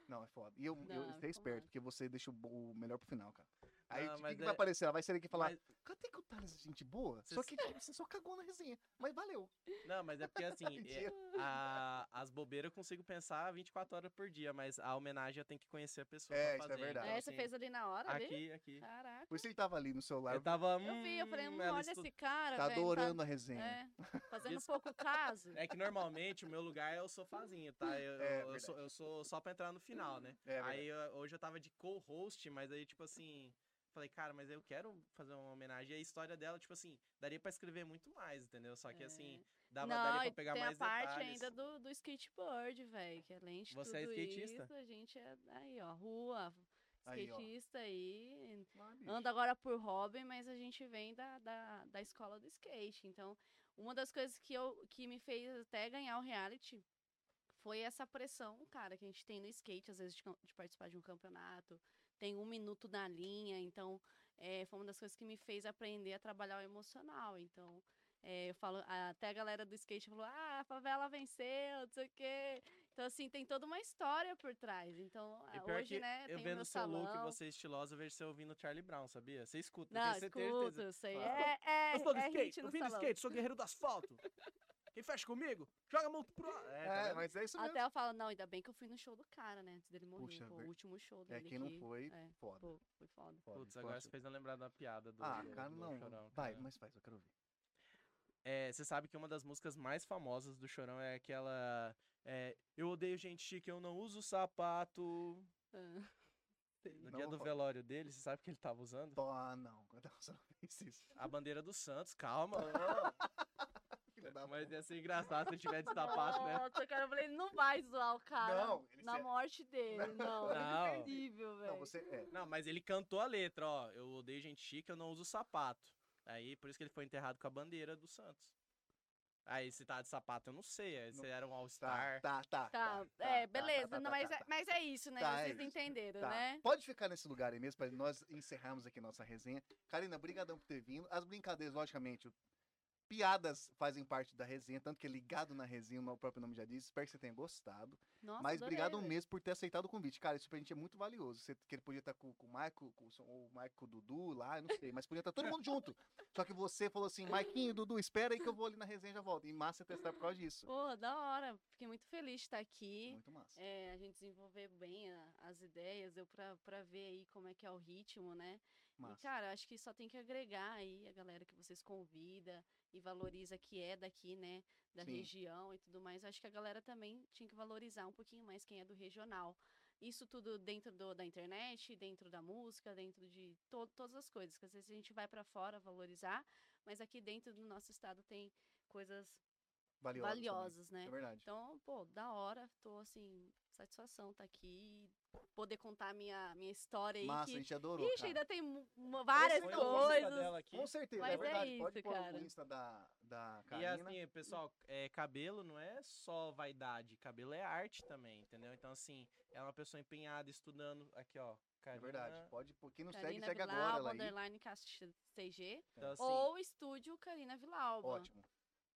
Speaker 2: não, é foda. E eu,
Speaker 3: Não,
Speaker 2: eu
Speaker 3: é
Speaker 2: você é esperto,
Speaker 3: combinado.
Speaker 2: porque você deixa o, bo- o melhor pro final, cara. Aí
Speaker 1: Não,
Speaker 2: o que
Speaker 1: mas
Speaker 2: que, vai
Speaker 1: é-
Speaker 2: aparecer? Ela vai ser aqui e falar,
Speaker 1: mas-
Speaker 2: cadê que o Thales é gente boa?
Speaker 1: Cê
Speaker 2: Só que tipo, você só cagou na resenha. Mas valeu.
Speaker 1: Não, mas é porque assim, é,
Speaker 2: Mentira.
Speaker 1: a- as bobeiras eu consigo pensar 24 horas por dia, mas a homenagem eu tenho que conhecer a pessoa
Speaker 2: É,
Speaker 1: pra
Speaker 2: isso é
Speaker 1: fazer.
Speaker 2: verdade.
Speaker 1: então,
Speaker 3: É, você
Speaker 1: assim,
Speaker 3: fez ali na hora ali?
Speaker 1: Aqui, aqui.
Speaker 3: Caraca.
Speaker 2: Por isso ele tava ali no celular,
Speaker 1: Eu tava.
Speaker 3: Eu vi, eu falei,
Speaker 1: "Hum,
Speaker 3: "Hum,
Speaker 1: ela
Speaker 3: olha
Speaker 1: estu-
Speaker 3: esse cara,
Speaker 2: tá
Speaker 3: velho,
Speaker 2: adorando a resenha.
Speaker 3: é, fazendo
Speaker 1: Isso.
Speaker 3: pouco caso.
Speaker 1: né?" É que normalmente o meu lugar é o sofazinho, tá? Eu,
Speaker 2: É,
Speaker 1: eu, eu sou, eu sou só pra entrar no final, né?
Speaker 2: É, verdade.
Speaker 1: aí eu- hoje eu tava de co-host, mas aí, tipo assim. Falei, cara, mas eu quero fazer uma homenagem. E a história dela, tipo assim, daria pra escrever muito mais, entendeu? Só que
Speaker 3: É.
Speaker 1: assim, dava,
Speaker 3: Não,
Speaker 1: daria
Speaker 3: e
Speaker 1: pra pegar
Speaker 3: tem
Speaker 1: mais
Speaker 3: a parte
Speaker 1: detalhes.
Speaker 3: ainda do, do skateboard, velho, que além de
Speaker 1: Você é
Speaker 3: tudo
Speaker 1: skatista?
Speaker 3: isso, a gente é aí, ó, rua,
Speaker 2: Aí, ó.
Speaker 3: skatista aí,
Speaker 2: Ah, bicho.
Speaker 3: anda agora por hobby, mas a gente vem da, da, da escola do skate. Então, uma das coisas que, eu, que me fez até ganhar o reality foi essa pressão, cara, que a gente tem no skate, às vezes, de, cam- de participar de um campeonato. Tem um minuto na linha, então é, foi uma das coisas que me fez aprender a trabalhar o emocional. Então, é, eu falo, a- até a galera do skate falou: ah, a favela venceu, não sei o quê. Então, assim, tem toda uma história por trás. Então,
Speaker 1: E
Speaker 3: a-
Speaker 1: pior
Speaker 3: hoje,
Speaker 1: que
Speaker 3: né,
Speaker 1: Eu
Speaker 3: tem o
Speaker 1: vendo
Speaker 3: meu
Speaker 1: seu look,
Speaker 3: salão.
Speaker 1: você é estilosa, eu vejo você ouvindo Charlie Brown, sabia? Você escuta,
Speaker 3: Não,
Speaker 1: tem certeza.
Speaker 3: escuto, sei.
Speaker 1: Fala.
Speaker 3: É, é,
Speaker 1: Eu sou do
Speaker 3: é
Speaker 1: skate,
Speaker 3: hit
Speaker 1: eu
Speaker 3: no
Speaker 1: vim do
Speaker 3: salão.
Speaker 1: skate, sou guerreiro do asfalto. Quem fecha comigo, joga a mão pro. É, tá
Speaker 2: É,
Speaker 1: vendo?
Speaker 2: mas é isso mesmo.
Speaker 3: Até eu falo, não, ainda bem que eu fui no show do cara, né? Antes dele morrer,
Speaker 2: Puxa,
Speaker 3: pô,
Speaker 2: ver-
Speaker 3: o último show
Speaker 2: É,
Speaker 3: dele.
Speaker 2: quem não né?
Speaker 3: que-
Speaker 2: foi,
Speaker 3: é,
Speaker 2: foda.
Speaker 3: pô, foi foda.
Speaker 2: foda,
Speaker 1: Putz,
Speaker 2: foi
Speaker 1: agora você
Speaker 2: assim.
Speaker 1: fez eu lembrar da piada do.
Speaker 2: Ah,
Speaker 1: do-
Speaker 2: cara,
Speaker 1: do
Speaker 2: não.
Speaker 1: Chorão, tá
Speaker 2: Vai,
Speaker 1: cara.
Speaker 2: mas faz, eu quero ouvir.
Speaker 1: É, você sabe que uma das músicas mais famosas do Chorão é aquela. é, eu odeio gente chique, eu não uso sapato.
Speaker 3: Ah,
Speaker 1: No
Speaker 2: Não
Speaker 1: dia
Speaker 2: vou
Speaker 1: do
Speaker 2: falar.
Speaker 1: velório dele, você sabe o que ele tava usando?
Speaker 2: Tó, ah, não. Nossa, não fez isso.
Speaker 1: A bandeira do Santos, calma.
Speaker 2: Filha da
Speaker 1: Mas
Speaker 2: puta.
Speaker 1: ia ser engraçado se eu tiver de sapato, né?
Speaker 3: Nossa, cara, eu falei, ele não vai zoar o cara
Speaker 2: Tá Não, ele
Speaker 3: na
Speaker 2: se- é
Speaker 3: morte dele, não.
Speaker 1: Não.
Speaker 3: É impossível, velho.
Speaker 2: Não, você. É,
Speaker 1: Não, mas ele cantou a letra, ó. Eu odeio gente chique, eu não uso sapato. Aí, por isso que ele foi enterrado com a bandeira do Santos. Aí, se tá de sapato, eu não sei. Aí,
Speaker 2: Não-
Speaker 1: se era um
Speaker 2: tá,
Speaker 1: All-Star.
Speaker 2: tá, tá.
Speaker 3: Tá,
Speaker 2: tá, tá,
Speaker 3: é, beleza,
Speaker 2: tá, tá,
Speaker 3: não, mas,
Speaker 2: tá,
Speaker 3: é,
Speaker 2: tá.
Speaker 3: mas é isso, né?
Speaker 2: Tá, é
Speaker 3: Vocês
Speaker 2: isso.
Speaker 3: entenderam,
Speaker 2: Tá.
Speaker 3: né?
Speaker 2: Pode ficar nesse lugar aí mesmo, pra nós encerrarmos aqui nossa resenha. Karina, brigadão por ter vindo. As brincadeiras, logicamente, o- piadas fazem parte da resenha, tanto que é ligado na resenha, o próprio nome já diz. Espero que você tenha gostado.
Speaker 3: Nossa,
Speaker 2: Mas
Speaker 3: adorei,
Speaker 2: obrigado
Speaker 3: velho.
Speaker 2: mesmo por ter aceitado o convite. Cara, isso pra gente é muito valioso. Você, que ele podia estar com, com o Maico, com, o Son- ou o Maico com o Dudu lá, eu não sei. Mas podia estar todo mundo junto. Só que você falou assim, Maiquinho, Dudu, espera aí que eu vou ali na resenha e já volto. E massa testar por causa disso.
Speaker 3: Pô, da hora. Fiquei muito feliz de estar aqui.
Speaker 2: Muito massa.
Speaker 3: é, a gente desenvolver bem a- as ideias, eu pra, pra ver aí como é que é o ritmo, né? E,
Speaker 2: massa.
Speaker 3: cara, eu acho que só tem que agregar aí a galera que vocês convida e valoriza que é daqui, né? Da
Speaker 2: Sim.
Speaker 3: região e tudo mais. Eu acho que a galera também tinha que valorizar um pouquinho mais quem é do regional. Isso tudo dentro do- da internet, dentro da música, dentro de to- todas as coisas. Que às vezes a gente vai pra fora valorizar, mas aqui dentro do nosso estado tem coisas
Speaker 2: Valiosa. também.
Speaker 3: valiosas, né?
Speaker 2: É verdade.
Speaker 3: Então, pô, da hora, tô assim, satisfação tá aqui, poder contar minha, minha história aí.
Speaker 2: massa, a
Speaker 3: que...
Speaker 2: gente adorou.
Speaker 3: Ixi,
Speaker 2: cara.
Speaker 3: ainda tem mu- mu- várias
Speaker 2: Põe
Speaker 1: Põe
Speaker 2: a
Speaker 1: a
Speaker 2: música
Speaker 1: música
Speaker 3: coisas.
Speaker 1: dela aqui.
Speaker 2: Com certeza,
Speaker 3: Mas
Speaker 2: é
Speaker 3: é
Speaker 2: verdade.
Speaker 3: isso,
Speaker 2: Pode pôr
Speaker 3: cara.
Speaker 2: o Insta da, da
Speaker 1: E
Speaker 2: Karina.
Speaker 1: assim, pessoal, é, cabelo não é só vaidade, cabelo é arte também, entendeu? Então, assim, ela é uma pessoa empenhada, estudando. Aqui, ó.
Speaker 2: é
Speaker 1: Karina.
Speaker 2: verdade. Pode pôr. Quem não segue,
Speaker 3: Karina
Speaker 2: segue agora.
Speaker 3: Villalba,
Speaker 2: Ela aí.
Speaker 3: underline Cast- CG,
Speaker 1: Então, assim,
Speaker 3: ou estúdio Karina Villalba.
Speaker 2: Ótimo.
Speaker 3: né?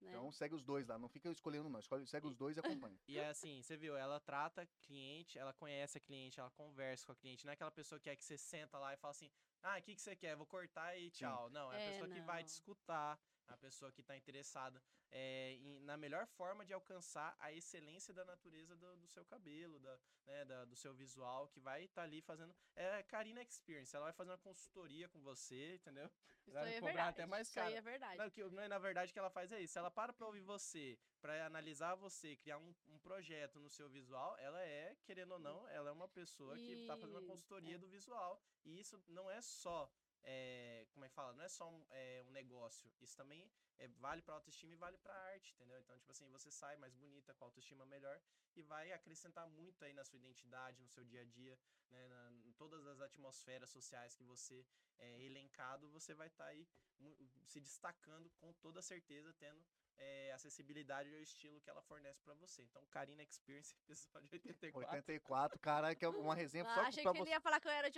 Speaker 2: Então segue os dois lá. Não fica escolhendo, não. Escolhe, segue os dois e acompanha.
Speaker 1: E é assim, você viu, ela trata cliente, ela conhece a cliente, ela conversa com a cliente. Não é aquela pessoa que é que você senta lá e fala assim, ah, o que, que você quer? Vou cortar e tchau. Não, é a
Speaker 3: É,
Speaker 1: pessoa que vai te
Speaker 3: não.
Speaker 1: escutar, a pessoa que tá interessada é, em- na melhor forma de alcançar a excelência da natureza do, do seu cabelo, da, né, da- do seu visual, que vai estar ali fazendo. É a Karina Experience, ela vai fazer uma consultoria com você, entendeu?
Speaker 3: Isso
Speaker 1: vai
Speaker 3: aí é
Speaker 1: cobrar
Speaker 3: verdade.
Speaker 1: até mais
Speaker 3: Isso aí
Speaker 1: caro.
Speaker 3: é verdade.
Speaker 1: Não, que, não, na verdade, o que ela faz é isso. Ela para pra ouvir você, pra analisar você, criar um, um projeto no seu visual. Ela é, querendo ou não, ela é uma pessoa que tá fazendo a
Speaker 3: Hum. Isso,
Speaker 1: consultoria
Speaker 3: é.
Speaker 1: do visual. E isso não é só. é, como é que fala? Não é só um, é, um negócio. Isso também é, vale pra autoestima e vale pra arte, entendeu? Então, tipo assim, você sai mais bonita, com a autoestima melhor e vai acrescentar muito aí na sua identidade, no seu dia a dia, né? na- em todas as atmosferas sociais que você eh, tá é elencado, você vai estar aí mu- se destacando com toda certeza, tendo é, acessibilidade ao estilo que ela fornece pra você. Então, Karina Experience, episódio 84.
Speaker 2: 84, caralho, que é uma resenha
Speaker 3: Ah,
Speaker 2: só
Speaker 3: achei
Speaker 2: pra
Speaker 3: que ele
Speaker 2: você.
Speaker 3: ia falar que eu era de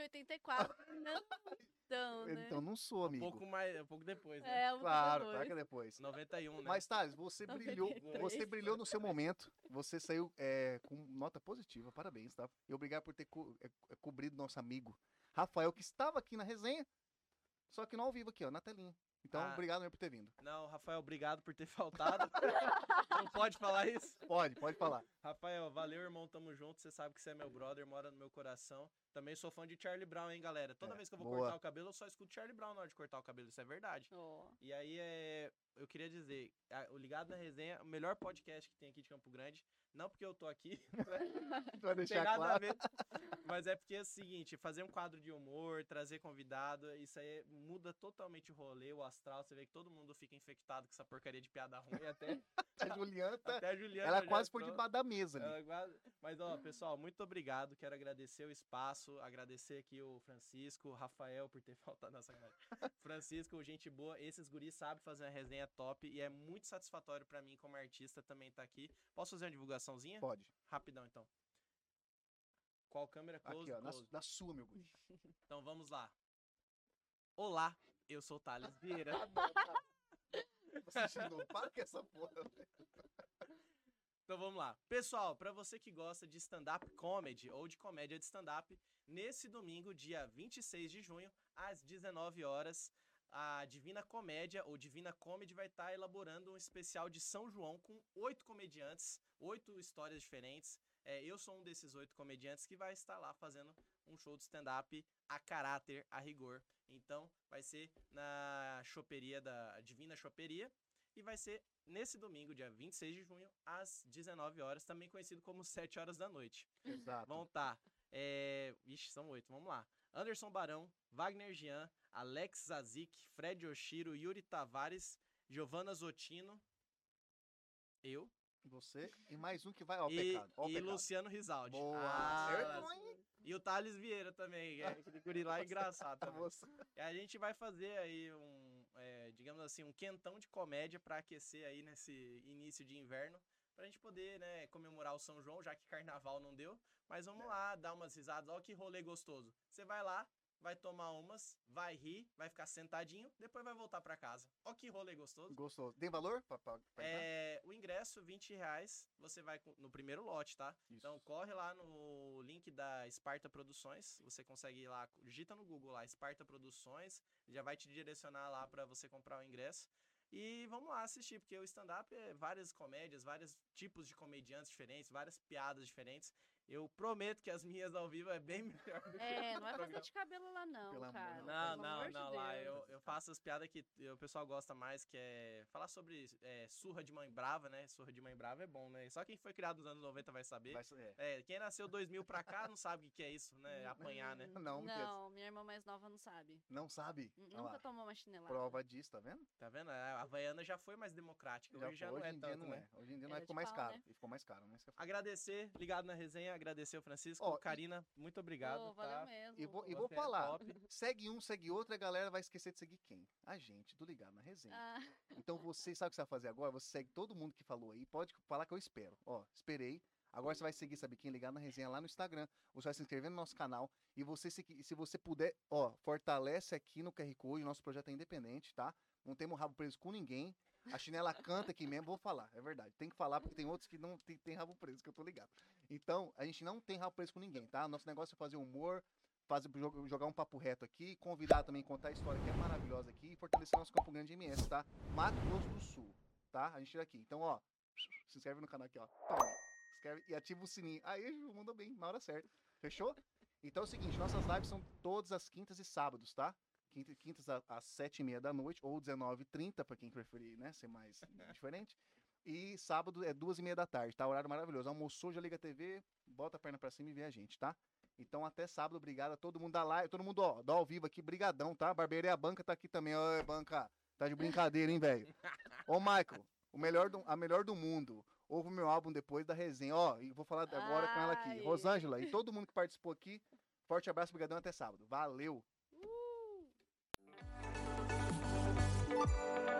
Speaker 3: 84. não, então, né?
Speaker 2: Então não sou,
Speaker 1: Um
Speaker 2: amigo.
Speaker 1: pouco mais, um pouco depois, né?
Speaker 3: é, um
Speaker 2: Claro,
Speaker 3: dois.
Speaker 2: claro que é depois.
Speaker 1: 91, né?
Speaker 2: Mas, Thales, você
Speaker 3: Não,
Speaker 2: brilhou.
Speaker 3: beleza.
Speaker 2: Você brilhou no seu momento. Você saiu é, com nota positiva. Parabéns, tá? E obrigado por ter co- é, co- é, cobrido nosso amigo Rafael, que estava aqui na resenha, só que não ao vivo aqui, ó, na telinha. Então,
Speaker 1: Ah.
Speaker 2: obrigado mesmo por ter vindo.
Speaker 1: Não, Rafael, obrigado por ter faltado. Não pode falar isso?
Speaker 2: Pode, pode falar.
Speaker 1: Rafael, valeu, irmão. Tamo junto. Você sabe que você é meu brother, mora no meu coração. Também sou fã de Charlie Brown, hein, galera? Toda
Speaker 2: É,
Speaker 1: vez que eu vou
Speaker 2: boa.
Speaker 1: cortar o cabelo, eu só escuto Charlie Brown na hora de cortar o cabelo. Isso é verdade.
Speaker 3: Ó,
Speaker 1: E aí, é, eu queria dizer, a- o Ligado na Resenha, o melhor podcast que tem aqui de Campo Grande, não porque eu tô aqui,
Speaker 2: Pra
Speaker 1: não tem
Speaker 2: deixar
Speaker 1: nada a
Speaker 2: claro.
Speaker 1: ver, mas é porque é o seguinte, fazer um quadro de humor, trazer convidado, isso aí muda totalmente o rolê, o astral, você vê que todo mundo fica infectado com essa porcaria de piada ruim, até,
Speaker 2: A Juliana, tá-
Speaker 1: até a Juliana
Speaker 2: ela
Speaker 1: já
Speaker 2: quase foi
Speaker 1: entrou.
Speaker 2: debaixo da mesa ali.
Speaker 1: Ela quase- Mas, ó, pessoal, muito obrigado. Quero agradecer o espaço, agradecer aqui o Francisco, o Rafael por ter faltado nessa galera. Francisco, gente boa. Esses guris sabem fazer uma resenha top e é muito satisfatório pra mim como artista também estar aqui. Posso fazer uma divulgaçãozinha?
Speaker 2: Pode.
Speaker 1: Rapidão, então. Qual câmera? Close,
Speaker 2: Aqui, ó, na,
Speaker 1: close.
Speaker 2: na sua, meu guri.
Speaker 1: Então, vamos lá. Olá, eu sou o Thales Vieira.
Speaker 2: Você de novo, para com essa porra.
Speaker 1: Então vamos lá. Pessoal, pra você que gosta de stand-up comedy ou de comédia de stand-up, nesse domingo, dia 26 de junho, às 19 horas, a Divina Comédia ou Divina Comedy vai estar elaborando um especial de São João com oito comediantes, oito histórias diferentes. É, eu sou um desses oito comediantes que vai estar lá fazendo um show de stand-up a caráter, a rigor. Então, vai ser na choperia da Divina Choperia e vai ser nesse domingo, dia 26 de junho, às 19 horas, também conhecido como 7 horas da noite.
Speaker 2: Exato.
Speaker 1: Vão tá. É... Ixi, são oito, vamos lá. Anderson Barão, Wagner Jean, Alex Zazik, Fred Oshiro, Yuri Tavares, Giovanna Zotino, eu
Speaker 2: Você e mais um que vai, ó, o
Speaker 1: e,
Speaker 2: pecado. Ó, o
Speaker 1: e
Speaker 2: pecado.
Speaker 1: Luciano Risaldi.
Speaker 2: Boa.
Speaker 1: Ah,
Speaker 2: Acertou, hein?
Speaker 1: e o Thales Vieira também, é, aquele guri lá é engraçado também.
Speaker 2: Você.
Speaker 1: E a gente vai fazer aí um, é, digamos assim, um quentão de comédia pra aquecer aí nesse início de inverno, pra gente poder, né, comemorar o São João, já que carnaval não deu. Mas vamos lá, dar umas risadas, ó que rolê gostoso. Você vai lá, vai tomar umas, vai rir, vai ficar sentadinho, depois vai voltar pra casa. Ó que rolê gostoso.
Speaker 2: Gostoso. Tem valor? Pra, pra, pra entrar?
Speaker 1: É, o ingresso, 20 reais, você vai com- no primeiro lote, tá?
Speaker 2: Isso.
Speaker 1: Então corre lá no link da Esparta Produções, você consegue ir lá, digita no Google lá Esparta Produções, já vai te direcionar lá pra você comprar o ingresso. E vamos lá assistir, porque o stand-up é várias comédias, vários tipos de comediantes diferentes, várias piadas diferentes. Eu prometo que as minhas ao vivo é bem melhor do que
Speaker 3: É, não é
Speaker 1: programa.
Speaker 3: fazer de cabelo lá, não,
Speaker 2: Pelo amor-
Speaker 3: cara.
Speaker 1: Não,
Speaker 3: pelo amor
Speaker 1: não,
Speaker 3: de
Speaker 1: não, lá.
Speaker 3: Deus.
Speaker 1: Eu, eu faço as piadas que eh, o pessoal gosta mais, que é falar sobre eh, surra de mãe brava, né? Surra de mãe brava é bom, né? Só quem foi criado nos anos 90 vai saber.
Speaker 2: Vai ser- é.
Speaker 1: É, quem nasceu 2000 pra cá não sabe o que que é isso, né? Apanhar, né?
Speaker 2: Não, não,
Speaker 3: Hum, Não, minha irmã mais nova não sabe.
Speaker 2: não sabe.
Speaker 3: N-
Speaker 2: Olha
Speaker 3: Nunca
Speaker 2: lá.
Speaker 3: tomou uma chinelada.
Speaker 2: Prova disso, tá vendo?
Speaker 1: Tá vendo? A Havaiana já foi mais democrática, hoje já não
Speaker 2: hoje
Speaker 1: é
Speaker 2: em dia
Speaker 1: tanto,
Speaker 2: não
Speaker 1: né?
Speaker 2: é. Hoje em dia não é,
Speaker 3: Era de
Speaker 2: ficou mais
Speaker 3: pau,
Speaker 2: caro.
Speaker 3: né?
Speaker 2: E ficou mais caro, né? Isso que eu falo.
Speaker 1: Agradecer, ligado na resenha, agradecer o Francisco,
Speaker 2: Ó, e-
Speaker 1: Karina, muito obrigado.
Speaker 3: Pô,
Speaker 1: tá?
Speaker 3: valeu mesmo.
Speaker 2: E vou, e
Speaker 1: Você
Speaker 2: vou
Speaker 1: é
Speaker 2: falar.
Speaker 1: top.
Speaker 2: Segue um, segue outro, a galera vai esquecer de seguir quem? A gente, do Ligado na Resenha.
Speaker 3: Ah,
Speaker 2: Então você sabe o que você vai fazer agora? Você segue todo mundo que falou aí. Pode falar que eu espero. Ó, esperei. Agora você vai seguir, sabe quem? Ligado na resenha lá no Instagram. Você vai se inscrever no nosso canal. E você, se, se você puder, ó, fortalece aqui no QR Code. Nosso projeto é independente, tá? Não temos rabo preso com ninguém. A chinela canta aqui mesmo, vou falar, é verdade. Tem que falar, porque tem outros que não tem, tem rabo preso, que eu tô ligado. Então, a gente não tem rabo preso com ninguém, tá? Nosso negócio é fazer humor, fazer, jo- jogar um papo reto aqui, convidar também, contar a história que é maravilhosa aqui e fortalecer nosso Campo Grande MS, tá? Mato Grosso do Sul, tá? A gente tira aqui. Então, ó, se inscreve no canal aqui, ó. Palma. Se inscreve e ativa o sininho. Aí, Ju, mandou bem, na hora certa. Fechou? Então é o seguinte, nossas lives são todas as quintas e sábados, tá? Quinta- Quintas a- às sete e meia da noite, ou 19h30, pra quem preferir, né? Ser mais diferente. E sábado é duas e meia da tarde, tá? Horário maravilhoso. Almoçou, já liga a TV, bota a perna pra cima e vê a gente, tá? Então até sábado, obrigado a todo mundo da live, todo mundo, ó, do ao vivo aqui, brigadão, tá? Barbearia a Banca tá aqui também, ó, Banca. Tá de brincadeira, hein, velho? Ô, Michael, o melhor do- a melhor do mundo. Ouve o meu álbum depois da resenha. Ó, e vou falar agora com ela aqui.
Speaker 3: Ai.
Speaker 2: Rosângela e todo mundo que participou aqui. Forte abraço, brigadão, até sábado. Valeu!
Speaker 3: uh.